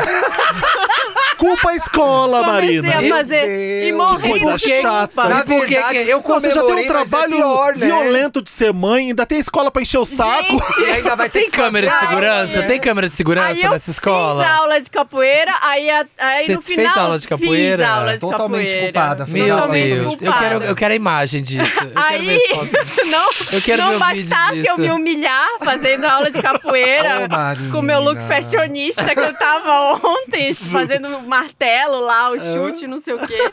[SPEAKER 1] Culpa a escola,
[SPEAKER 7] Comecei
[SPEAKER 1] Marina.
[SPEAKER 7] a fazer
[SPEAKER 4] Deus,
[SPEAKER 7] e
[SPEAKER 1] que
[SPEAKER 7] morri
[SPEAKER 1] coisa
[SPEAKER 7] de culpa.
[SPEAKER 1] chata.
[SPEAKER 6] Na
[SPEAKER 4] Na
[SPEAKER 6] Por que
[SPEAKER 4] verdade,
[SPEAKER 6] que- eu
[SPEAKER 4] não, você já tem um
[SPEAKER 1] comemorei, mas é
[SPEAKER 4] trabalho
[SPEAKER 1] pior, né?
[SPEAKER 4] violento.
[SPEAKER 1] Violento de ser mãe, ainda tem escola pra encher o saco.
[SPEAKER 7] Gente,
[SPEAKER 4] E ainda vai
[SPEAKER 6] Tem câmera de
[SPEAKER 7] Ai,
[SPEAKER 6] segurança?
[SPEAKER 7] é.
[SPEAKER 6] Tem câmera de
[SPEAKER 7] Aí
[SPEAKER 6] segurança
[SPEAKER 7] eu
[SPEAKER 6] nessa escola?
[SPEAKER 7] fiz aula de capoeira, aí, a- aí
[SPEAKER 6] Você
[SPEAKER 7] no
[SPEAKER 6] fez
[SPEAKER 7] final
[SPEAKER 6] aula de capoeira?
[SPEAKER 7] fiz aula de
[SPEAKER 4] Totalmente
[SPEAKER 7] capoeira.
[SPEAKER 4] culpada, fez
[SPEAKER 6] Meu
[SPEAKER 4] aula de
[SPEAKER 7] Totalmente
[SPEAKER 6] Deus, eu
[SPEAKER 7] culpada.
[SPEAKER 6] quero, eu quero a imagem disso. Eu quero ver
[SPEAKER 7] Aí,
[SPEAKER 6] as fotos.
[SPEAKER 7] (laughs) não,
[SPEAKER 6] Eu quero ver
[SPEAKER 7] não
[SPEAKER 6] o vídeo
[SPEAKER 7] bastasse eu
[SPEAKER 6] disso.
[SPEAKER 7] me humilhar fazendo aula de capoeira
[SPEAKER 6] (laughs)
[SPEAKER 4] Ô, Marina.
[SPEAKER 7] com meu look fashionista que eu tava
[SPEAKER 6] (laughs)
[SPEAKER 7] ontem, fazendo um martelo lá, o chute, não sei o quê.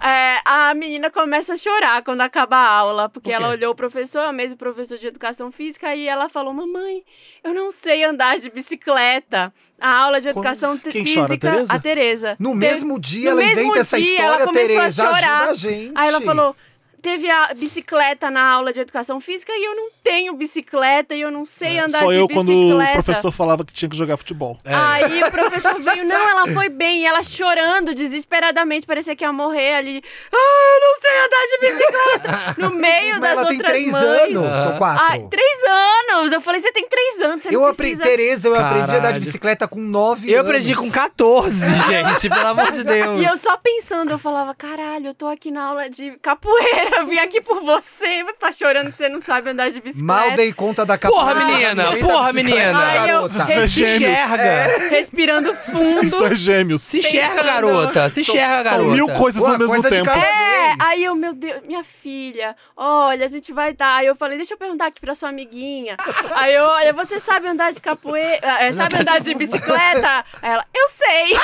[SPEAKER 7] É, a menina começa a chorar quando acaba a aula, porque
[SPEAKER 6] Por quê?
[SPEAKER 7] ela olhou o professor, o mesmo professor de educação física, e ela falou: Mamãe, eu não sei andar de bicicleta. A aula de
[SPEAKER 1] Como?
[SPEAKER 7] educação te-
[SPEAKER 1] Quem
[SPEAKER 7] física,
[SPEAKER 1] chora, Tereza?
[SPEAKER 7] a Tereza.
[SPEAKER 4] No
[SPEAKER 7] Te-
[SPEAKER 4] mesmo dia,
[SPEAKER 7] no
[SPEAKER 4] ela
[SPEAKER 7] mesmo
[SPEAKER 4] inventa essa
[SPEAKER 7] dia,
[SPEAKER 4] história,
[SPEAKER 7] ela começou a
[SPEAKER 4] Tereza. Ajuda
[SPEAKER 7] chorar.
[SPEAKER 4] a gente.
[SPEAKER 7] Aí ela falou: teve a bicicleta na aula de educação física e eu não tenho bicicleta e eu não sei andar
[SPEAKER 1] Só
[SPEAKER 7] de
[SPEAKER 1] É, eu
[SPEAKER 7] bicicleta.
[SPEAKER 1] quando o professor falava que tinha que jogar futebol.
[SPEAKER 6] É.
[SPEAKER 7] Aí o professor veio, não, ela foi bem, e ela chorando desesperadamente, parecia que ia morrer ali. Ah, eu não sei andar de bicicleta! No meio
[SPEAKER 4] Mas
[SPEAKER 7] das
[SPEAKER 4] ela
[SPEAKER 7] outras
[SPEAKER 4] tem três
[SPEAKER 7] mães.
[SPEAKER 4] anos, ou
[SPEAKER 6] Ah.
[SPEAKER 4] quatro.
[SPEAKER 7] Ah, três anos! Eu falei, você tem três anos, você
[SPEAKER 4] eu
[SPEAKER 7] não
[SPEAKER 4] aprendi,
[SPEAKER 7] precisa...
[SPEAKER 4] Tereza, eu aprendi a andar de
[SPEAKER 6] Caralho.
[SPEAKER 4] bicicleta com nove
[SPEAKER 6] Eu
[SPEAKER 4] anos.
[SPEAKER 6] aprendi
[SPEAKER 7] (laughs)
[SPEAKER 6] com 14, gente, pelo amor de Deus.
[SPEAKER 7] E eu só pensando, eu falava, caralho, eu tô aqui na aula de capoeira, eu vim aqui por você, você tá chorando que você não sabe andar de bicicleta.
[SPEAKER 4] Mal dei conta da cabeça.
[SPEAKER 6] Porra, menina! Porra, menina!
[SPEAKER 7] Ai, eu-
[SPEAKER 4] garota.
[SPEAKER 1] Ai,
[SPEAKER 6] Se
[SPEAKER 1] Gêmeos.
[SPEAKER 6] enxerga!
[SPEAKER 7] é. respirando
[SPEAKER 1] Isso
[SPEAKER 7] fundo.
[SPEAKER 1] é gêmeos.
[SPEAKER 6] Se enxerga,
[SPEAKER 7] Tentando.
[SPEAKER 6] garota! Se enxerga, garota!
[SPEAKER 1] São mil coisas
[SPEAKER 4] Pô,
[SPEAKER 1] ao mesmo
[SPEAKER 4] coisa de
[SPEAKER 1] tempo.
[SPEAKER 4] cara.
[SPEAKER 7] É,
[SPEAKER 4] Parabéns.
[SPEAKER 7] aí eu, meu Deus, minha filha, olha, a gente vai dar. Aí eu falei, deixa eu perguntar aqui pra sua amiguinha. Aí eu, olha, você sabe andar de capoeira, eh, sabe andar de bicicleta? Aí ela, eu sei.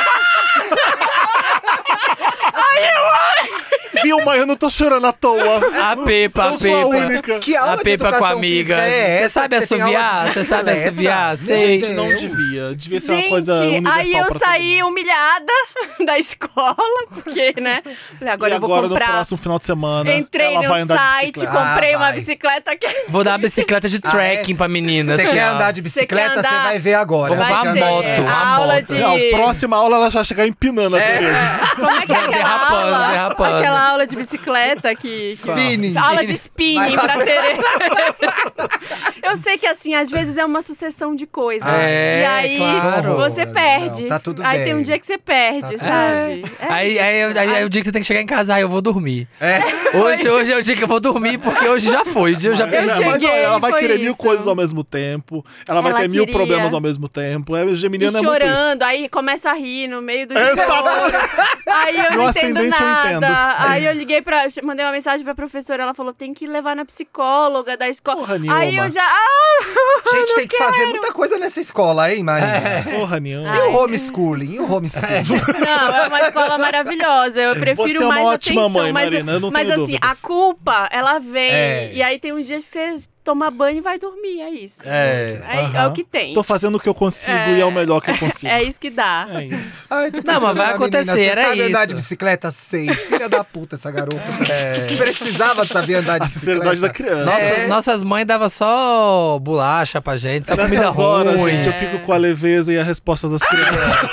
[SPEAKER 7] É.
[SPEAKER 1] Viu, mãe? Eu não tô chorando à toa.
[SPEAKER 6] A Pepa, a
[SPEAKER 1] eu sou a
[SPEAKER 6] Pepa.
[SPEAKER 1] única.
[SPEAKER 4] Que aula
[SPEAKER 6] A
[SPEAKER 4] de
[SPEAKER 6] Pepa com a
[SPEAKER 4] educação
[SPEAKER 6] amiga.
[SPEAKER 4] física É
[SPEAKER 6] Você
[SPEAKER 4] essa
[SPEAKER 6] sabe
[SPEAKER 4] que tem aula de
[SPEAKER 6] assoviar? Você sabe
[SPEAKER 4] bicicleta?
[SPEAKER 6] assoviar?
[SPEAKER 4] Meu
[SPEAKER 6] Sei.
[SPEAKER 4] Deus.
[SPEAKER 1] Não devia. Devia ser é uma
[SPEAKER 7] Gente,
[SPEAKER 1] coisa universal
[SPEAKER 7] aí eu
[SPEAKER 1] pra todo mundo.
[SPEAKER 7] saí humilhada (laughs) da escola, porque, né? Falei, agora
[SPEAKER 1] e
[SPEAKER 7] eu vou
[SPEAKER 1] agora no
[SPEAKER 7] comprar.
[SPEAKER 1] próximo final de semana.
[SPEAKER 7] Entrei
[SPEAKER 1] ela vai
[SPEAKER 7] no
[SPEAKER 1] andar de
[SPEAKER 7] site,
[SPEAKER 1] bicicleta.
[SPEAKER 4] com-
[SPEAKER 7] comprei
[SPEAKER 4] Ah,
[SPEAKER 7] uma
[SPEAKER 4] vai.
[SPEAKER 7] bicicleta que
[SPEAKER 6] Vou dar uma bicicleta de
[SPEAKER 4] Ah, é?
[SPEAKER 6] trekking pra menina.
[SPEAKER 4] Você
[SPEAKER 6] assim,
[SPEAKER 4] quer
[SPEAKER 6] ó.
[SPEAKER 4] andar de
[SPEAKER 7] quer
[SPEAKER 4] bicicleta? Você
[SPEAKER 7] andar?
[SPEAKER 4] vai ver agora.
[SPEAKER 6] Vamos
[SPEAKER 7] vai
[SPEAKER 6] pra
[SPEAKER 7] ser
[SPEAKER 6] moto,
[SPEAKER 7] é,
[SPEAKER 6] a
[SPEAKER 7] a aula
[SPEAKER 6] moto.
[SPEAKER 7] de...
[SPEAKER 1] Não, próxima aula ela já vai chegar empinando a Tereza.
[SPEAKER 7] Como é que é aquela
[SPEAKER 6] Derrapando,
[SPEAKER 7] aula?
[SPEAKER 6] derrapando.
[SPEAKER 7] Aquela aula de bicicleta que... que-
[SPEAKER 4] Spinning.
[SPEAKER 7] Aula de spinning pra Tereza. (laughs) Eu sei que, assim, às vezes é uma sucessão de coisas.
[SPEAKER 6] É,
[SPEAKER 7] e aí
[SPEAKER 6] claro.
[SPEAKER 7] você perde.
[SPEAKER 4] Ah, Não, tá tudo
[SPEAKER 7] aí
[SPEAKER 4] bem. Tá
[SPEAKER 7] tem um dia que você perde, sabe? É.
[SPEAKER 6] Aí, aí, aí, aí é o dia que você tem que chegar em casa, aí eu vou dormir.
[SPEAKER 4] É.
[SPEAKER 6] Hoje, hoje é o dia que eu vou dormir, porque hoje já foi. O dia eu já
[SPEAKER 7] Eu
[SPEAKER 6] perdi.
[SPEAKER 1] Não, mas olha, ela vai
[SPEAKER 7] foi
[SPEAKER 1] querer mil
[SPEAKER 7] isso.
[SPEAKER 1] coisas ao mesmo tempo. Ela vai
[SPEAKER 7] Ela
[SPEAKER 1] ter mil
[SPEAKER 7] queria.
[SPEAKER 1] problemas ao mesmo tempo. É, o
[SPEAKER 7] E
[SPEAKER 1] Geminiano é muito isso.
[SPEAKER 7] chorando, aí começa a rir no meio do
[SPEAKER 1] Essa
[SPEAKER 7] choro. Aí eu
[SPEAKER 1] No
[SPEAKER 7] não entendo
[SPEAKER 1] ascendente eu
[SPEAKER 7] nada.
[SPEAKER 1] entendo.
[SPEAKER 7] Aí eu liguei pra. Mandei uma mensagem pra professora, ela falou: tem que levar na psicóloga da escola.
[SPEAKER 1] Porra
[SPEAKER 7] aí
[SPEAKER 1] nenhuma.
[SPEAKER 7] eu já. Ah!
[SPEAKER 4] Gente, tem que fazer muita coisa nessa escola, hein, Marina?
[SPEAKER 1] Porra nenhuma.
[SPEAKER 4] E o homeschooling? E o homeschooling?
[SPEAKER 7] Não, é uma escola maravilhosa. Eu prefiro
[SPEAKER 1] Você é uma
[SPEAKER 7] mais
[SPEAKER 1] ótima
[SPEAKER 7] atenção.
[SPEAKER 1] mãe,
[SPEAKER 7] mas
[SPEAKER 1] Marina, eu não
[SPEAKER 7] mas
[SPEAKER 1] tenho
[SPEAKER 7] assim,
[SPEAKER 1] dúvidas.
[SPEAKER 7] a culpa, ela vem.
[SPEAKER 4] É.
[SPEAKER 7] E aí tem uns dias que você tomar banho e vai dormir, é isso.
[SPEAKER 6] É.
[SPEAKER 7] É, é
[SPEAKER 1] Aham.
[SPEAKER 7] o que tem.
[SPEAKER 1] Tô fazendo o que eu consigo e é o melhor que eu consigo.
[SPEAKER 7] É isso que dá.
[SPEAKER 1] É isso.
[SPEAKER 4] (laughs) Ai, tô
[SPEAKER 6] Não, mas
[SPEAKER 4] pensando
[SPEAKER 6] vai
[SPEAKER 4] na menina,
[SPEAKER 6] acontecer,
[SPEAKER 4] você
[SPEAKER 6] era
[SPEAKER 4] sabe andar
[SPEAKER 6] isso.
[SPEAKER 4] de bicicleta? Sei. Filha da puta essa garota. Precisava saber
[SPEAKER 1] (laughs)
[SPEAKER 4] andar de
[SPEAKER 1] A sinceridade da
[SPEAKER 4] bicicleta.
[SPEAKER 1] criança.
[SPEAKER 6] Nossa,
[SPEAKER 4] É.
[SPEAKER 6] Nossas mães davam só bolacha pra gente, só comida
[SPEAKER 1] Nessas
[SPEAKER 6] ruim.
[SPEAKER 1] horas, gente, eu fico com a leveza e a resposta das crianças.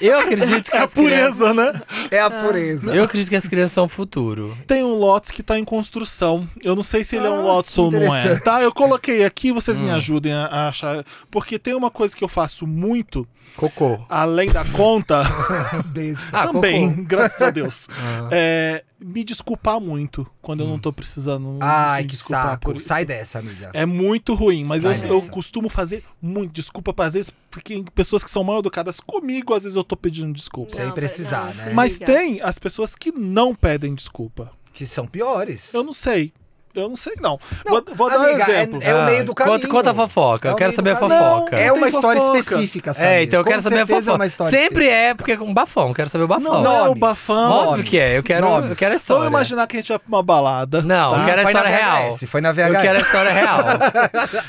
[SPEAKER 6] Eu acredito que
[SPEAKER 1] É a
[SPEAKER 6] as crianças...
[SPEAKER 1] pureza, né?
[SPEAKER 4] É a pureza.
[SPEAKER 6] Eu acredito que as crianças são o futuro.
[SPEAKER 1] Tem um Lotus que tá em construção. Eu não sei se ele é um
[SPEAKER 4] Ah,
[SPEAKER 1] Lotus ou não é,
[SPEAKER 4] interessante.
[SPEAKER 1] tá? Eu coloquei aqui, vocês me ajudem a, a achar. Porque tem uma coisa que eu faço muito,
[SPEAKER 6] Cocô.
[SPEAKER 1] além da conta,
[SPEAKER 4] Beijo.
[SPEAKER 1] (laughs)
[SPEAKER 6] Ah,
[SPEAKER 1] também,
[SPEAKER 6] cocô.
[SPEAKER 1] graças a Deus,
[SPEAKER 6] Ah.
[SPEAKER 1] é me desculpar muito quando eu não tô precisando.
[SPEAKER 4] Ai,
[SPEAKER 1] me
[SPEAKER 4] que
[SPEAKER 1] desculpar por
[SPEAKER 4] saco.
[SPEAKER 1] isso.
[SPEAKER 4] Sai dessa, amiga.
[SPEAKER 1] É muito ruim, mas eu,
[SPEAKER 4] Vai
[SPEAKER 1] eu
[SPEAKER 4] nessa.
[SPEAKER 1] costumo fazer muito desculpa, às vezes, porque pessoas que são mal educadas comigo, às vezes eu tô pedindo desculpa.
[SPEAKER 4] Sem
[SPEAKER 7] Não,
[SPEAKER 4] precisar,
[SPEAKER 7] não,
[SPEAKER 4] né?
[SPEAKER 7] sim.
[SPEAKER 1] Mas
[SPEAKER 7] Obrigada.
[SPEAKER 1] tem as pessoas que não pedem desculpa.
[SPEAKER 4] Que são piores.
[SPEAKER 1] Eu não sei. Eu não sei, não.
[SPEAKER 4] Não,
[SPEAKER 1] vou vou dar um
[SPEAKER 4] amiga,
[SPEAKER 1] exemplo.
[SPEAKER 4] É o meio do
[SPEAKER 6] Ah, conta-
[SPEAKER 4] caminho.
[SPEAKER 6] Conta a fofoca,
[SPEAKER 4] É o
[SPEAKER 6] eu quero
[SPEAKER 4] meio do
[SPEAKER 6] saber a
[SPEAKER 4] caminho.
[SPEAKER 6] fofoca.
[SPEAKER 1] Não,
[SPEAKER 4] É uma
[SPEAKER 1] tem
[SPEAKER 4] história
[SPEAKER 1] fofoca.
[SPEAKER 4] específica, sabe?
[SPEAKER 6] É, então eu quero saber a
[SPEAKER 4] certeza
[SPEAKER 6] fofoca.
[SPEAKER 4] é uma história
[SPEAKER 6] Sempre é, porque é um bafão, quero saber o bafão.
[SPEAKER 1] Não, é o
[SPEAKER 4] Nomes.
[SPEAKER 1] bafão.
[SPEAKER 6] Óbvio que é, eu quero,
[SPEAKER 4] Nomes.
[SPEAKER 6] eu quero a história.
[SPEAKER 1] Vamos imaginar que a gente vai pra uma balada. tá?
[SPEAKER 6] Não, eu quero a
[SPEAKER 4] Foi na
[SPEAKER 6] história real.
[SPEAKER 4] VHS, Foi na VHS.
[SPEAKER 6] Eu quero a história real.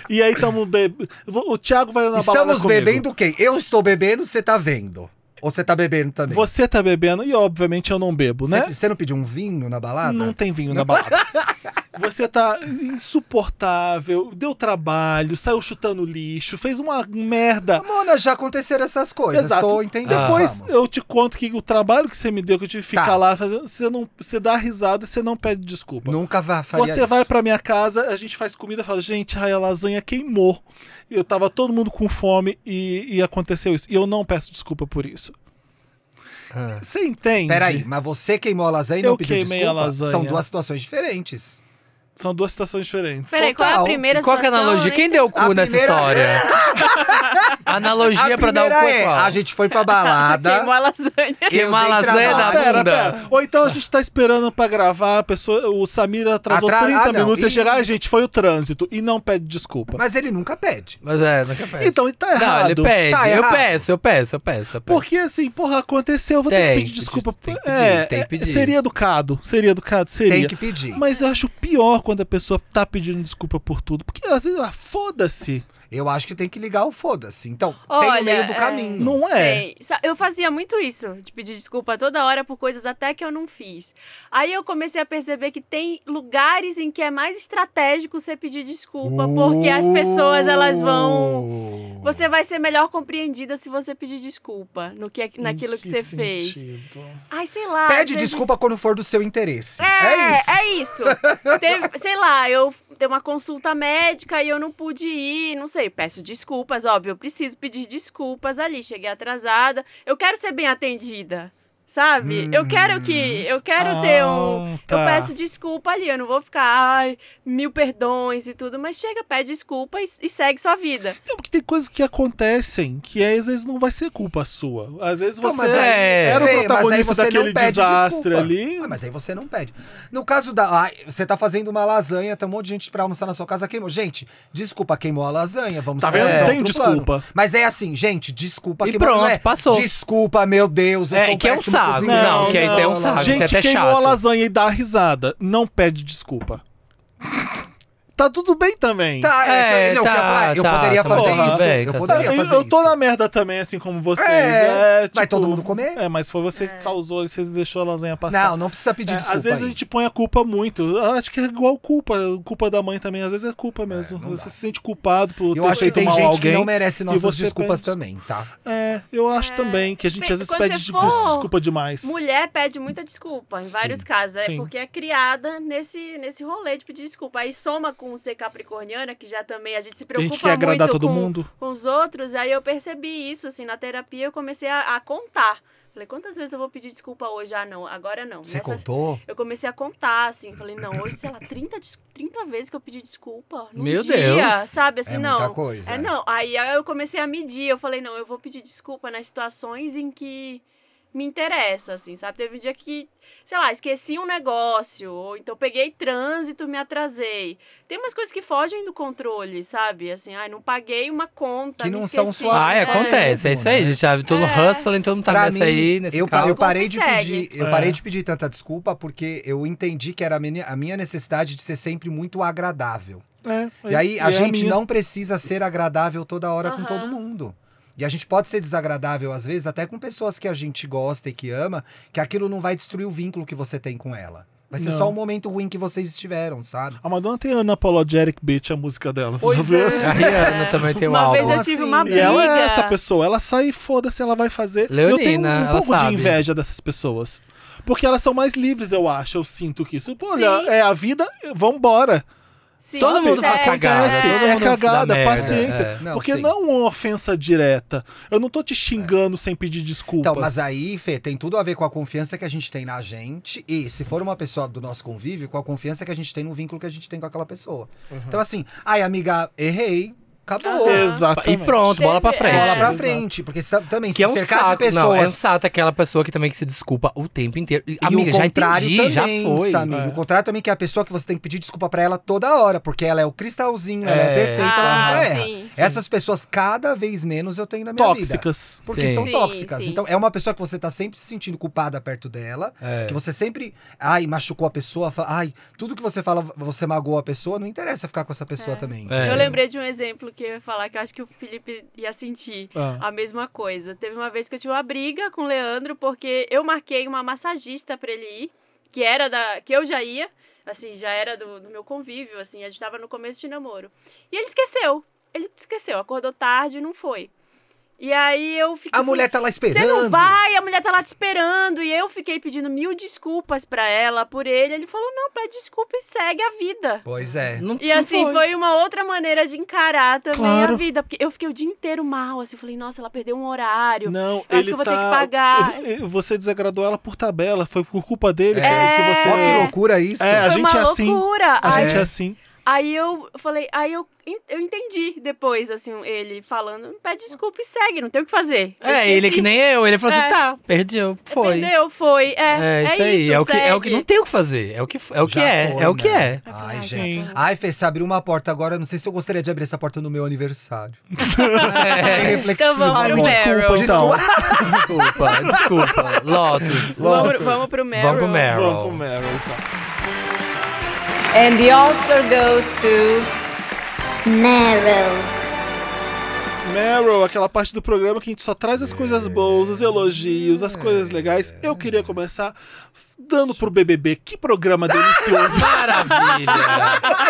[SPEAKER 1] E aí tamo bebendo. O Thiago vai
[SPEAKER 6] é
[SPEAKER 1] na balada.
[SPEAKER 4] Estamos
[SPEAKER 1] comigo.
[SPEAKER 4] bebendo quem? Eu estou bebendo, você tá vendo. Ou você tá bebendo também?
[SPEAKER 1] Você tá bebendo e, obviamente, eu não bebo,
[SPEAKER 4] Você-
[SPEAKER 1] né?
[SPEAKER 4] Você não pediu um vinho na balada?
[SPEAKER 1] Não tem vinho na balada. Você tá insuportável, deu trabalho, saiu chutando lixo, fez uma merda.
[SPEAKER 4] Mona, já aconteceram essas coisas.
[SPEAKER 1] Exato.
[SPEAKER 4] Tô entendendo.
[SPEAKER 6] Ah.
[SPEAKER 1] Depois
[SPEAKER 4] Vamos.
[SPEAKER 1] eu te conto que o trabalho que você me deu, que eu tive que ficar
[SPEAKER 4] Tá.
[SPEAKER 1] lá fazendo, você não, você dá risada, você não pede desculpa.
[SPEAKER 4] Nunca va- faria
[SPEAKER 1] Você
[SPEAKER 4] isso.
[SPEAKER 1] vai pra minha casa, a gente faz comida, fala, gente, ai, a lasanha queimou. Eu tava todo mundo com fome e, e aconteceu isso. E eu não peço desculpa por isso.
[SPEAKER 6] Ah.
[SPEAKER 1] Você entende?
[SPEAKER 4] Peraí, mas você queimou a lasanha e
[SPEAKER 1] Eu
[SPEAKER 4] não pediu
[SPEAKER 1] queimei
[SPEAKER 4] desculpa?
[SPEAKER 1] a lasanha.
[SPEAKER 4] São duas situações diferentes.
[SPEAKER 1] São duas situações diferentes.
[SPEAKER 7] Peraí, qual é a
[SPEAKER 4] Total.
[SPEAKER 7] primeira
[SPEAKER 6] Qual que é a
[SPEAKER 7] situação?
[SPEAKER 6] analogia?
[SPEAKER 7] Eu
[SPEAKER 6] Quem
[SPEAKER 7] nem
[SPEAKER 6] deu o cu
[SPEAKER 4] A
[SPEAKER 6] nessa
[SPEAKER 4] primeira- é.
[SPEAKER 6] história? analogia
[SPEAKER 4] a
[SPEAKER 6] pra dar o cu
[SPEAKER 4] primeira
[SPEAKER 6] é
[SPEAKER 4] é,
[SPEAKER 6] qual?
[SPEAKER 4] a gente foi
[SPEAKER 7] (laughs)
[SPEAKER 4] pra
[SPEAKER 7] sei. Queimou
[SPEAKER 6] (laughs)
[SPEAKER 4] balada.
[SPEAKER 7] a lasanha.
[SPEAKER 4] eu
[SPEAKER 6] Queimar a
[SPEAKER 4] dei
[SPEAKER 6] lasanha
[SPEAKER 4] trabalho.
[SPEAKER 6] da
[SPEAKER 1] Pera,
[SPEAKER 6] bunda.
[SPEAKER 1] pera. Ou então a gente tá esperando pra gravar, a pessoa, o Samir atrasou
[SPEAKER 4] Atra-
[SPEAKER 1] 30
[SPEAKER 4] ah, não.
[SPEAKER 1] minutos, você
[SPEAKER 4] E-
[SPEAKER 1] chegar, "Ai, gente, foi o trânsito. E não pede desculpa.
[SPEAKER 4] Mas ele nunca pede.
[SPEAKER 6] Mas é, nunca pede.
[SPEAKER 1] Então, e tá errado.
[SPEAKER 6] não, ele pede.
[SPEAKER 4] Tá
[SPEAKER 6] eu
[SPEAKER 4] errado.
[SPEAKER 6] peço, eu peço, eu peço. Eu peço.
[SPEAKER 1] Porque assim, porra, aconteceu, eu vou ter
[SPEAKER 6] Tem
[SPEAKER 1] que pedir
[SPEAKER 6] que
[SPEAKER 1] desculpa.
[SPEAKER 6] des- tem que pedir,
[SPEAKER 1] é,
[SPEAKER 6] tem que
[SPEAKER 1] é,
[SPEAKER 6] pedir.
[SPEAKER 1] Seria educado, seria educado, seria.
[SPEAKER 4] Tem que pedir.
[SPEAKER 1] Mas eu acho pior quando a pessoa tá pedindo desculpa por tudo. Porque às vezes, ah, foda-se.
[SPEAKER 4] Eu acho que tem que ligar o foda-se. Então, tem
[SPEAKER 7] Olha,
[SPEAKER 4] o meio do
[SPEAKER 7] é.
[SPEAKER 4] caminho.
[SPEAKER 1] Não é.
[SPEAKER 7] Sei. Sa- Eu fazia muito isso, de pedir desculpa toda hora por coisas até que eu não fiz. Aí eu comecei a perceber que tem lugares em que é mais estratégico você pedir desculpa, porque as pessoas elas
[SPEAKER 1] Uh.
[SPEAKER 7] vão.
[SPEAKER 6] Uh.
[SPEAKER 7] Você vai ser melhor compreendida se você pedir desculpa no que, é, naquilo
[SPEAKER 1] Em
[SPEAKER 7] que, você fez.
[SPEAKER 1] sentido?
[SPEAKER 7] Ai, sei lá. às
[SPEAKER 4] Pede
[SPEAKER 7] vezes-
[SPEAKER 4] desculpa quando for do seu interesse.
[SPEAKER 7] É,
[SPEAKER 4] isso.
[SPEAKER 7] é isso. (laughs) Teve- sei lá, eu dei uma consulta médica e eu não pude ir, não sei, peço desculpas, óbvio, eu preciso pedir desculpas ali, cheguei atrasada. Eu quero ser bem atendida, sabe? Eu quero que, eu quero ter um
[SPEAKER 1] Uhum. Ah, tá.
[SPEAKER 7] Eu peço desculpa ali, eu não vou ficar, ai, mil perdões e tudo, mas chega, pede desculpa e, e segue sua vida.
[SPEAKER 1] Não, porque tem coisas que acontecem que às vezes não vai ser culpa sua. Às vezes
[SPEAKER 4] Então,
[SPEAKER 1] você
[SPEAKER 4] mas aí-
[SPEAKER 6] é.
[SPEAKER 1] era o
[SPEAKER 4] Vê, mas aí
[SPEAKER 1] protagonista
[SPEAKER 4] você não
[SPEAKER 1] daquele
[SPEAKER 4] pede
[SPEAKER 1] desastre
[SPEAKER 4] desculpa.
[SPEAKER 1] ali.
[SPEAKER 4] Ah, mas aí você não pede. No caso da. ah, você tá fazendo uma lasanha, tem um monte de gente pra almoçar na sua casa, queimou. Gente, desculpa, queimou a lasanha, vamos
[SPEAKER 1] Tá
[SPEAKER 4] pra-
[SPEAKER 1] vendo?
[SPEAKER 4] pra
[SPEAKER 1] Tem
[SPEAKER 4] outro
[SPEAKER 1] desculpa.
[SPEAKER 4] plano. Mas é assim, gente, desculpa
[SPEAKER 6] E
[SPEAKER 4] queimou. não
[SPEAKER 6] pronto,
[SPEAKER 4] é,
[SPEAKER 6] passou.
[SPEAKER 4] Desculpa, meu Deus. Eu
[SPEAKER 6] É,
[SPEAKER 4] sou um
[SPEAKER 6] que é um
[SPEAKER 4] péssimo
[SPEAKER 6] saco.
[SPEAKER 4] cozinheiro.
[SPEAKER 6] Não, que é- isso aí é um
[SPEAKER 4] Ah,
[SPEAKER 6] saco, isso é
[SPEAKER 1] Gente,
[SPEAKER 6] até
[SPEAKER 1] queimou
[SPEAKER 6] chato.
[SPEAKER 1] a lasanha e dá risada. Não pede desculpa. Tá tudo bem também.
[SPEAKER 4] Tá, é,
[SPEAKER 6] É,
[SPEAKER 4] não,
[SPEAKER 6] tá,
[SPEAKER 4] eu, ia falar, eu
[SPEAKER 6] tá,
[SPEAKER 4] poderia
[SPEAKER 6] tá
[SPEAKER 4] fazer
[SPEAKER 1] bom,
[SPEAKER 4] isso.
[SPEAKER 6] tá bem,
[SPEAKER 4] eu
[SPEAKER 6] tá
[SPEAKER 4] poderia
[SPEAKER 1] eu,
[SPEAKER 4] fazer
[SPEAKER 1] eu tô
[SPEAKER 4] isso.
[SPEAKER 1] na merda também, assim como vocês.
[SPEAKER 4] É,
[SPEAKER 1] É,
[SPEAKER 4] vai
[SPEAKER 1] tipo,
[SPEAKER 4] todo mundo comer?
[SPEAKER 1] É, mas foi você que causou, você deixou a lasanha passar.
[SPEAKER 4] Não, não precisa pedir
[SPEAKER 1] É,
[SPEAKER 4] desculpa.
[SPEAKER 1] às vezes
[SPEAKER 4] aí.
[SPEAKER 1] a gente põe a culpa muito. Eu acho que é igual culpa. Culpa da mãe também. Às vezes é culpa mesmo.
[SPEAKER 4] não
[SPEAKER 1] você
[SPEAKER 4] dá.
[SPEAKER 1] se sente culpado por
[SPEAKER 4] Eu
[SPEAKER 1] ter
[SPEAKER 4] acho que
[SPEAKER 1] feito
[SPEAKER 4] tem
[SPEAKER 1] mal
[SPEAKER 4] gente
[SPEAKER 1] a alguém.
[SPEAKER 4] que não merece nossas
[SPEAKER 1] você
[SPEAKER 4] desculpas
[SPEAKER 1] pede-
[SPEAKER 4] também, tá?
[SPEAKER 1] É, eu acho também que a gente
[SPEAKER 7] Pe-
[SPEAKER 1] às vezes
[SPEAKER 7] quando
[SPEAKER 1] pede de-
[SPEAKER 7] você for-
[SPEAKER 1] desculpa demais.
[SPEAKER 7] Mulher pede muita desculpa em
[SPEAKER 4] Sim,
[SPEAKER 7] vários casos, é
[SPEAKER 1] sim.
[SPEAKER 7] porque é criada nesse, nesse rolê de pedir desculpa. Aí soma com ser capricorniana, que já também a gente se
[SPEAKER 1] a
[SPEAKER 7] preocupa
[SPEAKER 1] gente quer agradar
[SPEAKER 7] muito
[SPEAKER 1] todo
[SPEAKER 7] com,
[SPEAKER 1] mundo.
[SPEAKER 7] com os outros, aí eu percebi isso, assim, na terapia eu comecei a, a contar. Falei, quantas vezes eu vou pedir desculpa hoje? Ah, não, agora não.
[SPEAKER 4] Você
[SPEAKER 7] Nessa-
[SPEAKER 4] contou?
[SPEAKER 7] Eu comecei a contar, assim, falei, não, hoje, sei lá, 30, des- 30 vezes que eu pedi desculpa num
[SPEAKER 6] Meu
[SPEAKER 7] dia,
[SPEAKER 6] Deus.
[SPEAKER 7] sabe? Assim,
[SPEAKER 4] É
[SPEAKER 7] não.
[SPEAKER 4] muita coisa.
[SPEAKER 7] É, não. Aí aí eu comecei a medir. Eu falei, não, eu vou pedir desculpa nas situações em que me interessa, assim, sabe? Teve um dia que, sei lá, esqueci um negócio, ou então peguei trânsito, me atrasei. Tem umas coisas que fogem do controle, sabe? Assim, ai, não paguei uma conta,
[SPEAKER 4] Que
[SPEAKER 7] me
[SPEAKER 4] não são
[SPEAKER 7] esqueci.
[SPEAKER 4] suas-
[SPEAKER 6] Ai,
[SPEAKER 7] É.
[SPEAKER 6] acontece, é, isso aí,
[SPEAKER 4] né?
[SPEAKER 6] gente. Ah, Todo
[SPEAKER 7] É.
[SPEAKER 6] hustling, todo mundo tá
[SPEAKER 4] Pra
[SPEAKER 6] nessa
[SPEAKER 4] mim,
[SPEAKER 6] aí, nesse
[SPEAKER 4] Eu,
[SPEAKER 6] caso.
[SPEAKER 4] eu parei de
[SPEAKER 7] Desculpa e segue.
[SPEAKER 4] pedir, eu
[SPEAKER 1] É.
[SPEAKER 4] parei de pedir tanta desculpa porque eu entendi que era a minha, a minha necessidade de ser sempre muito agradável.
[SPEAKER 1] É,
[SPEAKER 4] E aí a
[SPEAKER 1] é
[SPEAKER 4] gente
[SPEAKER 1] minha.
[SPEAKER 4] não precisa ser agradável toda hora com
[SPEAKER 7] Aham.
[SPEAKER 4] todo mundo. E a gente pode ser desagradável às vezes até com pessoas que a gente gosta e que ama, que aquilo não vai destruir o vínculo que você tem com ela. Vai ser
[SPEAKER 1] Não.
[SPEAKER 4] só um momento ruim que vocês estiveram, sabe?
[SPEAKER 1] A Madonna tem Ana Apologetic Bitch, a música dela. você já
[SPEAKER 4] Pois
[SPEAKER 1] viu?
[SPEAKER 4] é.
[SPEAKER 6] A Rihanna também tem um
[SPEAKER 7] Uma vez
[SPEAKER 6] álbum.
[SPEAKER 7] eu
[SPEAKER 4] Então,
[SPEAKER 7] tive
[SPEAKER 4] assim,
[SPEAKER 7] uma
[SPEAKER 1] E
[SPEAKER 7] briga.
[SPEAKER 1] ela é essa pessoa, ela sai e foda-se, ela vai fazer. E eu tenho um-
[SPEAKER 6] Leonina,
[SPEAKER 1] um,
[SPEAKER 6] ela
[SPEAKER 1] pouco
[SPEAKER 6] sabe.
[SPEAKER 1] de inveja dessas pessoas. Porque elas são mais livres, eu acho, eu sinto que isso. Pô, olha,
[SPEAKER 7] Sim.
[SPEAKER 1] é a vida, vambora.
[SPEAKER 7] Sim,
[SPEAKER 6] Todo mundo faz
[SPEAKER 7] sério.
[SPEAKER 6] cagada,
[SPEAKER 1] Acontece,
[SPEAKER 6] né? todo
[SPEAKER 1] é
[SPEAKER 6] mundo dá
[SPEAKER 1] cagada,
[SPEAKER 6] merda,
[SPEAKER 1] paciência.
[SPEAKER 6] é.
[SPEAKER 4] Não,
[SPEAKER 1] Porque
[SPEAKER 4] sim.
[SPEAKER 1] não é uma ofensa direta. Eu não tô te xingando sem pedir desculpas.
[SPEAKER 4] Então, mas aí, Fê, tem tudo a ver com a confiança que a gente tem na gente e, se for uma pessoa do nosso convívio, com a confiança que a gente tem no vínculo que a gente tem com aquela pessoa. Então, assim, ai, amiga, errei, acabou.
[SPEAKER 7] Aham.
[SPEAKER 6] E
[SPEAKER 1] Exatamente.
[SPEAKER 6] pronto, bola pra
[SPEAKER 7] Teve-
[SPEAKER 6] frente.
[SPEAKER 4] Bola pra
[SPEAKER 1] Exato.
[SPEAKER 4] frente, porque se tá- também
[SPEAKER 6] Que é
[SPEAKER 4] se
[SPEAKER 6] um
[SPEAKER 4] cercar de
[SPEAKER 6] saco.
[SPEAKER 4] pessoas
[SPEAKER 6] Não, é um saco aquela pessoa que também que se desculpa o tempo inteiro. E, Amiga,
[SPEAKER 4] e o
[SPEAKER 6] já
[SPEAKER 4] contrário
[SPEAKER 6] entendi,
[SPEAKER 4] também,
[SPEAKER 6] já foi.
[SPEAKER 4] Samir.
[SPEAKER 1] É.
[SPEAKER 4] O contrário também que é a pessoa que você tem que pedir desculpa pra ela toda hora, porque ela é o cristalzinho, ela é
[SPEAKER 6] É.
[SPEAKER 4] perfeita, ela
[SPEAKER 7] Ah,
[SPEAKER 4] nunca erra.
[SPEAKER 7] sim, sim.
[SPEAKER 4] Essas pessoas cada vez menos eu tenho na minha vida.
[SPEAKER 1] Tóxicas.
[SPEAKER 4] Porque
[SPEAKER 6] Sim.
[SPEAKER 4] são
[SPEAKER 7] Sim,
[SPEAKER 4] tóxicas.
[SPEAKER 7] sim.
[SPEAKER 4] Então é uma pessoa que você tá sempre se sentindo culpada perto dela,
[SPEAKER 6] É.
[SPEAKER 4] que você sempre, ai, machucou a pessoa, fa- ai, tudo que você fala, você magoou a pessoa, não interessa ficar com essa pessoa também.
[SPEAKER 6] É.
[SPEAKER 7] Eu lembrei de um exemplo que eu ia falar que eu acho que o Felipe ia sentir.
[SPEAKER 1] Ah.
[SPEAKER 7] A mesma coisa. Teve uma vez que eu tive uma briga com o Leandro porque eu marquei uma massagista pra ele ir, que era da que eu já ia, assim, já era do, do meu convívio, assim, a gente tava no começo de namoro. E ele esqueceu. Ele esqueceu, acordou tarde e não foi. E aí eu fiquei
[SPEAKER 4] A mulher tá lá
[SPEAKER 7] você
[SPEAKER 4] esperando.
[SPEAKER 7] não vai, a mulher tá lá te esperando. E eu fiquei pedindo mil desculpas pra ela, por ele. Ele falou: não, pede desculpa e segue a vida.
[SPEAKER 4] Pois é.
[SPEAKER 6] Não-
[SPEAKER 7] E
[SPEAKER 6] não
[SPEAKER 7] assim,
[SPEAKER 6] foi.
[SPEAKER 7] foi uma outra maneira de encarar também
[SPEAKER 1] Claro.
[SPEAKER 7] a vida. Porque eu fiquei o dia inteiro mal, assim, falei, nossa, ela perdeu um horário.
[SPEAKER 1] Não,
[SPEAKER 7] Eu
[SPEAKER 1] ele
[SPEAKER 7] acho que eu vou ter
[SPEAKER 1] tá-
[SPEAKER 7] que
[SPEAKER 1] (laughs)
[SPEAKER 7] pagar.
[SPEAKER 1] Você desagradou ela por tabela. Foi por culpa dele
[SPEAKER 4] É.
[SPEAKER 1] que- que você.
[SPEAKER 4] Ó, que loucura isso.
[SPEAKER 1] É, a
[SPEAKER 7] foi
[SPEAKER 1] gente
[SPEAKER 7] uma
[SPEAKER 1] é assim.
[SPEAKER 7] loucura.
[SPEAKER 1] A
[SPEAKER 7] aí,
[SPEAKER 1] gente é assim.
[SPEAKER 7] aí eu falei, aí eu, en- eu entendi depois, assim, ele falando, pede desculpa e segue, não tem o que fazer. Eu
[SPEAKER 6] É, ele é
[SPEAKER 7] esqueci.
[SPEAKER 6] que nem eu. Ele falou assim:
[SPEAKER 7] É.
[SPEAKER 6] tá, perdi, eu- foi.
[SPEAKER 7] Entendeu? Foi. É,
[SPEAKER 6] É, isso aí. é, o que, é o que
[SPEAKER 7] segue.
[SPEAKER 6] não tem o que fazer. É o que é. O que
[SPEAKER 4] Já
[SPEAKER 6] é,
[SPEAKER 4] foi,
[SPEAKER 6] é o que
[SPEAKER 4] né?
[SPEAKER 6] é.
[SPEAKER 4] Ai,
[SPEAKER 7] Ai,
[SPEAKER 4] gente.
[SPEAKER 1] já foi.
[SPEAKER 4] Ai, Fê, você abriu uma porta agora. eu Não sei se eu gostaria de abrir essa porta no meu aniversário. Fiquei
[SPEAKER 6] É,
[SPEAKER 4] reflexivo.
[SPEAKER 7] Então vamos
[SPEAKER 1] Ai,
[SPEAKER 7] pro
[SPEAKER 1] me desculpa,
[SPEAKER 7] Meryl.
[SPEAKER 1] então.
[SPEAKER 4] Desculpa.
[SPEAKER 6] (laughs) desculpa, desculpa. Lotus.
[SPEAKER 7] Vamos, vamos pro Meryl.
[SPEAKER 6] Vamos pro Meryl.
[SPEAKER 1] Vamos pro Meryl, então.
[SPEAKER 8] And the Oscar goes to.
[SPEAKER 5] Meryl,
[SPEAKER 1] Meryl, aquela parte do programa que a gente só traz as coisas boas, os elogios, as coisas legais. Eu queria começar dando pro BBB. Que programa delicioso.
[SPEAKER 6] Maravilha.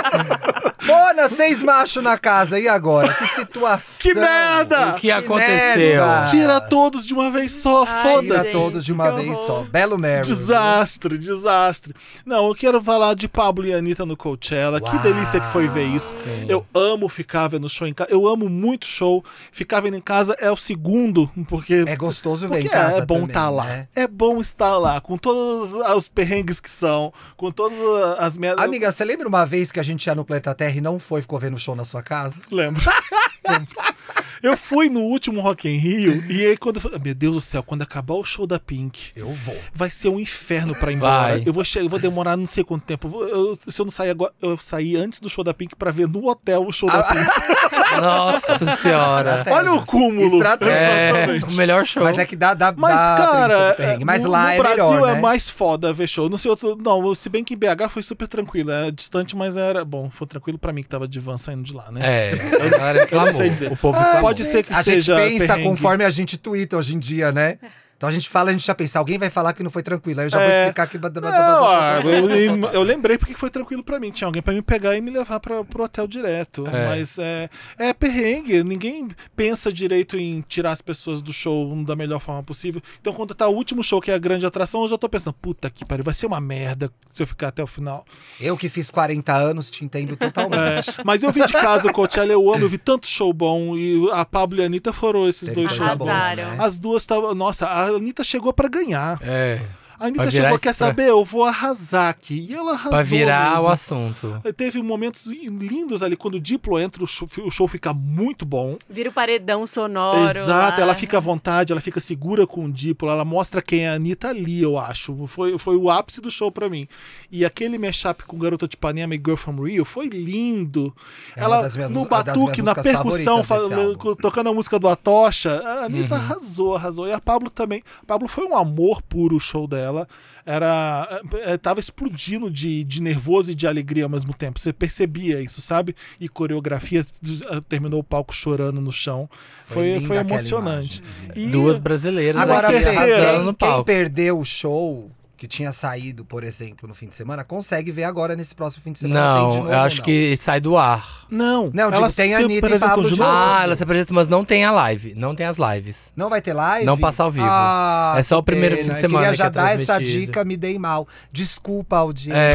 [SPEAKER 6] (laughs)
[SPEAKER 4] Mona, seis machos na casa. E agora? Que situação.
[SPEAKER 1] Que merda!
[SPEAKER 6] o que aconteceu?
[SPEAKER 4] merda!
[SPEAKER 1] Tira todos de uma vez só,
[SPEAKER 7] Ai,
[SPEAKER 1] foda-se.
[SPEAKER 4] Ah. Tira
[SPEAKER 7] Gente,
[SPEAKER 4] todos de uma
[SPEAKER 7] que
[SPEAKER 4] vez só.
[SPEAKER 7] horror.
[SPEAKER 4] Belo Mary.
[SPEAKER 1] Desastre, desastre. Não, eu quero falar de Pablo e Anitta no Coachella. Que
[SPEAKER 4] Uau,
[SPEAKER 1] delícia que foi ver isso.
[SPEAKER 6] sim.
[SPEAKER 1] Eu amo ficar vendo show em casa. Eu amo muito show. Ficar vendo em casa é o segundo, porque.
[SPEAKER 4] É gostoso ver
[SPEAKER 1] porque
[SPEAKER 4] em casa
[SPEAKER 1] é, bom
[SPEAKER 4] também,
[SPEAKER 1] estar lá.
[SPEAKER 4] né?
[SPEAKER 1] É bom estar lá, com todos os perrengues que são, com todas as merdas.
[SPEAKER 4] Amiga, você lembra uma vez que a gente ia no Planeta Terra e não foi, ficou vendo o show na sua casa?
[SPEAKER 1] Lembro. (laughs) Lembro. Eu fui no último Rock in Rio e aí quando eu falei, meu Deus do céu, quando acabar o show da Pink,
[SPEAKER 4] Eu vou.
[SPEAKER 1] vai ser um inferno pra ir embora.
[SPEAKER 6] Vai.
[SPEAKER 1] Eu vou chegar, eu vou demorar não sei quanto tempo. Eu vou- eu- se eu não sair agora, eu saí antes do show da Pink pra ver no hotel o show da
[SPEAKER 4] Ah, (laughs)
[SPEAKER 1] Pink.
[SPEAKER 6] Nossa senhora.
[SPEAKER 4] Estratégias.
[SPEAKER 1] Olha o cúmulo.
[SPEAKER 4] Estratégia.
[SPEAKER 6] É, o
[SPEAKER 1] Exatamente.
[SPEAKER 6] melhor show.
[SPEAKER 4] Mas é que dá, dá,
[SPEAKER 1] Mas,
[SPEAKER 4] dá preguiça
[SPEAKER 1] cara,
[SPEAKER 4] do perrengue. Mas
[SPEAKER 1] no,
[SPEAKER 4] lá
[SPEAKER 1] no
[SPEAKER 4] é
[SPEAKER 1] Brasil
[SPEAKER 4] melhor,
[SPEAKER 1] é
[SPEAKER 4] né?
[SPEAKER 1] mais foda ver show. Não sei outro. Não, se bem que em BH foi super tranquilo. Era distante, mas era. Bom, foi tranquilo pra mim que tava de van saindo de lá, né?
[SPEAKER 6] É, agora reclamou.
[SPEAKER 1] sei dizer.
[SPEAKER 6] O povo reclamou.
[SPEAKER 1] Pode ser que
[SPEAKER 4] A gente
[SPEAKER 1] seja.
[SPEAKER 4] pensa
[SPEAKER 1] perrengue.
[SPEAKER 4] conforme a gente twitta hoje em dia, né? Então a gente fala, a gente já pensa, alguém vai falar que não foi tranquilo. Aí eu já vou
[SPEAKER 1] É.
[SPEAKER 4] explicar que...
[SPEAKER 1] Não, ah, eu, lem- eu lembrei porque foi tranquilo pra mim. Tinha alguém pra me pegar e me levar pra, pro hotel direto.
[SPEAKER 6] É.
[SPEAKER 1] Mas é, é perrengue. Ninguém pensa direito em tirar as pessoas do show da melhor forma possível. Então, quando tá o último show, que é a grande atração, eu já tô pensando: puta que pariu, vai ser uma merda se eu ficar até o final.
[SPEAKER 4] Eu que fiz 40 anos te entendo
[SPEAKER 1] É,
[SPEAKER 4] totalmente.
[SPEAKER 1] mas eu vi de casa o Coachella, eu amo, eu vi tanto show bom. E a Pablo e a Anitta foram esses dois
[SPEAKER 4] Teve
[SPEAKER 1] shows
[SPEAKER 4] coisa
[SPEAKER 1] bons.
[SPEAKER 4] boa,
[SPEAKER 7] Arrasaram.
[SPEAKER 4] né?
[SPEAKER 1] As duas estavam. Nossa, a Anitta chegou pra ganhar.
[SPEAKER 6] É.
[SPEAKER 1] A Anitta
[SPEAKER 6] Pra virar
[SPEAKER 1] chegou, quer
[SPEAKER 6] esse- pra-
[SPEAKER 1] saber? Eu vou arrasar aqui. E ela arrasou
[SPEAKER 6] Pra virar
[SPEAKER 1] mesmo.
[SPEAKER 6] o assunto.
[SPEAKER 1] Teve momentos lindos ali, quando o Diplo entra, o show, o show fica muito bom.
[SPEAKER 7] Vira o paredão sonoro.
[SPEAKER 1] Exato,
[SPEAKER 7] lá.
[SPEAKER 1] ela fica à vontade, ela fica segura com o Diplo, ela mostra quem é a Anitta ali, eu acho. Foi, foi o ápice do show pra mim. E aquele mashup com Garota de Ipanema e Girl From Rio foi lindo.
[SPEAKER 4] É uma
[SPEAKER 1] ela
[SPEAKER 4] das minhas-
[SPEAKER 1] no
[SPEAKER 4] uma das
[SPEAKER 1] batuque,
[SPEAKER 4] minhas
[SPEAKER 1] na
[SPEAKER 4] músicas
[SPEAKER 1] percussão,
[SPEAKER 4] favoritas desse
[SPEAKER 1] fala-
[SPEAKER 4] álbum. Uhum.
[SPEAKER 1] tocando a música do Atocha, a Anitta arrasou, arrasou. E a Pablo também. Pablo foi um amor puro o show dela. Era, eh, tava explodindo de, de nervoso e de alegria ao mesmo tempo. Você percebia isso, sabe? E coreografia eh, terminou o palco chorando no chão. Foi,
[SPEAKER 4] linda
[SPEAKER 1] foi
[SPEAKER 4] aquela
[SPEAKER 1] emocionante. E-
[SPEAKER 6] Duas brasileiras
[SPEAKER 4] Agora,
[SPEAKER 6] aqui
[SPEAKER 1] a
[SPEAKER 4] Fê,
[SPEAKER 1] terceira.
[SPEAKER 6] arrasando no
[SPEAKER 4] quem, quem
[SPEAKER 6] palco.
[SPEAKER 4] perdeu o show que tinha saído, por exemplo, no fim de semana, consegue ver agora nesse próximo fim de semana. tem de
[SPEAKER 6] Não,
[SPEAKER 4] novo
[SPEAKER 6] eu
[SPEAKER 4] ou
[SPEAKER 6] acho
[SPEAKER 4] não?
[SPEAKER 6] que sai do ar.
[SPEAKER 1] Não,
[SPEAKER 4] Não, digo,
[SPEAKER 1] ela
[SPEAKER 4] tem
[SPEAKER 1] se
[SPEAKER 4] a Anitta e
[SPEAKER 1] apresentou
[SPEAKER 4] Pablo
[SPEAKER 1] de
[SPEAKER 4] de
[SPEAKER 1] novo.
[SPEAKER 4] novo.
[SPEAKER 6] Ah, ela se apresenta, mas não tem a live. Não tem as lives.
[SPEAKER 4] Não vai ter live?
[SPEAKER 6] Não passa ao vivo.
[SPEAKER 4] Ah,
[SPEAKER 6] É só o
[SPEAKER 4] que
[SPEAKER 6] primeiro fim de
[SPEAKER 4] pena.
[SPEAKER 6] semana
[SPEAKER 4] Eu queria
[SPEAKER 6] que
[SPEAKER 4] já
[SPEAKER 6] é
[SPEAKER 4] dar essa
[SPEAKER 6] transmitido.
[SPEAKER 4] dica, me dei mal. Desculpa, audiência.
[SPEAKER 6] É,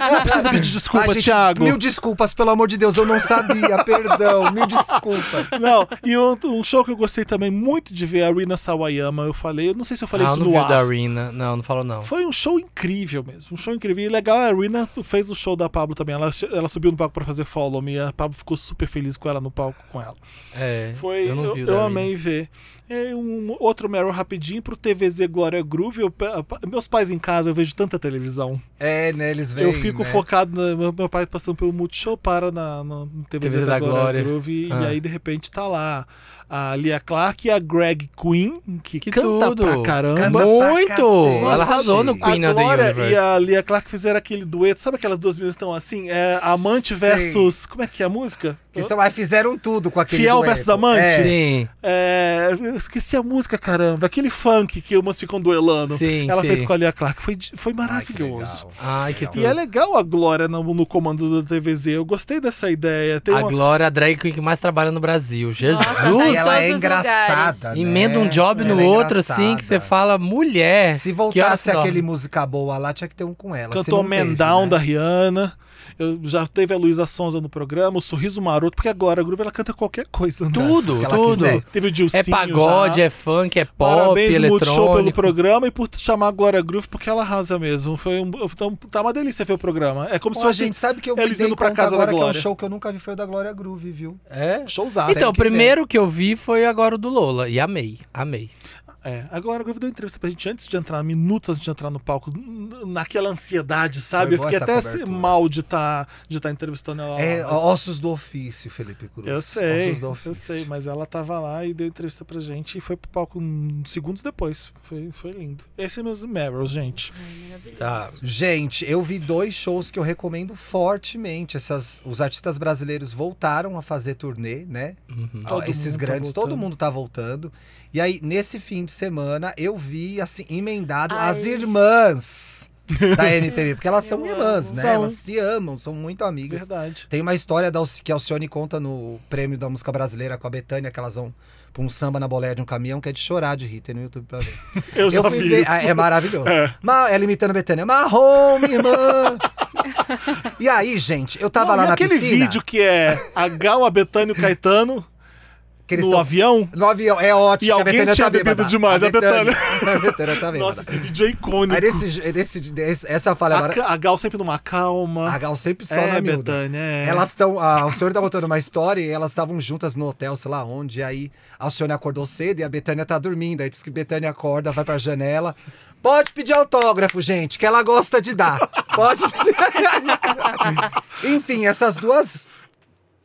[SPEAKER 4] (laughs)
[SPEAKER 1] Não precisa pedir Ah, desculpa,
[SPEAKER 4] Ai, gente,
[SPEAKER 1] Thiago.
[SPEAKER 4] Mil desculpas, pelo amor de Deus, eu não
[SPEAKER 6] (laughs)
[SPEAKER 4] sabia, perdão, mil desculpas.
[SPEAKER 1] (laughs) Não, e um, um show que eu gostei também muito de ver, é a Rina Sawayama, eu falei, eu não sei se eu falei
[SPEAKER 6] ah, eu
[SPEAKER 1] isso
[SPEAKER 6] não
[SPEAKER 1] no
[SPEAKER 6] viu
[SPEAKER 1] ar.
[SPEAKER 6] da Arena. Não, não falou não.
[SPEAKER 1] Foi um show incrível mesmo, um show incrível. E legal, a Rina fez o show da Pablo também. Ela, ela subiu no palco pra fazer follow me, e a Pablo ficou super feliz com ela no palco com ela.
[SPEAKER 6] É,
[SPEAKER 1] Foi,
[SPEAKER 6] eu
[SPEAKER 1] eu,
[SPEAKER 6] não vi o
[SPEAKER 1] eu
[SPEAKER 6] da Arena.
[SPEAKER 1] amei ver. É um outro Meryl rapidinho pro TVZ Glória Groove. Eu pe- meus pais em casa, eu vejo tanta televisão.
[SPEAKER 4] É, né, eles veem,
[SPEAKER 1] Eu fico
[SPEAKER 4] né?
[SPEAKER 1] focado, na- meu, meu pai passando pelo Multishow, para na, na no TVZ,
[SPEAKER 6] TVZ
[SPEAKER 1] da,
[SPEAKER 6] da
[SPEAKER 1] Glória,
[SPEAKER 6] Glória.
[SPEAKER 1] Groove, e
[SPEAKER 6] Ah.
[SPEAKER 1] aí de repente tá lá a Lia Clark e a Greg Queen, que,
[SPEAKER 6] Que
[SPEAKER 1] canta
[SPEAKER 6] tudo.
[SPEAKER 1] pra caramba.
[SPEAKER 4] Canta pra
[SPEAKER 6] Muito!
[SPEAKER 4] cacete.
[SPEAKER 6] ela arrasou no
[SPEAKER 4] Nossa,
[SPEAKER 1] A
[SPEAKER 6] Queen of the
[SPEAKER 1] Glória
[SPEAKER 6] Universe.
[SPEAKER 1] e a Lia Clark fizeram aquele dueto, sabe aquelas duas meninas que estão assim? É Amante
[SPEAKER 4] Sei.
[SPEAKER 1] versus. Como é que é a música?
[SPEAKER 4] Que são, aí fizeram tudo com aquele
[SPEAKER 1] Fiel
[SPEAKER 4] dueto.
[SPEAKER 1] versus amante?
[SPEAKER 4] É.
[SPEAKER 6] Sim,
[SPEAKER 1] É, eu esqueci a música, caramba. Aquele funk que umas ficam duelando.
[SPEAKER 6] sim,
[SPEAKER 1] Ela
[SPEAKER 6] sim.
[SPEAKER 1] fez com a Lia Clark. Foi, de- foi
[SPEAKER 4] Ai, que
[SPEAKER 1] maravilhoso.
[SPEAKER 4] legal.
[SPEAKER 6] Ai, que
[SPEAKER 1] E é
[SPEAKER 6] tudo.
[SPEAKER 1] legal a Glória no, no comando do TVZ. Eu gostei dessa ideia. Tem
[SPEAKER 6] A
[SPEAKER 1] uma- tá
[SPEAKER 6] Glória, a drag queen que mais trabalha no Brasil. Jesus!
[SPEAKER 4] E ela é
[SPEAKER 7] tá Todos os
[SPEAKER 4] engraçada, né?
[SPEAKER 6] Emenda um job no
[SPEAKER 4] Ela é
[SPEAKER 6] outro, assim, que você
[SPEAKER 4] engraçada.
[SPEAKER 6] fala, mulher.
[SPEAKER 4] Se
[SPEAKER 6] que horas
[SPEAKER 4] voltasse
[SPEAKER 6] dorme?
[SPEAKER 4] aquele música boa lá, tinha que ter um com ela. se
[SPEAKER 1] Cantou
[SPEAKER 4] não teve,
[SPEAKER 1] Man Down
[SPEAKER 4] né?
[SPEAKER 1] da Rihanna. Eu já teve a Luísa Sonza no programa, o Sorriso Maroto, porque agora a Groove ela canta qualquer coisa, né?
[SPEAKER 6] Tudo,
[SPEAKER 4] que ela
[SPEAKER 6] tudo.
[SPEAKER 4] quiser.
[SPEAKER 1] Teve o Dilcinho
[SPEAKER 6] É pagode,
[SPEAKER 1] já.
[SPEAKER 6] é funk, é pop,
[SPEAKER 1] Parabéns, Multishow, pelo
[SPEAKER 6] eletrônico.
[SPEAKER 1] programa e por chamar a Glória Groove, porque ela arrasa mesmo. Foi um, então, tá uma delícia ver o programa. É como se
[SPEAKER 4] Ó,
[SPEAKER 1] fosse
[SPEAKER 4] gente, sabe que eu
[SPEAKER 1] eles
[SPEAKER 4] me dei
[SPEAKER 1] indo pra
[SPEAKER 4] conta
[SPEAKER 1] casa da
[SPEAKER 4] agora que é
[SPEAKER 1] Glória.
[SPEAKER 4] um show que eu nunca vi foi o da Glória Groove, viu?
[SPEAKER 6] É?
[SPEAKER 1] showzada.
[SPEAKER 6] Então,
[SPEAKER 4] tem
[SPEAKER 6] o
[SPEAKER 4] que ver.
[SPEAKER 6] primeiro que eu vi foi agora o do Lola. E amei, amei.
[SPEAKER 1] É, a Glória Groove deu entrevista pra gente antes de entrar, minutos antes de entrar no palco, n- naquela ansiedade, sabe?
[SPEAKER 4] Foi
[SPEAKER 1] Eu
[SPEAKER 4] boa
[SPEAKER 1] fiquei
[SPEAKER 4] essa
[SPEAKER 1] até
[SPEAKER 4] cobertura.
[SPEAKER 1] mal de estar de tá entrevistando ela lá.
[SPEAKER 4] é
[SPEAKER 1] mas-
[SPEAKER 4] Ossos do Ofício, Felipe Cruz.
[SPEAKER 1] Eu sei,
[SPEAKER 4] Ossos do
[SPEAKER 1] eu
[SPEAKER 4] Ofício.
[SPEAKER 1] sei, mas ela tava lá e deu entrevista pra gente e foi pro palco hum, segundos depois. Foi, foi lindo. Esse é meus Meryl's, gente.
[SPEAKER 6] Tá.
[SPEAKER 4] Gente, eu vi dois shows que eu recomendo fortemente. Essas, os artistas brasileiros voltaram a fazer turnê, né?
[SPEAKER 6] Uhum.
[SPEAKER 4] Ah,
[SPEAKER 1] Todo
[SPEAKER 4] Esses
[SPEAKER 1] mundo tá
[SPEAKER 4] grandes, todo
[SPEAKER 1] voltando.
[SPEAKER 4] mundo tá voltando. E aí, nesse fim de semana, eu vi, assim, emendado
[SPEAKER 7] Ai.
[SPEAKER 4] as irmãs
[SPEAKER 1] (laughs)
[SPEAKER 4] da MPB. Porque elas
[SPEAKER 7] Eu
[SPEAKER 4] são irmãs,
[SPEAKER 7] amo.
[SPEAKER 4] né?
[SPEAKER 1] São.
[SPEAKER 4] Elas se amam, são muito amigas.
[SPEAKER 1] Verdade.
[SPEAKER 4] Tem uma história da Alci- que a Alcione conta no prêmio da música brasileira com a Betânia, que elas vão pra um samba na boleia de um caminhão, que é de chorar de rir, tem no YouTube pra ver.
[SPEAKER 1] Eu, já
[SPEAKER 4] fui
[SPEAKER 1] vi
[SPEAKER 4] ver-
[SPEAKER 1] isso.
[SPEAKER 4] Ah, é maravilhoso.
[SPEAKER 1] (laughs) É.
[SPEAKER 4] Ma, ela imitando a Betânia. Marrom,
[SPEAKER 1] (laughs)
[SPEAKER 4] minha irmã! e aí, gente, eu tava
[SPEAKER 1] Não,
[SPEAKER 4] lá
[SPEAKER 1] e
[SPEAKER 4] na
[SPEAKER 1] aquele
[SPEAKER 4] piscina.
[SPEAKER 1] vídeo que é a Gal, a Betânia e o Caetano
[SPEAKER 4] que eles
[SPEAKER 1] no
[SPEAKER 4] tão-
[SPEAKER 1] avião.
[SPEAKER 4] no avião, é
[SPEAKER 1] E
[SPEAKER 4] ótimo. que a
[SPEAKER 1] alguém
[SPEAKER 4] Betânia
[SPEAKER 1] tinha
[SPEAKER 4] tá
[SPEAKER 1] bebido
[SPEAKER 4] bêbada.
[SPEAKER 1] demais, a Betânia. (laughs)
[SPEAKER 4] a Betânia (laughs) tá bêbada.
[SPEAKER 1] Nossa, esse vídeo é icônico.
[SPEAKER 4] Aí nesse, nesse- nesse- essa falha
[SPEAKER 1] a,
[SPEAKER 4] agora.
[SPEAKER 1] ca- a Gal sempre numa calma.
[SPEAKER 4] A Gal sempre só
[SPEAKER 1] é,
[SPEAKER 4] na miúda.
[SPEAKER 1] Betânia, é.
[SPEAKER 4] Elas estão. a- O senhor tá contando uma história e elas estavam juntas no hotel, sei lá onde. Aí a Alcione acordou cedo e a Betânia tá dormindo. Aí diz que Betânia acorda, vai pra janela. Pode pedir autógrafo, gente, que ela gosta de dar. Pode pedir. (laughs) Enfim, essas duas.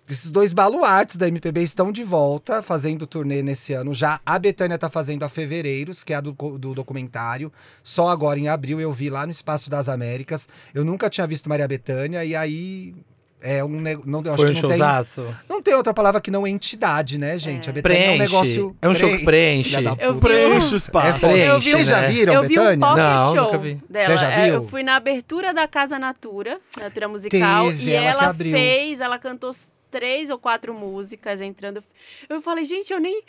[SPEAKER 4] Esses dois baluartes da MPB estão de volta, fazendo turnê nesse ano já. A Betânia tá fazendo a Fevereiros, que é a do, co- do documentário. Só agora em abril eu vi lá no Espaço das Américas. Eu nunca tinha visto Maria Betânia, e aí. É um negócio. Não, eu acho
[SPEAKER 6] Foi um
[SPEAKER 4] que não tem,
[SPEAKER 6] showzaço.
[SPEAKER 4] não tem outra palavra que não entidade, né, gente? A Betânia é um
[SPEAKER 6] Preenche.
[SPEAKER 4] negócio.
[SPEAKER 6] É um show que preenche.
[SPEAKER 4] Filha da
[SPEAKER 7] Eu vi
[SPEAKER 4] puta.
[SPEAKER 1] Preenche o espaço.
[SPEAKER 6] É,
[SPEAKER 7] Eu
[SPEAKER 6] foi.
[SPEAKER 7] vi
[SPEAKER 6] Preenche,
[SPEAKER 7] um
[SPEAKER 4] Vocês já
[SPEAKER 6] né?
[SPEAKER 4] viram,
[SPEAKER 7] eu vi um
[SPEAKER 4] Betânia?
[SPEAKER 7] pocket
[SPEAKER 6] Não,
[SPEAKER 7] show
[SPEAKER 6] nunca vi.
[SPEAKER 7] dela.
[SPEAKER 4] Você já
[SPEAKER 7] É, Eu
[SPEAKER 4] viu?
[SPEAKER 7] fui na abertura da Casa Natura, na Natura Musical,
[SPEAKER 4] Teve,
[SPEAKER 7] e
[SPEAKER 4] ela que
[SPEAKER 7] ela,
[SPEAKER 4] abriu.
[SPEAKER 7] fez, ela cantou s- três ou quatro músicas entrando. Eu falei, gente, eu nem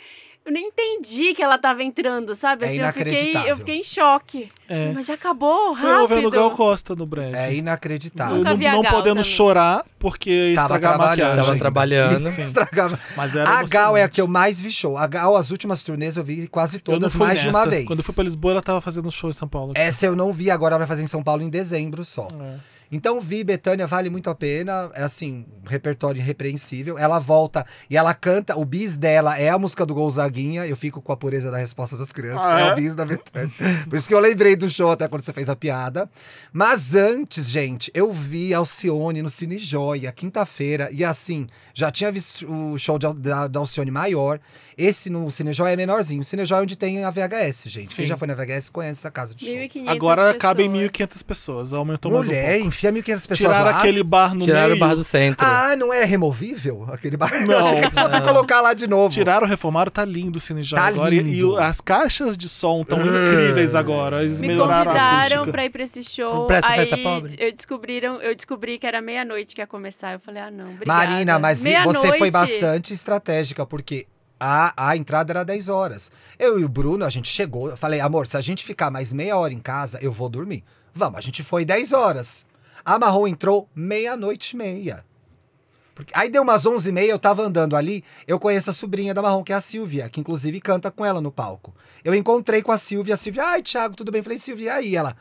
[SPEAKER 7] Eu nem entendi que ela tava entrando, sabe?
[SPEAKER 4] É
[SPEAKER 7] Assim, eu fiquei,
[SPEAKER 4] inacreditável.
[SPEAKER 7] eu fiquei em choque.
[SPEAKER 1] É.
[SPEAKER 7] Mas já acabou,
[SPEAKER 1] Foi o
[SPEAKER 7] rápido.
[SPEAKER 1] vendo Gal Costa no breve.
[SPEAKER 4] É
[SPEAKER 1] Eu
[SPEAKER 4] inacreditável.
[SPEAKER 7] Nunca
[SPEAKER 1] não,
[SPEAKER 7] vi a
[SPEAKER 1] não
[SPEAKER 7] Gal
[SPEAKER 1] podendo
[SPEAKER 7] também.
[SPEAKER 1] chorar, porque ia
[SPEAKER 4] Tava
[SPEAKER 1] estragar a
[SPEAKER 4] trabalhando.
[SPEAKER 1] maquiagem.
[SPEAKER 6] Tava
[SPEAKER 4] Sim.
[SPEAKER 6] trabalhando.
[SPEAKER 4] (laughs) Estragava.
[SPEAKER 1] Mas era
[SPEAKER 4] A Gal é a
[SPEAKER 1] emocionante.
[SPEAKER 4] que eu mais vi show. A Gal, as últimas turnês eu vi quase
[SPEAKER 1] Eu não
[SPEAKER 4] todas,
[SPEAKER 1] fui
[SPEAKER 4] mais de uma
[SPEAKER 1] nessa.
[SPEAKER 4] vez.
[SPEAKER 1] Quando eu fui pra Lisboa, ela tava fazendo show em São Paulo.
[SPEAKER 4] Essa eu não vi, agora ela vai fazer em São Paulo em dezembro só.
[SPEAKER 1] É.
[SPEAKER 4] Então vi Betânia, vale muito a pena. É assim, um repertório irrepreensível. Ela volta e ela canta. O bis dela é a música do Gonzaguinha. Eu fico com a pureza da resposta das crianças.
[SPEAKER 1] Ah,
[SPEAKER 4] é?
[SPEAKER 1] é?
[SPEAKER 4] o bis da Betânia. Por isso que eu lembrei do show até quando você fez a piada. Mas antes, gente, eu vi Alcione no Cine Joia, quinta-feira. E assim, já tinha visto o show de Al- da, da Alcione maior. Esse no Cine Joia é menorzinho. O Cine Joia é onde tem a VHS, gente. Quem
[SPEAKER 1] Sim.
[SPEAKER 4] já foi na VHS conhece essa casa de show.
[SPEAKER 7] 1.500
[SPEAKER 1] Agora
[SPEAKER 7] pessoas.
[SPEAKER 1] cabem 1.500 pessoas, aumentou mais um
[SPEAKER 4] Mulher,
[SPEAKER 1] pouco.
[SPEAKER 4] enfia 1.500 pessoas
[SPEAKER 1] Tiraram
[SPEAKER 4] lá.
[SPEAKER 1] aquele bar no
[SPEAKER 6] Tiraram
[SPEAKER 1] meio.
[SPEAKER 6] o bar do centro.
[SPEAKER 4] Ah, não é removível aquele bar?
[SPEAKER 1] Não,
[SPEAKER 4] Eu achei que era só você colocar lá de novo.
[SPEAKER 1] Tiraram, reformaram, tá Ah. lindo o Cine Joia
[SPEAKER 4] Tá
[SPEAKER 1] agora.
[SPEAKER 4] lindo.
[SPEAKER 1] E, e o- as caixas de som estão incríveis agora. é Eles
[SPEAKER 7] Me
[SPEAKER 1] melhoraram a
[SPEAKER 7] convidaram
[SPEAKER 1] acústica.
[SPEAKER 7] pra ir pra esse show.
[SPEAKER 6] Pra essa
[SPEAKER 7] aí
[SPEAKER 6] festa pobre.
[SPEAKER 7] eu descobriram, eu descobri que era meia-noite que ia começar. Eu falei, ah, não, obrigada.
[SPEAKER 4] Marina, mas e- você
[SPEAKER 7] Meia-noite.
[SPEAKER 4] foi bastante estratégica, porque a, a entrada era 10 horas. Eu e o Bruno, a gente chegou, eu falei, amor, se a gente ficar mais meia hora em casa, eu vou dormir. Vamos, a gente foi 10 horas. A Marrom entrou meia-noite e meia. Porque, aí deu umas 11 e meia, eu tava andando ali, eu conheço a sobrinha da Marrom, que é a Silvia, que inclusive canta com ela no palco. Eu encontrei com a Silvia, a Silvia, ai, Thiago, tudo bem? Falei, Silvia, e aí? Ela,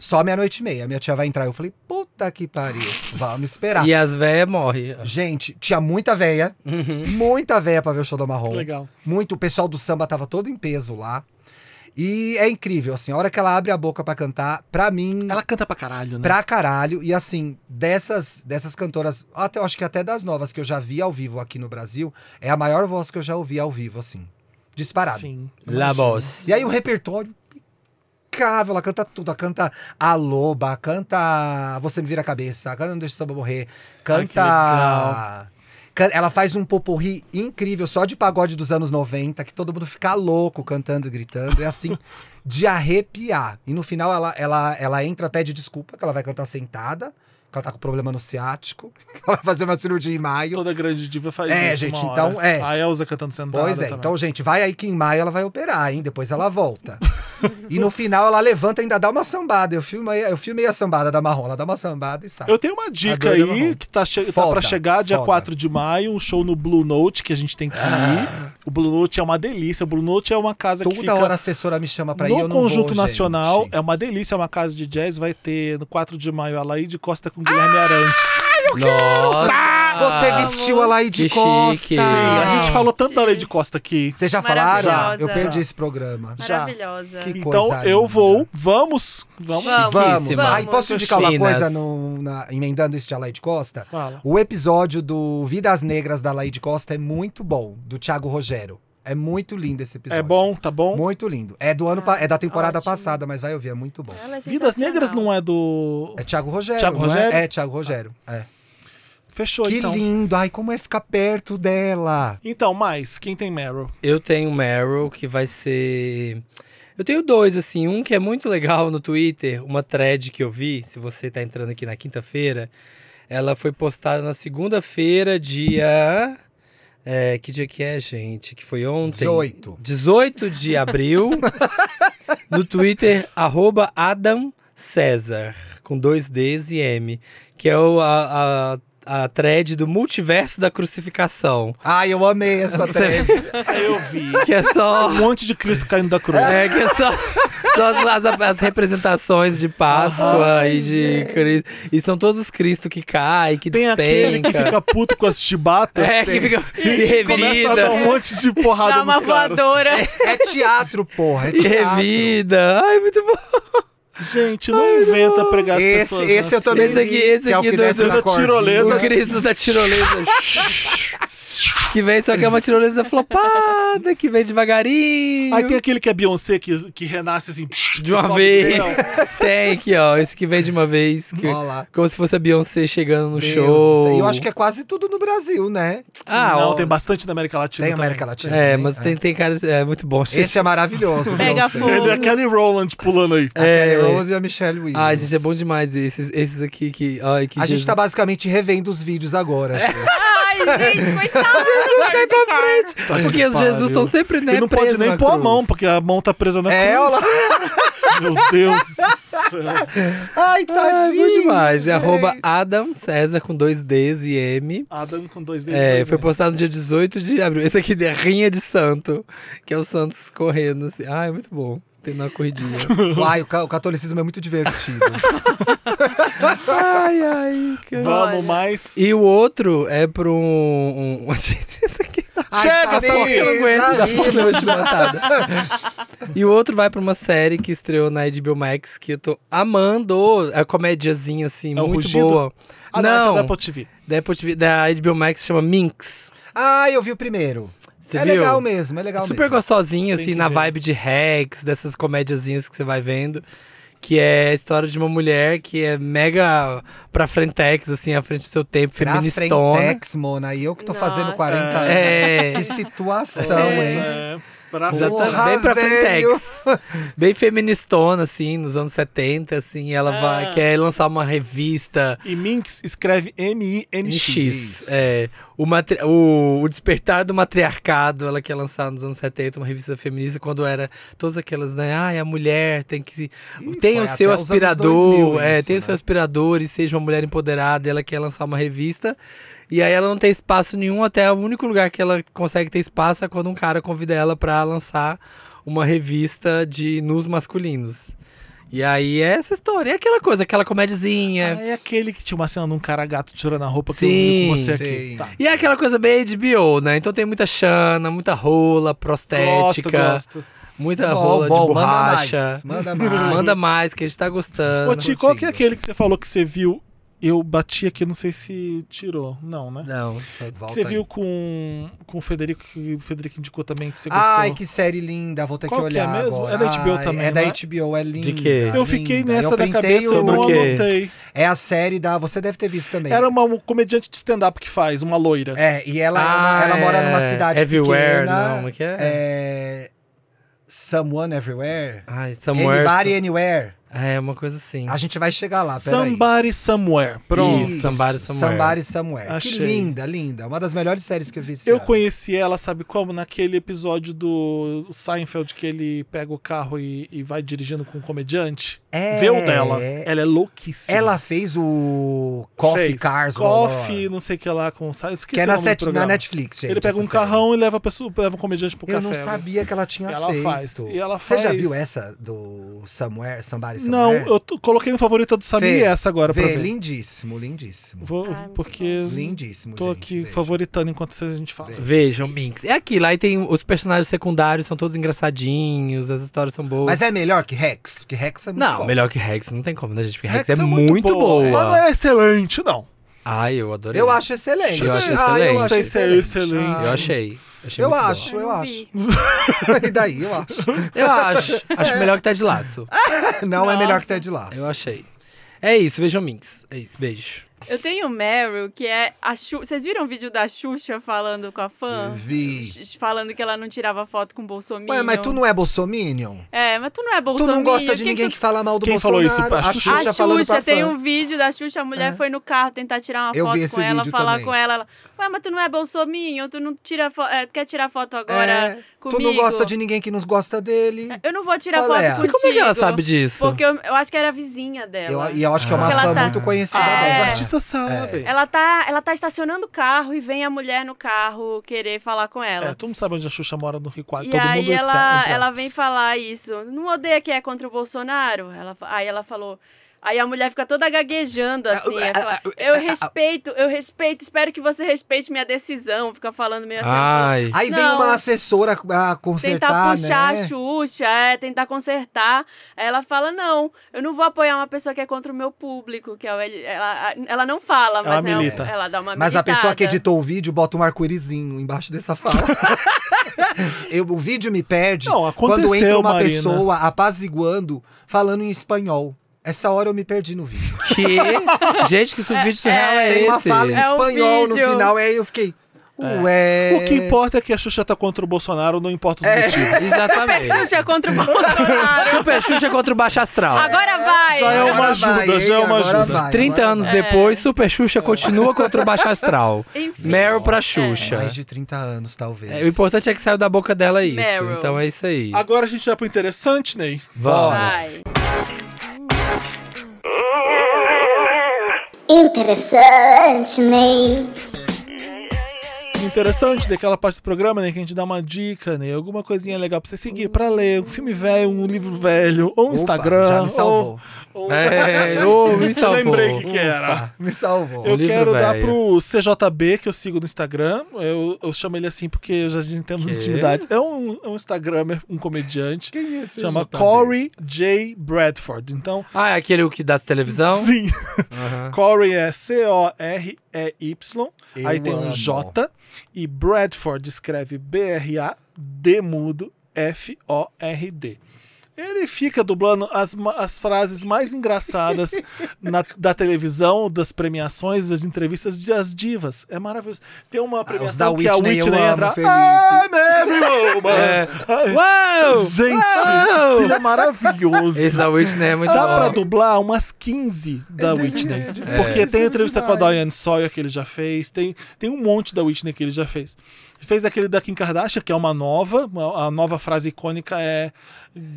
[SPEAKER 4] só meia-noite e meia, minha tia vai entrar. Eu falei, puta que pariu, vamos esperar.
[SPEAKER 6] E as véias morrem.
[SPEAKER 4] É. Gente, tinha muita véia,
[SPEAKER 6] Uhum.
[SPEAKER 4] muita véia pra ver o show da
[SPEAKER 1] Que
[SPEAKER 4] Marrom.
[SPEAKER 1] Legal.
[SPEAKER 4] Muito, o pessoal do samba tava todo em peso lá. E é incrível, assim, a hora que ela abre a boca pra cantar, pra mim,
[SPEAKER 1] Ela canta pra caralho, né?
[SPEAKER 4] pra caralho. E assim, dessas, dessas cantoras, até, eu acho que até das novas que eu já vi ao vivo aqui no Brasil, é a maior voz que eu já ouvi ao vivo, assim, disparado.
[SPEAKER 1] Sim.
[SPEAKER 6] La voz.
[SPEAKER 4] E aí o repertório impecável, ela canta tudo, ela canta a loba, canta Você Me Vira a Cabeça, canta Não Deixa o Samba Morrer,
[SPEAKER 1] Ai, que legal.
[SPEAKER 4] canta... can- Ela faz um poporri incrível, só de pagode dos anos 90, que todo mundo fica louco cantando e gritando.
[SPEAKER 1] (laughs)
[SPEAKER 4] É assim, de arrepiar. E no final ela, ela, ela entra, pede desculpa, que ela vai cantar sentada, que ela tá com problema no ciático, (laughs) que ela vai fazer uma cirurgia em maio.
[SPEAKER 1] Toda grande diva faz
[SPEAKER 4] É,
[SPEAKER 1] isso uma
[SPEAKER 4] gente,
[SPEAKER 1] hora.
[SPEAKER 4] então, é.
[SPEAKER 1] A Elza cantando sentada
[SPEAKER 4] Pois é,
[SPEAKER 1] também.
[SPEAKER 4] então, gente, vai aí que em maio ela vai operar, hein? Depois ela volta. e no final ela levanta e ainda dá uma sambada. Eu filmei, eu filmei a sambada da Marrom, ela dá uma sambada e sai.
[SPEAKER 1] Eu tenho uma dica
[SPEAKER 4] Adoro
[SPEAKER 1] aí
[SPEAKER 4] Marrom.
[SPEAKER 1] que tá, che tá
[SPEAKER 4] Foda,
[SPEAKER 1] pra chegar dia
[SPEAKER 4] foda. Ah.
[SPEAKER 1] 4 de maio, um show no Blue Note que a gente tem que ir. O Blue Note é uma delícia. O Blue Note é uma casa
[SPEAKER 4] Toda
[SPEAKER 1] que fica
[SPEAKER 4] hora a assessora me chama pra ir, eu
[SPEAKER 1] no
[SPEAKER 4] não vou,
[SPEAKER 1] Conjunto Nacional.
[SPEAKER 4] gente.
[SPEAKER 1] É uma delícia, é uma casa de jazz. Vai ter no 4 de maio a Laíde Costa com Guilherme Arantes.
[SPEAKER 6] Nossa.
[SPEAKER 4] Ah, Você vestiu a Laide
[SPEAKER 6] Ah, Que
[SPEAKER 4] Costa.
[SPEAKER 6] chique.
[SPEAKER 1] A gente falou tanto da Laíde Costa aqui.
[SPEAKER 4] Vocês já falaram?
[SPEAKER 7] Maravilhosa. Tá
[SPEAKER 4] Eu perdi esse programa.
[SPEAKER 1] Já.
[SPEAKER 7] Maravilhosa.
[SPEAKER 4] Que
[SPEAKER 1] Então
[SPEAKER 4] coisa
[SPEAKER 1] eu
[SPEAKER 4] linda.
[SPEAKER 1] vou. Vamos. Vamos.
[SPEAKER 7] Vamos.
[SPEAKER 4] Vamos.
[SPEAKER 6] Chiquíssima.
[SPEAKER 4] Aí posso indicar uma
[SPEAKER 6] Chinas.
[SPEAKER 4] coisa no- na- emendando isso de Alaide Costa?
[SPEAKER 1] Fala.
[SPEAKER 4] O episódio do Vidas Negras da Laide Costa é muito bom, do Thiago Rogério. É muito lindo esse episódio.
[SPEAKER 1] É bom, tá bom?
[SPEAKER 4] Muito lindo. É do ano pa- é da temporada
[SPEAKER 7] ótimo.
[SPEAKER 4] passada, mas vai ouvir, é muito bom.
[SPEAKER 7] Ela é
[SPEAKER 1] Vidas Negras
[SPEAKER 7] sensacional.
[SPEAKER 1] não é do.
[SPEAKER 4] É Thiago Rogério.
[SPEAKER 1] Thiago
[SPEAKER 4] não é?
[SPEAKER 1] Rogério?
[SPEAKER 4] É, Thiago Rogério.
[SPEAKER 6] Ah.
[SPEAKER 4] é.
[SPEAKER 1] Fechou,
[SPEAKER 4] Que
[SPEAKER 1] então.
[SPEAKER 4] lindo. Ai, como é ficar perto dela.
[SPEAKER 1] Então, mais, quem tem Meryl?
[SPEAKER 6] Eu tenho Meryl, que vai ser. Eu tenho dois, assim. Um que é muito legal no Twitter, uma thread que eu vi, se você tá entrando aqui na quinta-feira. Ela foi postada na segunda-feira, dia. é, que dia que é, gente? Que foi ontem?
[SPEAKER 4] 18.
[SPEAKER 6] 18 de abril. no Twitter, arroba Adam César, com dois Ds e M. Que é o, a, a, a thread do multiverso da crucificação.
[SPEAKER 4] Ai, eu amei essa
[SPEAKER 6] Você-
[SPEAKER 4] thread.
[SPEAKER 1] Eu vi.
[SPEAKER 6] Que é só.
[SPEAKER 1] Um monte de Cristo caindo da cruz.
[SPEAKER 6] É, que é só, só as, as- as representações de Páscoa e de Cristo. E são todos os Cristo que caem, que
[SPEAKER 1] Tem aquele que
[SPEAKER 6] despenca.
[SPEAKER 1] fica puto com as chibatas.
[SPEAKER 6] é, que fica e
[SPEAKER 1] Começa a dar um
[SPEAKER 6] revida.
[SPEAKER 1] monte de porrada
[SPEAKER 7] Dá uma
[SPEAKER 1] nos caras.
[SPEAKER 7] voadora.
[SPEAKER 4] É teatro, porra. É
[SPEAKER 6] E
[SPEAKER 4] teatro.
[SPEAKER 6] revida. Ai, muito bom.
[SPEAKER 1] Gente, não inventa pregar as
[SPEAKER 4] Esse,
[SPEAKER 1] pessoas.
[SPEAKER 4] esse eu também
[SPEAKER 6] Esse aqui-
[SPEAKER 4] vi,
[SPEAKER 6] esse
[SPEAKER 4] que é o
[SPEAKER 6] aqui
[SPEAKER 4] que
[SPEAKER 6] do-
[SPEAKER 4] desce
[SPEAKER 6] do-
[SPEAKER 4] na
[SPEAKER 1] da
[SPEAKER 4] cordinha.
[SPEAKER 1] tirolesa.
[SPEAKER 6] O Cristo da tirolesa. que vem, só que é uma tirolesa flopada, que vem devagarinho.
[SPEAKER 1] Aí tem aquele que é Beyoncé, que, que renasce assim...
[SPEAKER 6] De uma
[SPEAKER 1] sobe
[SPEAKER 6] vez.
[SPEAKER 1] e desce.
[SPEAKER 6] Tem aqui, ó. Esse que vem de uma vez. que-
[SPEAKER 4] Ó lá.
[SPEAKER 6] como se fosse a Beyoncé chegando no
[SPEAKER 4] Deus do
[SPEAKER 6] show.
[SPEAKER 4] céu. Eu acho que é quase tudo no Brasil, né?
[SPEAKER 6] (laughs) Ah,
[SPEAKER 1] não,
[SPEAKER 6] ó,
[SPEAKER 1] tem bastante na América Latina
[SPEAKER 4] Tem
[SPEAKER 1] também.
[SPEAKER 4] América Latina.
[SPEAKER 6] É,
[SPEAKER 4] também.
[SPEAKER 6] mas tem, tem cara. É muito bom. (laughs)
[SPEAKER 4] Esse é maravilhoso.
[SPEAKER 7] Pega
[SPEAKER 4] Beyoncé. (laughs)
[SPEAKER 7] fogo.
[SPEAKER 1] Ele é Kelly Rowland pulando aí. Tá
[SPEAKER 4] A Kelly
[SPEAKER 6] É.
[SPEAKER 4] Rowland e a Michelle Williams.
[SPEAKER 6] Ai, gente, é bom demais esses, esses aqui que. Ai, que
[SPEAKER 1] tá
[SPEAKER 4] A gente
[SPEAKER 6] Jesus. É.
[SPEAKER 4] tá basicamente revendo os vídeos agora. acho que.
[SPEAKER 7] Ai, gente, coitado. Jesus
[SPEAKER 6] Vai pra frente.
[SPEAKER 1] Tá que
[SPEAKER 6] Porque os
[SPEAKER 1] pariu.
[SPEAKER 6] Jesus estão sempre, né,
[SPEAKER 1] Ele não pode
[SPEAKER 6] presos na
[SPEAKER 1] nem pôr a
[SPEAKER 6] cruz. Ah,
[SPEAKER 1] mão, porque a mão tá presa na
[SPEAKER 6] É,
[SPEAKER 1] cruz.
[SPEAKER 6] olha lá.
[SPEAKER 1] Meu Deus do céu.
[SPEAKER 4] Ai,
[SPEAKER 6] Ah,
[SPEAKER 4] tadinho.
[SPEAKER 6] bom demais.
[SPEAKER 4] gente.
[SPEAKER 6] É arroba Adam César com dois Ds e M.
[SPEAKER 1] Adam com dois dedos.
[SPEAKER 6] É,
[SPEAKER 1] dois
[SPEAKER 6] foi
[SPEAKER 1] dedos.
[SPEAKER 6] postado no dia 18 de abril. Esse aqui é Rinha de Santo, que é o Santos correndo assim. Ah, é muito bom. Tendo
[SPEAKER 1] (laughs)
[SPEAKER 6] uma corridinha.
[SPEAKER 4] Ai, o ca- o catolicismo é muito divertido.
[SPEAKER 6] ai, ai, cara.
[SPEAKER 1] Vamos
[SPEAKER 7] Olha.
[SPEAKER 1] mais.
[SPEAKER 6] E o outro é pro um. (laughs) um- Isso aqui
[SPEAKER 4] Ai,
[SPEAKER 6] Chega,
[SPEAKER 4] tá bem,
[SPEAKER 6] essa porra eu
[SPEAKER 4] tá
[SPEAKER 6] não aguento. Dá
[SPEAKER 4] bem.
[SPEAKER 6] porra da última matada. (laughs) E o outro vai pra uma série que estreou na HBO Max, que eu tô amando. É comédiazinha, assim,
[SPEAKER 1] É o
[SPEAKER 6] muito
[SPEAKER 1] Rugido?
[SPEAKER 6] boa.
[SPEAKER 1] Ah, não, essa é da
[SPEAKER 6] não,
[SPEAKER 1] Apple TV.
[SPEAKER 6] da, Apple TV da HBO Max chama Minx.
[SPEAKER 4] Ah, eu vi o primeiro.
[SPEAKER 6] Você
[SPEAKER 4] é
[SPEAKER 6] viu?
[SPEAKER 4] legal mesmo, é legal
[SPEAKER 6] Super
[SPEAKER 4] mesmo.
[SPEAKER 6] gostosinha,
[SPEAKER 1] Tem
[SPEAKER 6] assim,
[SPEAKER 1] que
[SPEAKER 6] na
[SPEAKER 1] ver.
[SPEAKER 6] vibe de Rex, dessas comédiazinhas que você vai vendo. Que é a história de uma mulher que é mega pra frentex, assim, à frente do seu tempo,
[SPEAKER 4] Pra
[SPEAKER 6] feministona.
[SPEAKER 4] Frentex, Mona, e eu que tô fazendo
[SPEAKER 7] Nossa.
[SPEAKER 4] 40 anos.
[SPEAKER 6] É.
[SPEAKER 4] Que situação, hein?
[SPEAKER 1] É, pra
[SPEAKER 6] Exatamente.
[SPEAKER 4] Porra,
[SPEAKER 6] Bem pra
[SPEAKER 4] velho. (laughs)
[SPEAKER 6] Bem feministona, assim, nos anos 70, assim. Ela
[SPEAKER 7] Ah.
[SPEAKER 6] vai, quer lançar uma revista
[SPEAKER 1] E Minx escreve M-I-N-X.
[SPEAKER 6] X. É, o, matri- o, o Despertar do Matriarcado, ela quer lançar nos anos 70, uma revista feminista, quando era todas aquelas, né? Ai, a mulher tem que. tem
[SPEAKER 4] foi
[SPEAKER 6] o seu
[SPEAKER 4] até os anos 2000
[SPEAKER 6] aspirador, é,
[SPEAKER 4] isso,
[SPEAKER 6] tem
[SPEAKER 4] né?
[SPEAKER 6] o seu aspirador e seja uma mulher empoderada, e ela quer lançar uma revista. E aí ela não tem espaço nenhum, até o único lugar que ela consegue ter espaço é quando um cara convida ela pra lançar uma revista de nus masculinos. E aí é essa história, é aquela coisa, aquela comedizinha,
[SPEAKER 1] Ah, é aquele que tinha uma cena de um cara gato tirando a roupa que eu vi
[SPEAKER 6] Sim,
[SPEAKER 1] com você
[SPEAKER 4] sim.
[SPEAKER 1] aqui. Tá.
[SPEAKER 6] E é aquela coisa bem HBO, né? Então tem muita chana, muita rola prostética,
[SPEAKER 1] Gosto, gosto.
[SPEAKER 6] muita
[SPEAKER 4] Bom,
[SPEAKER 6] rola
[SPEAKER 4] bom,
[SPEAKER 6] de borracha.
[SPEAKER 4] (laughs) Manda mais. Manda mais.
[SPEAKER 6] Manda mais, que a gente tá gostando.
[SPEAKER 1] Ô, Ti, qual que é
[SPEAKER 4] contigo.
[SPEAKER 1] aquele que você falou que você viu? Eu bati aqui, não sei se tirou. Não, né?
[SPEAKER 6] Não, só...
[SPEAKER 1] Que
[SPEAKER 4] Volta
[SPEAKER 1] você
[SPEAKER 4] aí.
[SPEAKER 1] viu com, com o Federico, que o Federico indicou também que você gostou.
[SPEAKER 4] Ai, que série linda, vou ter
[SPEAKER 1] Qual
[SPEAKER 4] que
[SPEAKER 1] que é
[SPEAKER 4] olhar.
[SPEAKER 1] mesmo?
[SPEAKER 4] agora.
[SPEAKER 1] É da HBO
[SPEAKER 4] Ai,
[SPEAKER 1] também,
[SPEAKER 4] É da
[SPEAKER 1] não é?
[SPEAKER 4] HBO, é linda.
[SPEAKER 6] De quê?
[SPEAKER 1] Eu fiquei
[SPEAKER 4] linda.
[SPEAKER 1] nessa
[SPEAKER 4] Eu
[SPEAKER 1] da
[SPEAKER 4] printei
[SPEAKER 1] cabeça, eu
[SPEAKER 4] o-
[SPEAKER 1] não
[SPEAKER 6] Sobre o quê?
[SPEAKER 1] anotei.
[SPEAKER 4] É a série da. Você deve ter visto também.
[SPEAKER 1] Era um uma comediante de stand-up que faz, uma loira.
[SPEAKER 4] É, e ela,
[SPEAKER 1] Ah,
[SPEAKER 4] ela mora numa
[SPEAKER 1] é.
[SPEAKER 4] cidade
[SPEAKER 6] Ah, é. Everywhere,
[SPEAKER 4] pequena.
[SPEAKER 6] não, como é que é?
[SPEAKER 4] É... Someone Everywhere.
[SPEAKER 6] Ai, somewhere.
[SPEAKER 4] Anybody Anywhere.
[SPEAKER 6] É, uma coisa assim.
[SPEAKER 4] A gente vai chegar lá, Ah, peraí.
[SPEAKER 1] Somebody Somewhere. Pronto.
[SPEAKER 6] Isso, Somebody Somewhere.
[SPEAKER 4] Somebody Somewhere. Que
[SPEAKER 1] Achei.
[SPEAKER 4] linda, linda. Uma das melhores séries que eu vi. esse
[SPEAKER 1] Eu
[SPEAKER 4] ano.
[SPEAKER 1] conheci ela, sabe como? Naquele episódio do Seinfeld que ele pega o carro e, e vai dirigindo com um comediante.
[SPEAKER 4] É.
[SPEAKER 1] Vê o dela. Ela é louquíssima.
[SPEAKER 4] Ela fez o Coffee
[SPEAKER 1] Fez
[SPEAKER 4] Cars.
[SPEAKER 1] Coffee,
[SPEAKER 4] Roll On,
[SPEAKER 1] não sei o que lá com o Seinfeld.
[SPEAKER 4] Que é na, set- na Netflix, gente.
[SPEAKER 1] Ele pega
[SPEAKER 4] essa
[SPEAKER 1] um
[SPEAKER 4] série.
[SPEAKER 1] carrão e leva, a pessoa, leva um comediante pro café.
[SPEAKER 4] Eu não
[SPEAKER 1] né?
[SPEAKER 4] sabia que ela tinha
[SPEAKER 1] Ela
[SPEAKER 4] feito.
[SPEAKER 1] faz, e ela
[SPEAKER 4] Você já
[SPEAKER 1] faz-
[SPEAKER 4] viu essa do Somewhere, Somebody
[SPEAKER 1] Não,
[SPEAKER 4] Somewhere?
[SPEAKER 1] eu tô- coloquei no favorito do Samir
[SPEAKER 4] Vê,
[SPEAKER 1] essa agora pra
[SPEAKER 4] Vê,
[SPEAKER 1] ver.
[SPEAKER 4] lindíssimo, lindíssimo.
[SPEAKER 1] Vou,
[SPEAKER 7] Ai, muito
[SPEAKER 1] porque
[SPEAKER 4] Lindíssimo,
[SPEAKER 1] tô
[SPEAKER 4] gente,
[SPEAKER 1] aqui
[SPEAKER 4] veja.
[SPEAKER 1] favoritando enquanto vocês a gente fala.
[SPEAKER 4] Veja.
[SPEAKER 6] Vejam, Minx. É aquilo, aí tem os personagens secundários, são todos engraçadinhos, as histórias são boas.
[SPEAKER 4] Mas é melhor que Rex? Porque Rex é muito
[SPEAKER 6] Não,
[SPEAKER 4] bom.
[SPEAKER 6] melhor que Rex, não tem como, né, gente? Porque Rex,
[SPEAKER 1] Essa
[SPEAKER 6] é, muito boa.
[SPEAKER 1] Mas não é excelente, não.
[SPEAKER 6] Ai, eu adorei.
[SPEAKER 4] Eu acho excelente.
[SPEAKER 6] Eu acho
[SPEAKER 4] Ah,
[SPEAKER 6] excelente.
[SPEAKER 4] eu acho
[SPEAKER 1] Sei se é
[SPEAKER 4] excelente.
[SPEAKER 1] excelente.
[SPEAKER 4] Ah,
[SPEAKER 6] Eu achei. achei
[SPEAKER 4] Eu
[SPEAKER 6] muito boa.
[SPEAKER 4] acho,
[SPEAKER 7] Eu
[SPEAKER 4] eu
[SPEAKER 7] não
[SPEAKER 4] acho.
[SPEAKER 7] vi.
[SPEAKER 4] Ah, E daí, eu acho.
[SPEAKER 6] (laughs)
[SPEAKER 4] (laughs)
[SPEAKER 6] Eu acho. Acho melhor que tá de laço.
[SPEAKER 4] Não é melhor que
[SPEAKER 7] Nossa.
[SPEAKER 4] Ted Lasso.
[SPEAKER 6] Eu achei. É isso, vejam Minx. É isso, beijo.
[SPEAKER 7] Eu tenho Meryl, que é a Xu... Vocês viram o vídeo da Xuxa falando com a fã?
[SPEAKER 4] Vi.
[SPEAKER 7] X- Falando que ela não tirava foto com o Bolsonaro.
[SPEAKER 4] Ué, mas tu não é bolsominion?
[SPEAKER 7] É, mas tu não é
[SPEAKER 4] Tu
[SPEAKER 7] Bolsonaro.
[SPEAKER 4] não gosta de ninguém que, fala mal do
[SPEAKER 1] Quem falou
[SPEAKER 4] Bolsonaro?
[SPEAKER 1] isso? A
[SPEAKER 4] A
[SPEAKER 1] Xuxa
[SPEAKER 4] Xuxa,
[SPEAKER 7] A Xuxa,
[SPEAKER 4] falando pra
[SPEAKER 7] tem
[SPEAKER 4] fã. É.
[SPEAKER 7] um vídeo da Xuxa, a mulher foi no carro tentar tirar uma
[SPEAKER 4] Eu vi
[SPEAKER 7] foto
[SPEAKER 4] esse
[SPEAKER 7] com ela,
[SPEAKER 4] vídeo
[SPEAKER 7] falar
[SPEAKER 4] também.
[SPEAKER 7] com ela. ela, Ué, mas tu não é bolsominho, tu não tira fo- é, tu quer tirar foto agora
[SPEAKER 4] É,
[SPEAKER 7] comigo?
[SPEAKER 4] Tu não gosta de ninguém que não gosta dele.
[SPEAKER 7] Eu não vou tirar
[SPEAKER 4] Qual
[SPEAKER 7] foto
[SPEAKER 4] é?
[SPEAKER 7] contigo.
[SPEAKER 6] Como é que ela sabe disso?
[SPEAKER 7] Porque eu, eu acho que era a vizinha
[SPEAKER 4] Eu-
[SPEAKER 7] dela.
[SPEAKER 4] e eu acho que é uma
[SPEAKER 7] Porque
[SPEAKER 4] fã
[SPEAKER 7] ela tá-
[SPEAKER 4] muito conhecida.
[SPEAKER 1] Ah,
[SPEAKER 7] É.
[SPEAKER 1] os
[SPEAKER 4] mesmo.
[SPEAKER 1] artistas sabem.
[SPEAKER 7] Ela tá, ela tá estacionando o carro e vem a mulher no carro querer falar com
[SPEAKER 1] É,
[SPEAKER 7] ela.
[SPEAKER 1] todo mundo sabe onde a Xuxa mora no Rio Quadro.
[SPEAKER 7] E
[SPEAKER 1] Todo
[SPEAKER 7] aí
[SPEAKER 1] mundo
[SPEAKER 7] ela,
[SPEAKER 1] sabe.
[SPEAKER 7] ela vem falar isso. Não odeia que é contra o Bolsonaro? Ela, fa- aí ela falou. Aí a mulher fica toda gaguejando, assim. ela fala, eu respeito, eu respeito, espero que você respeite minha decisão. Fica falando meio assim.
[SPEAKER 6] Ai.
[SPEAKER 4] Aí vem
[SPEAKER 7] Não.
[SPEAKER 4] uma assessora a
[SPEAKER 7] Tentar
[SPEAKER 4] consertar,
[SPEAKER 7] puxar
[SPEAKER 4] né?
[SPEAKER 7] a Xuxa, é, tentar consertar. Aí ela fala: Não, eu não vou apoiar uma pessoa que é contra o meu público, que é o L- ela, ela não fala, mas né,
[SPEAKER 1] milita.
[SPEAKER 7] ela dá uma
[SPEAKER 4] Mas a pessoa que
[SPEAKER 7] militada.
[SPEAKER 4] editou o vídeo bota um arco-írisinho embaixo
[SPEAKER 1] (laughs)
[SPEAKER 4] dessa fala. Eu- o vídeo me perde
[SPEAKER 1] Não, aconteceu,
[SPEAKER 4] quando entra uma
[SPEAKER 1] Marina.
[SPEAKER 4] pessoa apaziguando falando em espanhol. Essa hora eu me perdi no vídeo.
[SPEAKER 6] Que? Gente, que subvídeo surreal é,
[SPEAKER 4] Tem
[SPEAKER 6] esse?
[SPEAKER 4] uma fala em
[SPEAKER 7] É um
[SPEAKER 4] espanhol no
[SPEAKER 7] vídeo.
[SPEAKER 4] final, aí eu fiquei. Ué.
[SPEAKER 1] É. O que importa é que a Xuxa tá contra o Bolsonaro, não importa os motivos.
[SPEAKER 6] Exatamente.
[SPEAKER 7] Xuxa contra o Bolsonaro.
[SPEAKER 6] Super Xuxa contra o Baixo Astral.
[SPEAKER 7] Agora vai.
[SPEAKER 1] Já é uma
[SPEAKER 4] Agora
[SPEAKER 1] ajuda,
[SPEAKER 4] vai,
[SPEAKER 1] já é uma
[SPEAKER 4] hein? Agora
[SPEAKER 1] ajuda.
[SPEAKER 4] vai,
[SPEAKER 6] 30
[SPEAKER 4] agora
[SPEAKER 6] anos
[SPEAKER 7] é.
[SPEAKER 4] vai.
[SPEAKER 6] depois, Super Xuxa continua contra o Baixo Astral.
[SPEAKER 7] Enfim.
[SPEAKER 6] Meryl pra Xuxa.
[SPEAKER 4] Mais de 30 anos, talvez.
[SPEAKER 6] É, o importante é que saiu da boca dela isso.
[SPEAKER 7] Meryl.
[SPEAKER 6] Então é isso aí.
[SPEAKER 1] Agora a gente vai pro interessante, Ney.
[SPEAKER 6] Vamos.
[SPEAKER 7] Vai.
[SPEAKER 5] Interessante, Ney.
[SPEAKER 1] Interessante daquela parte do programa, né? Que a gente dá uma dica, né? Alguma coisinha legal pra você seguir, pra ler. Um filme velho, um livro velho, ou um
[SPEAKER 4] Opa,
[SPEAKER 1] Instagram.
[SPEAKER 4] Já me salvou.
[SPEAKER 1] Ou, ou...
[SPEAKER 6] É, (laughs) ô, me salvou.
[SPEAKER 1] Lembrei o que, que
[SPEAKER 6] é.
[SPEAKER 1] era.
[SPEAKER 4] Me salvou.
[SPEAKER 1] Eu
[SPEAKER 6] Um livro
[SPEAKER 1] quero dar
[SPEAKER 6] velho.
[SPEAKER 1] pro CJB, que eu sigo no Instagram. Eu, eu chamo ele assim porque já temos
[SPEAKER 6] Quê?
[SPEAKER 1] intimidades. É um, é um Instagrammer, um comediante.
[SPEAKER 4] Quem é esse
[SPEAKER 1] Chama
[SPEAKER 4] JB?
[SPEAKER 1] Corey J. Bradford. Então,
[SPEAKER 6] Ah, é aquele que dá
[SPEAKER 4] Então?
[SPEAKER 6] televisão?
[SPEAKER 1] sim. (laughs)
[SPEAKER 6] Aham.
[SPEAKER 1] Corey é C-O-R-E-Y. Aí
[SPEAKER 4] Eu
[SPEAKER 1] tem um
[SPEAKER 4] amo.
[SPEAKER 1] J. E Bradford escreve B-R-A, D mudo, F-O-R-D. Ele fica dublando as, ma- as frases mais
[SPEAKER 4] (laughs)
[SPEAKER 1] engraçadas na- da televisão, das premiações, das entrevistas de as divas. É maravilhoso. Tem uma premiação
[SPEAKER 4] Ah, da
[SPEAKER 1] que é a
[SPEAKER 4] Whitney eu
[SPEAKER 1] Whitney
[SPEAKER 4] amo,
[SPEAKER 1] entra.
[SPEAKER 4] Felipe.
[SPEAKER 1] I'm every woman.
[SPEAKER 6] É.
[SPEAKER 1] Ai,
[SPEAKER 6] Uau!
[SPEAKER 1] Gente, aquilo é maravilhoso.
[SPEAKER 6] Esse da Whitney é muito
[SPEAKER 1] Dá pra
[SPEAKER 6] bom.
[SPEAKER 1] dublar umas 15 da Whitney. Porque tem entrevista com a Diane Sawyer que ele já fez, tem, tem um monte da Whitney que ele já fez. Ele Fez aquele da Kim Kardashian, que é uma nova, uma- a nova frase icônica é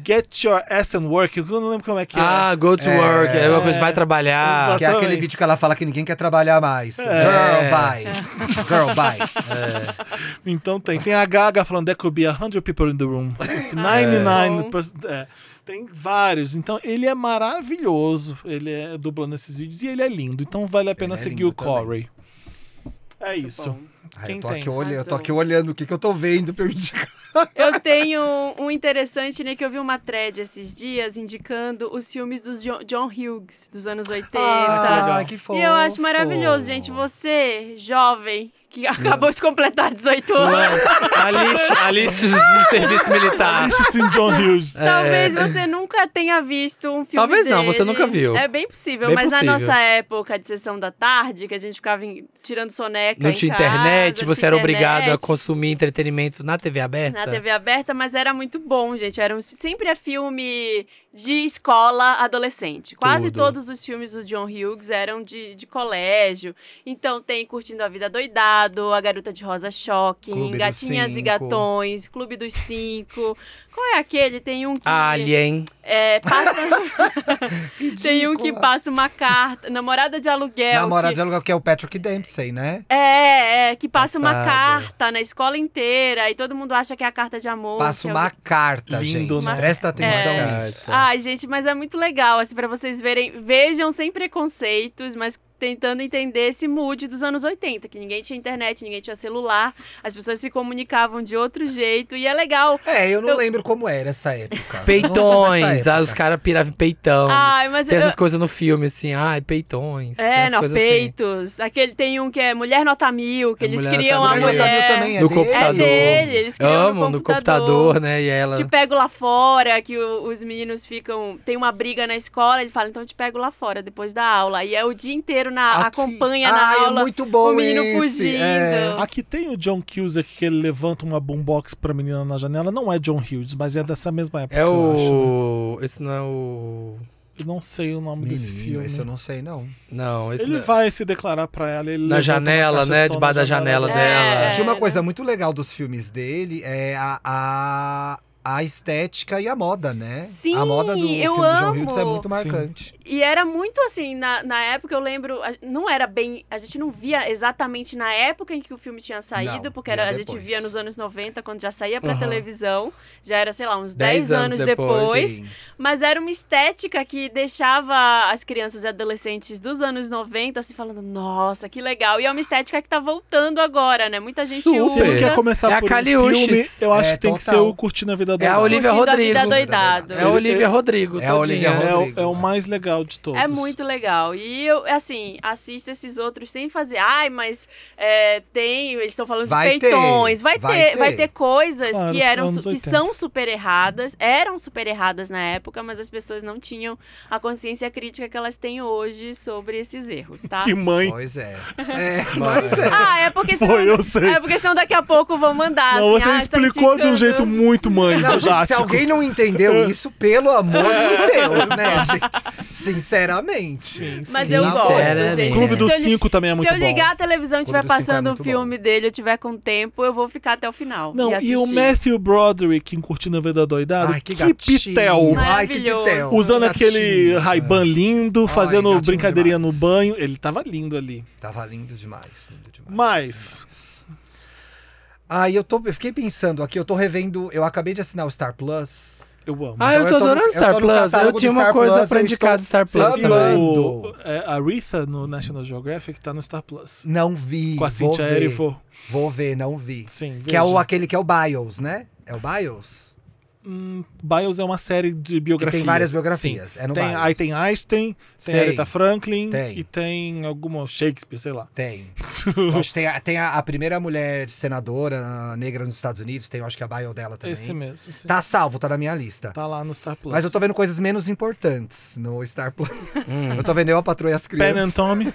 [SPEAKER 1] Get your ass and work. Eu não lembro como é que é.
[SPEAKER 6] Ah, go to work. É uma coisa, vai trabalhar.
[SPEAKER 4] Que é aquele
[SPEAKER 1] Exatamente. É.
[SPEAKER 4] vídeo que ela fala que ninguém quer trabalhar mais. Girl, bye. Girl, bye.
[SPEAKER 1] Então tem. Tem a Gaga falando There could be 100 people in the room. 99. É. Tem vários. Então ele é maravilhoso. Ele é dublando esses vídeos e ele é lindo. Então vale a pena
[SPEAKER 4] é
[SPEAKER 1] seguir
[SPEAKER 4] lindo
[SPEAKER 1] o Corey. É isso.
[SPEAKER 4] Ai,
[SPEAKER 1] Quem
[SPEAKER 4] eu, tô
[SPEAKER 1] tem?
[SPEAKER 4] aqui olhando, eu tô
[SPEAKER 7] Arrasou.
[SPEAKER 4] aqui olhando o que, que eu tô vendo pra eu indicar.
[SPEAKER 7] Eu tenho um interessante, né? Que eu vi uma thread esses dias indicando os filmes dos Jo- John Hughes dos anos 80.
[SPEAKER 1] Ah, legal.
[SPEAKER 4] que fofo.
[SPEAKER 7] E eu acho maravilhoso, gente. Você, jovem, que acabou de completar 18
[SPEAKER 4] é
[SPEAKER 7] anos, (laughs)
[SPEAKER 6] Alice, Alice no serviço militar.
[SPEAKER 1] Alice in John Hughes.
[SPEAKER 7] talvez você nunca tenha visto um filme
[SPEAKER 6] É. Talvez não,
[SPEAKER 7] dele.
[SPEAKER 6] você nunca viu.
[SPEAKER 7] É bem possível,
[SPEAKER 6] Bem
[SPEAKER 7] mas
[SPEAKER 6] possível.
[SPEAKER 7] na nossa época de sessão da tarde, que a gente ficava em- tirando soneca
[SPEAKER 6] Não
[SPEAKER 7] em
[SPEAKER 6] tinha
[SPEAKER 7] casa,
[SPEAKER 6] internet, você
[SPEAKER 7] tinha
[SPEAKER 6] era obrigado a
[SPEAKER 7] internet.
[SPEAKER 6] consumir entretenimento na TV aberta?
[SPEAKER 7] Na TV aberta, mas era muito bom, gente. Era um- sempre é filme de escola adolescente. Quase
[SPEAKER 6] Tudo.
[SPEAKER 7] todos os filmes do John Hughes eram de, de colégio. Então tem Curtindo a Vida Doidado, A Garota de Rosa Choque,
[SPEAKER 4] Clube dos
[SPEAKER 7] Gatinhas e
[SPEAKER 4] Cinco.
[SPEAKER 7] Gatões, Clube dos Cinco. Qual é aquele? Tem um que.
[SPEAKER 6] Alien.
[SPEAKER 7] é, passa- tem um que
[SPEAKER 4] Ridícula.
[SPEAKER 7] passa uma carta. Namorada de aluguel.
[SPEAKER 4] Namorada
[SPEAKER 7] que-
[SPEAKER 4] de aluguel, que é o Patrick Dempsey, né?
[SPEAKER 7] É, é, que passa uma
[SPEAKER 6] Passado.
[SPEAKER 7] carta na escola inteira e todo mundo acha que é a carta de amor.
[SPEAKER 4] Passa
[SPEAKER 7] que é
[SPEAKER 4] uma carta,
[SPEAKER 1] Lindo,
[SPEAKER 4] gente.
[SPEAKER 1] né?
[SPEAKER 4] Presta atenção
[SPEAKER 7] É.
[SPEAKER 4] nisso.
[SPEAKER 7] Ai, gente, mas é muito legal, assim, pra vocês verem. Vejam sem preconceitos, mas tentando entender esse mood dos anos 80, que ninguém tinha internet, ninguém tinha celular, as pessoas se comunicavam de outro jeito, e é legal.
[SPEAKER 4] É, eu não
[SPEAKER 7] Eu-
[SPEAKER 4] lembro como era essa época. Não sou
[SPEAKER 6] Peitões.
[SPEAKER 4] dessa
[SPEAKER 6] Ah, os
[SPEAKER 4] época.
[SPEAKER 6] caras piravam em peitão.
[SPEAKER 7] Ai, mas
[SPEAKER 6] Tem
[SPEAKER 7] Ah, eu-
[SPEAKER 6] essas coisas no filme, assim, ai, peitões. tem
[SPEAKER 7] É,
[SPEAKER 6] essas
[SPEAKER 7] não,
[SPEAKER 6] coisas assim.
[SPEAKER 7] peitos. Aquele tem um que é Mulher Nota Mil, que
[SPEAKER 6] É
[SPEAKER 7] eles
[SPEAKER 6] Mulher
[SPEAKER 7] criam
[SPEAKER 6] Nota
[SPEAKER 7] a
[SPEAKER 6] Mil.
[SPEAKER 7] mulher.
[SPEAKER 6] Mulher Nota
[SPEAKER 4] Mil também é
[SPEAKER 6] do
[SPEAKER 4] dele?
[SPEAKER 7] É
[SPEAKER 6] computador.
[SPEAKER 7] dele, eles criam
[SPEAKER 6] Amo no computador, né? E ela.
[SPEAKER 7] Te pego lá fora, que o- os meninos ficam. Tem uma briga na escola, ele fala, então te pego lá fora, depois da aula. E é o dia inteiro na.
[SPEAKER 4] Aqui-
[SPEAKER 7] acompanha na
[SPEAKER 4] Ai,
[SPEAKER 7] aula.
[SPEAKER 4] é muito bom
[SPEAKER 7] o menino
[SPEAKER 4] esse.
[SPEAKER 7] fugindo.
[SPEAKER 4] é.
[SPEAKER 1] Aqui tem o John Cusack que ele levanta uma boombox pra menina na janela. Não é John Hughes, mas é dessa mesma época.
[SPEAKER 6] É
[SPEAKER 1] eu acho, né?
[SPEAKER 6] o. Esse não é o.
[SPEAKER 1] Eu não sei o nome desse
[SPEAKER 4] Menino,
[SPEAKER 1] filme. né?
[SPEAKER 4] esse eu não sei, não.
[SPEAKER 6] Não, esse
[SPEAKER 1] Ele
[SPEAKER 6] não-
[SPEAKER 1] vai se declarar pra ela. ele levanta
[SPEAKER 6] Na
[SPEAKER 1] uma
[SPEAKER 6] janela,
[SPEAKER 1] caixa
[SPEAKER 6] né?
[SPEAKER 1] de som
[SPEAKER 6] Debaixo
[SPEAKER 1] na
[SPEAKER 6] da janela
[SPEAKER 7] É.
[SPEAKER 6] dela.
[SPEAKER 7] É.
[SPEAKER 4] Tinha uma coisa muito legal dos filmes dele, é a, a, a estética e a moda, né?
[SPEAKER 7] Sim,
[SPEAKER 4] a moda do
[SPEAKER 7] eu
[SPEAKER 4] filme do John
[SPEAKER 7] amo.
[SPEAKER 4] Hughes é muito marcante.
[SPEAKER 7] E era muito assim, na, na época eu lembro, a- não era bem, a gente não via exatamente na época em que o filme tinha saído,
[SPEAKER 4] Não,
[SPEAKER 7] porque era,
[SPEAKER 4] via
[SPEAKER 7] a gente
[SPEAKER 4] depois.
[SPEAKER 7] via nos anos 90, quando já saía pra
[SPEAKER 1] Aham.
[SPEAKER 7] televisão, já era, sei lá, uns
[SPEAKER 6] Dez
[SPEAKER 7] 10
[SPEAKER 6] anos
[SPEAKER 7] anos,
[SPEAKER 6] depois.
[SPEAKER 7] depois,
[SPEAKER 4] Sim.
[SPEAKER 7] mas era uma estética que deixava as crianças e adolescentes dos anos 90 se falando, nossa, que legal, e é uma estética que tá voltando agora, né, muita gente
[SPEAKER 6] Super.
[SPEAKER 1] Se ele
[SPEAKER 7] usa...
[SPEAKER 1] quer começar
[SPEAKER 6] É a
[SPEAKER 1] por um
[SPEAKER 6] Caliuches.
[SPEAKER 1] filme, eu acho
[SPEAKER 4] É,
[SPEAKER 1] que tem que ser
[SPEAKER 4] total.
[SPEAKER 1] o Curtindo a Vida vida
[SPEAKER 6] É a
[SPEAKER 1] doidada.
[SPEAKER 6] Olivia
[SPEAKER 7] Curtindo a vida
[SPEAKER 6] Rodrigo.
[SPEAKER 7] doidado.
[SPEAKER 6] É a Olivia Rodrigo.
[SPEAKER 4] É a Olivia
[SPEAKER 6] todinha.
[SPEAKER 4] Rodrigo.
[SPEAKER 1] É, o- é o mais legal de todos.
[SPEAKER 7] É muito legal. E eu, assim, assisto esses outros sem fazer. Ai, mas é, tem. Eles estão falando
[SPEAKER 4] Vai
[SPEAKER 7] de peitões.
[SPEAKER 4] ter,
[SPEAKER 7] vai,
[SPEAKER 4] vai
[SPEAKER 7] ter,
[SPEAKER 4] ter.
[SPEAKER 7] vai ter coisas
[SPEAKER 1] Claro,
[SPEAKER 7] que eram su-
[SPEAKER 1] anos
[SPEAKER 7] que
[SPEAKER 1] 80.
[SPEAKER 7] são super erradas, eram super erradas na época, mas as pessoas não tinham a consciência crítica que elas têm hoje sobre esses erros,
[SPEAKER 6] (laughs)
[SPEAKER 7] tá?
[SPEAKER 1] (laughs) Que mãe.
[SPEAKER 4] Pois é. É, mas
[SPEAKER 1] (laughs)
[SPEAKER 4] é.
[SPEAKER 7] Ah, é porque senão.
[SPEAKER 1] Foi, eu sei.
[SPEAKER 7] É porque senão daqui a pouco vão mandar.
[SPEAKER 1] Não,
[SPEAKER 7] assim,
[SPEAKER 1] você
[SPEAKER 7] "Ah, está
[SPEAKER 1] explicou de um
[SPEAKER 7] indicando".
[SPEAKER 1] jeito muito mãe,
[SPEAKER 4] Não, gente, se
[SPEAKER 1] didático.
[SPEAKER 4] alguém não
[SPEAKER 1] (laughs)
[SPEAKER 4] entendeu isso, pelo amor de
[SPEAKER 1] É.
[SPEAKER 4] Deus, né, gente? Sinceramente.
[SPEAKER 7] Mas eu gosto,
[SPEAKER 6] Sinceramente.
[SPEAKER 7] gente.
[SPEAKER 1] Clube dos
[SPEAKER 7] Se eu li-
[SPEAKER 1] Cinco também é muito
[SPEAKER 7] Se eu
[SPEAKER 1] bom.
[SPEAKER 7] ligar a televisão e
[SPEAKER 4] Clube
[SPEAKER 7] estiver
[SPEAKER 4] dos Cinco é
[SPEAKER 7] passando um
[SPEAKER 4] muito
[SPEAKER 7] filme dele, eu tiver com tempo, eu vou ficar até o final.
[SPEAKER 1] Não, e, o
[SPEAKER 7] assistir.
[SPEAKER 1] Matthew Broderick em Curtindo a Vida Doidada,
[SPEAKER 4] Ai, que
[SPEAKER 1] que
[SPEAKER 4] gatinho.
[SPEAKER 1] pitel.
[SPEAKER 4] Ai, que
[SPEAKER 7] Maravilhoso.
[SPEAKER 4] pitel.
[SPEAKER 1] Usando
[SPEAKER 4] Gatinho.
[SPEAKER 1] aquele Ray-Ban lindo,
[SPEAKER 4] Ai,
[SPEAKER 1] fazendo
[SPEAKER 4] gatinho
[SPEAKER 1] brincadeirinha
[SPEAKER 4] demais.
[SPEAKER 1] no banho. Ele tava lindo ali.
[SPEAKER 4] Tava lindo demais, lindo demais.
[SPEAKER 1] Mas.
[SPEAKER 4] Aí eu, tô, eu fiquei pensando aqui, eu tô revendo, eu acabei de assinar o Star Plus.
[SPEAKER 1] Eu amo.
[SPEAKER 6] Ah, eu
[SPEAKER 4] Então
[SPEAKER 6] tô
[SPEAKER 4] eu tô no-
[SPEAKER 6] adorando
[SPEAKER 4] eu tô
[SPEAKER 6] Star
[SPEAKER 4] no
[SPEAKER 6] Plus. Eu
[SPEAKER 4] catálogo
[SPEAKER 6] tinha
[SPEAKER 4] do
[SPEAKER 6] uma
[SPEAKER 4] Star
[SPEAKER 6] coisa
[SPEAKER 4] Plus, tá
[SPEAKER 6] pra
[SPEAKER 4] eu
[SPEAKER 6] indicar do
[SPEAKER 4] estou-
[SPEAKER 6] Star Plus
[SPEAKER 4] Sim,
[SPEAKER 1] e
[SPEAKER 6] também.
[SPEAKER 1] o
[SPEAKER 4] amando.
[SPEAKER 1] é, a Aretha no National Geographic tá no Star Plus.
[SPEAKER 4] Não vi.
[SPEAKER 1] Com a
[SPEAKER 4] vou
[SPEAKER 1] Cynthia
[SPEAKER 4] ver,
[SPEAKER 1] Erivo.
[SPEAKER 4] Vou ver, não vi.
[SPEAKER 1] Sim,
[SPEAKER 4] Que é o,
[SPEAKER 1] veja.
[SPEAKER 4] aquele que é o Bios, né? É o Bios?
[SPEAKER 1] Hum, Bios é uma série de
[SPEAKER 4] Que
[SPEAKER 1] biografias.
[SPEAKER 4] tem várias
[SPEAKER 1] Sim.
[SPEAKER 4] biografias. É no
[SPEAKER 1] Tem,
[SPEAKER 4] Bios.
[SPEAKER 1] aí tem Einstein, tem
[SPEAKER 4] Sei.
[SPEAKER 1] Aretha Franklin
[SPEAKER 4] Tem.
[SPEAKER 1] e tem alguma Shakespeare, sei lá.
[SPEAKER 4] Tem.
[SPEAKER 1] (laughs)
[SPEAKER 4] Eu acho que tem a, tem a- a primeira mulher senadora negra nos Estados Unidos, tem, eu acho que é a bio dela também.
[SPEAKER 1] Esse mesmo. Sim.
[SPEAKER 4] Tá salvo, tá na minha lista.
[SPEAKER 1] Tá lá no Star Plus.
[SPEAKER 4] Mas eu tô vendo coisas menos importantes no Star Plus. Eu tô vendo Eu, a Patroa e as
[SPEAKER 1] Pen
[SPEAKER 4] Crianças.
[SPEAKER 1] and Tommy.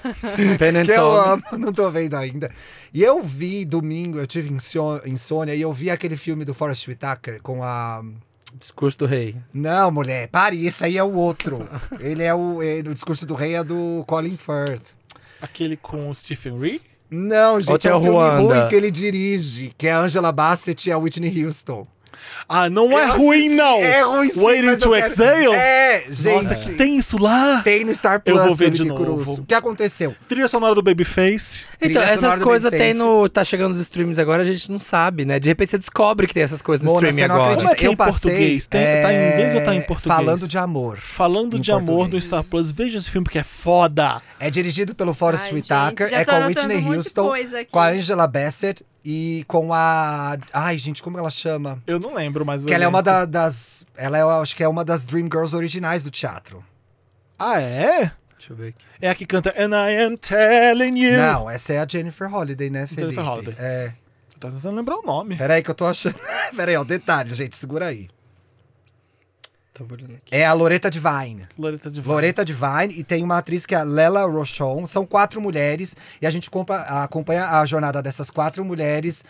[SPEAKER 6] Pen and
[SPEAKER 4] que eu
[SPEAKER 6] Tom.
[SPEAKER 4] amo, (laughs) não tô vendo ainda. E eu vi domingo, eu tive insô- insônia e eu vi aquele filme do Forrest Whitaker com a.
[SPEAKER 6] Discurso do rei.
[SPEAKER 4] Não, mulher, pare, esse aí é o outro. Ele é o. é, no discurso do rei é do Colin Firth.
[SPEAKER 1] Aquele com o Stephen Ree?
[SPEAKER 4] Não, gente, é
[SPEAKER 6] Hotel
[SPEAKER 4] um filme
[SPEAKER 6] Ruanda.
[SPEAKER 4] ruim que ele dirige, que é a Angela Bassett e a Whitney Houston.
[SPEAKER 1] Ah, não é
[SPEAKER 4] Eu
[SPEAKER 1] ruim,
[SPEAKER 4] assisti-
[SPEAKER 1] não!
[SPEAKER 4] É ruim sim,
[SPEAKER 1] Waiting
[SPEAKER 4] mas eu
[SPEAKER 1] to
[SPEAKER 4] quero-
[SPEAKER 1] Exhale?
[SPEAKER 4] É, gente.
[SPEAKER 1] Nossa, que tem isso lá?
[SPEAKER 4] Tem no Star
[SPEAKER 1] Eu
[SPEAKER 4] Plus,
[SPEAKER 1] vou ver
[SPEAKER 4] Felipe
[SPEAKER 1] de novo.
[SPEAKER 4] Cruz. O que aconteceu?
[SPEAKER 1] Trilha sonora do Babyface.
[SPEAKER 4] Trilha
[SPEAKER 6] Então,
[SPEAKER 4] sonora
[SPEAKER 6] essas
[SPEAKER 4] do
[SPEAKER 6] coisas tem
[SPEAKER 4] Babyface.
[SPEAKER 6] no. Tá chegando nos streams agora, a gente não sabe, né? De repente você descobre que tem essas coisas no
[SPEAKER 4] Mona,
[SPEAKER 6] streaming
[SPEAKER 4] você não
[SPEAKER 6] agora.
[SPEAKER 4] acredita?
[SPEAKER 1] Como é que é em português? Tem- tá em inglês ou tá em português?
[SPEAKER 4] Falando de amor.
[SPEAKER 1] Falando
[SPEAKER 4] Em
[SPEAKER 1] de amor no
[SPEAKER 4] português.
[SPEAKER 1] Star Plus, veja esse filme que é foda.
[SPEAKER 4] É dirigido pelo Forrest
[SPEAKER 7] Ai,
[SPEAKER 4] Whitaker,
[SPEAKER 7] gente, já
[SPEAKER 4] é
[SPEAKER 7] tô
[SPEAKER 4] com a
[SPEAKER 7] anotando um
[SPEAKER 4] Whitney
[SPEAKER 7] monte de
[SPEAKER 4] Houston,
[SPEAKER 7] coisa aqui.
[SPEAKER 4] com a Angela Bassett e com a. Ai, gente, como ela chama?
[SPEAKER 1] Eu não lembro mais. o
[SPEAKER 4] Que ela é
[SPEAKER 1] elenco.
[SPEAKER 4] uma da- das. Ela é, eu acho que é uma das Dream Girls originais do teatro.
[SPEAKER 1] Ah, é?
[SPEAKER 6] Deixa eu ver aqui.
[SPEAKER 1] É a que canta And I Am Telling You.
[SPEAKER 4] Não, essa é a Jennifer Holliday, né, Felipe?
[SPEAKER 1] Jennifer Holliday.
[SPEAKER 4] É.
[SPEAKER 1] Tô tentando lembrar o nome.
[SPEAKER 4] Peraí que eu tô achando. (laughs) Peraí, ó, detalhe, gente, segura aí.
[SPEAKER 6] Tava olhando aqui.
[SPEAKER 4] É a Loreta Divine.
[SPEAKER 1] Loreta de
[SPEAKER 4] Loreta Divine e tem uma atriz que é a Lela Rochon. São quatro mulheres e a gente compa- acompanha a jornada dessas quatro mulheres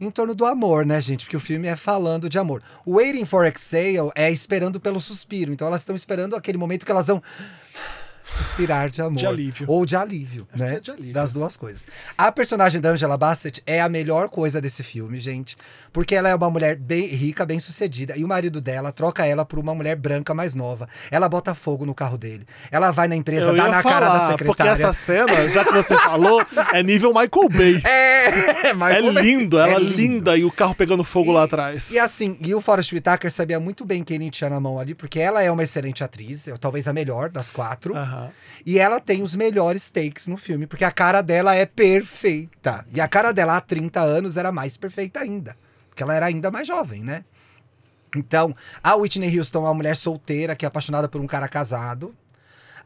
[SPEAKER 4] em torno do amor, né, gente? Porque o filme é falando de amor. O Waiting for Exhale é esperando pelo suspiro. Então elas estão esperando aquele momento que elas vão (sighs) suspirar de amor.
[SPEAKER 1] De alívio.
[SPEAKER 4] Ou de alívio, né?
[SPEAKER 1] é de alívio.
[SPEAKER 4] Das duas coisas. A personagem da Angela Bassett é a melhor coisa desse filme, gente. Porque ela é uma mulher bem rica, bem sucedida. E o marido dela troca ela por uma mulher branca mais nova. Ela bota fogo no carro dele. Ela vai na empresa,
[SPEAKER 1] Eu
[SPEAKER 4] dá
[SPEAKER 1] ia
[SPEAKER 4] na
[SPEAKER 1] falar,
[SPEAKER 4] cara da
[SPEAKER 1] porque
[SPEAKER 4] secretária.
[SPEAKER 1] essa cena, já que você falou, é nível Michael Bay.
[SPEAKER 4] (laughs)
[SPEAKER 1] (laughs)
[SPEAKER 4] É, mas
[SPEAKER 1] É
[SPEAKER 4] como
[SPEAKER 1] lindo, ela é
[SPEAKER 4] lindo.
[SPEAKER 1] linda e é o carro pegando fogo lá atrás.
[SPEAKER 4] E assim, e o Forrest Whitaker sabia muito bem quem ele tinha na mão ali, porque ela é uma excelente atriz, eu- talvez a melhor das quatro.
[SPEAKER 1] Aham.
[SPEAKER 4] E ela tem os melhores takes no filme, porque a cara dela é perfeita. E a cara dela há 30 anos era mais perfeita ainda. Porque ela era ainda mais jovem, né? Então, a Whitney Houston é uma mulher solteira que é apaixonada por um cara casado.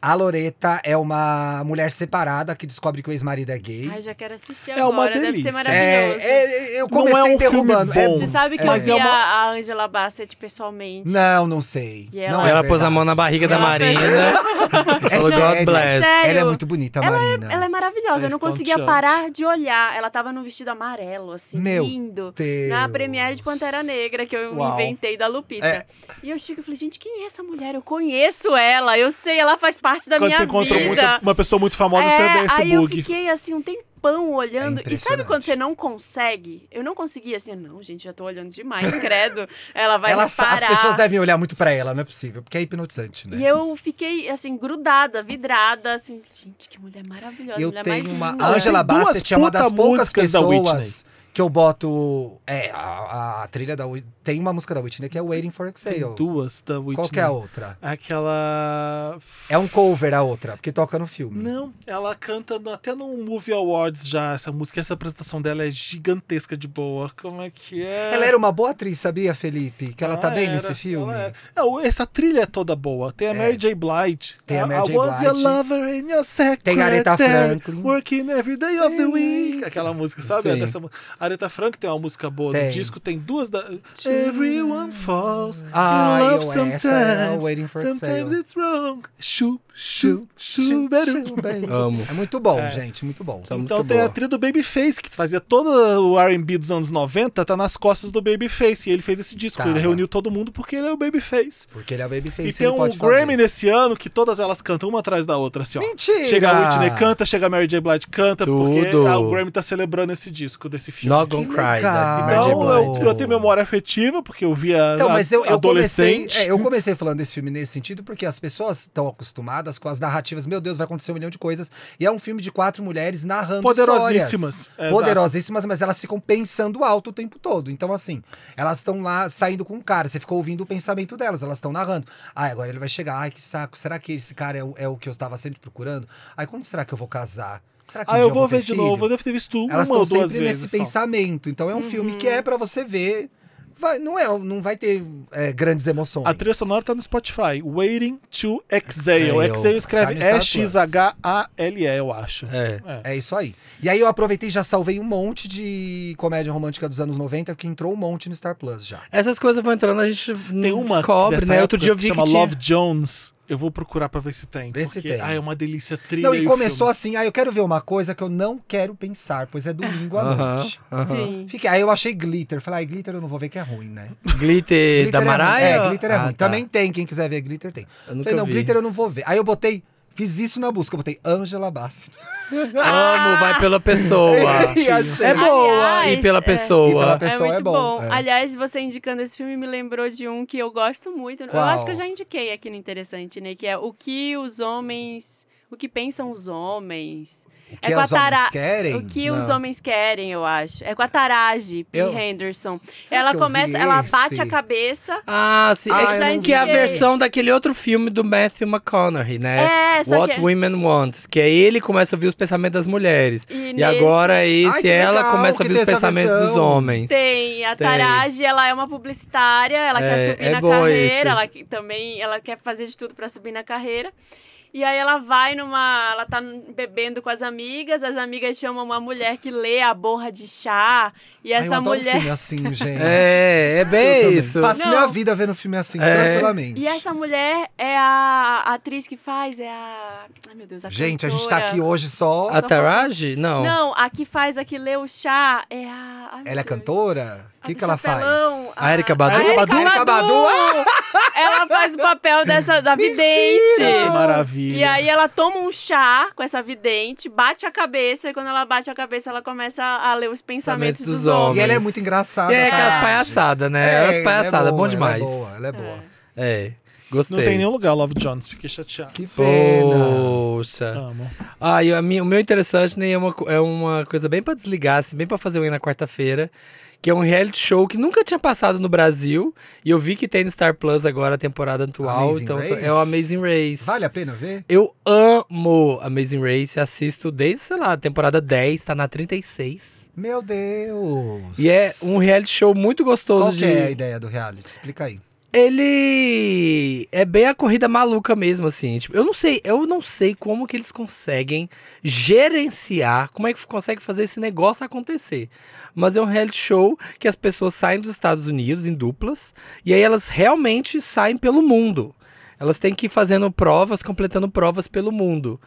[SPEAKER 4] A Loreta é uma mulher separada que descobre que o ex-marido é gay.
[SPEAKER 7] Ai, já quero assistir
[SPEAKER 1] É
[SPEAKER 7] agora.
[SPEAKER 1] uma
[SPEAKER 7] Deve
[SPEAKER 1] delícia.
[SPEAKER 7] ser maravilhoso.
[SPEAKER 4] é, é,
[SPEAKER 1] Não
[SPEAKER 4] eu
[SPEAKER 1] é
[SPEAKER 4] comecei
[SPEAKER 1] um filme
[SPEAKER 4] derrubando. É-
[SPEAKER 1] bom.
[SPEAKER 7] Você sabe que
[SPEAKER 1] Mas
[SPEAKER 7] eu
[SPEAKER 1] é
[SPEAKER 7] vi
[SPEAKER 1] uma-
[SPEAKER 7] a a Angela Bassett pessoalmente.
[SPEAKER 4] Não, não sei.
[SPEAKER 7] E ela-
[SPEAKER 4] Não é
[SPEAKER 6] Ela pôs a
[SPEAKER 4] verdade.
[SPEAKER 6] mão na barriga da
[SPEAKER 7] Ela-
[SPEAKER 6] Marina.
[SPEAKER 4] É
[SPEAKER 6] falou, God
[SPEAKER 4] sério.
[SPEAKER 6] bless.
[SPEAKER 4] Ela é
[SPEAKER 7] Sério.
[SPEAKER 4] muito bonita, Marina.
[SPEAKER 7] Ela é maravilhosa, eu não
[SPEAKER 1] Eles tão
[SPEAKER 7] conseguia
[SPEAKER 1] te
[SPEAKER 7] parar de olhar. Ela tava num vestido amarelo, assim,
[SPEAKER 4] Meu
[SPEAKER 7] lindo.
[SPEAKER 4] Deus.
[SPEAKER 7] Na premiere de Pantera Negra, que eu
[SPEAKER 1] Uau.
[SPEAKER 7] inventei da Lupita.
[SPEAKER 4] É.
[SPEAKER 7] E eu chego e falei, gente, quem é essa mulher? Eu conheço ela, eu sei, ela faz parte da
[SPEAKER 1] Quando
[SPEAKER 7] minha
[SPEAKER 1] você encontra muito-
[SPEAKER 7] vida.
[SPEAKER 1] uma pessoa muito famosa,
[SPEAKER 7] é,
[SPEAKER 1] você dá
[SPEAKER 7] aí
[SPEAKER 1] esse
[SPEAKER 7] eu
[SPEAKER 1] bug.
[SPEAKER 7] fiquei assim um tempão olhando.
[SPEAKER 4] É
[SPEAKER 7] e sabe quando você não consegue? Eu não conseguia assim, não, gente, já tô olhando demais, (laughs) credo. Ela vai
[SPEAKER 4] Ela
[SPEAKER 7] me
[SPEAKER 4] sa-
[SPEAKER 7] parar.
[SPEAKER 4] As pessoas devem olhar muito pra ela, não é possível, porque é hipnotizante, né?
[SPEAKER 7] E eu fiquei, assim, grudada, vidrada, assim, gente, que mulher maravilhosa,
[SPEAKER 4] Eu
[SPEAKER 7] mulher mais
[SPEAKER 4] tenho uma.
[SPEAKER 7] linda.
[SPEAKER 4] A Angela
[SPEAKER 1] Tem duas
[SPEAKER 4] Bassett é uma das
[SPEAKER 1] puta
[SPEAKER 4] poucas
[SPEAKER 1] músicas da
[SPEAKER 4] pessoas. que eu boto. É, a, a- a trilha da. Whit- Tem uma música da Whitney que é Waiting for
[SPEAKER 1] Tem
[SPEAKER 4] Exhale.
[SPEAKER 1] duas da Whitney.
[SPEAKER 4] Qual que é a outra?
[SPEAKER 1] Aquela.
[SPEAKER 4] É um cover a outra, porque toca no filme.
[SPEAKER 1] Não, ela canta no- até no Movie Awards já essa música. Essa apresentação dela é gigantesca de boa. Como é que é?
[SPEAKER 4] Ela era uma boa atriz, sabia, Felipe? Que ela, tá bem
[SPEAKER 1] era,
[SPEAKER 4] nesse
[SPEAKER 1] ela
[SPEAKER 4] filme.
[SPEAKER 1] era. Não, essa trilha é toda boa. Tem a Mary J. Blige. tá?
[SPEAKER 4] Tem a Mary J.
[SPEAKER 1] I was your
[SPEAKER 4] Blige.
[SPEAKER 1] lover and your secretary.
[SPEAKER 4] Tem a Aretha Franklin.
[SPEAKER 1] Working every day of the week. Aquela música, sabe?
[SPEAKER 4] Sim.
[SPEAKER 1] Dessa mu- a Aretha Franklin tem uma música boa
[SPEAKER 4] Tem.
[SPEAKER 1] no disco. Tem duas da... Everyone falls
[SPEAKER 4] Ah,
[SPEAKER 1] in love
[SPEAKER 4] eu- essa era
[SPEAKER 1] sometimes.
[SPEAKER 4] Waiting for
[SPEAKER 1] sometimes
[SPEAKER 4] Exhale.
[SPEAKER 1] it's wrong. Shoop, shoop,
[SPEAKER 4] Chu, chu,
[SPEAKER 1] shoop, better.
[SPEAKER 4] chu, baby.
[SPEAKER 6] Amo.
[SPEAKER 4] É muito bom,
[SPEAKER 1] É.
[SPEAKER 4] gente, muito bom.
[SPEAKER 6] Tá muito
[SPEAKER 1] Então tem a
[SPEAKER 6] boa.
[SPEAKER 1] trilha do Babyface, que fazia todo o R&B dos anos 90, tá nas costas do Babyface. E ele fez esse disco,
[SPEAKER 4] Tá.
[SPEAKER 1] ele reuniu todo mundo porque ele é o Babyface.
[SPEAKER 4] Porque ele é o Babyface,
[SPEAKER 1] E tem
[SPEAKER 4] ele
[SPEAKER 1] um
[SPEAKER 4] pode
[SPEAKER 1] Grammy
[SPEAKER 4] fazer.
[SPEAKER 1] nesse ano que todas elas cantam uma atrás da outra, assim, ó.
[SPEAKER 4] Mentira!
[SPEAKER 1] Chega a Whitney canta, chega a Mary J. Blige canta, porque
[SPEAKER 6] Tudo.
[SPEAKER 1] ah, o Grammy tá celebrando esse disco desse filme.
[SPEAKER 6] Not Gonna
[SPEAKER 4] Que
[SPEAKER 6] Cry,
[SPEAKER 4] legal.
[SPEAKER 6] da Mary J.
[SPEAKER 1] Então, eu,
[SPEAKER 6] Blige.
[SPEAKER 1] eu tenho memória afetiva, porque eu via
[SPEAKER 4] Então, mas eu, eu comecei,
[SPEAKER 1] adolescente.
[SPEAKER 4] é, eu comecei falando desse filme nesse sentido porque as pessoas estão acostumadas com as narrativas. Meu Deus, vai acontecer um milhão de coisas. E é um filme de quatro mulheres narrando histórias.
[SPEAKER 1] Poderosíssimas. É,
[SPEAKER 4] Poderosíssimas, mas elas ficam pensando alto o tempo todo. Então, assim, elas estão lá saindo com um cara, você ficou ouvindo o pensamento delas, elas estão narrando. Ai, agora ele vai chegar, ai que saco, será que esse cara é o, é o que eu estava sempre procurando? Ai, quando será que eu vou casar? Será que um
[SPEAKER 1] Ah,
[SPEAKER 4] dia
[SPEAKER 1] eu vou
[SPEAKER 4] ter
[SPEAKER 1] ver de
[SPEAKER 4] filho?
[SPEAKER 1] novo. Eu devo ter visto uma
[SPEAKER 4] Elas
[SPEAKER 1] ou
[SPEAKER 4] estão
[SPEAKER 1] duas
[SPEAKER 4] sempre
[SPEAKER 1] vezes.
[SPEAKER 4] nesse
[SPEAKER 1] só.
[SPEAKER 4] pensamento. Então é um filme
[SPEAKER 7] Uhum.
[SPEAKER 4] que é pra você ver. Vai- não, é, não vai ter é, grandes emoções.
[SPEAKER 1] A trilha sonora tá no Spotify. Waiting to Exhale.
[SPEAKER 6] Exhale.
[SPEAKER 1] Exhale
[SPEAKER 4] Tá
[SPEAKER 1] escreve
[SPEAKER 4] no Star Plus.
[SPEAKER 1] E-X-H-A-L-E, eu acho.
[SPEAKER 6] É.
[SPEAKER 4] É isso aí. E aí eu aproveitei e já salvei um monte de comédia romântica dos anos 90, que entrou um monte no Star Plus já.
[SPEAKER 6] Essas coisas vão entrando, a gente
[SPEAKER 4] Hum,
[SPEAKER 1] Tem uma
[SPEAKER 6] descobre,
[SPEAKER 1] dessa
[SPEAKER 6] né? Outro
[SPEAKER 1] época
[SPEAKER 6] dia eu
[SPEAKER 1] que
[SPEAKER 6] vi que
[SPEAKER 1] chama
[SPEAKER 6] tinha...
[SPEAKER 1] Love Jones. Eu vou procurar pra ver se tem.
[SPEAKER 4] Vê se
[SPEAKER 1] porque,
[SPEAKER 4] tem.
[SPEAKER 1] Ah, é uma delícia a trilha.
[SPEAKER 4] Não, e
[SPEAKER 1] o
[SPEAKER 4] começou
[SPEAKER 1] filme.
[SPEAKER 4] assim, ah, eu quero ver uma coisa que eu não quero pensar, pois é domingo à
[SPEAKER 6] Aham,
[SPEAKER 4] noite.
[SPEAKER 6] aham.
[SPEAKER 7] Sim.
[SPEAKER 4] Fiquei, aí eu achei Glitter. Falei, ah, Glitter eu não vou ver que é ruim, né?
[SPEAKER 6] Glitter,
[SPEAKER 4] Glitter
[SPEAKER 6] da Mariah?
[SPEAKER 4] É, ruim. é Glitter é
[SPEAKER 6] Ah,
[SPEAKER 4] ruim.
[SPEAKER 6] tá.
[SPEAKER 4] Também tem, quem quiser ver Glitter tem.
[SPEAKER 6] Eu nunca
[SPEAKER 4] Falei, não,
[SPEAKER 6] vi.
[SPEAKER 4] Glitter eu não vou ver. Aí eu botei, fiz isso na busca, eu botei Angela Bassett.
[SPEAKER 6] Amo, vai pela pessoa.
[SPEAKER 4] (laughs) E achei.
[SPEAKER 6] É boa
[SPEAKER 7] Aliás,
[SPEAKER 6] e pela
[SPEAKER 7] é.
[SPEAKER 6] pessoa.
[SPEAKER 4] E pela
[SPEAKER 7] É
[SPEAKER 4] pessoa
[SPEAKER 7] muito
[SPEAKER 4] é, bom. É.
[SPEAKER 7] Aliás, você indicando esse filme me lembrou de um que eu gosto muito. Eu
[SPEAKER 4] Qual?
[SPEAKER 7] acho que eu já indiquei aqui no Interessante, né? Que é O que os homens. O que pensam os homens.
[SPEAKER 4] O
[SPEAKER 7] é
[SPEAKER 4] que
[SPEAKER 7] com a
[SPEAKER 4] os homens
[SPEAKER 7] Tara-
[SPEAKER 4] querem?
[SPEAKER 7] O que
[SPEAKER 6] Não.
[SPEAKER 7] os homens querem, eu acho. É com a Taraji P.
[SPEAKER 4] Eu-
[SPEAKER 7] Henderson.
[SPEAKER 4] Será
[SPEAKER 7] ela
[SPEAKER 4] que eu
[SPEAKER 7] começa,
[SPEAKER 4] vi
[SPEAKER 7] ela bate
[SPEAKER 4] esse?
[SPEAKER 7] a cabeça.
[SPEAKER 6] Ah, sim.
[SPEAKER 4] Ah, eu
[SPEAKER 6] é,
[SPEAKER 4] não
[SPEAKER 6] que é a
[SPEAKER 4] vi.
[SPEAKER 6] versão daquele outro filme do Matthew McConaughey, né?
[SPEAKER 7] É, só
[SPEAKER 6] What
[SPEAKER 7] que.
[SPEAKER 6] Women Want, que é ele que começa a ouvir os pensamentos das mulheres.
[SPEAKER 7] E,
[SPEAKER 6] E
[SPEAKER 7] nesse
[SPEAKER 6] agora é
[SPEAKER 4] Ai,
[SPEAKER 6] esse,
[SPEAKER 4] que
[SPEAKER 6] ela
[SPEAKER 4] legal
[SPEAKER 6] começa a
[SPEAKER 4] que
[SPEAKER 6] ouvir
[SPEAKER 4] tem
[SPEAKER 6] os
[SPEAKER 4] essa
[SPEAKER 6] pensamentos dos
[SPEAKER 4] versão.
[SPEAKER 6] homens.
[SPEAKER 7] Tem, a
[SPEAKER 6] Tem.
[SPEAKER 7] Taraji, ela é uma publicitária, ela
[SPEAKER 6] É,
[SPEAKER 7] quer subir
[SPEAKER 6] é
[SPEAKER 7] na
[SPEAKER 6] bom esse.
[SPEAKER 7] carreira, ela que- também ela quer fazer de tudo pra subir na carreira. E aí ela vai numa, ela tá bebendo com as amigas, as amigas chamam uma mulher que lê a borra de chá, e
[SPEAKER 4] Ai, eu
[SPEAKER 7] essa
[SPEAKER 4] adoro
[SPEAKER 7] mulher
[SPEAKER 4] filme
[SPEAKER 7] (laughs)
[SPEAKER 4] assim, gente.
[SPEAKER 6] É, é
[SPEAKER 4] Eu
[SPEAKER 6] bem
[SPEAKER 4] também.
[SPEAKER 6] isso.
[SPEAKER 4] Passo
[SPEAKER 7] Não.
[SPEAKER 4] minha vida vendo filme assim,
[SPEAKER 6] É.
[SPEAKER 4] tranquilamente.
[SPEAKER 7] E essa mulher é a atriz que faz, é a. Ai, meu Deus, a
[SPEAKER 4] Gente, a gente tá aqui
[SPEAKER 7] cantora.
[SPEAKER 4] hoje só.
[SPEAKER 6] A Taraji? Não.
[SPEAKER 7] Não, a que faz, a que lê o chá é a. ai, meu
[SPEAKER 4] Ela é
[SPEAKER 7] Deus.
[SPEAKER 4] cantora? O
[SPEAKER 7] A
[SPEAKER 4] que,
[SPEAKER 7] do
[SPEAKER 4] que ela
[SPEAKER 7] chapelão,
[SPEAKER 4] faz?
[SPEAKER 6] A Erika Badu?
[SPEAKER 7] A Erika
[SPEAKER 4] Badu? Erika Badu?
[SPEAKER 7] Ela faz o papel
[SPEAKER 4] (laughs)
[SPEAKER 7] dessa da
[SPEAKER 1] Que
[SPEAKER 7] vidente.
[SPEAKER 1] maravilha.
[SPEAKER 7] E aí ela toma um chá com essa vidente, bate a cabeça, e quando ela bate a cabeça, ela começa a ler os pensamentos
[SPEAKER 6] Pensamentos
[SPEAKER 7] dos
[SPEAKER 6] dos
[SPEAKER 7] homens.
[SPEAKER 4] E ela é muito engraçada.
[SPEAKER 6] E é aquelas
[SPEAKER 4] Taraji.
[SPEAKER 6] palhaçadas, né? Aquelas
[SPEAKER 4] Ah, tá. É, ela
[SPEAKER 6] palhaçadas,
[SPEAKER 4] boa,
[SPEAKER 6] bom demais.
[SPEAKER 4] Ela é boa, ela é boa.
[SPEAKER 6] É, gostei.
[SPEAKER 1] Não tem nenhum lugar Love Jones, fiquei chateado.
[SPEAKER 4] Que pena. É.
[SPEAKER 6] Poxa.
[SPEAKER 1] Amo.
[SPEAKER 6] Ah, e a minha- o meu interessante né, é, uma, co- é uma coisa bem pra desligar, assim, bem pra fazer um na quarta-feira, que é um reality show que nunca tinha passado no Brasil, e eu vi que tem no Star Plus agora a temporada atual,
[SPEAKER 4] Amazing
[SPEAKER 6] então tô-
[SPEAKER 4] Race?
[SPEAKER 6] é o Amazing Race.
[SPEAKER 4] Vale a pena ver?
[SPEAKER 6] Eu amo Amazing Race, assisto desde, sei lá, a temporada 10, tá na 36.
[SPEAKER 4] Meu Deus.
[SPEAKER 6] E é um reality show muito gostoso
[SPEAKER 4] Qual
[SPEAKER 6] de
[SPEAKER 4] que é a ideia do reality? Explica aí.
[SPEAKER 6] Ele é bem a corrida maluca mesmo, assim. Tipo, eu não sei, eu não sei como que eles conseguem gerenciar, como é que consegue fazer esse negócio acontecer. Mas é um reality show que as pessoas saem dos Estados Unidos em duplas e aí elas realmente saem pelo mundo. Elas têm que ir fazendo provas, completando provas pelo mundo.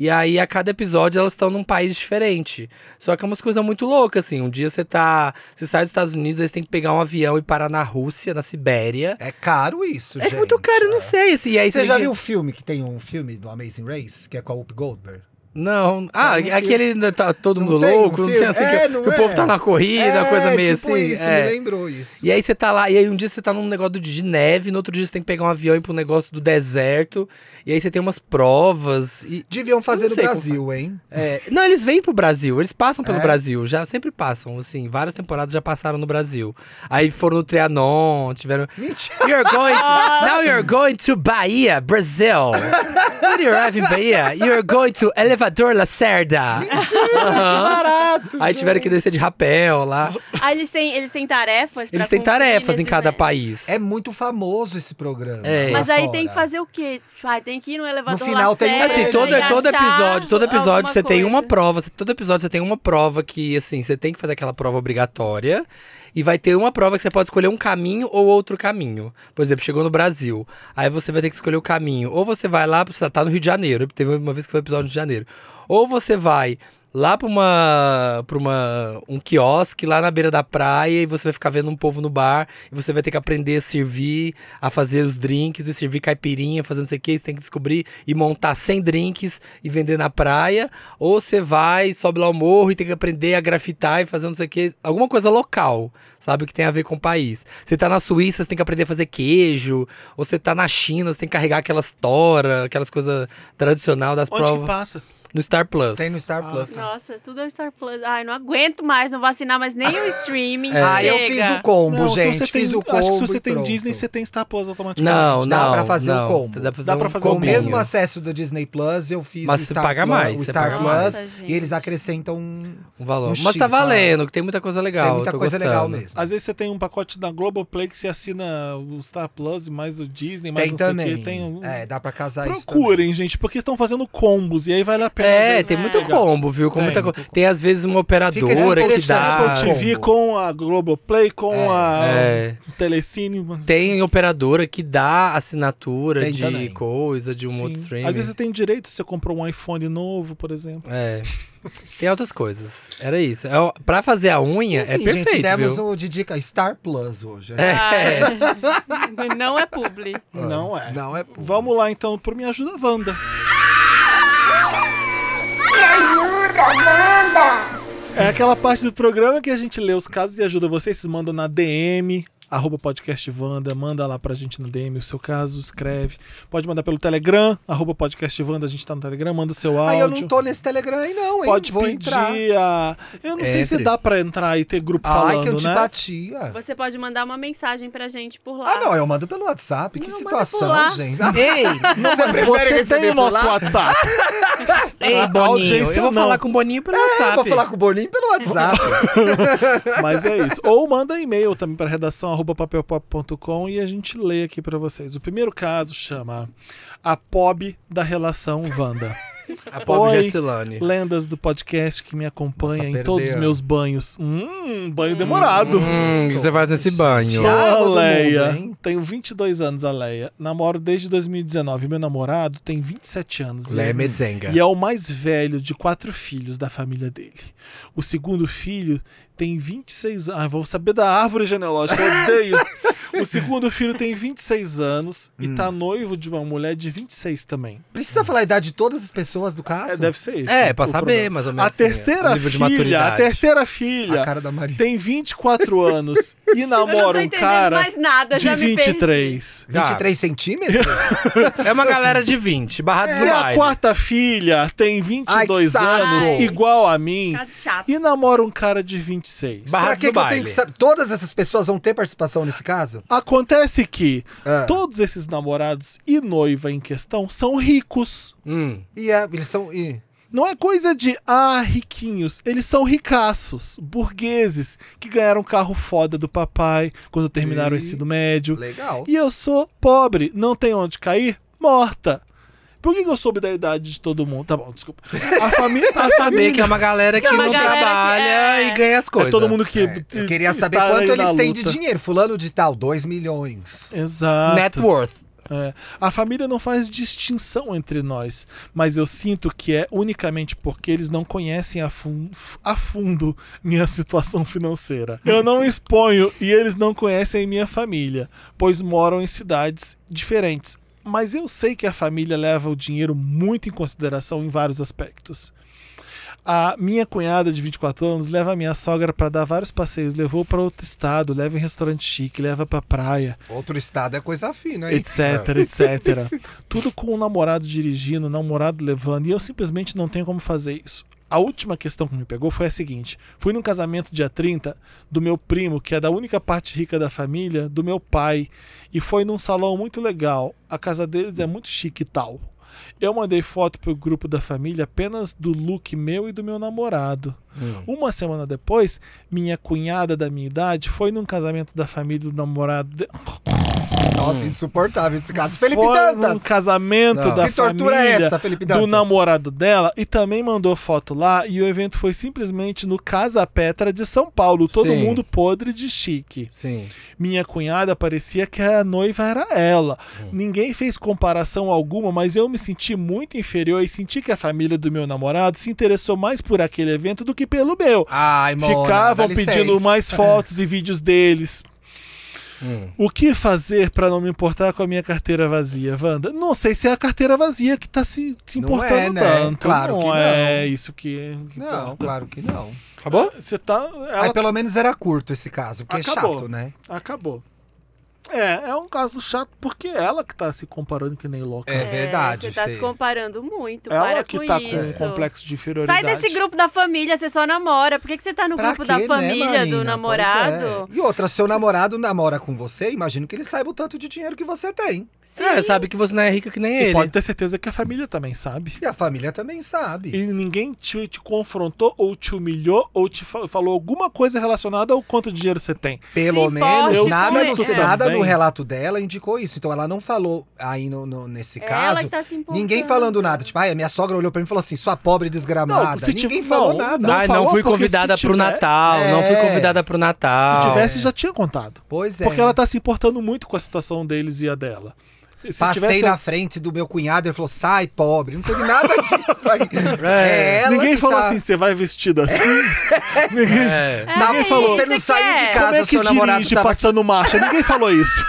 [SPEAKER 6] E aí, a cada episódio, elas estão num país diferente. Só que é umas coisas muito loucas, assim. Um dia você tá. Você sai dos Estados Unidos, aí você tem que pegar um avião e parar na Rússia, na Sibéria.
[SPEAKER 4] É caro isso,
[SPEAKER 6] É
[SPEAKER 4] gente.
[SPEAKER 6] muito caro, eu não sei. Assim, e aí
[SPEAKER 4] Você já
[SPEAKER 6] tem que-
[SPEAKER 4] um viu o filme que tem um filme do Amazing Race, que é com a Whoopi Goldberg?
[SPEAKER 6] Não. Ah,
[SPEAKER 4] Não, não
[SPEAKER 6] aquele ainda tá todo
[SPEAKER 4] Não
[SPEAKER 6] mundo
[SPEAKER 4] tem um
[SPEAKER 6] louco, não sei
[SPEAKER 4] filme?
[SPEAKER 6] assim, que-
[SPEAKER 4] É,
[SPEAKER 6] que,
[SPEAKER 4] não
[SPEAKER 6] o povo tá
[SPEAKER 4] é?
[SPEAKER 6] na corrida, coisa meio
[SPEAKER 4] tipo
[SPEAKER 6] assim.
[SPEAKER 4] isso,
[SPEAKER 6] é.
[SPEAKER 4] me lembrou isso.
[SPEAKER 6] E aí você tá lá, e aí um dia você tá num negócio de neve, no outro dia você tem que pegar um avião e ir pra um negócio do deserto, e aí você tem umas provas. E,
[SPEAKER 4] Deviam fazer
[SPEAKER 6] Eu não
[SPEAKER 4] no
[SPEAKER 6] sei como
[SPEAKER 4] Brasil, hein?
[SPEAKER 6] é, Não, eles vêm pro Brasil, eles passam pelo
[SPEAKER 4] É?
[SPEAKER 6] Brasil, já sempre passam, assim, várias temporadas já passaram no Brasil. Aí foram no Trianon, tiveram.
[SPEAKER 4] (laughs) Mentira.
[SPEAKER 6] You're going to, now you're going to Bahia, Brazil. When you arrive in Bahia, you're going to Elevador Lacerda. Aham.
[SPEAKER 4] Barato.
[SPEAKER 6] Aí tiveram que descer de rapel lá.
[SPEAKER 7] Aí eles têm, eles têm tarefas pra
[SPEAKER 6] Eles têm
[SPEAKER 7] cumprir
[SPEAKER 6] tarefas em
[SPEAKER 7] nesses
[SPEAKER 6] cada
[SPEAKER 7] ne-
[SPEAKER 6] país.
[SPEAKER 4] É muito famoso esse programa.
[SPEAKER 6] É.
[SPEAKER 7] Mas
[SPEAKER 4] lá
[SPEAKER 7] aí
[SPEAKER 4] fora.
[SPEAKER 7] tem que fazer o quê? Tipo, ai, tem que ir no elevador
[SPEAKER 4] final tem-
[SPEAKER 7] Lacerda
[SPEAKER 6] Assim,
[SPEAKER 4] É,
[SPEAKER 6] todo,
[SPEAKER 7] e
[SPEAKER 6] todo
[SPEAKER 7] achar
[SPEAKER 6] episódio, todo episódio
[SPEAKER 7] alguma
[SPEAKER 6] você tem uma
[SPEAKER 7] coisa.
[SPEAKER 6] prova. você- Todo episódio você tem uma prova que, assim, você tem que fazer aquela prova obrigatória. E vai ter uma prova que você pode escolher um caminho ou outro caminho. Por exemplo, chegou no Brasil. Aí você vai ter que escolher o caminho. Ou você vai lá, você tá no Rio de Janeiro. Teve uma vez que foi um episódio no Rio de Janeiro. Ou você vai lá pra uma, pra uma um quiosque lá na beira da praia e você vai ficar vendo um povo no bar e você vai ter que aprender a servir, a fazer os drinks e servir caipirinha, fazendo não sei o que, você tem que descobrir e montar 100 drinks e vender na praia, ou você vai, sobe lá ao morro e tem que aprender a grafitar e fazer não sei o que, alguma coisa local, sabe, que tem a ver com o país. Você tá na Suíça, você tem que aprender a fazer queijo, ou você tá na China, você tem que carregar aquelas tora, aquelas coisas tradicional das
[SPEAKER 1] Onde que
[SPEAKER 6] provas
[SPEAKER 1] passa?
[SPEAKER 6] no Star Plus.
[SPEAKER 4] Tem no Star Plus.
[SPEAKER 7] Nossa, tudo é o Star Plus. Ai, não aguento mais, não vou assinar mais
[SPEAKER 6] (laughs)
[SPEAKER 7] nem o streaming.
[SPEAKER 4] É. Ah, eu fiz o combo,
[SPEAKER 1] Não, se
[SPEAKER 4] gente.
[SPEAKER 1] você
[SPEAKER 4] Fiz
[SPEAKER 1] tem-
[SPEAKER 4] o combo.
[SPEAKER 1] Acho que se
[SPEAKER 4] e
[SPEAKER 1] você tem
[SPEAKER 4] pronto.
[SPEAKER 1] Disney, você tem Star Plus automaticamente.
[SPEAKER 6] Não,
[SPEAKER 4] Dá
[SPEAKER 6] não.
[SPEAKER 4] pra fazer o
[SPEAKER 6] não.
[SPEAKER 4] combo.
[SPEAKER 6] Dá pra fazer,
[SPEAKER 1] Dá
[SPEAKER 6] um
[SPEAKER 1] pra fazer o
[SPEAKER 4] Com o
[SPEAKER 6] combinho.
[SPEAKER 4] mesmo assim acesso do Disney Plus, eu fiz
[SPEAKER 6] Mas
[SPEAKER 4] o
[SPEAKER 6] você
[SPEAKER 4] Star
[SPEAKER 6] paga
[SPEAKER 4] Plus,
[SPEAKER 6] mais,
[SPEAKER 4] o
[SPEAKER 6] você
[SPEAKER 4] Star
[SPEAKER 6] paga
[SPEAKER 4] Plus
[SPEAKER 7] mais.
[SPEAKER 4] e eles acrescentam um-
[SPEAKER 6] um valor.
[SPEAKER 4] um
[SPEAKER 6] Mas tá
[SPEAKER 4] X.
[SPEAKER 6] valendo, que tem muita coisa legal.
[SPEAKER 4] tem muita
[SPEAKER 6] eu tô
[SPEAKER 4] coisa
[SPEAKER 6] gostando.
[SPEAKER 4] legal mesmo.
[SPEAKER 1] Às vezes você tem um pacote da Globoplay que você assina o Star Plus, mais o Disney, mais
[SPEAKER 4] Tem
[SPEAKER 1] não sei o
[SPEAKER 4] também.
[SPEAKER 1] quê. Tem um...
[SPEAKER 4] É, dá pra casar isso. também.
[SPEAKER 1] Procurem, gente, porque estão fazendo combos e aí vale a pena. às
[SPEAKER 6] É,
[SPEAKER 1] vezes,
[SPEAKER 6] tem muito
[SPEAKER 1] pegar.
[SPEAKER 6] combo, viu? Com
[SPEAKER 1] Tem,
[SPEAKER 6] muita co-
[SPEAKER 1] muito combo.
[SPEAKER 6] Tem às vezes uma operadora que dá.
[SPEAKER 4] interessante
[SPEAKER 1] Apple TV
[SPEAKER 4] combo.
[SPEAKER 1] com a Globoplay, com
[SPEAKER 4] É.
[SPEAKER 1] a
[SPEAKER 6] É.
[SPEAKER 1] Telecine. mas-
[SPEAKER 6] Tem operadora que dá assinatura
[SPEAKER 4] Tem
[SPEAKER 6] de
[SPEAKER 4] também.
[SPEAKER 6] coisa, de um
[SPEAKER 1] Sim.
[SPEAKER 6] outro streaming.
[SPEAKER 1] Às vezes você tem direito se você comprou um iPhone novo, por exemplo.
[SPEAKER 6] É. Tem outras coisas. Era isso. É, o- pra fazer a unha é
[SPEAKER 4] Enfim,
[SPEAKER 6] perfeito,
[SPEAKER 4] gente, demos um-
[SPEAKER 6] viu?
[SPEAKER 4] o de dica Star Plus hoje. né?
[SPEAKER 6] É.
[SPEAKER 7] Ai, não é publi.
[SPEAKER 1] Não é.
[SPEAKER 4] Não é.
[SPEAKER 1] Vamos lá então pro Me Ajuda Wanda.
[SPEAKER 5] Me ajuda, Wanda!
[SPEAKER 1] É aquela parte do programa que a gente lê os casos e ajuda vocês. Vocês mandam na DM, arroba podcast Wanda, manda lá pra gente no DM o seu caso, escreve. Pode mandar pelo Telegram, arroba podcast Wanda, a gente tá no Telegram, manda seu áudio.
[SPEAKER 4] Aí eu não tô nesse Telegram aí, não, hein?
[SPEAKER 1] Pode
[SPEAKER 4] Vou
[SPEAKER 1] pedir
[SPEAKER 4] entrar.
[SPEAKER 1] a... Eu não sei se
[SPEAKER 6] Entre.
[SPEAKER 1] dá pra entrar e ter grupo
[SPEAKER 4] Ai,
[SPEAKER 1] falando,
[SPEAKER 4] que eu te
[SPEAKER 1] né?
[SPEAKER 4] batia.
[SPEAKER 7] Você pode mandar uma mensagem pra gente por lá.
[SPEAKER 4] Ah, não, eu mando pelo WhatsApp. Que
[SPEAKER 7] Não, manda por
[SPEAKER 4] situação,
[SPEAKER 7] lá.
[SPEAKER 1] (laughs)
[SPEAKER 4] gente. Ah,
[SPEAKER 6] Ei,
[SPEAKER 4] Você
[SPEAKER 1] Mas
[SPEAKER 4] prefere
[SPEAKER 1] você
[SPEAKER 4] receber
[SPEAKER 1] tem o
[SPEAKER 4] por
[SPEAKER 1] nosso
[SPEAKER 4] lá?
[SPEAKER 1] WhatsApp.
[SPEAKER 4] (laughs)
[SPEAKER 6] ei,
[SPEAKER 1] A
[SPEAKER 6] Boninho. Eu
[SPEAKER 1] audiência
[SPEAKER 6] vou
[SPEAKER 1] não.
[SPEAKER 6] falar com o Boninho pelo WhatsApp.
[SPEAKER 4] Eu vou falar com o Boninho pelo
[SPEAKER 1] (laughs)
[SPEAKER 4] WhatsApp.
[SPEAKER 1] Mas é isso. Ou manda e-mail também para redação arroba papelpop.com e a gente lê aqui para vocês. O primeiro caso chama A POB da Relação Wanda.
[SPEAKER 6] a pobre
[SPEAKER 1] Oi.
[SPEAKER 6] Gessilane.
[SPEAKER 1] Lendas do podcast que me acompanha
[SPEAKER 4] Nossa,
[SPEAKER 1] em todos os
[SPEAKER 4] perdeu.
[SPEAKER 1] meus banhos. Hum, banho demorado.
[SPEAKER 6] Hum, o que você faz nesse banho?
[SPEAKER 1] Sou
[SPEAKER 4] Água
[SPEAKER 1] a
[SPEAKER 4] do mundo,
[SPEAKER 1] Leia.
[SPEAKER 4] hein?
[SPEAKER 1] Tenho 22 anos, a Leia. Namoro desde 2019. Meu namorado tem 27 anos.
[SPEAKER 6] Lé
[SPEAKER 1] E-
[SPEAKER 6] Medzenga.
[SPEAKER 1] e é o mais velho de quatro filhos da família dele. O segundo filho tem 26 anos. Ah, vou saber da árvore genealógica, eu odeio. o segundo filho tem 26 anos e tá noivo de uma mulher de 26 também.
[SPEAKER 4] Precisa falar a idade de todas as pessoas do caso?
[SPEAKER 1] É, deve ser isso.
[SPEAKER 6] É, pra
[SPEAKER 1] o
[SPEAKER 6] saber,
[SPEAKER 1] problema.
[SPEAKER 6] mais ou menos.
[SPEAKER 1] A
[SPEAKER 6] assim, o
[SPEAKER 1] terceira
[SPEAKER 6] nível de
[SPEAKER 1] filha, a
[SPEAKER 6] maturidade.
[SPEAKER 1] terceira
[SPEAKER 4] A
[SPEAKER 1] filha
[SPEAKER 4] cara
[SPEAKER 1] (laughs)
[SPEAKER 4] da Maria.
[SPEAKER 1] tem 24 anos e
[SPEAKER 7] Eu não tô
[SPEAKER 1] namora um
[SPEAKER 7] entendendo
[SPEAKER 1] cara
[SPEAKER 7] mais nada,
[SPEAKER 1] de
[SPEAKER 7] já me perdi.
[SPEAKER 1] 23.
[SPEAKER 6] Cara,
[SPEAKER 1] (laughs)
[SPEAKER 4] 23 centímetros?
[SPEAKER 6] É uma galera de 20, barrados
[SPEAKER 1] E
[SPEAKER 6] no
[SPEAKER 1] É a
[SPEAKER 6] baile.
[SPEAKER 1] quarta filha tem
[SPEAKER 4] Ai, que
[SPEAKER 1] 22
[SPEAKER 4] saco.
[SPEAKER 1] anos, igual a mim,
[SPEAKER 7] Caso chato.
[SPEAKER 1] e namora um cara de 26.
[SPEAKER 6] Barra
[SPEAKER 4] Será
[SPEAKER 6] do
[SPEAKER 4] que, que eu tenho
[SPEAKER 6] baile.
[SPEAKER 4] que saber? Todas essas pessoas vão ter participação nesse caso?
[SPEAKER 1] Acontece que
[SPEAKER 4] Ah.
[SPEAKER 1] todos esses namorados e noiva em questão são ricos.
[SPEAKER 6] Hum.
[SPEAKER 4] E é, eles são. E...
[SPEAKER 1] Não é coisa de, ah, riquinhos. Eles são ricaços, burgueses, que ganharam um carro foda do papai quando terminaram o
[SPEAKER 4] E-
[SPEAKER 1] ensino médio.
[SPEAKER 4] Legal.
[SPEAKER 1] E eu sou pobre, não tenho onde cair, morta. Por que, que eu soube da idade de todo mundo? Tá bom, desculpa. A família.
[SPEAKER 6] Pra
[SPEAKER 1] (laughs)
[SPEAKER 6] saber que é uma galera que
[SPEAKER 7] É uma
[SPEAKER 6] não
[SPEAKER 7] galera que-
[SPEAKER 6] trabalha
[SPEAKER 7] é.
[SPEAKER 6] e ganha as coisas.
[SPEAKER 1] É todo mundo que.
[SPEAKER 4] É, eu queria
[SPEAKER 1] está
[SPEAKER 4] saber quanto
[SPEAKER 1] aí na
[SPEAKER 4] eles têm de
[SPEAKER 1] luta.
[SPEAKER 4] dinheiro. Fulano de tal, 2 milhões.
[SPEAKER 1] Exato.
[SPEAKER 6] Net worth.
[SPEAKER 1] É. A família não faz distinção entre nós, mas eu sinto que é unicamente porque eles não conhecem a, fun- a fundo minha situação financeira. Eu não exponho e eles não conhecem minha família, pois moram em cidades diferentes. mas eu sei que a família leva o dinheiro muito em consideração em vários aspectos. A minha cunhada de 24 anos leva a minha sogra para dar vários passeios, levou para outro estado, leva em restaurante chique, leva para praia,
[SPEAKER 4] Outro estado é coisa fina, hein?
[SPEAKER 1] etc, etc. Tudo com o namorado dirigindo, o namorado levando, e eu simplesmente não tenho como fazer isso. A última questão que me pegou foi a seguinte: fui num casamento dia 30 do meu primo, que é da única parte rica da família, do meu pai, e foi num salão muito legal. A casa deles é muito chique e tal. Eu mandei foto pro grupo da família apenas do look meu e do meu namorado.
[SPEAKER 6] Hum.
[SPEAKER 1] Uma semana depois, minha cunhada da minha idade foi num casamento da família do namorado. De...
[SPEAKER 4] É. Nossa, insuportável esse caso. Felipe
[SPEAKER 1] foi num
[SPEAKER 4] Dantas!
[SPEAKER 1] casamento
[SPEAKER 6] Não.
[SPEAKER 1] da
[SPEAKER 4] Que tortura é
[SPEAKER 1] família
[SPEAKER 4] essa, Felipe Dantas?
[SPEAKER 1] do namorado dela e também mandou foto lá e o evento foi simplesmente no Casa Petra de São Paulo. Todo
[SPEAKER 6] Sim.
[SPEAKER 1] mundo podre de chique.
[SPEAKER 6] Sim.
[SPEAKER 1] Minha cunhada parecia que a noiva era ela.
[SPEAKER 4] Hum.
[SPEAKER 1] Ninguém fez comparação alguma, mas eu me senti muito inferior e senti que a família do meu namorado se interessou mais por aquele evento do que pelo meu.
[SPEAKER 4] Ai, Mona,
[SPEAKER 1] Ficavam
[SPEAKER 4] dá licença. É.
[SPEAKER 1] pedindo mais fotos e vídeos deles.
[SPEAKER 6] Hum.
[SPEAKER 1] O que fazer pra não me importar com a minha carteira vazia, Wanda? Não sei se é a carteira vazia que tá se, se
[SPEAKER 4] Não
[SPEAKER 1] importando
[SPEAKER 4] é, né?
[SPEAKER 1] tanto.
[SPEAKER 4] Claro
[SPEAKER 1] não
[SPEAKER 4] que não.
[SPEAKER 1] é isso que, que
[SPEAKER 4] Não,
[SPEAKER 1] importa.
[SPEAKER 4] claro que não.
[SPEAKER 6] Acabou?
[SPEAKER 1] Você tá. Então. Ela
[SPEAKER 4] Aí pelo menos era curto esse caso, porque
[SPEAKER 1] Acabou.
[SPEAKER 4] é chato, né?
[SPEAKER 1] Acabou. É, é um caso chato porque ela que tá se comparando que nem louca.
[SPEAKER 4] É verdade,
[SPEAKER 7] Você tá
[SPEAKER 4] Fê.
[SPEAKER 7] se comparando muito.
[SPEAKER 1] Ela
[SPEAKER 7] para
[SPEAKER 1] que
[SPEAKER 7] com
[SPEAKER 1] tá
[SPEAKER 7] isso.
[SPEAKER 1] com um complexo de inferioridade.
[SPEAKER 7] Sai desse grupo da família, você só namora. Por que, que você tá no
[SPEAKER 4] Pra
[SPEAKER 7] grupo
[SPEAKER 4] quê,
[SPEAKER 7] da
[SPEAKER 4] né,
[SPEAKER 7] família,
[SPEAKER 4] Marina?
[SPEAKER 7] do
[SPEAKER 4] Pois
[SPEAKER 7] namorado?
[SPEAKER 4] é. E outra, seu namorado namora com você, imagino que ele saiba o tanto de dinheiro que você tem.
[SPEAKER 7] Sim.
[SPEAKER 6] É, sabe que você não é rica que nem
[SPEAKER 1] E
[SPEAKER 6] ele.
[SPEAKER 1] pode ter certeza que a família também sabe.
[SPEAKER 4] E a família também sabe.
[SPEAKER 1] E ninguém te, te confrontou, ou te humilhou, ou te fa- falou alguma coisa relacionada ao quanto dinheiro você tem.
[SPEAKER 4] Pelo
[SPEAKER 7] Se
[SPEAKER 4] menos,
[SPEAKER 7] importe,
[SPEAKER 4] nada,
[SPEAKER 7] sim,
[SPEAKER 4] no,
[SPEAKER 7] é.
[SPEAKER 4] nada no
[SPEAKER 1] Também.
[SPEAKER 4] relato dela indicou isso. Então ela não falou aí no, no- nesse
[SPEAKER 7] É ela
[SPEAKER 4] caso.
[SPEAKER 7] que tá se importando.
[SPEAKER 4] Ninguém falando nada. Tipo, ai, a minha sogra olhou pra mim e falou assim, sua pobre
[SPEAKER 1] se
[SPEAKER 4] desgramada. Ninguém
[SPEAKER 1] tiver-
[SPEAKER 4] falou
[SPEAKER 1] não,
[SPEAKER 4] nada.
[SPEAKER 1] não.
[SPEAKER 6] Ai,
[SPEAKER 1] falou
[SPEAKER 6] não fui
[SPEAKER 1] porque
[SPEAKER 6] convidada
[SPEAKER 1] se
[SPEAKER 6] pro
[SPEAKER 1] tivesse-
[SPEAKER 6] Natal. Não fui
[SPEAKER 4] É.
[SPEAKER 6] convidada pro Natal.
[SPEAKER 4] Ah,
[SPEAKER 1] Se tivesse, já tinha contado.
[SPEAKER 4] Pois é.
[SPEAKER 1] Porque ela tá se importando muito com a situação deles e a dela. Se
[SPEAKER 4] Passei
[SPEAKER 1] tivesse-
[SPEAKER 4] na frente do meu cunhado, ele falou, sai, pobre. Não teve
[SPEAKER 1] (laughs)
[SPEAKER 4] nada disso aí. É ela
[SPEAKER 1] Ninguém
[SPEAKER 4] que
[SPEAKER 1] falou
[SPEAKER 4] tá-
[SPEAKER 1] assim, você vai vestida assim?
[SPEAKER 4] (laughs)
[SPEAKER 1] Ninguém...
[SPEAKER 6] É.
[SPEAKER 7] É,
[SPEAKER 4] Tá bom,
[SPEAKER 7] isso
[SPEAKER 4] falou,
[SPEAKER 7] que
[SPEAKER 4] você não saiu de
[SPEAKER 7] quer.
[SPEAKER 4] casa.
[SPEAKER 1] Como é que
[SPEAKER 4] seu namorado tá
[SPEAKER 1] dirige
[SPEAKER 4] tava
[SPEAKER 1] passando marcha? Ninguém falou isso.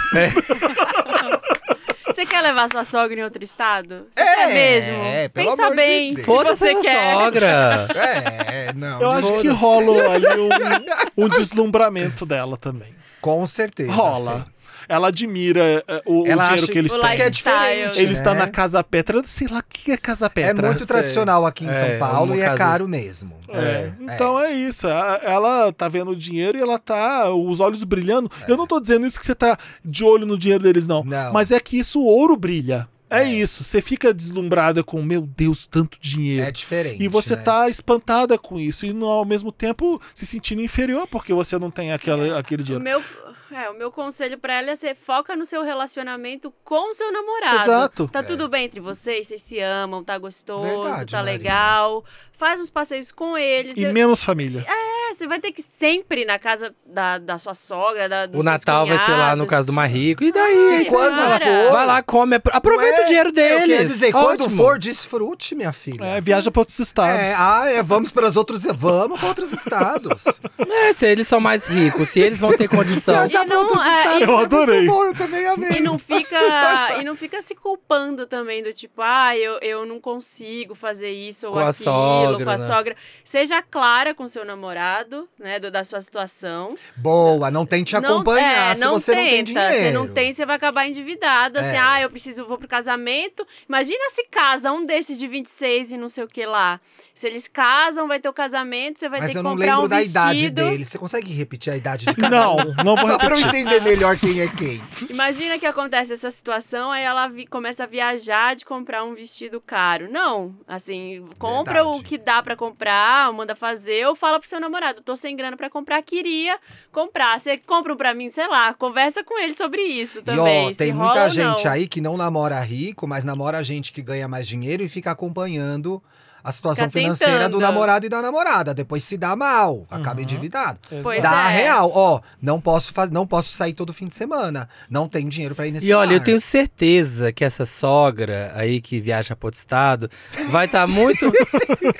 [SPEAKER 7] Você quer levar sua sogra em outro estado? Você
[SPEAKER 4] É,
[SPEAKER 7] quer mesmo?
[SPEAKER 4] é, pelo
[SPEAKER 7] Pensa
[SPEAKER 4] amor de
[SPEAKER 7] bem.
[SPEAKER 4] Deus.
[SPEAKER 7] se você
[SPEAKER 6] Foda-se a
[SPEAKER 7] quer.
[SPEAKER 6] é
[SPEAKER 7] (laughs)
[SPEAKER 6] sogra.
[SPEAKER 4] É, não.
[SPEAKER 1] Eu acho que rola ali um, um deslumbramento dela também.
[SPEAKER 4] Com certeza.
[SPEAKER 1] Rola. Ela admira eh, o, o
[SPEAKER 4] tá Ela
[SPEAKER 1] dinheiro
[SPEAKER 4] acha-
[SPEAKER 1] que eles
[SPEAKER 7] O
[SPEAKER 1] têm.
[SPEAKER 7] lifestyle.
[SPEAKER 4] Que é diferente,
[SPEAKER 1] Ele está
[SPEAKER 4] né?
[SPEAKER 1] na Casa Petra, sei lá o que é Casa
[SPEAKER 4] É
[SPEAKER 1] Petra.
[SPEAKER 4] muito
[SPEAKER 6] sei.
[SPEAKER 4] tradicional aqui em
[SPEAKER 6] É,
[SPEAKER 4] São Paulo
[SPEAKER 6] no
[SPEAKER 4] e é
[SPEAKER 6] caso-
[SPEAKER 4] caro mesmo.
[SPEAKER 1] É, Então é, isso. A- Ela tá vendo o dinheiro e ela tá. Os olhos brilhando.
[SPEAKER 4] É.
[SPEAKER 1] Eu não tô dizendo isso que você tá de olho no dinheiro deles, não.
[SPEAKER 4] Não.
[SPEAKER 1] Mas é que isso, o ouro brilha. É,
[SPEAKER 4] É.
[SPEAKER 1] isso. Você fica deslumbrada com, meu Deus, tanto
[SPEAKER 4] É,
[SPEAKER 1] dinheiro.
[SPEAKER 4] diferente.
[SPEAKER 1] E você
[SPEAKER 4] né?
[SPEAKER 1] tá espantada com isso e no- ao mesmo tempo se sentindo inferior porque você não tem aquela, aquele
[SPEAKER 7] O
[SPEAKER 1] dinheiro.
[SPEAKER 7] meu, é, o meu conselho pra ela é ser foca no seu relacionamento com o seu namorado.
[SPEAKER 1] Exato.
[SPEAKER 6] É.
[SPEAKER 7] Tá tudo bem entre vocês, vocês se amam, tá gostoso,
[SPEAKER 4] Verdade,
[SPEAKER 7] tá
[SPEAKER 4] Marina.
[SPEAKER 7] legal. Faz uns passeios com eles.
[SPEAKER 1] E
[SPEAKER 7] Eu-
[SPEAKER 1] menos família.
[SPEAKER 7] é, você vai ter que ir sempre na casa da, da sua sogra, da, dos
[SPEAKER 6] O Natal vai
[SPEAKER 7] seus
[SPEAKER 6] ser lá no
[SPEAKER 7] cunhados.
[SPEAKER 6] caso do Marrico. E daí?
[SPEAKER 7] Ai,
[SPEAKER 4] quando
[SPEAKER 7] cara.
[SPEAKER 4] for-
[SPEAKER 6] Vai lá, come. apro- Aproveita
[SPEAKER 4] É,
[SPEAKER 6] o dinheiro
[SPEAKER 4] Eu
[SPEAKER 6] deles.
[SPEAKER 4] quero dizer, quando
[SPEAKER 6] Ótimo.
[SPEAKER 4] for, desfrute, minha filha.
[SPEAKER 1] É, viaja para outros
[SPEAKER 7] tá.
[SPEAKER 1] estados.
[SPEAKER 4] É, ah, é, vamos para os outros, vamos para outros
[SPEAKER 7] (laughs)
[SPEAKER 4] estados.
[SPEAKER 6] É, se eles são mais ricos, se eles vão ter (laughs) condição.
[SPEAKER 7] E não, é, e
[SPEAKER 1] Eu adorei.
[SPEAKER 4] Bom, eu também amei.
[SPEAKER 7] E não fica e não fica se culpando também do tipo, ah, eu, eu não consigo fazer isso ou
[SPEAKER 6] Com a
[SPEAKER 7] aquilo,
[SPEAKER 6] sogra,
[SPEAKER 7] com a
[SPEAKER 6] né?
[SPEAKER 7] sogra. Seja clara com seu namorado, né, do- da sua situação.
[SPEAKER 4] Boa, não tente acompanhar
[SPEAKER 7] é,
[SPEAKER 4] se você não tem
[SPEAKER 7] tenta.
[SPEAKER 4] dinheiro.
[SPEAKER 7] Se não tem, você vai acabar endividada.
[SPEAKER 4] É.
[SPEAKER 7] Assim, ah, eu preciso, vou pro casamento. Imagina se casa um desses de 26 e não sei o que lá. Se eles casam, vai ter o casamento, você vai
[SPEAKER 4] Mas
[SPEAKER 7] ter
[SPEAKER 4] eu
[SPEAKER 7] que
[SPEAKER 4] não
[SPEAKER 7] comprar
[SPEAKER 4] lembro
[SPEAKER 7] um
[SPEAKER 4] da
[SPEAKER 7] vestido.
[SPEAKER 4] idade dele. Você consegue repetir a idade de cada
[SPEAKER 1] (laughs) Não,
[SPEAKER 4] um?
[SPEAKER 1] não vou
[SPEAKER 4] Só pra eu
[SPEAKER 1] repetir.
[SPEAKER 4] entender melhor quem é quem.
[SPEAKER 7] Imagina que acontece essa situação, aí ela vi- começa a viajar de comprar um vestido caro. Não, assim, compra
[SPEAKER 4] Verdade.
[SPEAKER 7] o que dá pra comprar, manda fazer, ou fala pro seu namorado, tô sem grana pra comprar, queria comprar. Você compra um pra mim, sei lá, conversa com ele sobre isso (laughs) também.
[SPEAKER 4] e ó,
[SPEAKER 7] se
[SPEAKER 4] tem
[SPEAKER 7] rola
[SPEAKER 4] muita
[SPEAKER 7] ou não.
[SPEAKER 4] gente aí que não namora rico, mas namora gente que ganha mais dinheiro e fica acompanhando a situação
[SPEAKER 7] Fica
[SPEAKER 4] financeira do
[SPEAKER 7] tentando.
[SPEAKER 4] namorado e da namorada. Depois se dá mal, acaba
[SPEAKER 1] Uhum.
[SPEAKER 4] endividado.
[SPEAKER 7] Pois
[SPEAKER 4] dá a
[SPEAKER 7] é.
[SPEAKER 4] real, ó, não posso faz... não posso sair todo fim de semana, não tem dinheiro pra ir nesse
[SPEAKER 6] E olha, eu
[SPEAKER 4] bar.
[SPEAKER 6] tenho certeza que essa sogra aí que viaja para outro estado vai estar
[SPEAKER 4] (laughs)
[SPEAKER 6] muito, tá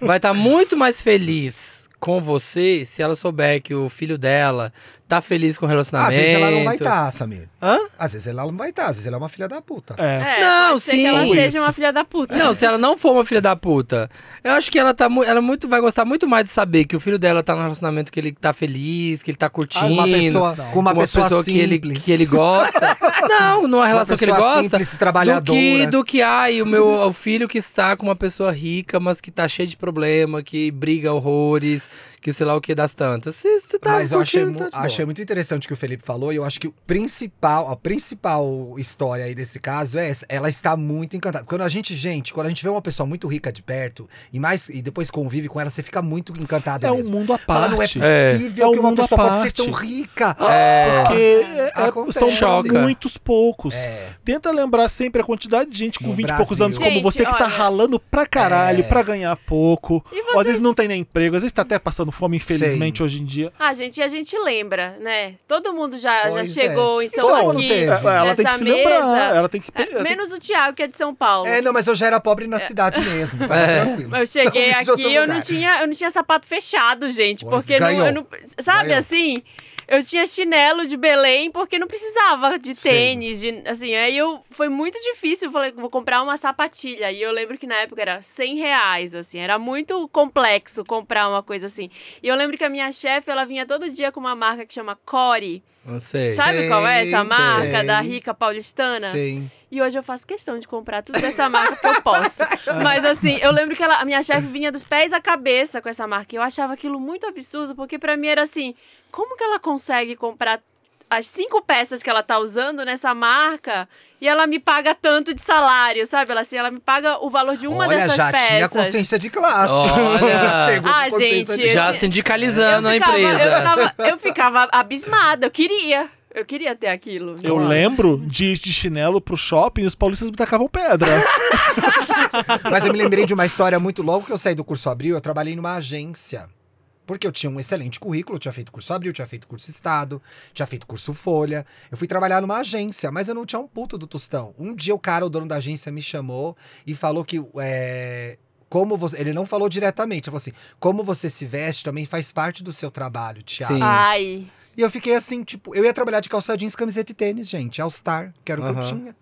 [SPEAKER 6] vai tá muito mais feliz com você se ela souber que o filho dela tá feliz
[SPEAKER 4] Ah,
[SPEAKER 6] com o
[SPEAKER 4] Às
[SPEAKER 6] relacionamento.
[SPEAKER 4] vezes ela não vai tá. estar, Samir.
[SPEAKER 6] Hã?
[SPEAKER 4] Às vezes ela não vai estar, às vezes ela é uma filha da puta.
[SPEAKER 1] É.
[SPEAKER 7] É,
[SPEAKER 6] Não,
[SPEAKER 7] pode ser que ela
[SPEAKER 6] sim.
[SPEAKER 7] seja
[SPEAKER 1] Isso.
[SPEAKER 7] uma filha da puta.
[SPEAKER 6] Não, se ela não for uma filha da puta, eu acho que ela tá mu- ela muito vai gostar muito mais de saber que o filho dela tá num relacionamento que ele tá feliz, que ele tá curtindo.
[SPEAKER 4] Ah, uma pessoa,
[SPEAKER 1] não.
[SPEAKER 4] com uma, pessoa,
[SPEAKER 6] que ele
[SPEAKER 4] simples.
[SPEAKER 6] que
[SPEAKER 4] (laughs)
[SPEAKER 6] ele gosta. não, numa relação que ele
[SPEAKER 4] pessoa
[SPEAKER 6] gosta.
[SPEAKER 4] simples,
[SPEAKER 6] Do
[SPEAKER 4] trabalhadora.
[SPEAKER 6] que, do que, ai, o meu o filho que está com uma pessoa rica, mas que tá cheio de problema, que briga horrores, que sei lá o que das tantas. Se você tá
[SPEAKER 4] Mas eu achei,
[SPEAKER 6] curtindo,
[SPEAKER 4] mu-
[SPEAKER 6] tá de boa.
[SPEAKER 4] achei muito interessante o que o Felipe falou. E eu acho que o principal, a principal história aí desse caso é essa. Ela está muito encantada. Quando a gente, gente, quando a gente vê uma pessoa muito rica de perto e mais e depois convive com ela, você fica muito encantado.
[SPEAKER 1] É um
[SPEAKER 4] mesmo.
[SPEAKER 1] mundo à
[SPEAKER 4] Fala,
[SPEAKER 1] parte.
[SPEAKER 4] não é possível
[SPEAKER 1] É um
[SPEAKER 4] que uma
[SPEAKER 1] mundo à
[SPEAKER 4] pessoa pode ser tão
[SPEAKER 1] parte.
[SPEAKER 4] rica.
[SPEAKER 6] É.
[SPEAKER 1] Porque é- é-
[SPEAKER 4] Acontece.
[SPEAKER 1] são
[SPEAKER 6] Choca.
[SPEAKER 1] muitos poucos.
[SPEAKER 4] É.
[SPEAKER 1] Tenta lembrar sempre a quantidade de gente com
[SPEAKER 4] No
[SPEAKER 1] 20 e
[SPEAKER 4] Brasil. É.
[SPEAKER 1] poucos anos como
[SPEAKER 7] Gente,
[SPEAKER 1] você que tá
[SPEAKER 7] olha.
[SPEAKER 1] ralando pra caralho, pra ganhar pouco.
[SPEAKER 7] E
[SPEAKER 1] Ou às vezes
[SPEAKER 7] vocês-
[SPEAKER 1] não tem nem emprego, às vezes tá até passando fome, infelizmente,
[SPEAKER 4] Sim.
[SPEAKER 1] hoje em dia.
[SPEAKER 7] Ah, gente, e a gente lembra, né? Todo mundo já, já
[SPEAKER 4] Pois é.
[SPEAKER 7] chegou em São
[SPEAKER 4] Todo
[SPEAKER 7] Paulo.
[SPEAKER 4] mundo
[SPEAKER 7] aqui,
[SPEAKER 4] teve.
[SPEAKER 1] Ela, ela tem que
[SPEAKER 7] nessa
[SPEAKER 1] se lembrar,
[SPEAKER 7] É, mesa.
[SPEAKER 1] ela tem que.
[SPEAKER 7] É, Menos o Thiago, que é de São Paulo.
[SPEAKER 4] É, não, mas eu já era pobre na cidade mesmo. Tá
[SPEAKER 6] É.
[SPEAKER 4] tranquilo.
[SPEAKER 7] Eu cheguei
[SPEAKER 4] Não, de outro
[SPEAKER 7] aqui, eu não,
[SPEAKER 4] lugar.
[SPEAKER 7] tinha, eu não tinha sapato fechado, gente.
[SPEAKER 4] Pois,
[SPEAKER 7] porque não,
[SPEAKER 4] ganhou.
[SPEAKER 7] eu não. Sabe
[SPEAKER 4] Ganhou.
[SPEAKER 7] assim? Eu tinha chinelo de Belém porque não precisava de
[SPEAKER 4] Sim.
[SPEAKER 7] tênis. de- assim, aí eu foi muito difícil. Eu falei, vou comprar uma sapatilha. E eu lembro que na época era 100 reais, assim, era muito complexo comprar uma coisa assim. E eu lembro que a minha chefe, ela vinha todo dia com uma marca que chama Core.
[SPEAKER 6] Não sei.
[SPEAKER 7] Sabe
[SPEAKER 4] Sei,
[SPEAKER 7] qual é essa
[SPEAKER 4] sei.
[SPEAKER 7] marca da rica paulistana?
[SPEAKER 4] Sim.
[SPEAKER 7] E hoje eu faço questão de comprar tudo dessa marca que
[SPEAKER 4] (laughs)
[SPEAKER 7] eu posso. Mas assim, eu lembro que ela- a minha chefe vinha dos pés à cabeça com essa marca. E eu achava aquilo muito absurdo, porque pra mim era assim: como que ela consegue comprar as cinco peças que ela tá usando nessa marca e ela me paga tanto de salário, sabe? Ela assim, ela me paga o valor de uma
[SPEAKER 4] Olha,
[SPEAKER 7] dessas
[SPEAKER 4] já
[SPEAKER 7] peças.
[SPEAKER 4] tinha consciência de classe.
[SPEAKER 6] Olha.
[SPEAKER 4] (laughs) já chegou
[SPEAKER 7] Ah,
[SPEAKER 4] com consciência
[SPEAKER 7] gente,
[SPEAKER 4] de
[SPEAKER 7] eu
[SPEAKER 6] Já
[SPEAKER 7] tinha-
[SPEAKER 6] sindicalizando a
[SPEAKER 7] ficava-
[SPEAKER 6] empresa.
[SPEAKER 7] Eu ficava, eu ficava abismada, eu queria. Eu queria ter aquilo.
[SPEAKER 1] Eu lembro de ir de chinelo pro shopping e os paulistas me tacavam pedra. (laughs)
[SPEAKER 4] Mas eu me lembrei de uma história muito logo que eu saí do curso Abril, eu trabalhei numa agência. Porque eu tinha um excelente currículo, eu tinha feito curso Abril, tinha feito curso Estado, tinha feito curso Folha. Eu fui trabalhar numa agência, mas eu não tinha um puto do Tostão. Um dia o cara, o dono da agência, me chamou e falou que. é, como você. Ele não falou diretamente, ele falou assim: como você se veste também faz parte do seu trabalho, Tiago.
[SPEAKER 6] Sim.
[SPEAKER 7] Ai.
[SPEAKER 4] E eu fiquei assim, tipo, eu ia trabalhar de calça jeans, camiseta e tênis, gente. All Star, que era o que eu
[SPEAKER 6] Aham.
[SPEAKER 4] tinha.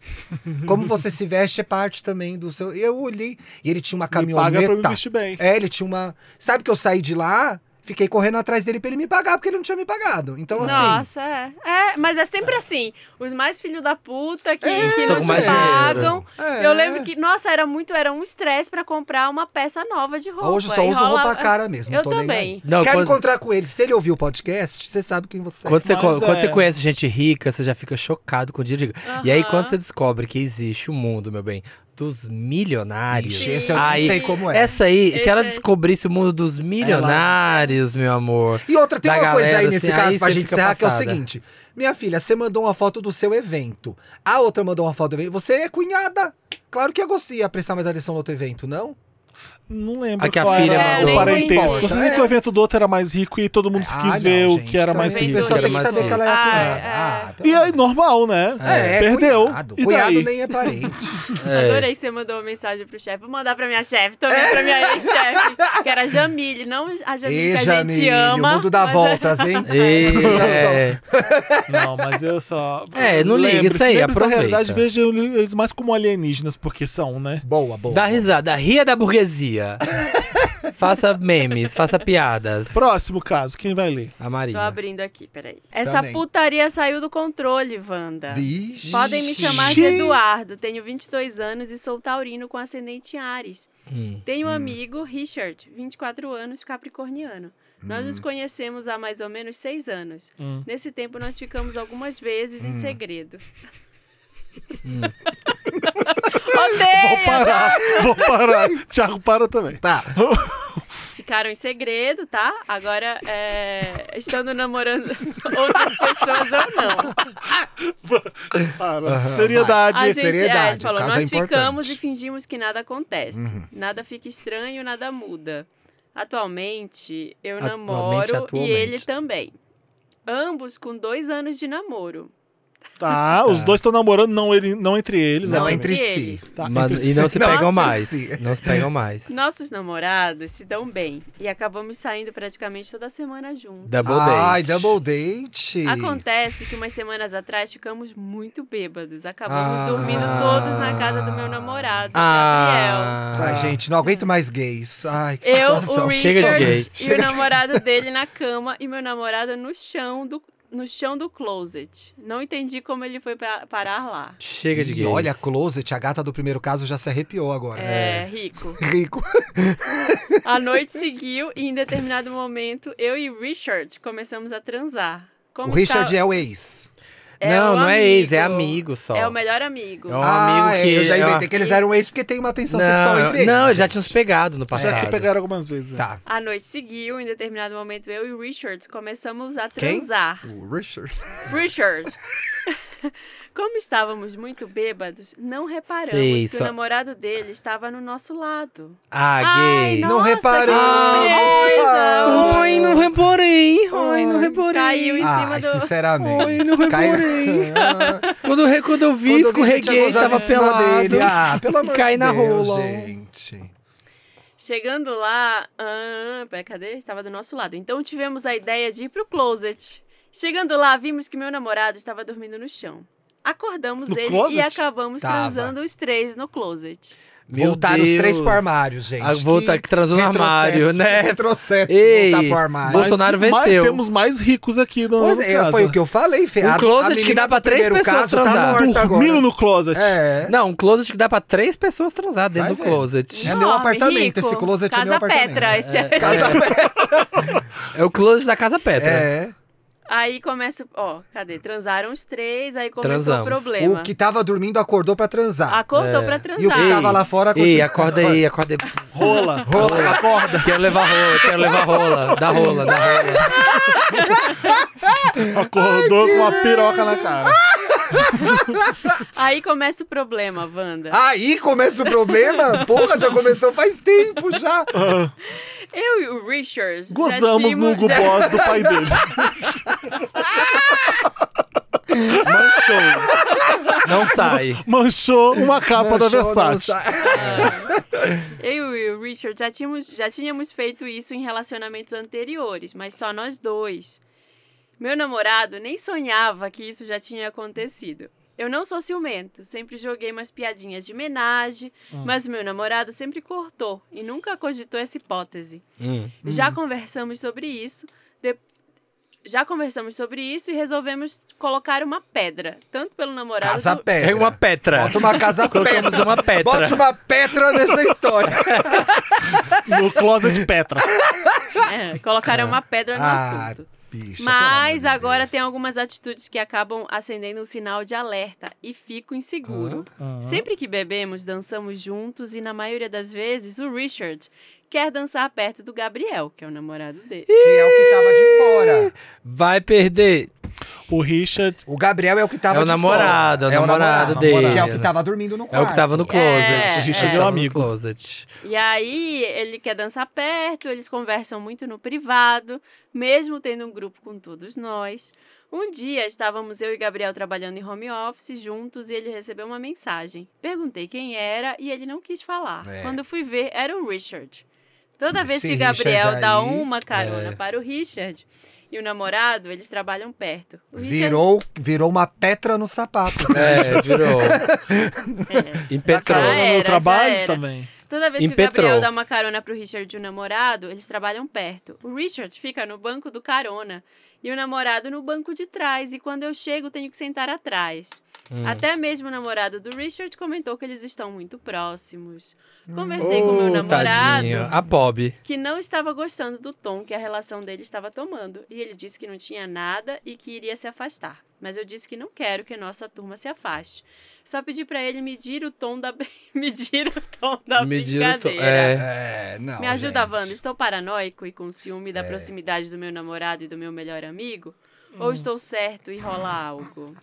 [SPEAKER 4] Como você se veste é parte também do seu. Eu olhei. E ele tinha uma
[SPEAKER 1] Me paga pra me
[SPEAKER 4] caminhoneta.
[SPEAKER 1] vestir bem.
[SPEAKER 4] É, ele tinha uma. Sabe que eu saí de lá, fiquei correndo atrás dele pra ele me pagar, porque ele não tinha me pagado. Então, assim.
[SPEAKER 7] Nossa, é. é. Mas é sempre assim. Os mais filho da puta que, que não
[SPEAKER 6] Tô com
[SPEAKER 7] te
[SPEAKER 6] mais
[SPEAKER 7] pagam.
[SPEAKER 4] é.
[SPEAKER 7] Eu lembro que, nossa, era muito, era um estresse pra comprar uma peça nova de roupa.
[SPEAKER 4] Hoje eu só
[SPEAKER 7] E
[SPEAKER 4] uso
[SPEAKER 7] rola-
[SPEAKER 4] roupa cara mesmo.
[SPEAKER 7] Eu
[SPEAKER 4] tô nem aí.
[SPEAKER 7] também.
[SPEAKER 6] Não,
[SPEAKER 4] Quero
[SPEAKER 6] quando-
[SPEAKER 4] encontrar com ele. Se ele ouvir o podcast, você sabe quem você é.
[SPEAKER 6] Quando você,
[SPEAKER 1] Mas
[SPEAKER 6] co- quando
[SPEAKER 1] é.
[SPEAKER 6] você conhece gente rica, você já fica chocado com o dinheiro. rico. E aí,
[SPEAKER 7] Aham.
[SPEAKER 6] quando você descobre que existe o mundo, meu bem, dos milionários.
[SPEAKER 4] Ixi, esse eu não
[SPEAKER 6] aí,
[SPEAKER 4] sei como é.
[SPEAKER 6] Essa aí, se
[SPEAKER 7] Esse
[SPEAKER 6] ela
[SPEAKER 7] aí.
[SPEAKER 6] descobrisse o mundo dos milionários, meu amor.
[SPEAKER 4] E outra, tem
[SPEAKER 6] da
[SPEAKER 4] uma coisa aí
[SPEAKER 6] galera,
[SPEAKER 4] nesse
[SPEAKER 6] assim,
[SPEAKER 4] caso
[SPEAKER 6] aí
[SPEAKER 4] pra
[SPEAKER 6] você
[SPEAKER 4] gente
[SPEAKER 6] fica
[SPEAKER 4] encerrar, que é o
[SPEAKER 6] passada.
[SPEAKER 4] seguinte. Minha filha, você mandou uma foto do seu evento. A outra mandou uma foto do evento. Você é cunhada. Claro que eu gostei ia prestar mais atenção no outro evento, não?
[SPEAKER 1] Não lembro
[SPEAKER 6] Aqui a
[SPEAKER 1] qual
[SPEAKER 6] filha
[SPEAKER 1] era
[SPEAKER 6] mandou.
[SPEAKER 1] o
[SPEAKER 7] É,
[SPEAKER 1] parentesco.
[SPEAKER 7] nem
[SPEAKER 1] Eu sei que o evento do outro era mais rico e todo mundo
[SPEAKER 4] Ah,
[SPEAKER 1] quis
[SPEAKER 4] não,
[SPEAKER 1] ver o
[SPEAKER 4] gente,
[SPEAKER 1] que era
[SPEAKER 4] também
[SPEAKER 1] mais
[SPEAKER 4] A
[SPEAKER 1] rico.
[SPEAKER 4] pessoa
[SPEAKER 6] Era
[SPEAKER 4] tem que
[SPEAKER 6] mais
[SPEAKER 4] saber que
[SPEAKER 6] rico.
[SPEAKER 4] ela é a
[SPEAKER 7] Ah,
[SPEAKER 4] cunhada.
[SPEAKER 7] é.
[SPEAKER 4] Ah, pelo
[SPEAKER 1] E
[SPEAKER 4] amor
[SPEAKER 1] aí, normal, né?
[SPEAKER 4] É,
[SPEAKER 1] Perdeu.
[SPEAKER 4] Cunhado.
[SPEAKER 1] E
[SPEAKER 4] Cunhado
[SPEAKER 1] daí?
[SPEAKER 4] nem é
[SPEAKER 7] (laughs)
[SPEAKER 4] parente.
[SPEAKER 6] É.
[SPEAKER 7] Adorei que você mandou uma mensagem pro chefe. Vou mandar pra minha chefe, também
[SPEAKER 4] É.
[SPEAKER 7] pra minha ex-chefe, que era a Jamile. Não a Jamile
[SPEAKER 4] Ê,
[SPEAKER 7] que a gente
[SPEAKER 4] Jamile,
[SPEAKER 7] ama.
[SPEAKER 4] o mundo dá
[SPEAKER 7] mas- é
[SPEAKER 4] voltas,
[SPEAKER 7] (laughs)
[SPEAKER 4] hein?
[SPEAKER 6] É,
[SPEAKER 1] Não, mas eu (laughs) só.
[SPEAKER 6] É, não liga,
[SPEAKER 1] Lembre-se,
[SPEAKER 6] isso aí,
[SPEAKER 1] lembre-se Da
[SPEAKER 6] aproveita.
[SPEAKER 1] realidade, veja eles mais como alienígenas, porque são, né?
[SPEAKER 4] Boa, boa.
[SPEAKER 6] dá
[SPEAKER 4] boa.
[SPEAKER 6] risada, ria da burguesia. faça memes, faça piadas.
[SPEAKER 1] Próximo caso, quem vai ler?
[SPEAKER 6] A
[SPEAKER 7] Tô
[SPEAKER 6] Maria.
[SPEAKER 7] abrindo aqui, peraí. Essa
[SPEAKER 4] Também.
[SPEAKER 7] putaria saiu do controle, Wanda.
[SPEAKER 4] Vixe.
[SPEAKER 7] Podem me chamar de Eduardo. Tenho 22 anos e sou taurino com ascendente em Ares.
[SPEAKER 6] Hum.
[SPEAKER 7] Tem um amigo, Richard, 24 anos, capricorniano. Nós nos conhecemos há mais ou menos seis anos.
[SPEAKER 1] Hum.
[SPEAKER 7] Nesse tempo, nós ficamos algumas vezes em segredo.
[SPEAKER 1] Hum. Vou
[SPEAKER 7] (laughs) Odeia!
[SPEAKER 1] parar,
[SPEAKER 7] né?
[SPEAKER 1] vou parar. Tiago, para também.
[SPEAKER 4] Tá.
[SPEAKER 7] Ficaram em segredo, tá? Agora, é... estando namorando (laughs) outras pessoas ou não.
[SPEAKER 1] Para.
[SPEAKER 4] Aham,
[SPEAKER 1] Seriedade.
[SPEAKER 7] A gente é,
[SPEAKER 4] seriedade,
[SPEAKER 7] ele falou,
[SPEAKER 4] o caso
[SPEAKER 7] nós
[SPEAKER 4] é importante. Uhum.
[SPEAKER 7] ficamos e fingimos que nada acontece. Nada fica estranho, nada muda. Atualmente, eu
[SPEAKER 6] Atualmente,
[SPEAKER 7] namoro e
[SPEAKER 6] atualmente.
[SPEAKER 7] ele também. Ambos com dois anos de namoro.
[SPEAKER 1] Tá, os dois estão namorando, não, ele, não entre eles.
[SPEAKER 4] É. Não,
[SPEAKER 1] obviamente.
[SPEAKER 4] entre si.
[SPEAKER 7] eles.
[SPEAKER 1] Tá,
[SPEAKER 6] Mas-
[SPEAKER 1] entre
[SPEAKER 6] e
[SPEAKER 1] si.
[SPEAKER 6] não se
[SPEAKER 4] Não,
[SPEAKER 6] pegam
[SPEAKER 4] assim,
[SPEAKER 6] mais.
[SPEAKER 4] sim.
[SPEAKER 6] Não se pegam mais.
[SPEAKER 7] Nossos namorados se dão bem e acabamos saindo praticamente toda semana juntos.
[SPEAKER 6] Double
[SPEAKER 4] Ai,
[SPEAKER 6] date.
[SPEAKER 4] double date.
[SPEAKER 7] Acontece que umas semanas atrás ficamos muito bêbados. Acabamos
[SPEAKER 4] Ah.
[SPEAKER 7] dormindo todos na casa do meu namorado,
[SPEAKER 6] Ah.
[SPEAKER 4] Ai, gente, não aguento mais gays. Ai, que
[SPEAKER 7] Gabriel. Eu, o
[SPEAKER 4] situação.
[SPEAKER 6] chega de
[SPEAKER 7] Richard
[SPEAKER 6] gay.
[SPEAKER 7] e o namorado dele na cama e meu namorado no chão do, no chão do closet. Não entendi como ele foi pra- parar lá.
[SPEAKER 6] Chega de
[SPEAKER 4] E
[SPEAKER 6] gays.
[SPEAKER 4] olha, Closet, a gata do primeiro caso já se arrepiou agora.
[SPEAKER 7] É, rico.
[SPEAKER 4] Rico.
[SPEAKER 7] A noite (laughs) seguiu e em determinado momento eu e Richard começamos a transar. Como
[SPEAKER 4] o Richard
[SPEAKER 7] está-
[SPEAKER 4] é o ex.
[SPEAKER 6] não,
[SPEAKER 7] o
[SPEAKER 6] não é ex, é
[SPEAKER 7] um amigo.
[SPEAKER 6] amigo só.
[SPEAKER 7] É o melhor amigo.
[SPEAKER 6] É um
[SPEAKER 4] ah,
[SPEAKER 6] amigo
[SPEAKER 4] é,
[SPEAKER 6] que.
[SPEAKER 4] eu já
[SPEAKER 6] é uma-
[SPEAKER 4] inventei que eles eram ex porque tem uma tensão sexual
[SPEAKER 6] Não,
[SPEAKER 4] entre eles.
[SPEAKER 6] Não, eles já
[SPEAKER 4] gente.
[SPEAKER 6] tinham se pegado no passado.
[SPEAKER 1] Já se pegaram algumas vezes. né?
[SPEAKER 4] Tá.
[SPEAKER 7] A noite seguiu, em determinado momento, eu e o Richard começamos a
[SPEAKER 4] Quem?
[SPEAKER 7] transar.
[SPEAKER 4] O Richard.
[SPEAKER 7] Richard! (laughs) Como estávamos muito bêbados, não reparamos
[SPEAKER 6] Sei,
[SPEAKER 7] que
[SPEAKER 6] só-
[SPEAKER 7] o namorado dele estava no nosso lado.
[SPEAKER 6] Ah,
[SPEAKER 7] Ai,
[SPEAKER 6] gay.
[SPEAKER 7] nossa,
[SPEAKER 4] Não
[SPEAKER 7] que
[SPEAKER 4] reparei.
[SPEAKER 7] surpresa!
[SPEAKER 6] Ai, não reparei. Ai, não reparei.
[SPEAKER 7] Caiu em cima
[SPEAKER 4] Ai,
[SPEAKER 7] do...
[SPEAKER 4] sinceramente.
[SPEAKER 6] Ai, não
[SPEAKER 4] Cai- (laughs)
[SPEAKER 6] reparei.
[SPEAKER 4] Ah,
[SPEAKER 6] Quando, eu re- quando eu vi,
[SPEAKER 4] quando eu vi, já tinha
[SPEAKER 6] escorreguei,
[SPEAKER 4] gozado
[SPEAKER 6] tava
[SPEAKER 4] em cima
[SPEAKER 6] pelado.
[SPEAKER 4] dele. Ah, pelo
[SPEAKER 6] E
[SPEAKER 4] amor
[SPEAKER 6] cai
[SPEAKER 4] de
[SPEAKER 6] na
[SPEAKER 4] Deus,
[SPEAKER 6] rola.
[SPEAKER 4] gente.
[SPEAKER 7] Chegando lá, ah, pera, cadê? Estava do nosso lado. Então tivemos a ideia de ir pro closet. Chegando lá, vimos que meu namorado estava dormindo no chão. Acordamos
[SPEAKER 1] No
[SPEAKER 7] ele
[SPEAKER 1] closet?
[SPEAKER 7] e acabamos
[SPEAKER 4] Tava.
[SPEAKER 7] transando os três no closet.
[SPEAKER 6] Meu
[SPEAKER 4] Voltaram os três
[SPEAKER 6] Deus.
[SPEAKER 4] pro armário, gente.
[SPEAKER 6] Ah, voltar- que transou no
[SPEAKER 4] retrocesso,
[SPEAKER 6] armário, né?
[SPEAKER 4] que Retrocesso,
[SPEAKER 6] Ei,
[SPEAKER 4] voltar pro armário.
[SPEAKER 1] Mas-
[SPEAKER 6] Bolsonaro
[SPEAKER 1] mas
[SPEAKER 6] venceu.
[SPEAKER 1] temos mais ricos aqui no.
[SPEAKER 4] Pois
[SPEAKER 1] no
[SPEAKER 4] é,
[SPEAKER 1] caso.
[SPEAKER 4] foi o que eu falei, Fê.
[SPEAKER 6] Um
[SPEAKER 4] A- a
[SPEAKER 6] closet que
[SPEAKER 4] menina
[SPEAKER 6] dá
[SPEAKER 4] do
[SPEAKER 6] pra três
[SPEAKER 4] primeiro
[SPEAKER 6] pessoas
[SPEAKER 4] caso Tá
[SPEAKER 6] transar.
[SPEAKER 4] morta
[SPEAKER 1] Dormindo
[SPEAKER 4] agora.
[SPEAKER 1] no closet.
[SPEAKER 4] É.
[SPEAKER 6] Não, um closet que dá pra três pessoas transar dentro
[SPEAKER 4] Vai
[SPEAKER 6] do
[SPEAKER 4] ver.
[SPEAKER 6] closet.
[SPEAKER 4] É meu
[SPEAKER 7] Enorme,
[SPEAKER 4] apartamento,
[SPEAKER 7] rico.
[SPEAKER 4] esse closet é
[SPEAKER 7] Casa
[SPEAKER 4] meu apartamento.
[SPEAKER 7] Petra, esse é-
[SPEAKER 6] É o closet da Casa Petra.
[SPEAKER 4] É.
[SPEAKER 7] Aí começa, ó, cadê? Transaram os três, aí começou
[SPEAKER 6] Transamos.
[SPEAKER 7] o problema.
[SPEAKER 4] O que tava dormindo acordou pra transar.
[SPEAKER 7] Acordou
[SPEAKER 6] É.
[SPEAKER 7] pra
[SPEAKER 4] E o
[SPEAKER 7] transar.
[SPEAKER 4] que
[SPEAKER 6] Ei,
[SPEAKER 4] tava lá fora
[SPEAKER 6] Ei,
[SPEAKER 4] continua-
[SPEAKER 6] acorda aí, acorda aí.
[SPEAKER 4] (laughs)
[SPEAKER 1] Rola.
[SPEAKER 4] Rola, acorda.
[SPEAKER 6] Quero levar rola, quero levar rola. Dá rola, dá rola.
[SPEAKER 1] Acordou com uma piroca na cara.
[SPEAKER 7] Aí começa o problema, Wanda.
[SPEAKER 4] Aí começa o problema? Porra, já começou faz tempo já.
[SPEAKER 7] Eu e o Richard. já
[SPEAKER 1] Gozamos no
[SPEAKER 7] tínhamos-
[SPEAKER 1] Hugo
[SPEAKER 7] já-
[SPEAKER 1] Boss do pai
[SPEAKER 4] (laughs)
[SPEAKER 1] dele. Manchou.
[SPEAKER 6] Não sai.
[SPEAKER 1] Manchou uma capa da
[SPEAKER 4] Manchou,
[SPEAKER 1] Versace.
[SPEAKER 4] não sai.
[SPEAKER 7] É. Eu e o Richard já tínhamos, já tínhamos feito isso em relacionamentos anteriores, mas só nós dois. Meu namorado nem sonhava que isso já tinha acontecido. Eu não sou ciumento, sempre joguei umas piadinhas de homenagem, mas meu namorado sempre cortou e nunca cogitou essa hipótese.
[SPEAKER 6] Hum.
[SPEAKER 7] Já conversamos sobre isso. de- Já conversamos sobre isso e resolvemos colocar uma pedra, tanto pelo namorado
[SPEAKER 4] Casa
[SPEAKER 7] do-
[SPEAKER 4] Petra.
[SPEAKER 6] É uma Petra.
[SPEAKER 4] Bota uma casa
[SPEAKER 6] Colocamos
[SPEAKER 4] Petra.
[SPEAKER 6] uma Petra.
[SPEAKER 4] Bota uma Petra nessa história.
[SPEAKER 1] No closet Petra.
[SPEAKER 7] É, colocaram uma pedra no
[SPEAKER 4] Ah,
[SPEAKER 7] assunto.
[SPEAKER 4] Bicha,
[SPEAKER 7] Mas
[SPEAKER 4] pelo amor de
[SPEAKER 7] agora
[SPEAKER 4] Deus.
[SPEAKER 7] tem algumas atitudes que acabam acendendo um sinal de alerta e fico inseguro. Sempre que bebemos, dançamos juntos e na maioria das vezes o Richard quer dançar perto do Gabriel, que é o namorado dele.
[SPEAKER 4] Que é o que tava de fora.
[SPEAKER 6] Vai perder.
[SPEAKER 1] O Richard.
[SPEAKER 4] O Gabriel é o que tava
[SPEAKER 6] É o
[SPEAKER 4] de
[SPEAKER 6] namorado,
[SPEAKER 4] fora.
[SPEAKER 6] é o namorado dele.
[SPEAKER 4] Que é o que tava dormindo no
[SPEAKER 6] É
[SPEAKER 4] quarto.
[SPEAKER 6] o que tava no closet.
[SPEAKER 7] É,
[SPEAKER 1] Richard é um
[SPEAKER 6] Tava no
[SPEAKER 1] amigo.
[SPEAKER 6] Closet.
[SPEAKER 7] E aí ele quer dançar perto, eles conversam muito no privado, mesmo tendo um grupo com todos nós. Um dia estávamos eu e Gabriel trabalhando em home office juntos e ele recebeu uma mensagem. Perguntei quem era e ele não quis falar.
[SPEAKER 4] É.
[SPEAKER 7] Quando fui ver, era o Richard. Toda
[SPEAKER 4] Esse
[SPEAKER 7] vez que
[SPEAKER 4] Richard
[SPEAKER 7] Gabriel dá
[SPEAKER 4] aí,
[SPEAKER 7] uma carona
[SPEAKER 6] é.
[SPEAKER 7] para o Richard e o namorado, eles trabalham perto. O Richard-
[SPEAKER 4] Virou, virou uma Petra no sapato.
[SPEAKER 6] É, virou.
[SPEAKER 7] (laughs) É.
[SPEAKER 6] Impetrou.
[SPEAKER 7] Já
[SPEAKER 1] Carona no
[SPEAKER 7] era, já
[SPEAKER 1] trabalho
[SPEAKER 7] era.
[SPEAKER 1] também.
[SPEAKER 7] Toda vez que o
[SPEAKER 6] Impetrou.
[SPEAKER 7] Gabriel dá uma carona pro Richard e o namorado, eles trabalham perto. O Richard fica no banco do carona e o namorado no banco de trás. E quando eu chego, tenho que sentar atrás.
[SPEAKER 6] Hum.
[SPEAKER 7] é. Até mesmo o namorado do Richard comentou que eles estão muito próximos. Conversei com o meu
[SPEAKER 6] Oh,
[SPEAKER 7] namorado
[SPEAKER 6] tadinho. A Bob.
[SPEAKER 7] que não estava gostando do tom que a relação dele estava tomando. E ele disse que não tinha nada e que iria se afastar. Mas eu disse que não quero que nossa turma se afaste. Só pedi pra ele medir o tom da (laughs) medir o tom da
[SPEAKER 6] Mediram
[SPEAKER 7] brincadeira.
[SPEAKER 6] to- É.
[SPEAKER 4] É, não.
[SPEAKER 7] Me ajuda,
[SPEAKER 4] gente.
[SPEAKER 7] Wanda. Estou paranoico e com ciúme da proximidade do meu namorado e do meu melhor amigo? Ou estou certo e rola algo?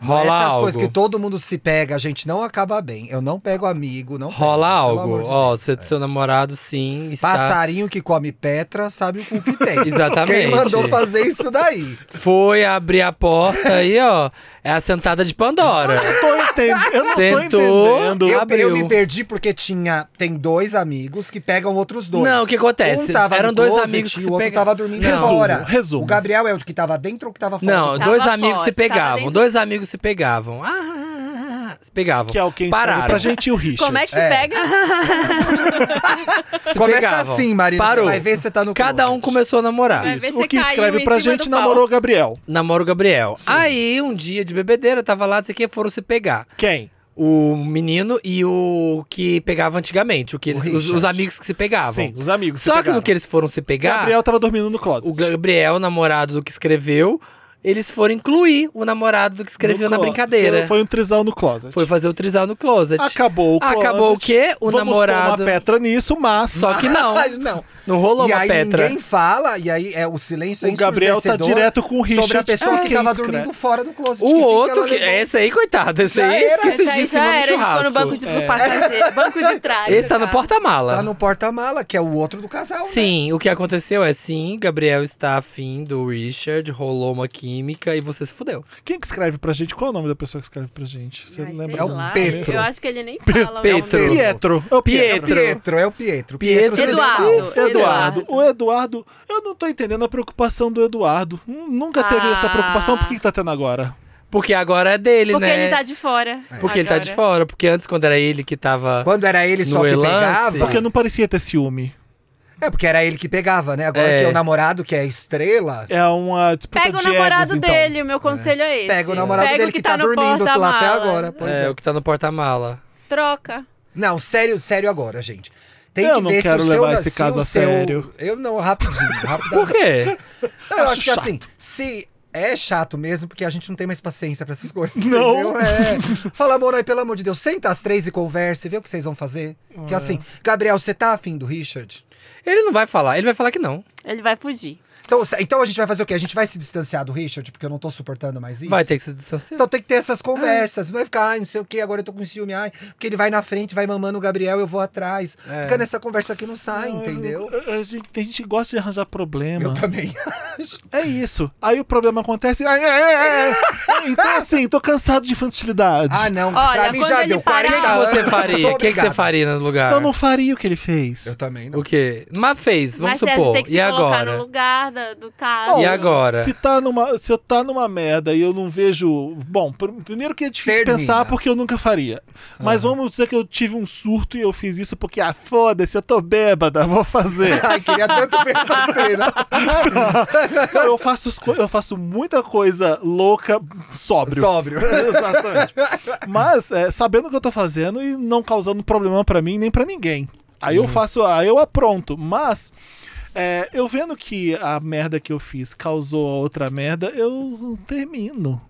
[SPEAKER 6] Rola
[SPEAKER 4] Essas
[SPEAKER 6] algo.
[SPEAKER 4] coisas que todo mundo se pega, a gente não acaba bem. Eu não pego amigo, não pego,
[SPEAKER 6] Rola
[SPEAKER 4] pelo
[SPEAKER 6] algo.
[SPEAKER 4] amor de
[SPEAKER 6] Ó,
[SPEAKER 4] Deus.
[SPEAKER 6] seu, seu namorado sim está...
[SPEAKER 4] Passarinho que come petra sabe o cu que
[SPEAKER 6] (laughs)
[SPEAKER 4] tem.
[SPEAKER 6] Exatamente.
[SPEAKER 4] Quem mandou fazer isso daí?
[SPEAKER 6] Foi abrir a porta aí, ó. É a sentada de Pandora.
[SPEAKER 1] Tô entendendo, eu não
[SPEAKER 6] Sentou.
[SPEAKER 1] tô entendendo.
[SPEAKER 4] Eu,
[SPEAKER 6] Abriu.
[SPEAKER 4] eu me perdi porque tinha tem dois amigos que pegam outros dois.
[SPEAKER 6] Não, o que acontece?
[SPEAKER 4] Um tava
[SPEAKER 6] Eram
[SPEAKER 4] no
[SPEAKER 6] dois
[SPEAKER 4] closet
[SPEAKER 6] amigos que
[SPEAKER 4] e
[SPEAKER 6] se
[SPEAKER 4] o outro
[SPEAKER 6] pega-
[SPEAKER 4] tava dormindo
[SPEAKER 6] Não.
[SPEAKER 4] fora.
[SPEAKER 1] Resumo, resumo.
[SPEAKER 4] O Gabriel é o que tava dentro ou que tava fora?
[SPEAKER 6] Não,
[SPEAKER 7] Tava
[SPEAKER 6] dois amigos
[SPEAKER 7] fora,
[SPEAKER 6] se
[SPEAKER 7] tava
[SPEAKER 6] pegavam.
[SPEAKER 7] dentro-
[SPEAKER 6] Dois amigos se pegavam. Ah, ah, ah, ah, se pegavam.
[SPEAKER 1] Que é o quem escreve
[SPEAKER 6] Pararam.
[SPEAKER 1] pra gente e o Richard.
[SPEAKER 7] Como é que se
[SPEAKER 4] É.
[SPEAKER 7] pega?
[SPEAKER 6] Se
[SPEAKER 4] Começa
[SPEAKER 6] pegavam.
[SPEAKER 4] assim, Marina.
[SPEAKER 6] Parou.
[SPEAKER 4] Você vai ver se você tá no
[SPEAKER 6] Cada um
[SPEAKER 4] closet.
[SPEAKER 6] começou a namorar.
[SPEAKER 7] Vai ver
[SPEAKER 1] Isso.
[SPEAKER 7] se
[SPEAKER 1] O que
[SPEAKER 7] caiu
[SPEAKER 1] escreve
[SPEAKER 7] em
[SPEAKER 1] pra
[SPEAKER 7] cima
[SPEAKER 1] gente
[SPEAKER 7] do pau.
[SPEAKER 1] namorou Gabriel.
[SPEAKER 6] Namora o Gabriel. Aí, um dia de bebedeira, tava lá, não sei o que, foram se pegar.
[SPEAKER 1] Quem?
[SPEAKER 6] O menino e o que pegava antigamente. O que
[SPEAKER 4] O
[SPEAKER 6] eles- os,
[SPEAKER 4] Richard.
[SPEAKER 6] os amigos que se pegavam.
[SPEAKER 1] Sim, os amigos.
[SPEAKER 6] Ah, Só que no que
[SPEAKER 1] pegaram.
[SPEAKER 6] eles foram se pegar,
[SPEAKER 1] né? Gabriel tava dormindo no closet.
[SPEAKER 6] o Gabriel, namorado do que escreveu, eles foram incluir o namorado do que escreveu
[SPEAKER 1] No
[SPEAKER 6] na
[SPEAKER 1] clo-
[SPEAKER 6] brincadeira. Foi,
[SPEAKER 1] Foi, foi um trisal no closet.
[SPEAKER 6] fazer o trisal no closet.
[SPEAKER 1] Acabou o closet.
[SPEAKER 6] Acabou o quê? O
[SPEAKER 1] Vamos
[SPEAKER 6] namorado.
[SPEAKER 1] pôr uma petra nisso, mas...
[SPEAKER 6] Só que
[SPEAKER 4] (laughs)
[SPEAKER 6] não.
[SPEAKER 4] Ai, não.
[SPEAKER 6] Não rolou
[SPEAKER 4] E
[SPEAKER 6] uma
[SPEAKER 4] aí
[SPEAKER 6] Petra.
[SPEAKER 4] ninguém fala, e aí é o silêncio é
[SPEAKER 1] o Gabriel tá
[SPEAKER 4] ensurdecedor
[SPEAKER 1] direto com o Richard.
[SPEAKER 4] sobre a pessoa
[SPEAKER 1] é,
[SPEAKER 4] que
[SPEAKER 1] quem
[SPEAKER 4] tava
[SPEAKER 1] escreve.
[SPEAKER 4] dormindo fora do closet.
[SPEAKER 6] O
[SPEAKER 4] que fim que
[SPEAKER 6] outro
[SPEAKER 4] ela
[SPEAKER 6] que. é
[SPEAKER 4] levou?
[SPEAKER 6] Esse aí, coitado. Esse
[SPEAKER 4] Já era,
[SPEAKER 6] aí
[SPEAKER 7] Esse aí
[SPEAKER 6] esquecidíssimo
[SPEAKER 7] já
[SPEAKER 6] no
[SPEAKER 7] era, ele ficou
[SPEAKER 6] churrasco.
[SPEAKER 7] no banco de
[SPEAKER 1] É.
[SPEAKER 7] passageiro, banco de trás.
[SPEAKER 6] Esse tá no
[SPEAKER 7] cara.
[SPEAKER 6] porta-mala.
[SPEAKER 4] Tá no porta-mala, que é o outro do casal. né?
[SPEAKER 6] Sim, o que aconteceu é sim, Gabriel está afim do Richard, rolou uma química e você se fudeu.
[SPEAKER 1] Quem que escreve pra gente? Qual é o nome da pessoa que escreve pra gente? Você
[SPEAKER 7] Ai,
[SPEAKER 1] lembra? um
[SPEAKER 7] sei
[SPEAKER 4] É o
[SPEAKER 7] lá,
[SPEAKER 4] Petro.
[SPEAKER 7] Eu acho que ele nem fala. o
[SPEAKER 6] Petro.
[SPEAKER 7] nome.
[SPEAKER 1] Pietro. É o
[SPEAKER 4] É o
[SPEAKER 1] Pietro.
[SPEAKER 6] Pietro.
[SPEAKER 4] Pietro, é o Pietro.
[SPEAKER 6] Pietro
[SPEAKER 4] Pietro
[SPEAKER 1] Ih,
[SPEAKER 7] Eduardo.
[SPEAKER 1] Eduardo. O Eduardo, eu não tô entendendo a preocupação do Eduardo. Hum, Nunca teve
[SPEAKER 7] Ah.
[SPEAKER 1] essa preocupação, por que, que tá tendo agora?
[SPEAKER 6] Porque agora é dele,
[SPEAKER 7] Porque
[SPEAKER 6] né?
[SPEAKER 7] ele tá de fora.
[SPEAKER 6] Porque ele tá de
[SPEAKER 7] agora.
[SPEAKER 6] fora, porque antes quando era ele que tava
[SPEAKER 4] Quando era ele só
[SPEAKER 6] No
[SPEAKER 4] que
[SPEAKER 6] Elance.
[SPEAKER 4] pegava.
[SPEAKER 1] Porque não parecia ter ciúme.
[SPEAKER 4] É, porque era ele que pegava, né? Agora
[SPEAKER 6] É.
[SPEAKER 4] que é o namorado, que é a estrela.
[SPEAKER 1] É uma disputa
[SPEAKER 7] Pega o
[SPEAKER 1] de
[SPEAKER 7] namorado
[SPEAKER 1] egos, então.
[SPEAKER 7] dele, o meu conselho é, esse.
[SPEAKER 4] Pega o namorado
[SPEAKER 7] Pega
[SPEAKER 4] dele
[SPEAKER 7] o que,
[SPEAKER 4] tá
[SPEAKER 7] tá, no
[SPEAKER 4] dormindo lá
[SPEAKER 7] porta-mala.
[SPEAKER 4] até agora. Pois
[SPEAKER 6] é,
[SPEAKER 4] é.
[SPEAKER 6] o que tá no porta-mala.
[SPEAKER 7] Troca.
[SPEAKER 4] Não, sério, sério agora, gente. Tem
[SPEAKER 1] Eu
[SPEAKER 4] que
[SPEAKER 1] não
[SPEAKER 4] ver
[SPEAKER 1] quero
[SPEAKER 4] se o
[SPEAKER 1] levar
[SPEAKER 4] seu,
[SPEAKER 1] esse
[SPEAKER 4] se
[SPEAKER 1] caso
[SPEAKER 4] o
[SPEAKER 1] a
[SPEAKER 4] seu-
[SPEAKER 1] sério.
[SPEAKER 4] Eu não, rapidinho,
[SPEAKER 6] Por
[SPEAKER 4] rapidamente.
[SPEAKER 6] quê?
[SPEAKER 4] Eu,
[SPEAKER 1] Eu
[SPEAKER 4] acho
[SPEAKER 1] acho
[SPEAKER 4] que
[SPEAKER 1] chato.
[SPEAKER 4] assim, se é chato mesmo, porque a gente não tem mais paciência pra essas coisas.
[SPEAKER 1] Não.
[SPEAKER 4] entendeu? É.
[SPEAKER 6] (laughs)
[SPEAKER 4] Fala, amor, aí, pelo amor de Deus, senta às três e conversa e vê o que vocês vão fazer.
[SPEAKER 6] É.
[SPEAKER 4] Porque assim, Gabriel, você tá afim do Richard?
[SPEAKER 6] Ele não vai falar, ele vai falar que não.
[SPEAKER 7] Ele vai fugir.
[SPEAKER 4] Então, se- então a gente vai fazer o quê? A gente vai se distanciar do Richard, porque eu não tô suportando mais isso?
[SPEAKER 6] Vai ter que se distanciar.
[SPEAKER 4] Então tem que ter essas conversas. Não vai ficar, ai, não sei o quê, agora eu tô com ciúme, ai, porque ele vai na frente, vai mamando o Gabriel, eu vou atrás.
[SPEAKER 6] É.
[SPEAKER 4] Fica nessa conversa que não sai,
[SPEAKER 1] Não, eu-
[SPEAKER 4] Tá, entendeu?
[SPEAKER 1] eu- eu- gente- tem gente que gosta de arranjar problema.
[SPEAKER 4] Eu
[SPEAKER 6] (laughs)
[SPEAKER 4] também. É,
[SPEAKER 1] É isso. Aí o problema acontece. ai, ai, ai, ai. Então, assim, tô cansado de infantilidade.
[SPEAKER 4] Ah, não.
[SPEAKER 7] Olha,
[SPEAKER 4] pra mim
[SPEAKER 7] quando
[SPEAKER 4] já
[SPEAKER 7] ele
[SPEAKER 4] deu
[SPEAKER 7] parar-
[SPEAKER 4] 40
[SPEAKER 6] O que
[SPEAKER 7] Ah,
[SPEAKER 6] você
[SPEAKER 4] anos,
[SPEAKER 6] faria?
[SPEAKER 4] sou
[SPEAKER 6] O que, que
[SPEAKER 4] obrigado.
[SPEAKER 6] você faria no lugar?
[SPEAKER 1] Então, Eu não faria o que ele fez.
[SPEAKER 4] Eu também não.
[SPEAKER 6] O quê? Mas fez,
[SPEAKER 7] Mas
[SPEAKER 6] vamos
[SPEAKER 7] você acha que
[SPEAKER 6] supor.
[SPEAKER 7] tem que se
[SPEAKER 6] e
[SPEAKER 7] colocar
[SPEAKER 6] agora?
[SPEAKER 7] no lugar da- do caso.
[SPEAKER 6] E agora?
[SPEAKER 1] Se, tá numa, se eu tá numa merda e eu não vejo. Bom, pr- primeiro que é difícil
[SPEAKER 4] Termina.
[SPEAKER 1] pensar porque eu nunca faria. Mas vamos dizer que eu tive um surto e eu fiz isso porque, ah, foda-se, eu tô bêbada, (laughs) vou fazer.
[SPEAKER 4] Ai, queria tanto pensar assim, né?
[SPEAKER 1] Não, eu, faço, as co- eu faço muita coisa louca, sóbrio. (laughs)
[SPEAKER 4] Sóbrio.
[SPEAKER 1] Exatamente. Mas é, sabendo o que eu tô fazendo e não causando problema pra mim nem pra ninguém. Aí
[SPEAKER 4] Uhum.
[SPEAKER 1] eu faço, aí eu apronto. Mas é, eu vendo que a merda que eu fiz causou a outra merda, eu termino.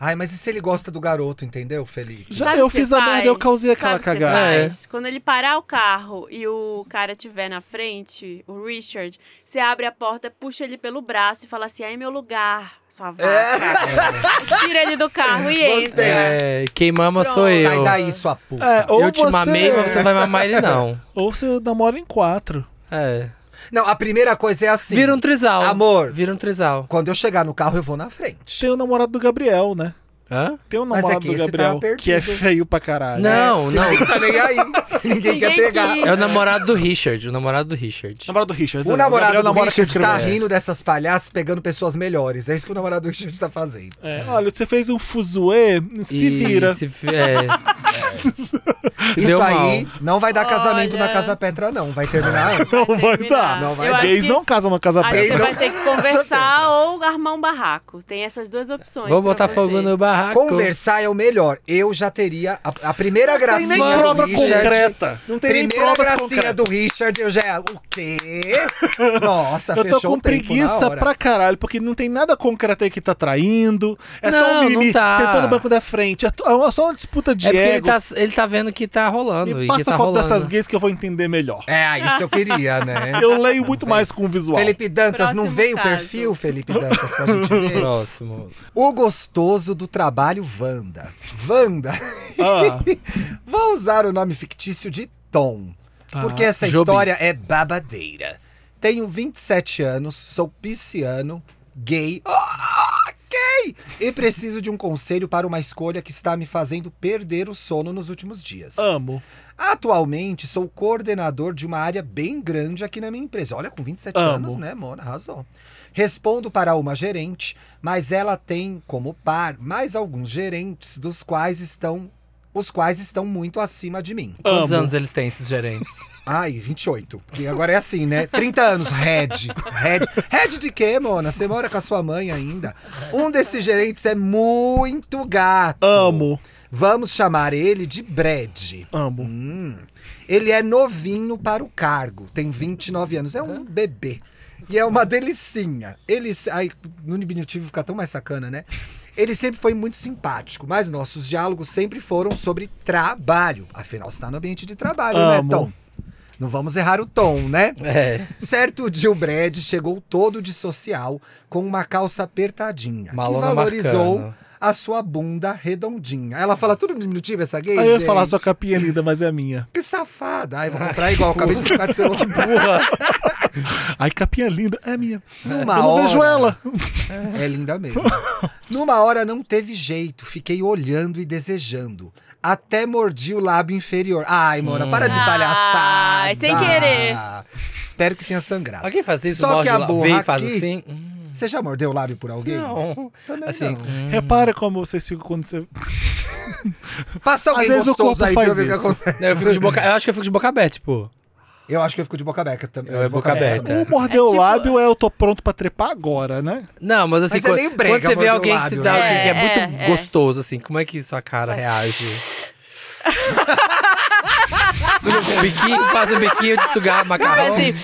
[SPEAKER 4] Ai, mas e se ele gosta do garoto, entendeu, Felipe?
[SPEAKER 1] Já
[SPEAKER 7] Sabe
[SPEAKER 1] eu
[SPEAKER 7] o que
[SPEAKER 1] fiz
[SPEAKER 7] você
[SPEAKER 1] a merda, eu
[SPEAKER 7] faz?
[SPEAKER 1] causei aquela
[SPEAKER 7] Sabe o que você
[SPEAKER 1] cagada.
[SPEAKER 7] faz? Quando ele parar o carro e o cara tiver na frente, o Richard, você abre a porta, puxa ele pelo braço e fala assim: "Aí meu lugar, sua
[SPEAKER 1] É.
[SPEAKER 7] vaca". Tira ele do
[SPEAKER 1] (laughs)
[SPEAKER 7] carro e
[SPEAKER 4] Gostei.
[SPEAKER 7] entra.
[SPEAKER 6] É, quem mama
[SPEAKER 7] Pronto.
[SPEAKER 6] sou eu.
[SPEAKER 4] Sai daí, sua puta.
[SPEAKER 1] É, ou
[SPEAKER 6] eu te
[SPEAKER 1] você,
[SPEAKER 6] mamei, mas você não vai mamar ele, não.
[SPEAKER 4] (laughs)
[SPEAKER 1] ou você namora em quatro.
[SPEAKER 6] É.
[SPEAKER 4] Não, a primeira coisa é assim.
[SPEAKER 6] Vira um trisal.
[SPEAKER 4] Amor,
[SPEAKER 6] Vira um trisal.
[SPEAKER 4] quando eu chegar no carro, eu vou na frente.
[SPEAKER 1] Tem o namorado do Gabriel, né?
[SPEAKER 6] Hã?
[SPEAKER 1] Tem o
[SPEAKER 4] Mas é
[SPEAKER 1] namorado
[SPEAKER 4] que
[SPEAKER 1] do
[SPEAKER 4] esse
[SPEAKER 1] Gabriel,
[SPEAKER 4] tá perdido.
[SPEAKER 1] que é feio pra caralho.
[SPEAKER 6] Não, não.
[SPEAKER 4] Ninguém tá nem
[SPEAKER 6] (laughs)
[SPEAKER 4] aí. Ninguém, quer
[SPEAKER 7] Ninguém
[SPEAKER 4] pegar.
[SPEAKER 7] quis.
[SPEAKER 6] É o namorado do Richard, o namorado do Richard.
[SPEAKER 1] Namorado do Richard. né?
[SPEAKER 4] O namorado
[SPEAKER 1] Gabriel
[SPEAKER 4] do
[SPEAKER 1] namora com
[SPEAKER 4] Richard
[SPEAKER 1] esse
[SPEAKER 4] tá
[SPEAKER 1] cara.
[SPEAKER 4] rindo dessas palhaças, pegando pessoas melhores. É isso que o namorado do Richard tá fazendo.
[SPEAKER 1] É, olha, você fez um fuzuê, se
[SPEAKER 6] E
[SPEAKER 1] vira.
[SPEAKER 6] Se, fi- é. Se
[SPEAKER 4] isso
[SPEAKER 6] deu
[SPEAKER 4] aí
[SPEAKER 6] mal.
[SPEAKER 4] não vai dar casamento
[SPEAKER 7] Olha.
[SPEAKER 4] na Casa Petra, não. Vai terminar antes.
[SPEAKER 1] Não vai
[SPEAKER 7] terminar.
[SPEAKER 1] dar.
[SPEAKER 4] Não vai
[SPEAKER 7] Eu
[SPEAKER 4] dar.
[SPEAKER 7] acho
[SPEAKER 1] Gays
[SPEAKER 7] que-
[SPEAKER 1] não casam na casa
[SPEAKER 7] Aí você
[SPEAKER 1] perto.
[SPEAKER 7] vai
[SPEAKER 1] (laughs)
[SPEAKER 7] ter que conversar ou armar um barraco. Tem essas duas opções.
[SPEAKER 6] Vou
[SPEAKER 7] pra
[SPEAKER 6] botar
[SPEAKER 7] você.
[SPEAKER 6] fogo no barraco.
[SPEAKER 4] Conversar é o melhor. Eu já teria a, a primeira
[SPEAKER 1] Tem nem
[SPEAKER 4] gracinha do
[SPEAKER 1] prova
[SPEAKER 4] Richard.
[SPEAKER 1] concreta. Não tem nem
[SPEAKER 4] Primeira
[SPEAKER 1] provas
[SPEAKER 4] gracinha
[SPEAKER 1] concretas.
[SPEAKER 4] do Richard, eu já. é, O quê? Nossa,
[SPEAKER 1] (laughs) Eu tô
[SPEAKER 4] fechou
[SPEAKER 1] com
[SPEAKER 4] o tempo na
[SPEAKER 1] preguiça
[SPEAKER 4] hora.
[SPEAKER 1] pra caralho, porque não tem nada concreto aí que tá traindo. É só um
[SPEAKER 6] Não,
[SPEAKER 1] mimimi
[SPEAKER 6] não tá.
[SPEAKER 1] sentando no banco da frente. É t- É só uma disputa de
[SPEAKER 6] É porque ele
[SPEAKER 1] egos.
[SPEAKER 6] tá ele tá vendo que tá rolando.
[SPEAKER 1] Me
[SPEAKER 6] e
[SPEAKER 1] passa
[SPEAKER 6] que tá
[SPEAKER 1] a foto
[SPEAKER 6] rolando.
[SPEAKER 1] dessas gays que eu vou entender melhor.
[SPEAKER 4] É, isso eu queria, né?
[SPEAKER 1] (laughs) Eu leio muito mais com o visual.
[SPEAKER 4] Felipe Dantas, não
[SPEAKER 7] Próximo
[SPEAKER 4] veio o
[SPEAKER 7] caso.
[SPEAKER 4] perfil, Felipe Dantas, pra gente ver?
[SPEAKER 6] Próximo.
[SPEAKER 4] O gostoso do trabalho Wanda. Wanda,
[SPEAKER 1] Ah,
[SPEAKER 4] vou usar o nome fictício de Tom,
[SPEAKER 1] tá.
[SPEAKER 4] porque essa
[SPEAKER 6] Jobim.
[SPEAKER 4] história é babadeira. Tenho 27 anos, sou pisciano, gay. Ah, gay! E preciso de um conselho para uma escolha que está me fazendo perder o sono nos últimos dias.
[SPEAKER 1] Amo,
[SPEAKER 4] Atualmente sou coordenador de uma área bem grande aqui na minha empresa. Olha, com 27
[SPEAKER 1] Amo.
[SPEAKER 4] anos, né, Mona? Arrasou. Respondo para uma gerente, mas ela tem como par mais alguns gerentes, dos quais estão. Os quais estão muito acima de mim.
[SPEAKER 6] Quantos
[SPEAKER 1] amo.
[SPEAKER 6] anos eles têm, esses gerentes?
[SPEAKER 4] (laughs) Ai, 28. Porque agora é assim, né? 30 anos, Red. Red. Red de quê, Mona? Você mora com a sua mãe ainda. Um desses gerentes é muito gato.
[SPEAKER 1] Amo,
[SPEAKER 4] Vamos chamar ele de Brad.
[SPEAKER 1] amo.
[SPEAKER 4] Hum. Ele é novinho para o cargo, tem 29 anos, é um bebê. E é uma delicinha. Ele, se- ai, no diminutivo fica tão mais sacana, né? Ele sempre foi muito simpático, mas nossos diálogos sempre foram sobre trabalho. Afinal, está no ambiente de trabalho, né,
[SPEAKER 1] Amo.
[SPEAKER 4] Tom? Não vamos errar o tom, né?
[SPEAKER 6] É.
[SPEAKER 4] Certo dia o Brad chegou todo de social, com uma calça apertadinha,
[SPEAKER 6] Malona
[SPEAKER 4] que valorizou
[SPEAKER 6] Marcano.
[SPEAKER 4] a sua bunda redondinha. Ela fala tudo no diminutivo, essa gay?
[SPEAKER 1] Aí eu ia
[SPEAKER 4] gente?
[SPEAKER 1] falar, sua capinha é linda, mas é a minha.
[SPEAKER 4] Que safada. Ai, Tipo, vou comprar igual. Acabei de trocar de (laughs) celular.
[SPEAKER 1] Ai, capinha linda, é a minha.
[SPEAKER 4] Numa
[SPEAKER 1] eu não
[SPEAKER 4] hora.
[SPEAKER 1] vejo ela.
[SPEAKER 4] É linda mesmo. (laughs) Numa hora não teve jeito. Fiquei olhando e desejando. Até mordi o lábio inferior. Ai, Mona, para de
[SPEAKER 7] Ai,
[SPEAKER 4] palhaçada.
[SPEAKER 7] sem querer.
[SPEAKER 4] Espero que tenha sangrado.
[SPEAKER 6] Alguém faz isso?
[SPEAKER 4] Só
[SPEAKER 6] Morde
[SPEAKER 4] que a
[SPEAKER 6] lá-
[SPEAKER 4] borra
[SPEAKER 6] Vem e faz
[SPEAKER 4] aqui-
[SPEAKER 6] assim? Hum,
[SPEAKER 4] Você já mordeu o lábio por alguém?
[SPEAKER 6] Não.
[SPEAKER 4] Também
[SPEAKER 6] Assim,
[SPEAKER 4] não. (laughs)
[SPEAKER 1] Repara como vocês ficam quando você.
[SPEAKER 4] Passa alguém
[SPEAKER 1] Às vezes o
[SPEAKER 4] gostoso
[SPEAKER 1] corpo
[SPEAKER 4] aí
[SPEAKER 1] faz
[SPEAKER 4] pra ver o que
[SPEAKER 1] isso.
[SPEAKER 4] acontece.
[SPEAKER 6] Não, eu, fico de boca, eu acho que eu fico de boca aberta, tipo.
[SPEAKER 4] Eu acho que eu fico de boca aberta também.
[SPEAKER 6] Eu é boca aberta.
[SPEAKER 1] O morder o
[SPEAKER 7] É tipo-
[SPEAKER 1] lábio é eu tô pronto pra trepar agora, né?
[SPEAKER 6] Não, mas assim,
[SPEAKER 4] Mas é
[SPEAKER 6] quando,
[SPEAKER 4] meio brega
[SPEAKER 6] quando você vê
[SPEAKER 4] morder o
[SPEAKER 6] alguém que
[SPEAKER 4] lábio,
[SPEAKER 6] se dá,
[SPEAKER 7] né?
[SPEAKER 6] que é
[SPEAKER 7] É,
[SPEAKER 6] muito
[SPEAKER 7] é, é.
[SPEAKER 6] gostoso, assim, como é que sua cara reage? (laughs) Suga um biquinho, faz um biquinho de sugar macarrão.
[SPEAKER 7] assim,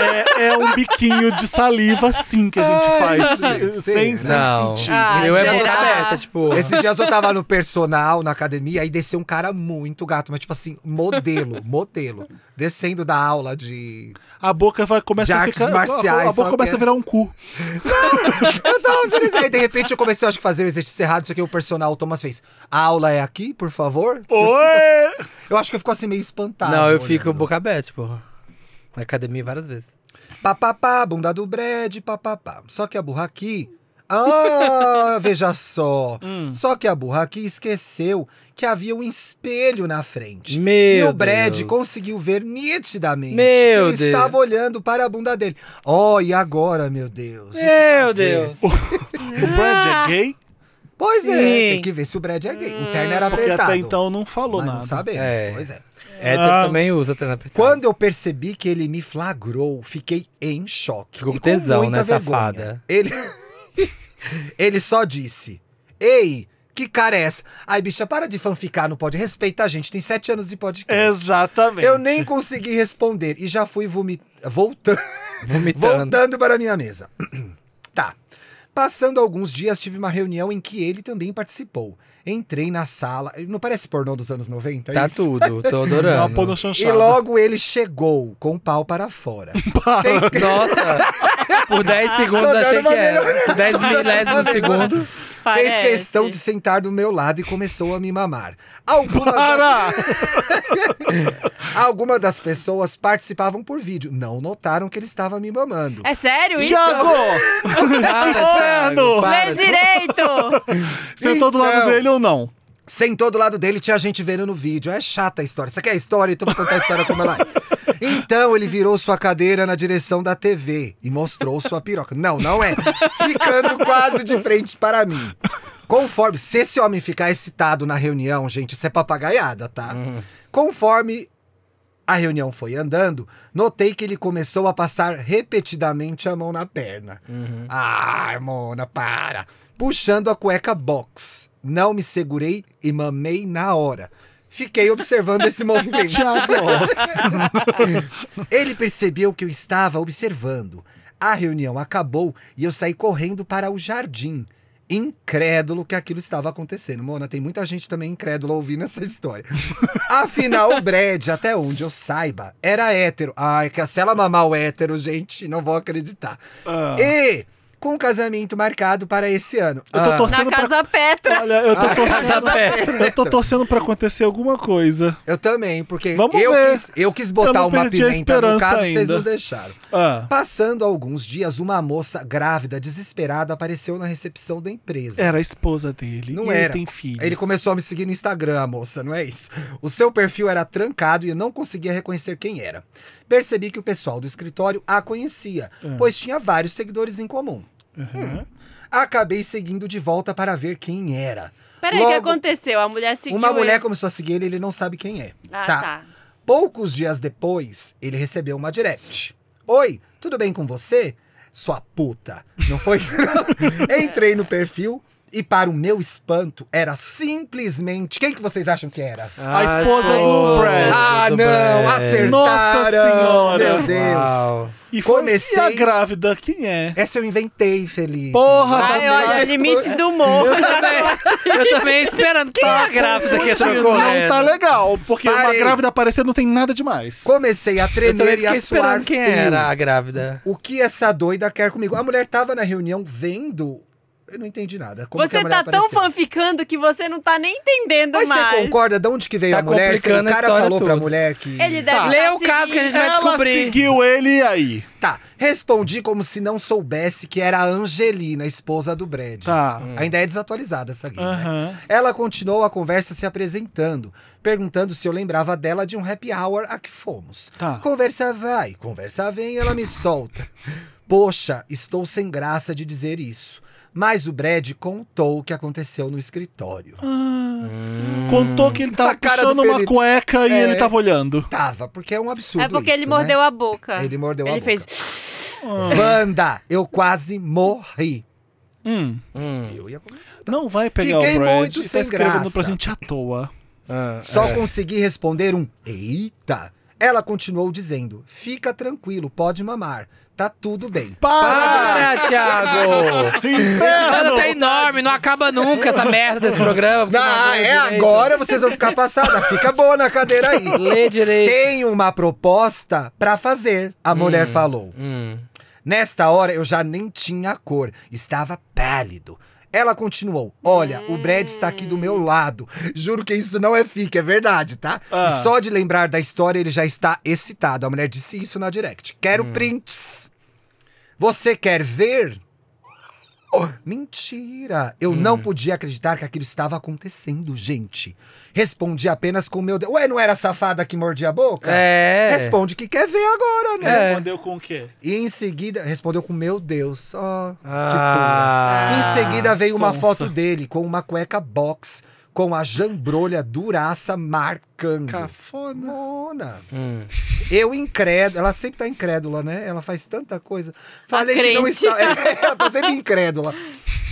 [SPEAKER 1] É, é um biquinho de saliva, sim, que a gente faz.
[SPEAKER 4] gente,
[SPEAKER 1] sem,
[SPEAKER 4] né? sim,
[SPEAKER 1] sem
[SPEAKER 6] não,
[SPEAKER 1] sentir.
[SPEAKER 7] Ah,
[SPEAKER 6] eu é
[SPEAKER 7] será?
[SPEAKER 6] boca aberta, tipo.
[SPEAKER 4] Esses dias eu tava no personal, na academia, aí desceu um cara muito gato, mas tipo assim,
[SPEAKER 6] (laughs)
[SPEAKER 4] modelo, modelo. Descendo da aula de.
[SPEAKER 1] A boca vai
[SPEAKER 4] De
[SPEAKER 1] começa a
[SPEAKER 4] artes
[SPEAKER 1] ficar.
[SPEAKER 4] marciais,
[SPEAKER 1] a boca
[SPEAKER 4] só
[SPEAKER 1] começa
[SPEAKER 4] que- é?
[SPEAKER 1] a virar um cu.
[SPEAKER 4] Eu tava fazendo isso aí, de repente eu comecei, acho que fazer o exercício errado, isso aqui é o personal, o Thomas fez. A aula é aqui, por favor?
[SPEAKER 1] Oi!
[SPEAKER 4] Eu acho que eu fico assim meio espantado.
[SPEAKER 6] não, eu
[SPEAKER 4] olhando.
[SPEAKER 6] fico boca aberta, tipo. Na academia várias vezes.
[SPEAKER 4] Papapá, bunda do Brad, papapá. Só que a burra aqui.
[SPEAKER 6] (laughs)
[SPEAKER 4] Ah, veja só.
[SPEAKER 6] Hum.
[SPEAKER 4] Só que a burra aqui esqueceu que havia um espelho na frente.
[SPEAKER 6] Meu
[SPEAKER 4] e o Brad
[SPEAKER 6] Deus.
[SPEAKER 4] conseguiu ver nitidamente
[SPEAKER 6] Meu
[SPEAKER 4] que ele
[SPEAKER 6] Deus.
[SPEAKER 4] estava olhando para a bunda dele. Oh, e agora, meu Deus?
[SPEAKER 6] Meu Deus.
[SPEAKER 1] O Brad é gay?
[SPEAKER 4] Pois é,
[SPEAKER 6] Sim. Hum,
[SPEAKER 4] tem que ver se o Brad é gay. O terno era
[SPEAKER 1] Porque
[SPEAKER 4] apertado.
[SPEAKER 1] até então não falou
[SPEAKER 4] mas
[SPEAKER 1] nada.
[SPEAKER 4] não sabemos,
[SPEAKER 6] É.
[SPEAKER 4] pois é.
[SPEAKER 6] Hétero
[SPEAKER 1] Ah.
[SPEAKER 6] também usa tendo apertado.
[SPEAKER 4] Quando eu percebi que ele me flagrou, fiquei em choque.
[SPEAKER 6] Ficou
[SPEAKER 4] E
[SPEAKER 6] com tesão,
[SPEAKER 4] muita
[SPEAKER 6] né,
[SPEAKER 4] vergonha.
[SPEAKER 6] safada?
[SPEAKER 4] Ele... (laughs) ele só disse: Ei, que cara é essa? Ai, bicha, para de fanficar, não pode respeitar a gente. Tem sete anos de podcast.
[SPEAKER 1] Exatamente.
[SPEAKER 4] Eu nem consegui responder e já fui vomi... voltando,
[SPEAKER 6] Vomitando.
[SPEAKER 4] voltando para a minha mesa. (clears throat) tá. Passando alguns dias, tive uma reunião em que ele também participou. Entrei na sala. Não parece pornô dos anos 90?
[SPEAKER 6] Tá
[SPEAKER 4] isso?
[SPEAKER 6] tudo, tô
[SPEAKER 1] É uma
[SPEAKER 6] adorando.
[SPEAKER 1] porno
[SPEAKER 4] E
[SPEAKER 1] chanchada.
[SPEAKER 4] logo ele chegou com o pau para fora. Fez que-
[SPEAKER 6] Nossa, por
[SPEAKER 7] Ah,
[SPEAKER 6] 10 segundos
[SPEAKER 4] Tô dando
[SPEAKER 6] achei que
[SPEAKER 4] uma
[SPEAKER 6] era.
[SPEAKER 4] melhorada.
[SPEAKER 6] Por 10 milésimos de
[SPEAKER 4] Tô dando uma
[SPEAKER 6] segundo.
[SPEAKER 4] (laughs)
[SPEAKER 7] parece.
[SPEAKER 4] Fez questão de sentar do meu lado e começou a me mamar. Algumas,
[SPEAKER 1] Para!
[SPEAKER 4] (laughs) algumas das pessoas participavam por vídeo. Não notaram que ele estava me mamando.
[SPEAKER 7] É sério isso?
[SPEAKER 4] Então-
[SPEAKER 1] Tiago!
[SPEAKER 4] Tá
[SPEAKER 6] Para,
[SPEAKER 1] inferno!
[SPEAKER 7] Lê
[SPEAKER 6] Thiago, para.
[SPEAKER 1] (laughs)
[SPEAKER 7] é direito!
[SPEAKER 1] Sentou do lado
[SPEAKER 4] Então.
[SPEAKER 1] dele ou não?
[SPEAKER 4] Sentou do lado dele, tinha gente vendo no vídeo. É chata a história. Isso aqui é a história, então vou contar a história como ela é. Então ele virou sua cadeira na direção da TV e mostrou sua piroca. Não, não é. Ficando quase de frente para mim. Conforme, se esse homem ficar excitado na reunião, gente, isso é papagaiada, tá?
[SPEAKER 6] Hum. Uhum,
[SPEAKER 4] Conforme a reunião foi andando, notei que ele começou a passar repetidamente a mão na perna.
[SPEAKER 6] uhum.
[SPEAKER 4] Ai, Mona, para! Puxando a cueca box. Não me segurei e mamei na hora. Fiquei observando esse movimento.
[SPEAKER 1] (laughs)
[SPEAKER 4] Ele percebeu que eu estava observando. A reunião acabou e eu saí correndo para o jardim. incrédulo que aquilo estava acontecendo. Mona, tem muita gente também incrédula ouvindo essa história. Afinal, o Brad, até onde eu saiba, era hétero. Ai, que se ela mamar o hétero, gente, não vou acreditar.
[SPEAKER 1] Ah,
[SPEAKER 4] E com o casamento marcado para esse ano.
[SPEAKER 1] eu tô
[SPEAKER 4] Ah,
[SPEAKER 7] Na
[SPEAKER 1] torcendo pra.
[SPEAKER 7] Casa Petra.
[SPEAKER 1] Olha, (laughs) eu tô
[SPEAKER 4] Ah,
[SPEAKER 1] torcendo.
[SPEAKER 6] Casa Pé.
[SPEAKER 1] Eu tô torcendo pra acontecer alguma coisa.
[SPEAKER 4] eu também, porque
[SPEAKER 1] Vamos
[SPEAKER 4] eu
[SPEAKER 1] ver.
[SPEAKER 4] quis, eu quis botar
[SPEAKER 1] Eu não
[SPEAKER 4] uma
[SPEAKER 1] perdi a
[SPEAKER 4] pimenta no
[SPEAKER 1] esperança
[SPEAKER 4] caso, vocês
[SPEAKER 1] ainda.
[SPEAKER 4] não deixaram.
[SPEAKER 1] Ah,
[SPEAKER 4] Passando alguns dias, uma moça grávida, desesperada, apareceu na recepção da empresa.
[SPEAKER 1] era a esposa dele.
[SPEAKER 4] Não
[SPEAKER 1] e ele
[SPEAKER 4] era.
[SPEAKER 1] tem filhos.
[SPEAKER 4] Ele começou a me seguir no Instagram, a moça, não é isso? O seu perfil era trancado e eu não conseguia reconhecer quem era. Percebi que o pessoal do escritório a conhecia,
[SPEAKER 1] Ah.
[SPEAKER 4] pois tinha vários seguidores em comum.
[SPEAKER 1] Uhum.
[SPEAKER 4] Acabei seguindo de volta para ver quem era.
[SPEAKER 7] Peraí, o que
[SPEAKER 4] Logo,
[SPEAKER 7] aconteceu? A mulher seguiu
[SPEAKER 4] Uma mulher
[SPEAKER 7] ele.
[SPEAKER 4] começou a seguir ele, ele não sabe quem é.
[SPEAKER 7] Ah,
[SPEAKER 4] tá.
[SPEAKER 7] tá.
[SPEAKER 4] Poucos dias depois, ele recebeu uma direct. Oi, tudo bem com você? Sua puta. Não foi? (laughs) Entrei no perfil e para o meu espanto era simplesmente quem que vocês acham que era?
[SPEAKER 1] A esposa do
[SPEAKER 6] Ah, esposa
[SPEAKER 1] Brad.
[SPEAKER 4] Ah, não, acertaram.
[SPEAKER 1] Nossa Senhora.
[SPEAKER 4] Meu Deus.
[SPEAKER 6] Uau.
[SPEAKER 1] E foi
[SPEAKER 4] Comecei-
[SPEAKER 1] e a grávida, quem é?
[SPEAKER 4] Essa eu inventei, Felipe.
[SPEAKER 1] Porra,
[SPEAKER 7] Ai,
[SPEAKER 4] Tá
[SPEAKER 1] também.
[SPEAKER 7] olha, limites do humor.
[SPEAKER 6] Eu também, eu também esperando. Quem
[SPEAKER 4] Tá,
[SPEAKER 6] é a grávida que entrou
[SPEAKER 1] não
[SPEAKER 6] correndo?
[SPEAKER 1] tá legal, porque uma
[SPEAKER 4] Parei.
[SPEAKER 1] grávida aparecendo não tem nada demais.
[SPEAKER 4] Comecei a
[SPEAKER 6] Eu também
[SPEAKER 4] tremer e
[SPEAKER 6] fiquei
[SPEAKER 4] a suar
[SPEAKER 6] esperando quem
[SPEAKER 4] frio.
[SPEAKER 6] era a grávida.
[SPEAKER 4] O que essa doida quer comigo? A mulher tava na reunião vendo... Eu não entendi nada. Como que a
[SPEAKER 7] você
[SPEAKER 4] mulher
[SPEAKER 7] tá tão
[SPEAKER 4] apareceu?
[SPEAKER 7] fanficando que você não tá nem entendendo
[SPEAKER 4] Mas você
[SPEAKER 7] mais.
[SPEAKER 4] concorda de onde que veio
[SPEAKER 6] Tá
[SPEAKER 4] a mulher? Se o
[SPEAKER 6] complicando a
[SPEAKER 4] cara
[SPEAKER 6] história
[SPEAKER 4] falou pra
[SPEAKER 6] toda.
[SPEAKER 4] mulher que...
[SPEAKER 7] Ele deve
[SPEAKER 1] Tá.
[SPEAKER 7] tá
[SPEAKER 6] Lê o caso que a gente vai
[SPEAKER 7] seguindo-
[SPEAKER 1] Ela
[SPEAKER 6] descobrir.
[SPEAKER 1] seguiu ele e aí.
[SPEAKER 4] Tá, respondi como se não soubesse que era a Angelina, esposa do Brad.
[SPEAKER 1] Tá.
[SPEAKER 4] Ainda é desatualizada essa guia, né?
[SPEAKER 1] Aham.
[SPEAKER 4] Ela continuou a conversa se apresentando, perguntando se eu lembrava dela de um happy hour a que fomos.
[SPEAKER 1] Tá.
[SPEAKER 4] Conversa vai, conversa vem, ela me solta. Poxa, estou sem graça de dizer isso. Mas o Brad contou o que aconteceu no escritório.
[SPEAKER 1] Ah,
[SPEAKER 6] Hum,
[SPEAKER 1] Contou que ele tava
[SPEAKER 4] A Hum. cara do
[SPEAKER 1] puxando uma
[SPEAKER 4] Felipe.
[SPEAKER 1] cueca e
[SPEAKER 4] É.
[SPEAKER 1] ele tava olhando.
[SPEAKER 4] Tava, porque é um absurdo.
[SPEAKER 7] É porque ele
[SPEAKER 4] isso,
[SPEAKER 7] mordeu
[SPEAKER 4] né?
[SPEAKER 7] a boca.
[SPEAKER 4] Ele mordeu a
[SPEAKER 7] Ele
[SPEAKER 4] boca.
[SPEAKER 7] fez.
[SPEAKER 1] Ah.
[SPEAKER 4] Wanda, eu quase morri.
[SPEAKER 1] Hum.
[SPEAKER 6] Hum.
[SPEAKER 4] Eu ia
[SPEAKER 1] Não vai pegar
[SPEAKER 4] Fiquei
[SPEAKER 1] o Brad
[SPEAKER 4] muito
[SPEAKER 1] e tá
[SPEAKER 4] sem
[SPEAKER 1] escrevendo
[SPEAKER 4] graça.
[SPEAKER 1] pra gente à toa.
[SPEAKER 6] Ah,
[SPEAKER 4] Só
[SPEAKER 6] é.
[SPEAKER 4] consegui responder um eita. Ela continuou dizendo: Fica tranquilo, pode mamar. Tá tudo bem.
[SPEAKER 1] Para!
[SPEAKER 6] Para, Thiago! Esse dado tá enorme, não acaba nunca essa merda desse programa. Você não
[SPEAKER 4] Ah,
[SPEAKER 6] lê
[SPEAKER 4] é
[SPEAKER 6] direito.
[SPEAKER 4] agora vocês vão ficar passada. Fica boa na cadeira aí.
[SPEAKER 6] Lê direito.
[SPEAKER 4] Tem uma proposta pra fazer, a mulher falou.
[SPEAKER 6] Hum.
[SPEAKER 4] Nesta hora eu já nem tinha cor, estava pálido. Ela continuou: Olha, o Brad está aqui do meu lado. Juro que isso não é fique, é verdade, tá?
[SPEAKER 1] Ah.
[SPEAKER 4] E só de lembrar da história ele já está excitado. A mulher disse isso na direct. Quero prints. Você quer ver? Oh, mentira! Eu não podia acreditar que aquilo estava acontecendo, gente. Respondi apenas com o meu. de- Ué, não era a safada que mordia a boca?
[SPEAKER 6] É.
[SPEAKER 4] Responde que quer ver agora, né?
[SPEAKER 1] Respondeu com o quê?
[SPEAKER 4] E em seguida, respondeu com meu Deus, ó.
[SPEAKER 6] Ah.
[SPEAKER 4] tipo, em seguida veio uma
[SPEAKER 1] sonsa.
[SPEAKER 4] foto dele com uma cueca box com a jambrolha duraça marcando.
[SPEAKER 1] Cafona.
[SPEAKER 4] Mona.
[SPEAKER 6] Hum.
[SPEAKER 4] Eu incrédula, ela sempre tá incrédula, né? Ela faz tanta coisa. Falei que não
[SPEAKER 7] crente.
[SPEAKER 4] estava. (laughs) Ela tá sempre incrédula.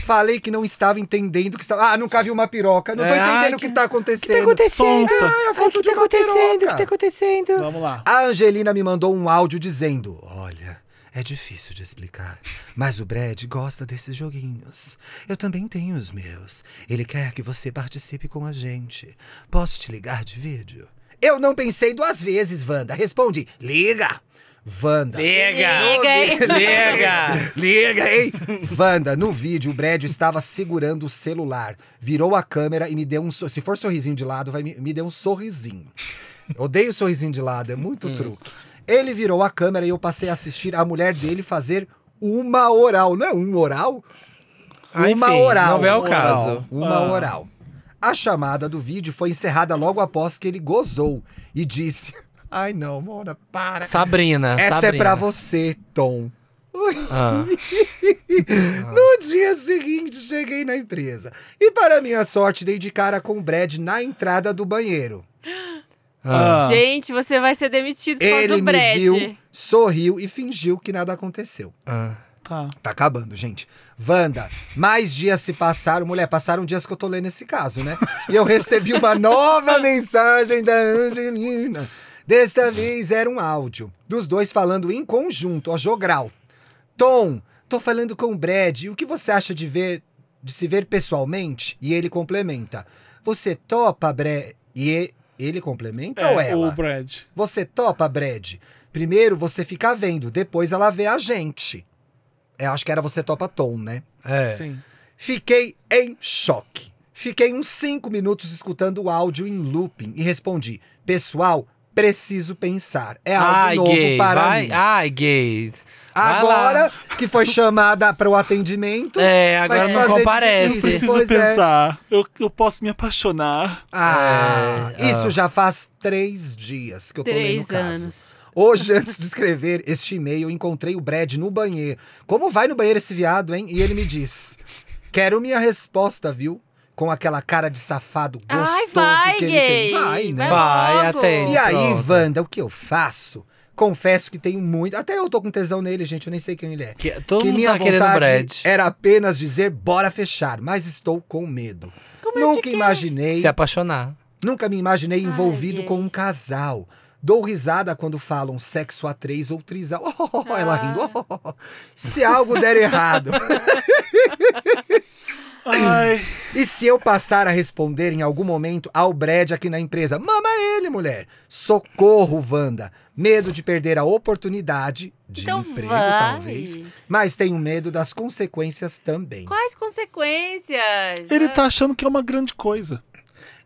[SPEAKER 4] Falei que não estava entendendo que estava. Ah, nunca vi uma piroca. Não tô
[SPEAKER 6] É, ai,
[SPEAKER 4] entendendo o
[SPEAKER 6] que-
[SPEAKER 4] que tá acontecendo.
[SPEAKER 1] Sonsa.
[SPEAKER 4] Ah, é a foto de uma piroca.
[SPEAKER 6] acontecendo?
[SPEAKER 1] Vamos lá.
[SPEAKER 4] A Angelina me mandou um áudio dizendo: Olha, é difícil de explicar, mas o Brad gosta desses joguinhos. Eu também tenho os meus. Ele quer que você participe com a gente. Posso te ligar de vídeo? Eu não pensei duas vezes, Wanda. Respondi: Liga! Wanda.
[SPEAKER 6] Liga!
[SPEAKER 7] Liga, hein?
[SPEAKER 6] Liga!
[SPEAKER 4] Liga, hein? Wanda, no vídeo, o Brad estava segurando o celular. Virou a câmera e me deu um. sor- Se for sorrisinho de lado, vai me, me deu um sorrisinho. Eu Odeio sorrisinho de lado, é
[SPEAKER 6] Hum.
[SPEAKER 4] muito truque. Ele virou a câmera e eu passei a assistir a mulher dele fazer uma oral. Não é um oral?
[SPEAKER 6] Ah,
[SPEAKER 4] uma
[SPEAKER 6] enfim,
[SPEAKER 4] oral.
[SPEAKER 6] Não é
[SPEAKER 4] Oral.
[SPEAKER 6] o caso.
[SPEAKER 4] Uma
[SPEAKER 1] Ah.
[SPEAKER 4] oral. A chamada do vídeo foi encerrada logo após que ele gozou e disse: Ai não, Mona, para.
[SPEAKER 6] Sabrina.
[SPEAKER 4] Essa é
[SPEAKER 6] Sabrina.
[SPEAKER 4] pra você, Tom.
[SPEAKER 6] Ah.
[SPEAKER 4] No dia seguinte, cheguei na empresa. E para minha sorte, dei de cara com o Brad na entrada do banheiro.
[SPEAKER 6] Ah.
[SPEAKER 1] Ah.
[SPEAKER 7] Gente, você vai ser demitido por causa
[SPEAKER 4] Ele
[SPEAKER 7] do
[SPEAKER 4] me
[SPEAKER 7] Brad.
[SPEAKER 4] viu, sorriu e fingiu que nada aconteceu.
[SPEAKER 6] Ah.
[SPEAKER 1] Tá.
[SPEAKER 4] Tá acabando, gente. Wanda, mais dias se passaram. Mulher, passaram dias que eu tô lendo esse caso, né? E eu recebi
[SPEAKER 1] (laughs)
[SPEAKER 4] uma nova mensagem da Angelina. Desta vez era um áudio. Dos dois falando em conjunto, ó, jogral. Tom, tô falando com o Brad. E o que você acha de ver de se ver pessoalmente? E ele complementa. Você topa, Brad? E e- ele complementa ou
[SPEAKER 1] É,
[SPEAKER 4] ela?
[SPEAKER 1] o Brad.
[SPEAKER 4] Você topa, Brad? Primeiro você fica vendo, depois ela vê a gente. Eu acho que era você topa Tom, né?
[SPEAKER 6] É.
[SPEAKER 1] Sim.
[SPEAKER 4] Fiquei em choque. Fiquei uns cinco minutos escutando o áudio em looping e respondi: Pessoal, preciso pensar. É algo
[SPEAKER 6] Ai,
[SPEAKER 4] novo
[SPEAKER 6] gay.
[SPEAKER 4] para
[SPEAKER 6] vai,
[SPEAKER 4] mim.
[SPEAKER 6] ai, gay. vai lá.
[SPEAKER 4] Agora que foi chamada para o atendimento.
[SPEAKER 6] (laughs) É, agora
[SPEAKER 4] Mas
[SPEAKER 6] não
[SPEAKER 4] fazer
[SPEAKER 1] Eu
[SPEAKER 4] Esse-
[SPEAKER 6] comparece.
[SPEAKER 1] preciso
[SPEAKER 4] Pois é.
[SPEAKER 1] pensar. Eu, eu posso me apaixonar.
[SPEAKER 4] Ah,
[SPEAKER 6] É,
[SPEAKER 4] isso
[SPEAKER 6] ah.
[SPEAKER 4] já faz três dias que eu tô lendo o
[SPEAKER 7] Três
[SPEAKER 4] caso.
[SPEAKER 7] anos.
[SPEAKER 4] Hoje, (laughs) antes de escrever este e-mail, encontrei o Brad no banheiro. Como vai no banheiro esse viado, hein? E ele me diz: Quero minha resposta, viu? Com aquela cara de safado gostoso
[SPEAKER 7] Ai, vai,
[SPEAKER 4] que ele
[SPEAKER 7] gay.
[SPEAKER 4] tem. Vai, né?
[SPEAKER 6] Vai,
[SPEAKER 7] logo.
[SPEAKER 6] atende.
[SPEAKER 4] E aí,
[SPEAKER 6] Pronto.
[SPEAKER 4] Wanda, o que eu faço? Confesso que tenho muito. Até eu tô com tesão nele, gente, eu nem sei quem ele é.
[SPEAKER 6] Que- todo
[SPEAKER 4] que
[SPEAKER 6] mundo
[SPEAKER 4] minha
[SPEAKER 6] tá querendo
[SPEAKER 4] vontade é
[SPEAKER 6] Brad.
[SPEAKER 4] era apenas dizer bora fechar, mas estou com medo.
[SPEAKER 7] Como é eu
[SPEAKER 4] Nunca
[SPEAKER 7] te
[SPEAKER 4] imaginei
[SPEAKER 6] Se apaixonar.
[SPEAKER 4] Nunca me imaginei
[SPEAKER 7] Ai,
[SPEAKER 4] envolvido
[SPEAKER 7] gente.
[SPEAKER 4] com um casal. Dou risada quando falam sexo a três ou trisal. Oh, oh, oh, ela
[SPEAKER 7] Ah.
[SPEAKER 4] rindo. Oh, oh, oh. Se algo der
[SPEAKER 7] (laughs)
[SPEAKER 4] errado.
[SPEAKER 1] Ai,
[SPEAKER 4] E se eu passar a responder em algum momento ao Brad aqui na empresa? Mama ele, mulher. Socorro, Wanda. Medo de perder a oportunidade de
[SPEAKER 7] Então
[SPEAKER 4] emprego,
[SPEAKER 7] vai.
[SPEAKER 4] talvez. Mas tenho medo das consequências também.
[SPEAKER 7] Quais consequências?
[SPEAKER 1] ele
[SPEAKER 7] Ah,
[SPEAKER 1] tá achando que é uma grande coisa.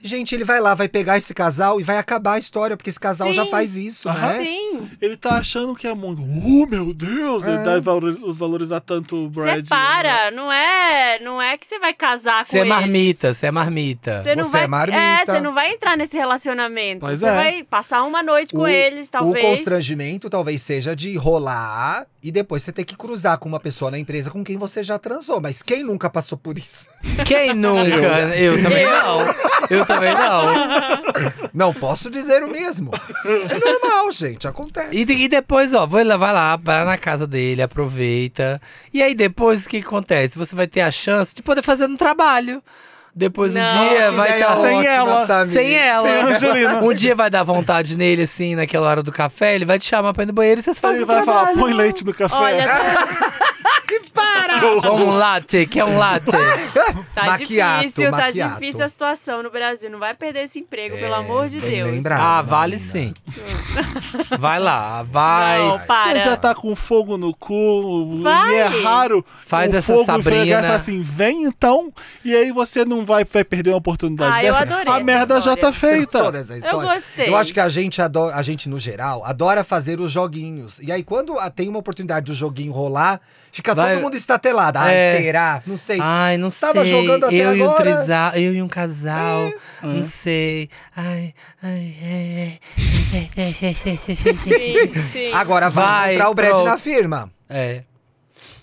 [SPEAKER 4] Gente, ele vai lá, vai pegar esse casal e vai acabar a história, porque esse casal já
[SPEAKER 7] Sim.
[SPEAKER 4] faz isso,
[SPEAKER 1] Aham.
[SPEAKER 4] né?
[SPEAKER 7] Sim,
[SPEAKER 1] Ele tá achando que é muito. Oh, meu Deus! Ele dá valor- valorizar tanto o Brad.
[SPEAKER 7] você para, não é, não é que você vai casar com
[SPEAKER 6] Você é
[SPEAKER 7] eles.
[SPEAKER 6] marmita, você é marmita.
[SPEAKER 7] Você não
[SPEAKER 4] Você
[SPEAKER 7] vai,
[SPEAKER 4] é marmita.
[SPEAKER 7] você não vai entrar nesse relacionamento.
[SPEAKER 1] Pois
[SPEAKER 7] você
[SPEAKER 1] é.
[SPEAKER 7] vai passar uma noite com
[SPEAKER 4] O-
[SPEAKER 7] eles, talvez.
[SPEAKER 4] O constrangimento talvez seja de rolar e depois você ter que cruzar com uma pessoa na empresa com quem você já transou. Mas quem nunca passou por
[SPEAKER 6] (laughs)
[SPEAKER 4] isso?
[SPEAKER 6] Quem nunca? Eu, também não. Eu também não.
[SPEAKER 4] Não posso dizer o mesmo. É normal, gente, acontece.
[SPEAKER 6] E, de- e depois, ó, vou lá- vai lá, vai lá na casa dele, aproveita. E aí depois, o que que acontece? Você vai ter a chance de poder fazer no trabalho. Depois um
[SPEAKER 7] Não,
[SPEAKER 6] dia
[SPEAKER 4] Que
[SPEAKER 6] vai
[SPEAKER 4] ideia
[SPEAKER 6] estar
[SPEAKER 4] ótima,
[SPEAKER 6] sem ela.
[SPEAKER 4] Samir.
[SPEAKER 6] Sem
[SPEAKER 1] Sem a
[SPEAKER 6] ela.
[SPEAKER 1] Angelina.
[SPEAKER 6] Um dia vai dar vontade nele, assim, naquela hora do café, ele vai te chamar pra ir no banheiro e vocês fazem
[SPEAKER 1] Ele
[SPEAKER 6] o
[SPEAKER 1] vai falar:
[SPEAKER 6] trabalho.
[SPEAKER 1] põe leite no café.
[SPEAKER 7] Olha, tá,
[SPEAKER 6] Um latte, quer um latte?
[SPEAKER 7] tá
[SPEAKER 4] Macchiato,
[SPEAKER 7] difícil, tá
[SPEAKER 4] macchiato.
[SPEAKER 7] difícil a situação no Brasil. Não vai perder esse emprego, pelo amor de
[SPEAKER 4] bem
[SPEAKER 7] Deus.
[SPEAKER 4] lembrado.
[SPEAKER 6] Ah,
[SPEAKER 4] Ah,
[SPEAKER 6] vale
[SPEAKER 4] menina.
[SPEAKER 6] sim. Vai lá, vai.
[SPEAKER 7] Não, para.
[SPEAKER 1] Ele já tá com fogo no cu,
[SPEAKER 7] Vai.
[SPEAKER 1] e é raro.
[SPEAKER 6] Faz
[SPEAKER 1] o
[SPEAKER 6] essa
[SPEAKER 1] fogo
[SPEAKER 6] Sabrina.
[SPEAKER 1] esfregar e falar assim, vem então, e aí você não vai, vai perder uma oportunidade
[SPEAKER 7] Ah, eu
[SPEAKER 1] dessa.
[SPEAKER 7] adorei
[SPEAKER 1] a
[SPEAKER 7] essa
[SPEAKER 1] merda já
[SPEAKER 7] história.
[SPEAKER 1] tá feita.
[SPEAKER 4] Toda essa
[SPEAKER 7] Eu
[SPEAKER 4] história.
[SPEAKER 7] gostei.
[SPEAKER 4] Eu acho que a gente, adora, a gente, no geral, adora fazer os joguinhos. E aí, quando ah, tem uma oportunidade do joguinho rolar, fica
[SPEAKER 6] Vai-
[SPEAKER 4] todo mundo estatelado. Ai,
[SPEAKER 6] É.
[SPEAKER 4] será? Não sei.
[SPEAKER 6] Ai, não
[SPEAKER 4] Tava
[SPEAKER 6] sei.
[SPEAKER 4] jogando até
[SPEAKER 6] eu e um
[SPEAKER 4] agora.
[SPEAKER 6] trisal, eu e um casal. Não sei. Ai, ai, ai, ai.
[SPEAKER 7] Sim, sim.
[SPEAKER 4] Agora vai,
[SPEAKER 6] Vai,
[SPEAKER 4] encontrar o Brad
[SPEAKER 6] pronto.
[SPEAKER 4] na firma.
[SPEAKER 6] É.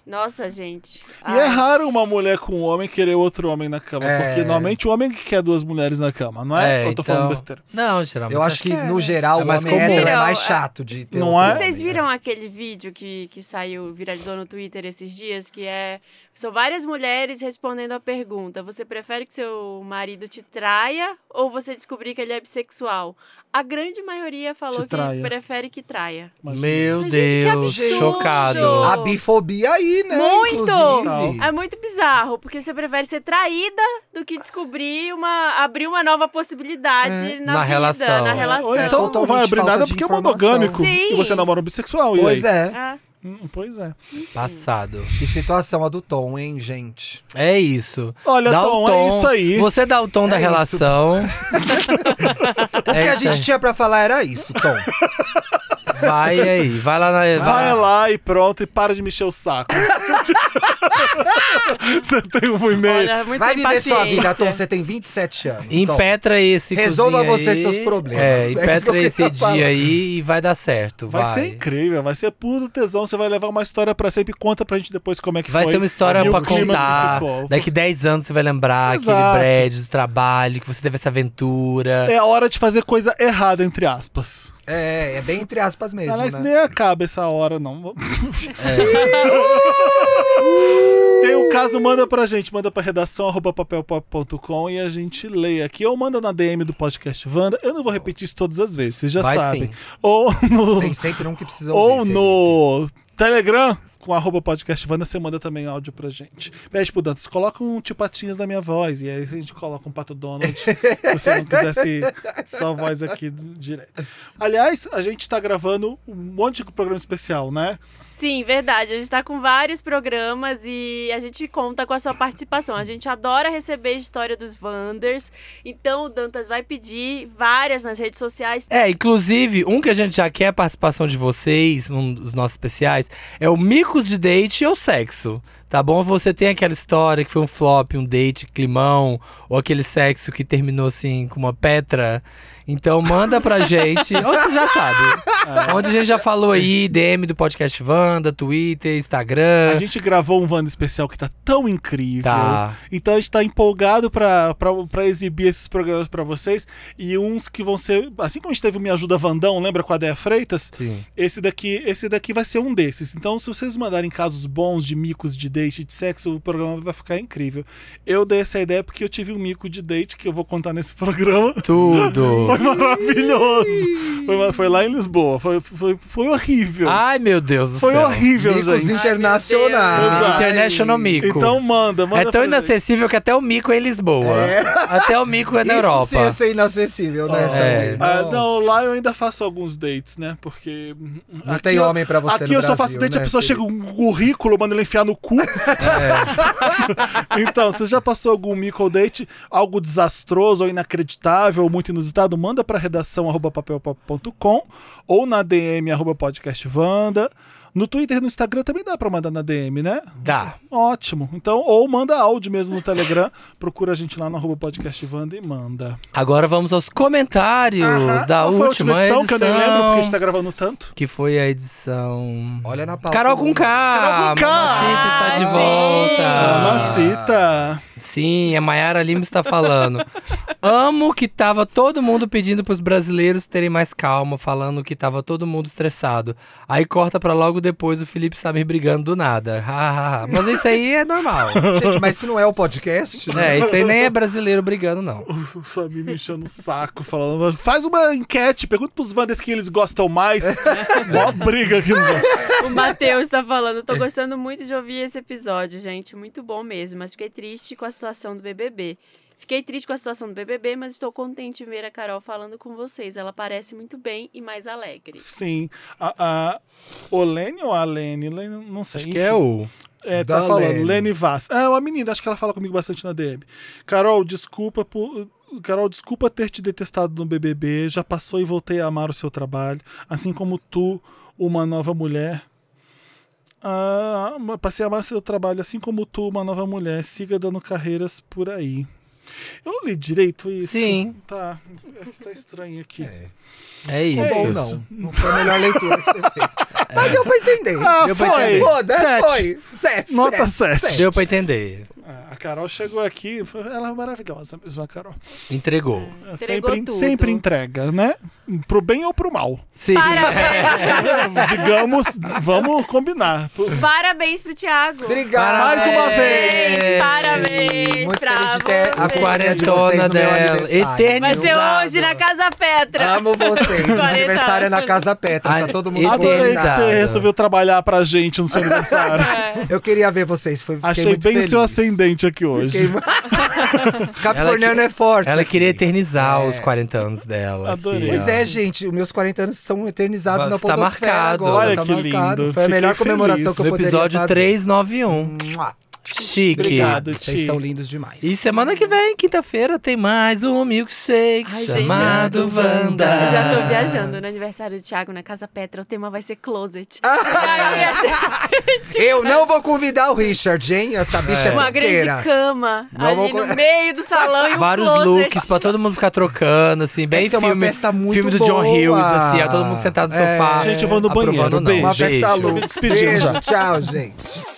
[SPEAKER 7] Nossa, gente.
[SPEAKER 1] E é
[SPEAKER 7] Ai.
[SPEAKER 1] raro uma mulher com um homem querer outro homem na cama,
[SPEAKER 4] É.
[SPEAKER 1] porque normalmente o homem que quer duas mulheres na cama, não é?
[SPEAKER 6] É,
[SPEAKER 1] eu tô
[SPEAKER 6] então-
[SPEAKER 1] falando besteira.
[SPEAKER 6] Não, geralmente.
[SPEAKER 4] Eu acho que, no geral,
[SPEAKER 6] É
[SPEAKER 4] o
[SPEAKER 6] mais
[SPEAKER 4] homem
[SPEAKER 6] comum.
[SPEAKER 4] hétero é
[SPEAKER 7] Viram?
[SPEAKER 4] mais
[SPEAKER 7] É-
[SPEAKER 4] chato de ter
[SPEAKER 1] Não
[SPEAKER 4] outro
[SPEAKER 1] é?
[SPEAKER 4] homem,
[SPEAKER 7] Vocês
[SPEAKER 4] né?
[SPEAKER 7] viram aquele vídeo que, que saiu, viralizou no Twitter esses dias, que é. São várias mulheres respondendo a pergunta: você prefere que seu marido te traia ou você descobrir que ele é bissexual? A grande maioria falou
[SPEAKER 1] Que traia.
[SPEAKER 7] que prefere que traia.
[SPEAKER 1] Mas-
[SPEAKER 6] Meu
[SPEAKER 7] Mas, gente, que
[SPEAKER 6] Deus,
[SPEAKER 7] absurdo.
[SPEAKER 6] chocado.
[SPEAKER 4] A bifobia aí, né?
[SPEAKER 7] Muito!
[SPEAKER 4] inclusive.
[SPEAKER 7] É muito bizarro, porque você prefere ser traída do que descobrir uma. abrir uma nova possibilidade
[SPEAKER 4] É.
[SPEAKER 7] na,
[SPEAKER 6] Na
[SPEAKER 7] vida,
[SPEAKER 6] relação.
[SPEAKER 7] na
[SPEAKER 6] Ou
[SPEAKER 7] relação.
[SPEAKER 1] Ou então não vai
[SPEAKER 4] Totalmente
[SPEAKER 1] abrir
[SPEAKER 4] falta
[SPEAKER 1] nada
[SPEAKER 4] de
[SPEAKER 1] porque é
[SPEAKER 4] informação.
[SPEAKER 1] monogâmico.
[SPEAKER 7] Sim.
[SPEAKER 1] E você namora um bissexual. e
[SPEAKER 4] Pois
[SPEAKER 1] aí?
[SPEAKER 4] é.
[SPEAKER 7] Ah,
[SPEAKER 1] Hum, pois é.
[SPEAKER 6] Passado.
[SPEAKER 4] Que situação a do Tom, hein, gente?
[SPEAKER 6] É isso.
[SPEAKER 1] Olha,
[SPEAKER 6] dá
[SPEAKER 1] Tom,
[SPEAKER 6] o tom.
[SPEAKER 1] é isso aí.
[SPEAKER 6] Você dá o tom da
[SPEAKER 4] é isso.
[SPEAKER 6] relação.
[SPEAKER 4] (laughs)
[SPEAKER 1] É
[SPEAKER 4] O que a gente tinha pra falar era
[SPEAKER 1] (laughs)
[SPEAKER 4] isso, Tom.
[SPEAKER 6] Vai aí, vai lá na.
[SPEAKER 1] Vai lá e pronto, e para de mexer o saco. você tem um e-mail.
[SPEAKER 7] olha, muito
[SPEAKER 4] Vai viver sua vida, Tom.
[SPEAKER 7] impaciência.
[SPEAKER 4] Você tem 27 anos. Tom.
[SPEAKER 6] Impetra esse
[SPEAKER 4] Então, Resolva
[SPEAKER 6] cozinha
[SPEAKER 4] você
[SPEAKER 6] aí.
[SPEAKER 4] seus problemas. (laughs) É
[SPEAKER 6] É,
[SPEAKER 4] isso que eu
[SPEAKER 6] impetra
[SPEAKER 4] queria
[SPEAKER 6] esse dia
[SPEAKER 4] falar.
[SPEAKER 6] aí e vai dar certo. Vai,
[SPEAKER 1] Vai ser incrível, vai ser puro tesão. Você vai levar uma história pra sempre. Conta pra gente depois como é que
[SPEAKER 6] Vai
[SPEAKER 1] foi.
[SPEAKER 6] ser uma história
[SPEAKER 1] E o
[SPEAKER 6] pra
[SPEAKER 1] clima que
[SPEAKER 6] contar.
[SPEAKER 1] ficou.
[SPEAKER 6] Daqui 10 anos você vai lembrar
[SPEAKER 1] Exato.
[SPEAKER 6] aquele prédio do trabalho, que você teve essa aventura.
[SPEAKER 1] É a hora de fazer coisa errada, entre aspas.
[SPEAKER 4] É, é bem entre aspas mesmo,
[SPEAKER 1] Aliás,
[SPEAKER 4] né?
[SPEAKER 1] nem acaba essa hora, não. (laughs) Tem um caso, manda pra gente, manda pra redação arroba papelpop.com e a gente lê aqui. Ou manda na DM do podcast Wanda. Eu não vou repetir isso todas as vezes, vocês já
[SPEAKER 6] Vai
[SPEAKER 1] sabem.
[SPEAKER 6] sim.
[SPEAKER 1] Ou no, Oh,
[SPEAKER 4] Tem sempre um que precisa ouvir.
[SPEAKER 1] ou no Telegram, com arroba podcast Vanda, você manda também áudio pra gente. Pede pro Dantas, coloca um tio Patinhas na minha voz. E aí a gente coloca um Pato Donald, se você não quisesse só a voz aqui direto. Aliás, a gente tá gravando um monte de programa especial, né?
[SPEAKER 7] Sim, verdade. A gente está com vários programas e a gente conta com a sua participação. A gente adora receber a história dos Wanders. Então o Dantas vai pedir várias nas redes sociais.
[SPEAKER 6] É, inclusive, um que a gente já quer a participação de vocês, um dos nossos especiais, é o micos de date ou sexo. Tá bom? Você tem aquela história que foi um flop, um date, climão, ou aquele sexo que terminou assim com uma petra. Então
[SPEAKER 1] (laughs)
[SPEAKER 6] manda pra gente. Onde você já sabe.
[SPEAKER 1] É,
[SPEAKER 6] Onde a gente já falou aí, DM do podcast Vanda, Twitter, Instagram.
[SPEAKER 1] A gente gravou um Wanda especial que tá tão incrível.
[SPEAKER 6] Tá.
[SPEAKER 1] Então a gente tá empolgado pra, pra, pra exibir esses programas pra vocês. E uns que vão ser. Assim como a gente teve o Me Ajuda Vandão, lembra com a Dea Freitas?
[SPEAKER 6] Sim.
[SPEAKER 1] Esse daqui, esse daqui vai ser um desses. Então, se vocês mandarem casos bons de micos de date de sexo, o programa vai ficar incrível. Eu dei essa ideia porque eu tive um mico de date que eu vou contar nesse (laughs) programa.
[SPEAKER 6] Tudo.
[SPEAKER 1] (laughs) Foi maravilhoso. Foi, ma- foi lá em Lisboa. Foi, foi, foi horrível.
[SPEAKER 6] Ai, meu Deus Ah, do
[SPEAKER 1] foi
[SPEAKER 6] céu.
[SPEAKER 1] horrível,
[SPEAKER 4] Micos
[SPEAKER 1] gente.
[SPEAKER 4] internacionais.
[SPEAKER 1] Exato.
[SPEAKER 6] International Micos.
[SPEAKER 1] Então manda, manda.
[SPEAKER 6] é tão
[SPEAKER 1] pra gente.
[SPEAKER 6] inacessível que até o mico é em Lisboa.
[SPEAKER 4] É.
[SPEAKER 6] Até o mico é na
[SPEAKER 4] Isso
[SPEAKER 6] Europa.
[SPEAKER 4] sim, isso é inacessível, né?
[SPEAKER 1] É.
[SPEAKER 4] essa lei.
[SPEAKER 1] Ah, não,
[SPEAKER 4] Nossa.
[SPEAKER 1] lá eu ainda faço alguns dates, né? Porque.
[SPEAKER 4] Não tem homem pra você
[SPEAKER 1] Aqui
[SPEAKER 4] no
[SPEAKER 1] eu só
[SPEAKER 4] Brasil,
[SPEAKER 1] faço date,
[SPEAKER 4] né,
[SPEAKER 1] a pessoa
[SPEAKER 4] filho? É.
[SPEAKER 1] chega com um currículo, manda ele enfiar no cu. (laughs) então, você já passou algum micro date, algo desastroso ou inacreditável, ou muito inusitado? Manda pra redação arroba papelpop.com ou na DM arroba podcastvanda. No Twitter e no Instagram também dá pra mandar na DM, né?
[SPEAKER 6] Dá.
[SPEAKER 1] Ótimo. Então, ou manda áudio mesmo no Telegram. (laughs) Procura a gente lá no arroba podcastvanda e manda.
[SPEAKER 6] Agora vamos aos comentários da
[SPEAKER 1] Qual foi a
[SPEAKER 6] última,
[SPEAKER 1] edição,
[SPEAKER 6] edição,
[SPEAKER 1] que eu nem lembro porque a gente tá gravando tanto.
[SPEAKER 6] que foi a edição.
[SPEAKER 4] Olha na pauta.
[SPEAKER 6] Carol com
[SPEAKER 1] Carol
[SPEAKER 6] K!
[SPEAKER 1] com K.
[SPEAKER 6] Mamacita está de
[SPEAKER 7] Ai,
[SPEAKER 6] volta!
[SPEAKER 1] Mamacita.
[SPEAKER 6] Sim, a Mayara Lima está falando. Amo que tava todo mundo pedindo pros brasileiros terem mais calma, falando que tava todo mundo estressado. Aí corta pra logo depois o Felipe Samir brigando do nada. Ha, ha, ha. Mas isso aí
[SPEAKER 1] (laughs)
[SPEAKER 6] é normal.
[SPEAKER 4] Gente, mas se não é o podcast, né?
[SPEAKER 6] É, isso aí nem é brasileiro brigando, não.
[SPEAKER 1] (laughs) O Samir me enchendo o saco, falando. Faz uma enquete, pergunta pros Wanders que eles gostam mais. Mó briga aqui no
[SPEAKER 4] (laughs)
[SPEAKER 7] O Matheus tá falando. Tô gostando muito de ouvir esse episódio, gente. Muito bom mesmo. Mas fiquei triste com a situação do BBB. Fiquei triste com a situação do BBB, mas estou contente em ver a Carol falando com vocês. Ela parece muito bem e mais alegre.
[SPEAKER 1] Sim. A, a Olene ou a Lene? Lene, Não sei.
[SPEAKER 6] Acho que é o.
[SPEAKER 1] É, tá
[SPEAKER 4] Da
[SPEAKER 1] falando,
[SPEAKER 4] Lene.
[SPEAKER 1] Lene Vaz. Ah, É uma menina, acho que ela fala comigo bastante na DM. Carol, desculpa por. Carol, desculpa ter te detestado no BBB. Já passou e voltei a amar o seu trabalho. Assim como tu, uma nova mulher. Ah, passei a amar seu trabalho, assim como tu, uma nova mulher. Siga dando carreiras por aí. Eu li direito isso?
[SPEAKER 6] Sim.
[SPEAKER 1] Tá. É que Tá estranho aqui.
[SPEAKER 6] É isso.
[SPEAKER 1] É
[SPEAKER 4] Ou
[SPEAKER 1] isso. É.
[SPEAKER 4] não. Não foi a melhor leitura que você fez. Mas deu pra entender.
[SPEAKER 1] Ah,
[SPEAKER 4] deu pra
[SPEAKER 1] foi.
[SPEAKER 4] entender. Foda,
[SPEAKER 1] Sete.
[SPEAKER 4] foi. Sete.
[SPEAKER 1] Nota
[SPEAKER 4] sete.
[SPEAKER 1] sete.
[SPEAKER 6] Deu pra entender.
[SPEAKER 1] Ah, A Carol chegou aqui. foi- Ela é maravilhosa mesmo, a Carol.
[SPEAKER 6] Entregou.
[SPEAKER 7] Entregou
[SPEAKER 1] Sempre,
[SPEAKER 7] tudo.
[SPEAKER 1] sempre entrega, né? Pro bem ou pro mal.
[SPEAKER 4] (laughs)
[SPEAKER 6] Sim.
[SPEAKER 7] Parabéns,
[SPEAKER 1] Digamos, vamos combinar.
[SPEAKER 7] parabéns pro Thiago.
[SPEAKER 4] Obrigado.
[SPEAKER 1] Mais uma vez.
[SPEAKER 7] Parabéns, parabéns
[SPEAKER 4] Muito
[SPEAKER 7] pra
[SPEAKER 4] feliz de ter
[SPEAKER 7] você.
[SPEAKER 4] a quarentona
[SPEAKER 6] Quarentona dela.
[SPEAKER 4] dela.
[SPEAKER 6] Eternidade.
[SPEAKER 7] Vai ser
[SPEAKER 6] Não dá,
[SPEAKER 7] hoje
[SPEAKER 6] não.
[SPEAKER 7] na Casa Petra.
[SPEAKER 4] Amo
[SPEAKER 6] (laughs)
[SPEAKER 4] vocês. Meu
[SPEAKER 7] 40
[SPEAKER 4] aniversário é na
[SPEAKER 7] anos.
[SPEAKER 4] Casa Petra.
[SPEAKER 6] Ai,
[SPEAKER 4] Tá todo mundo
[SPEAKER 1] Adorei que
[SPEAKER 4] convidado.
[SPEAKER 1] você resolveu trabalhar pra gente no seu aniversário.
[SPEAKER 4] Eu queria ver vocês. Foi, fiquei
[SPEAKER 1] Achei
[SPEAKER 4] muito
[SPEAKER 1] bem
[SPEAKER 4] feliz.
[SPEAKER 1] seu ascendente aqui hoje.
[SPEAKER 4] Fiquei... Capricorniano é forte.
[SPEAKER 6] Ela queria
[SPEAKER 4] aqui.
[SPEAKER 6] eternizar os 40 anos dela.
[SPEAKER 1] Adorei.
[SPEAKER 6] aqui, ó.
[SPEAKER 4] É. Pois é, gente, os meus 40 anos são eternizados
[SPEAKER 6] Mas
[SPEAKER 4] na
[SPEAKER 6] tá
[SPEAKER 4] podosfera
[SPEAKER 6] marcado.
[SPEAKER 4] agora.
[SPEAKER 1] Olha
[SPEAKER 4] tá
[SPEAKER 1] que
[SPEAKER 4] marcado.
[SPEAKER 1] lindo.
[SPEAKER 4] Foi a melhor
[SPEAKER 1] Fiquei
[SPEAKER 4] comemoração
[SPEAKER 1] feliz.
[SPEAKER 4] que eu
[SPEAKER 6] No
[SPEAKER 4] poderia
[SPEAKER 6] episódio
[SPEAKER 4] fazer.
[SPEAKER 6] 391.
[SPEAKER 4] Mua.
[SPEAKER 6] Chique.
[SPEAKER 1] Obrigado,
[SPEAKER 4] Vocês
[SPEAKER 1] Ti.
[SPEAKER 4] são lindos demais.
[SPEAKER 6] E semana que vem, quinta-feira, tem mais um milkshake
[SPEAKER 7] Ai, gente,
[SPEAKER 6] chamado
[SPEAKER 4] eu-
[SPEAKER 6] Wanda.
[SPEAKER 7] Eu já tô viajando no aniversário do Thiago na Casa Petra. O tema vai ser closet. E aí, assim, a gente-
[SPEAKER 4] Eu não vou convidar o Richard, hein? Essa bicha é,
[SPEAKER 7] uma grande
[SPEAKER 4] tranqueira.
[SPEAKER 7] cama
[SPEAKER 4] Não
[SPEAKER 7] ali
[SPEAKER 4] vou
[SPEAKER 7] no
[SPEAKER 4] co-
[SPEAKER 7] meio do salão e um
[SPEAKER 6] Vários
[SPEAKER 7] closet.
[SPEAKER 6] looks pra todo mundo ficar trocando, assim, bem
[SPEAKER 4] Essa é uma
[SPEAKER 6] filme.
[SPEAKER 4] festa muito
[SPEAKER 6] filme do John
[SPEAKER 4] boa.
[SPEAKER 6] Hughes, assim, ó, todo mundo sentado no
[SPEAKER 4] É.
[SPEAKER 6] sofá.
[SPEAKER 1] Gente, eu vou no banheiro.
[SPEAKER 6] aprovando, não.
[SPEAKER 1] Beijo.
[SPEAKER 4] Uma
[SPEAKER 6] Beijo.
[SPEAKER 4] festa louca.
[SPEAKER 1] Despedindo já.
[SPEAKER 4] Beijo, Tchau, gente.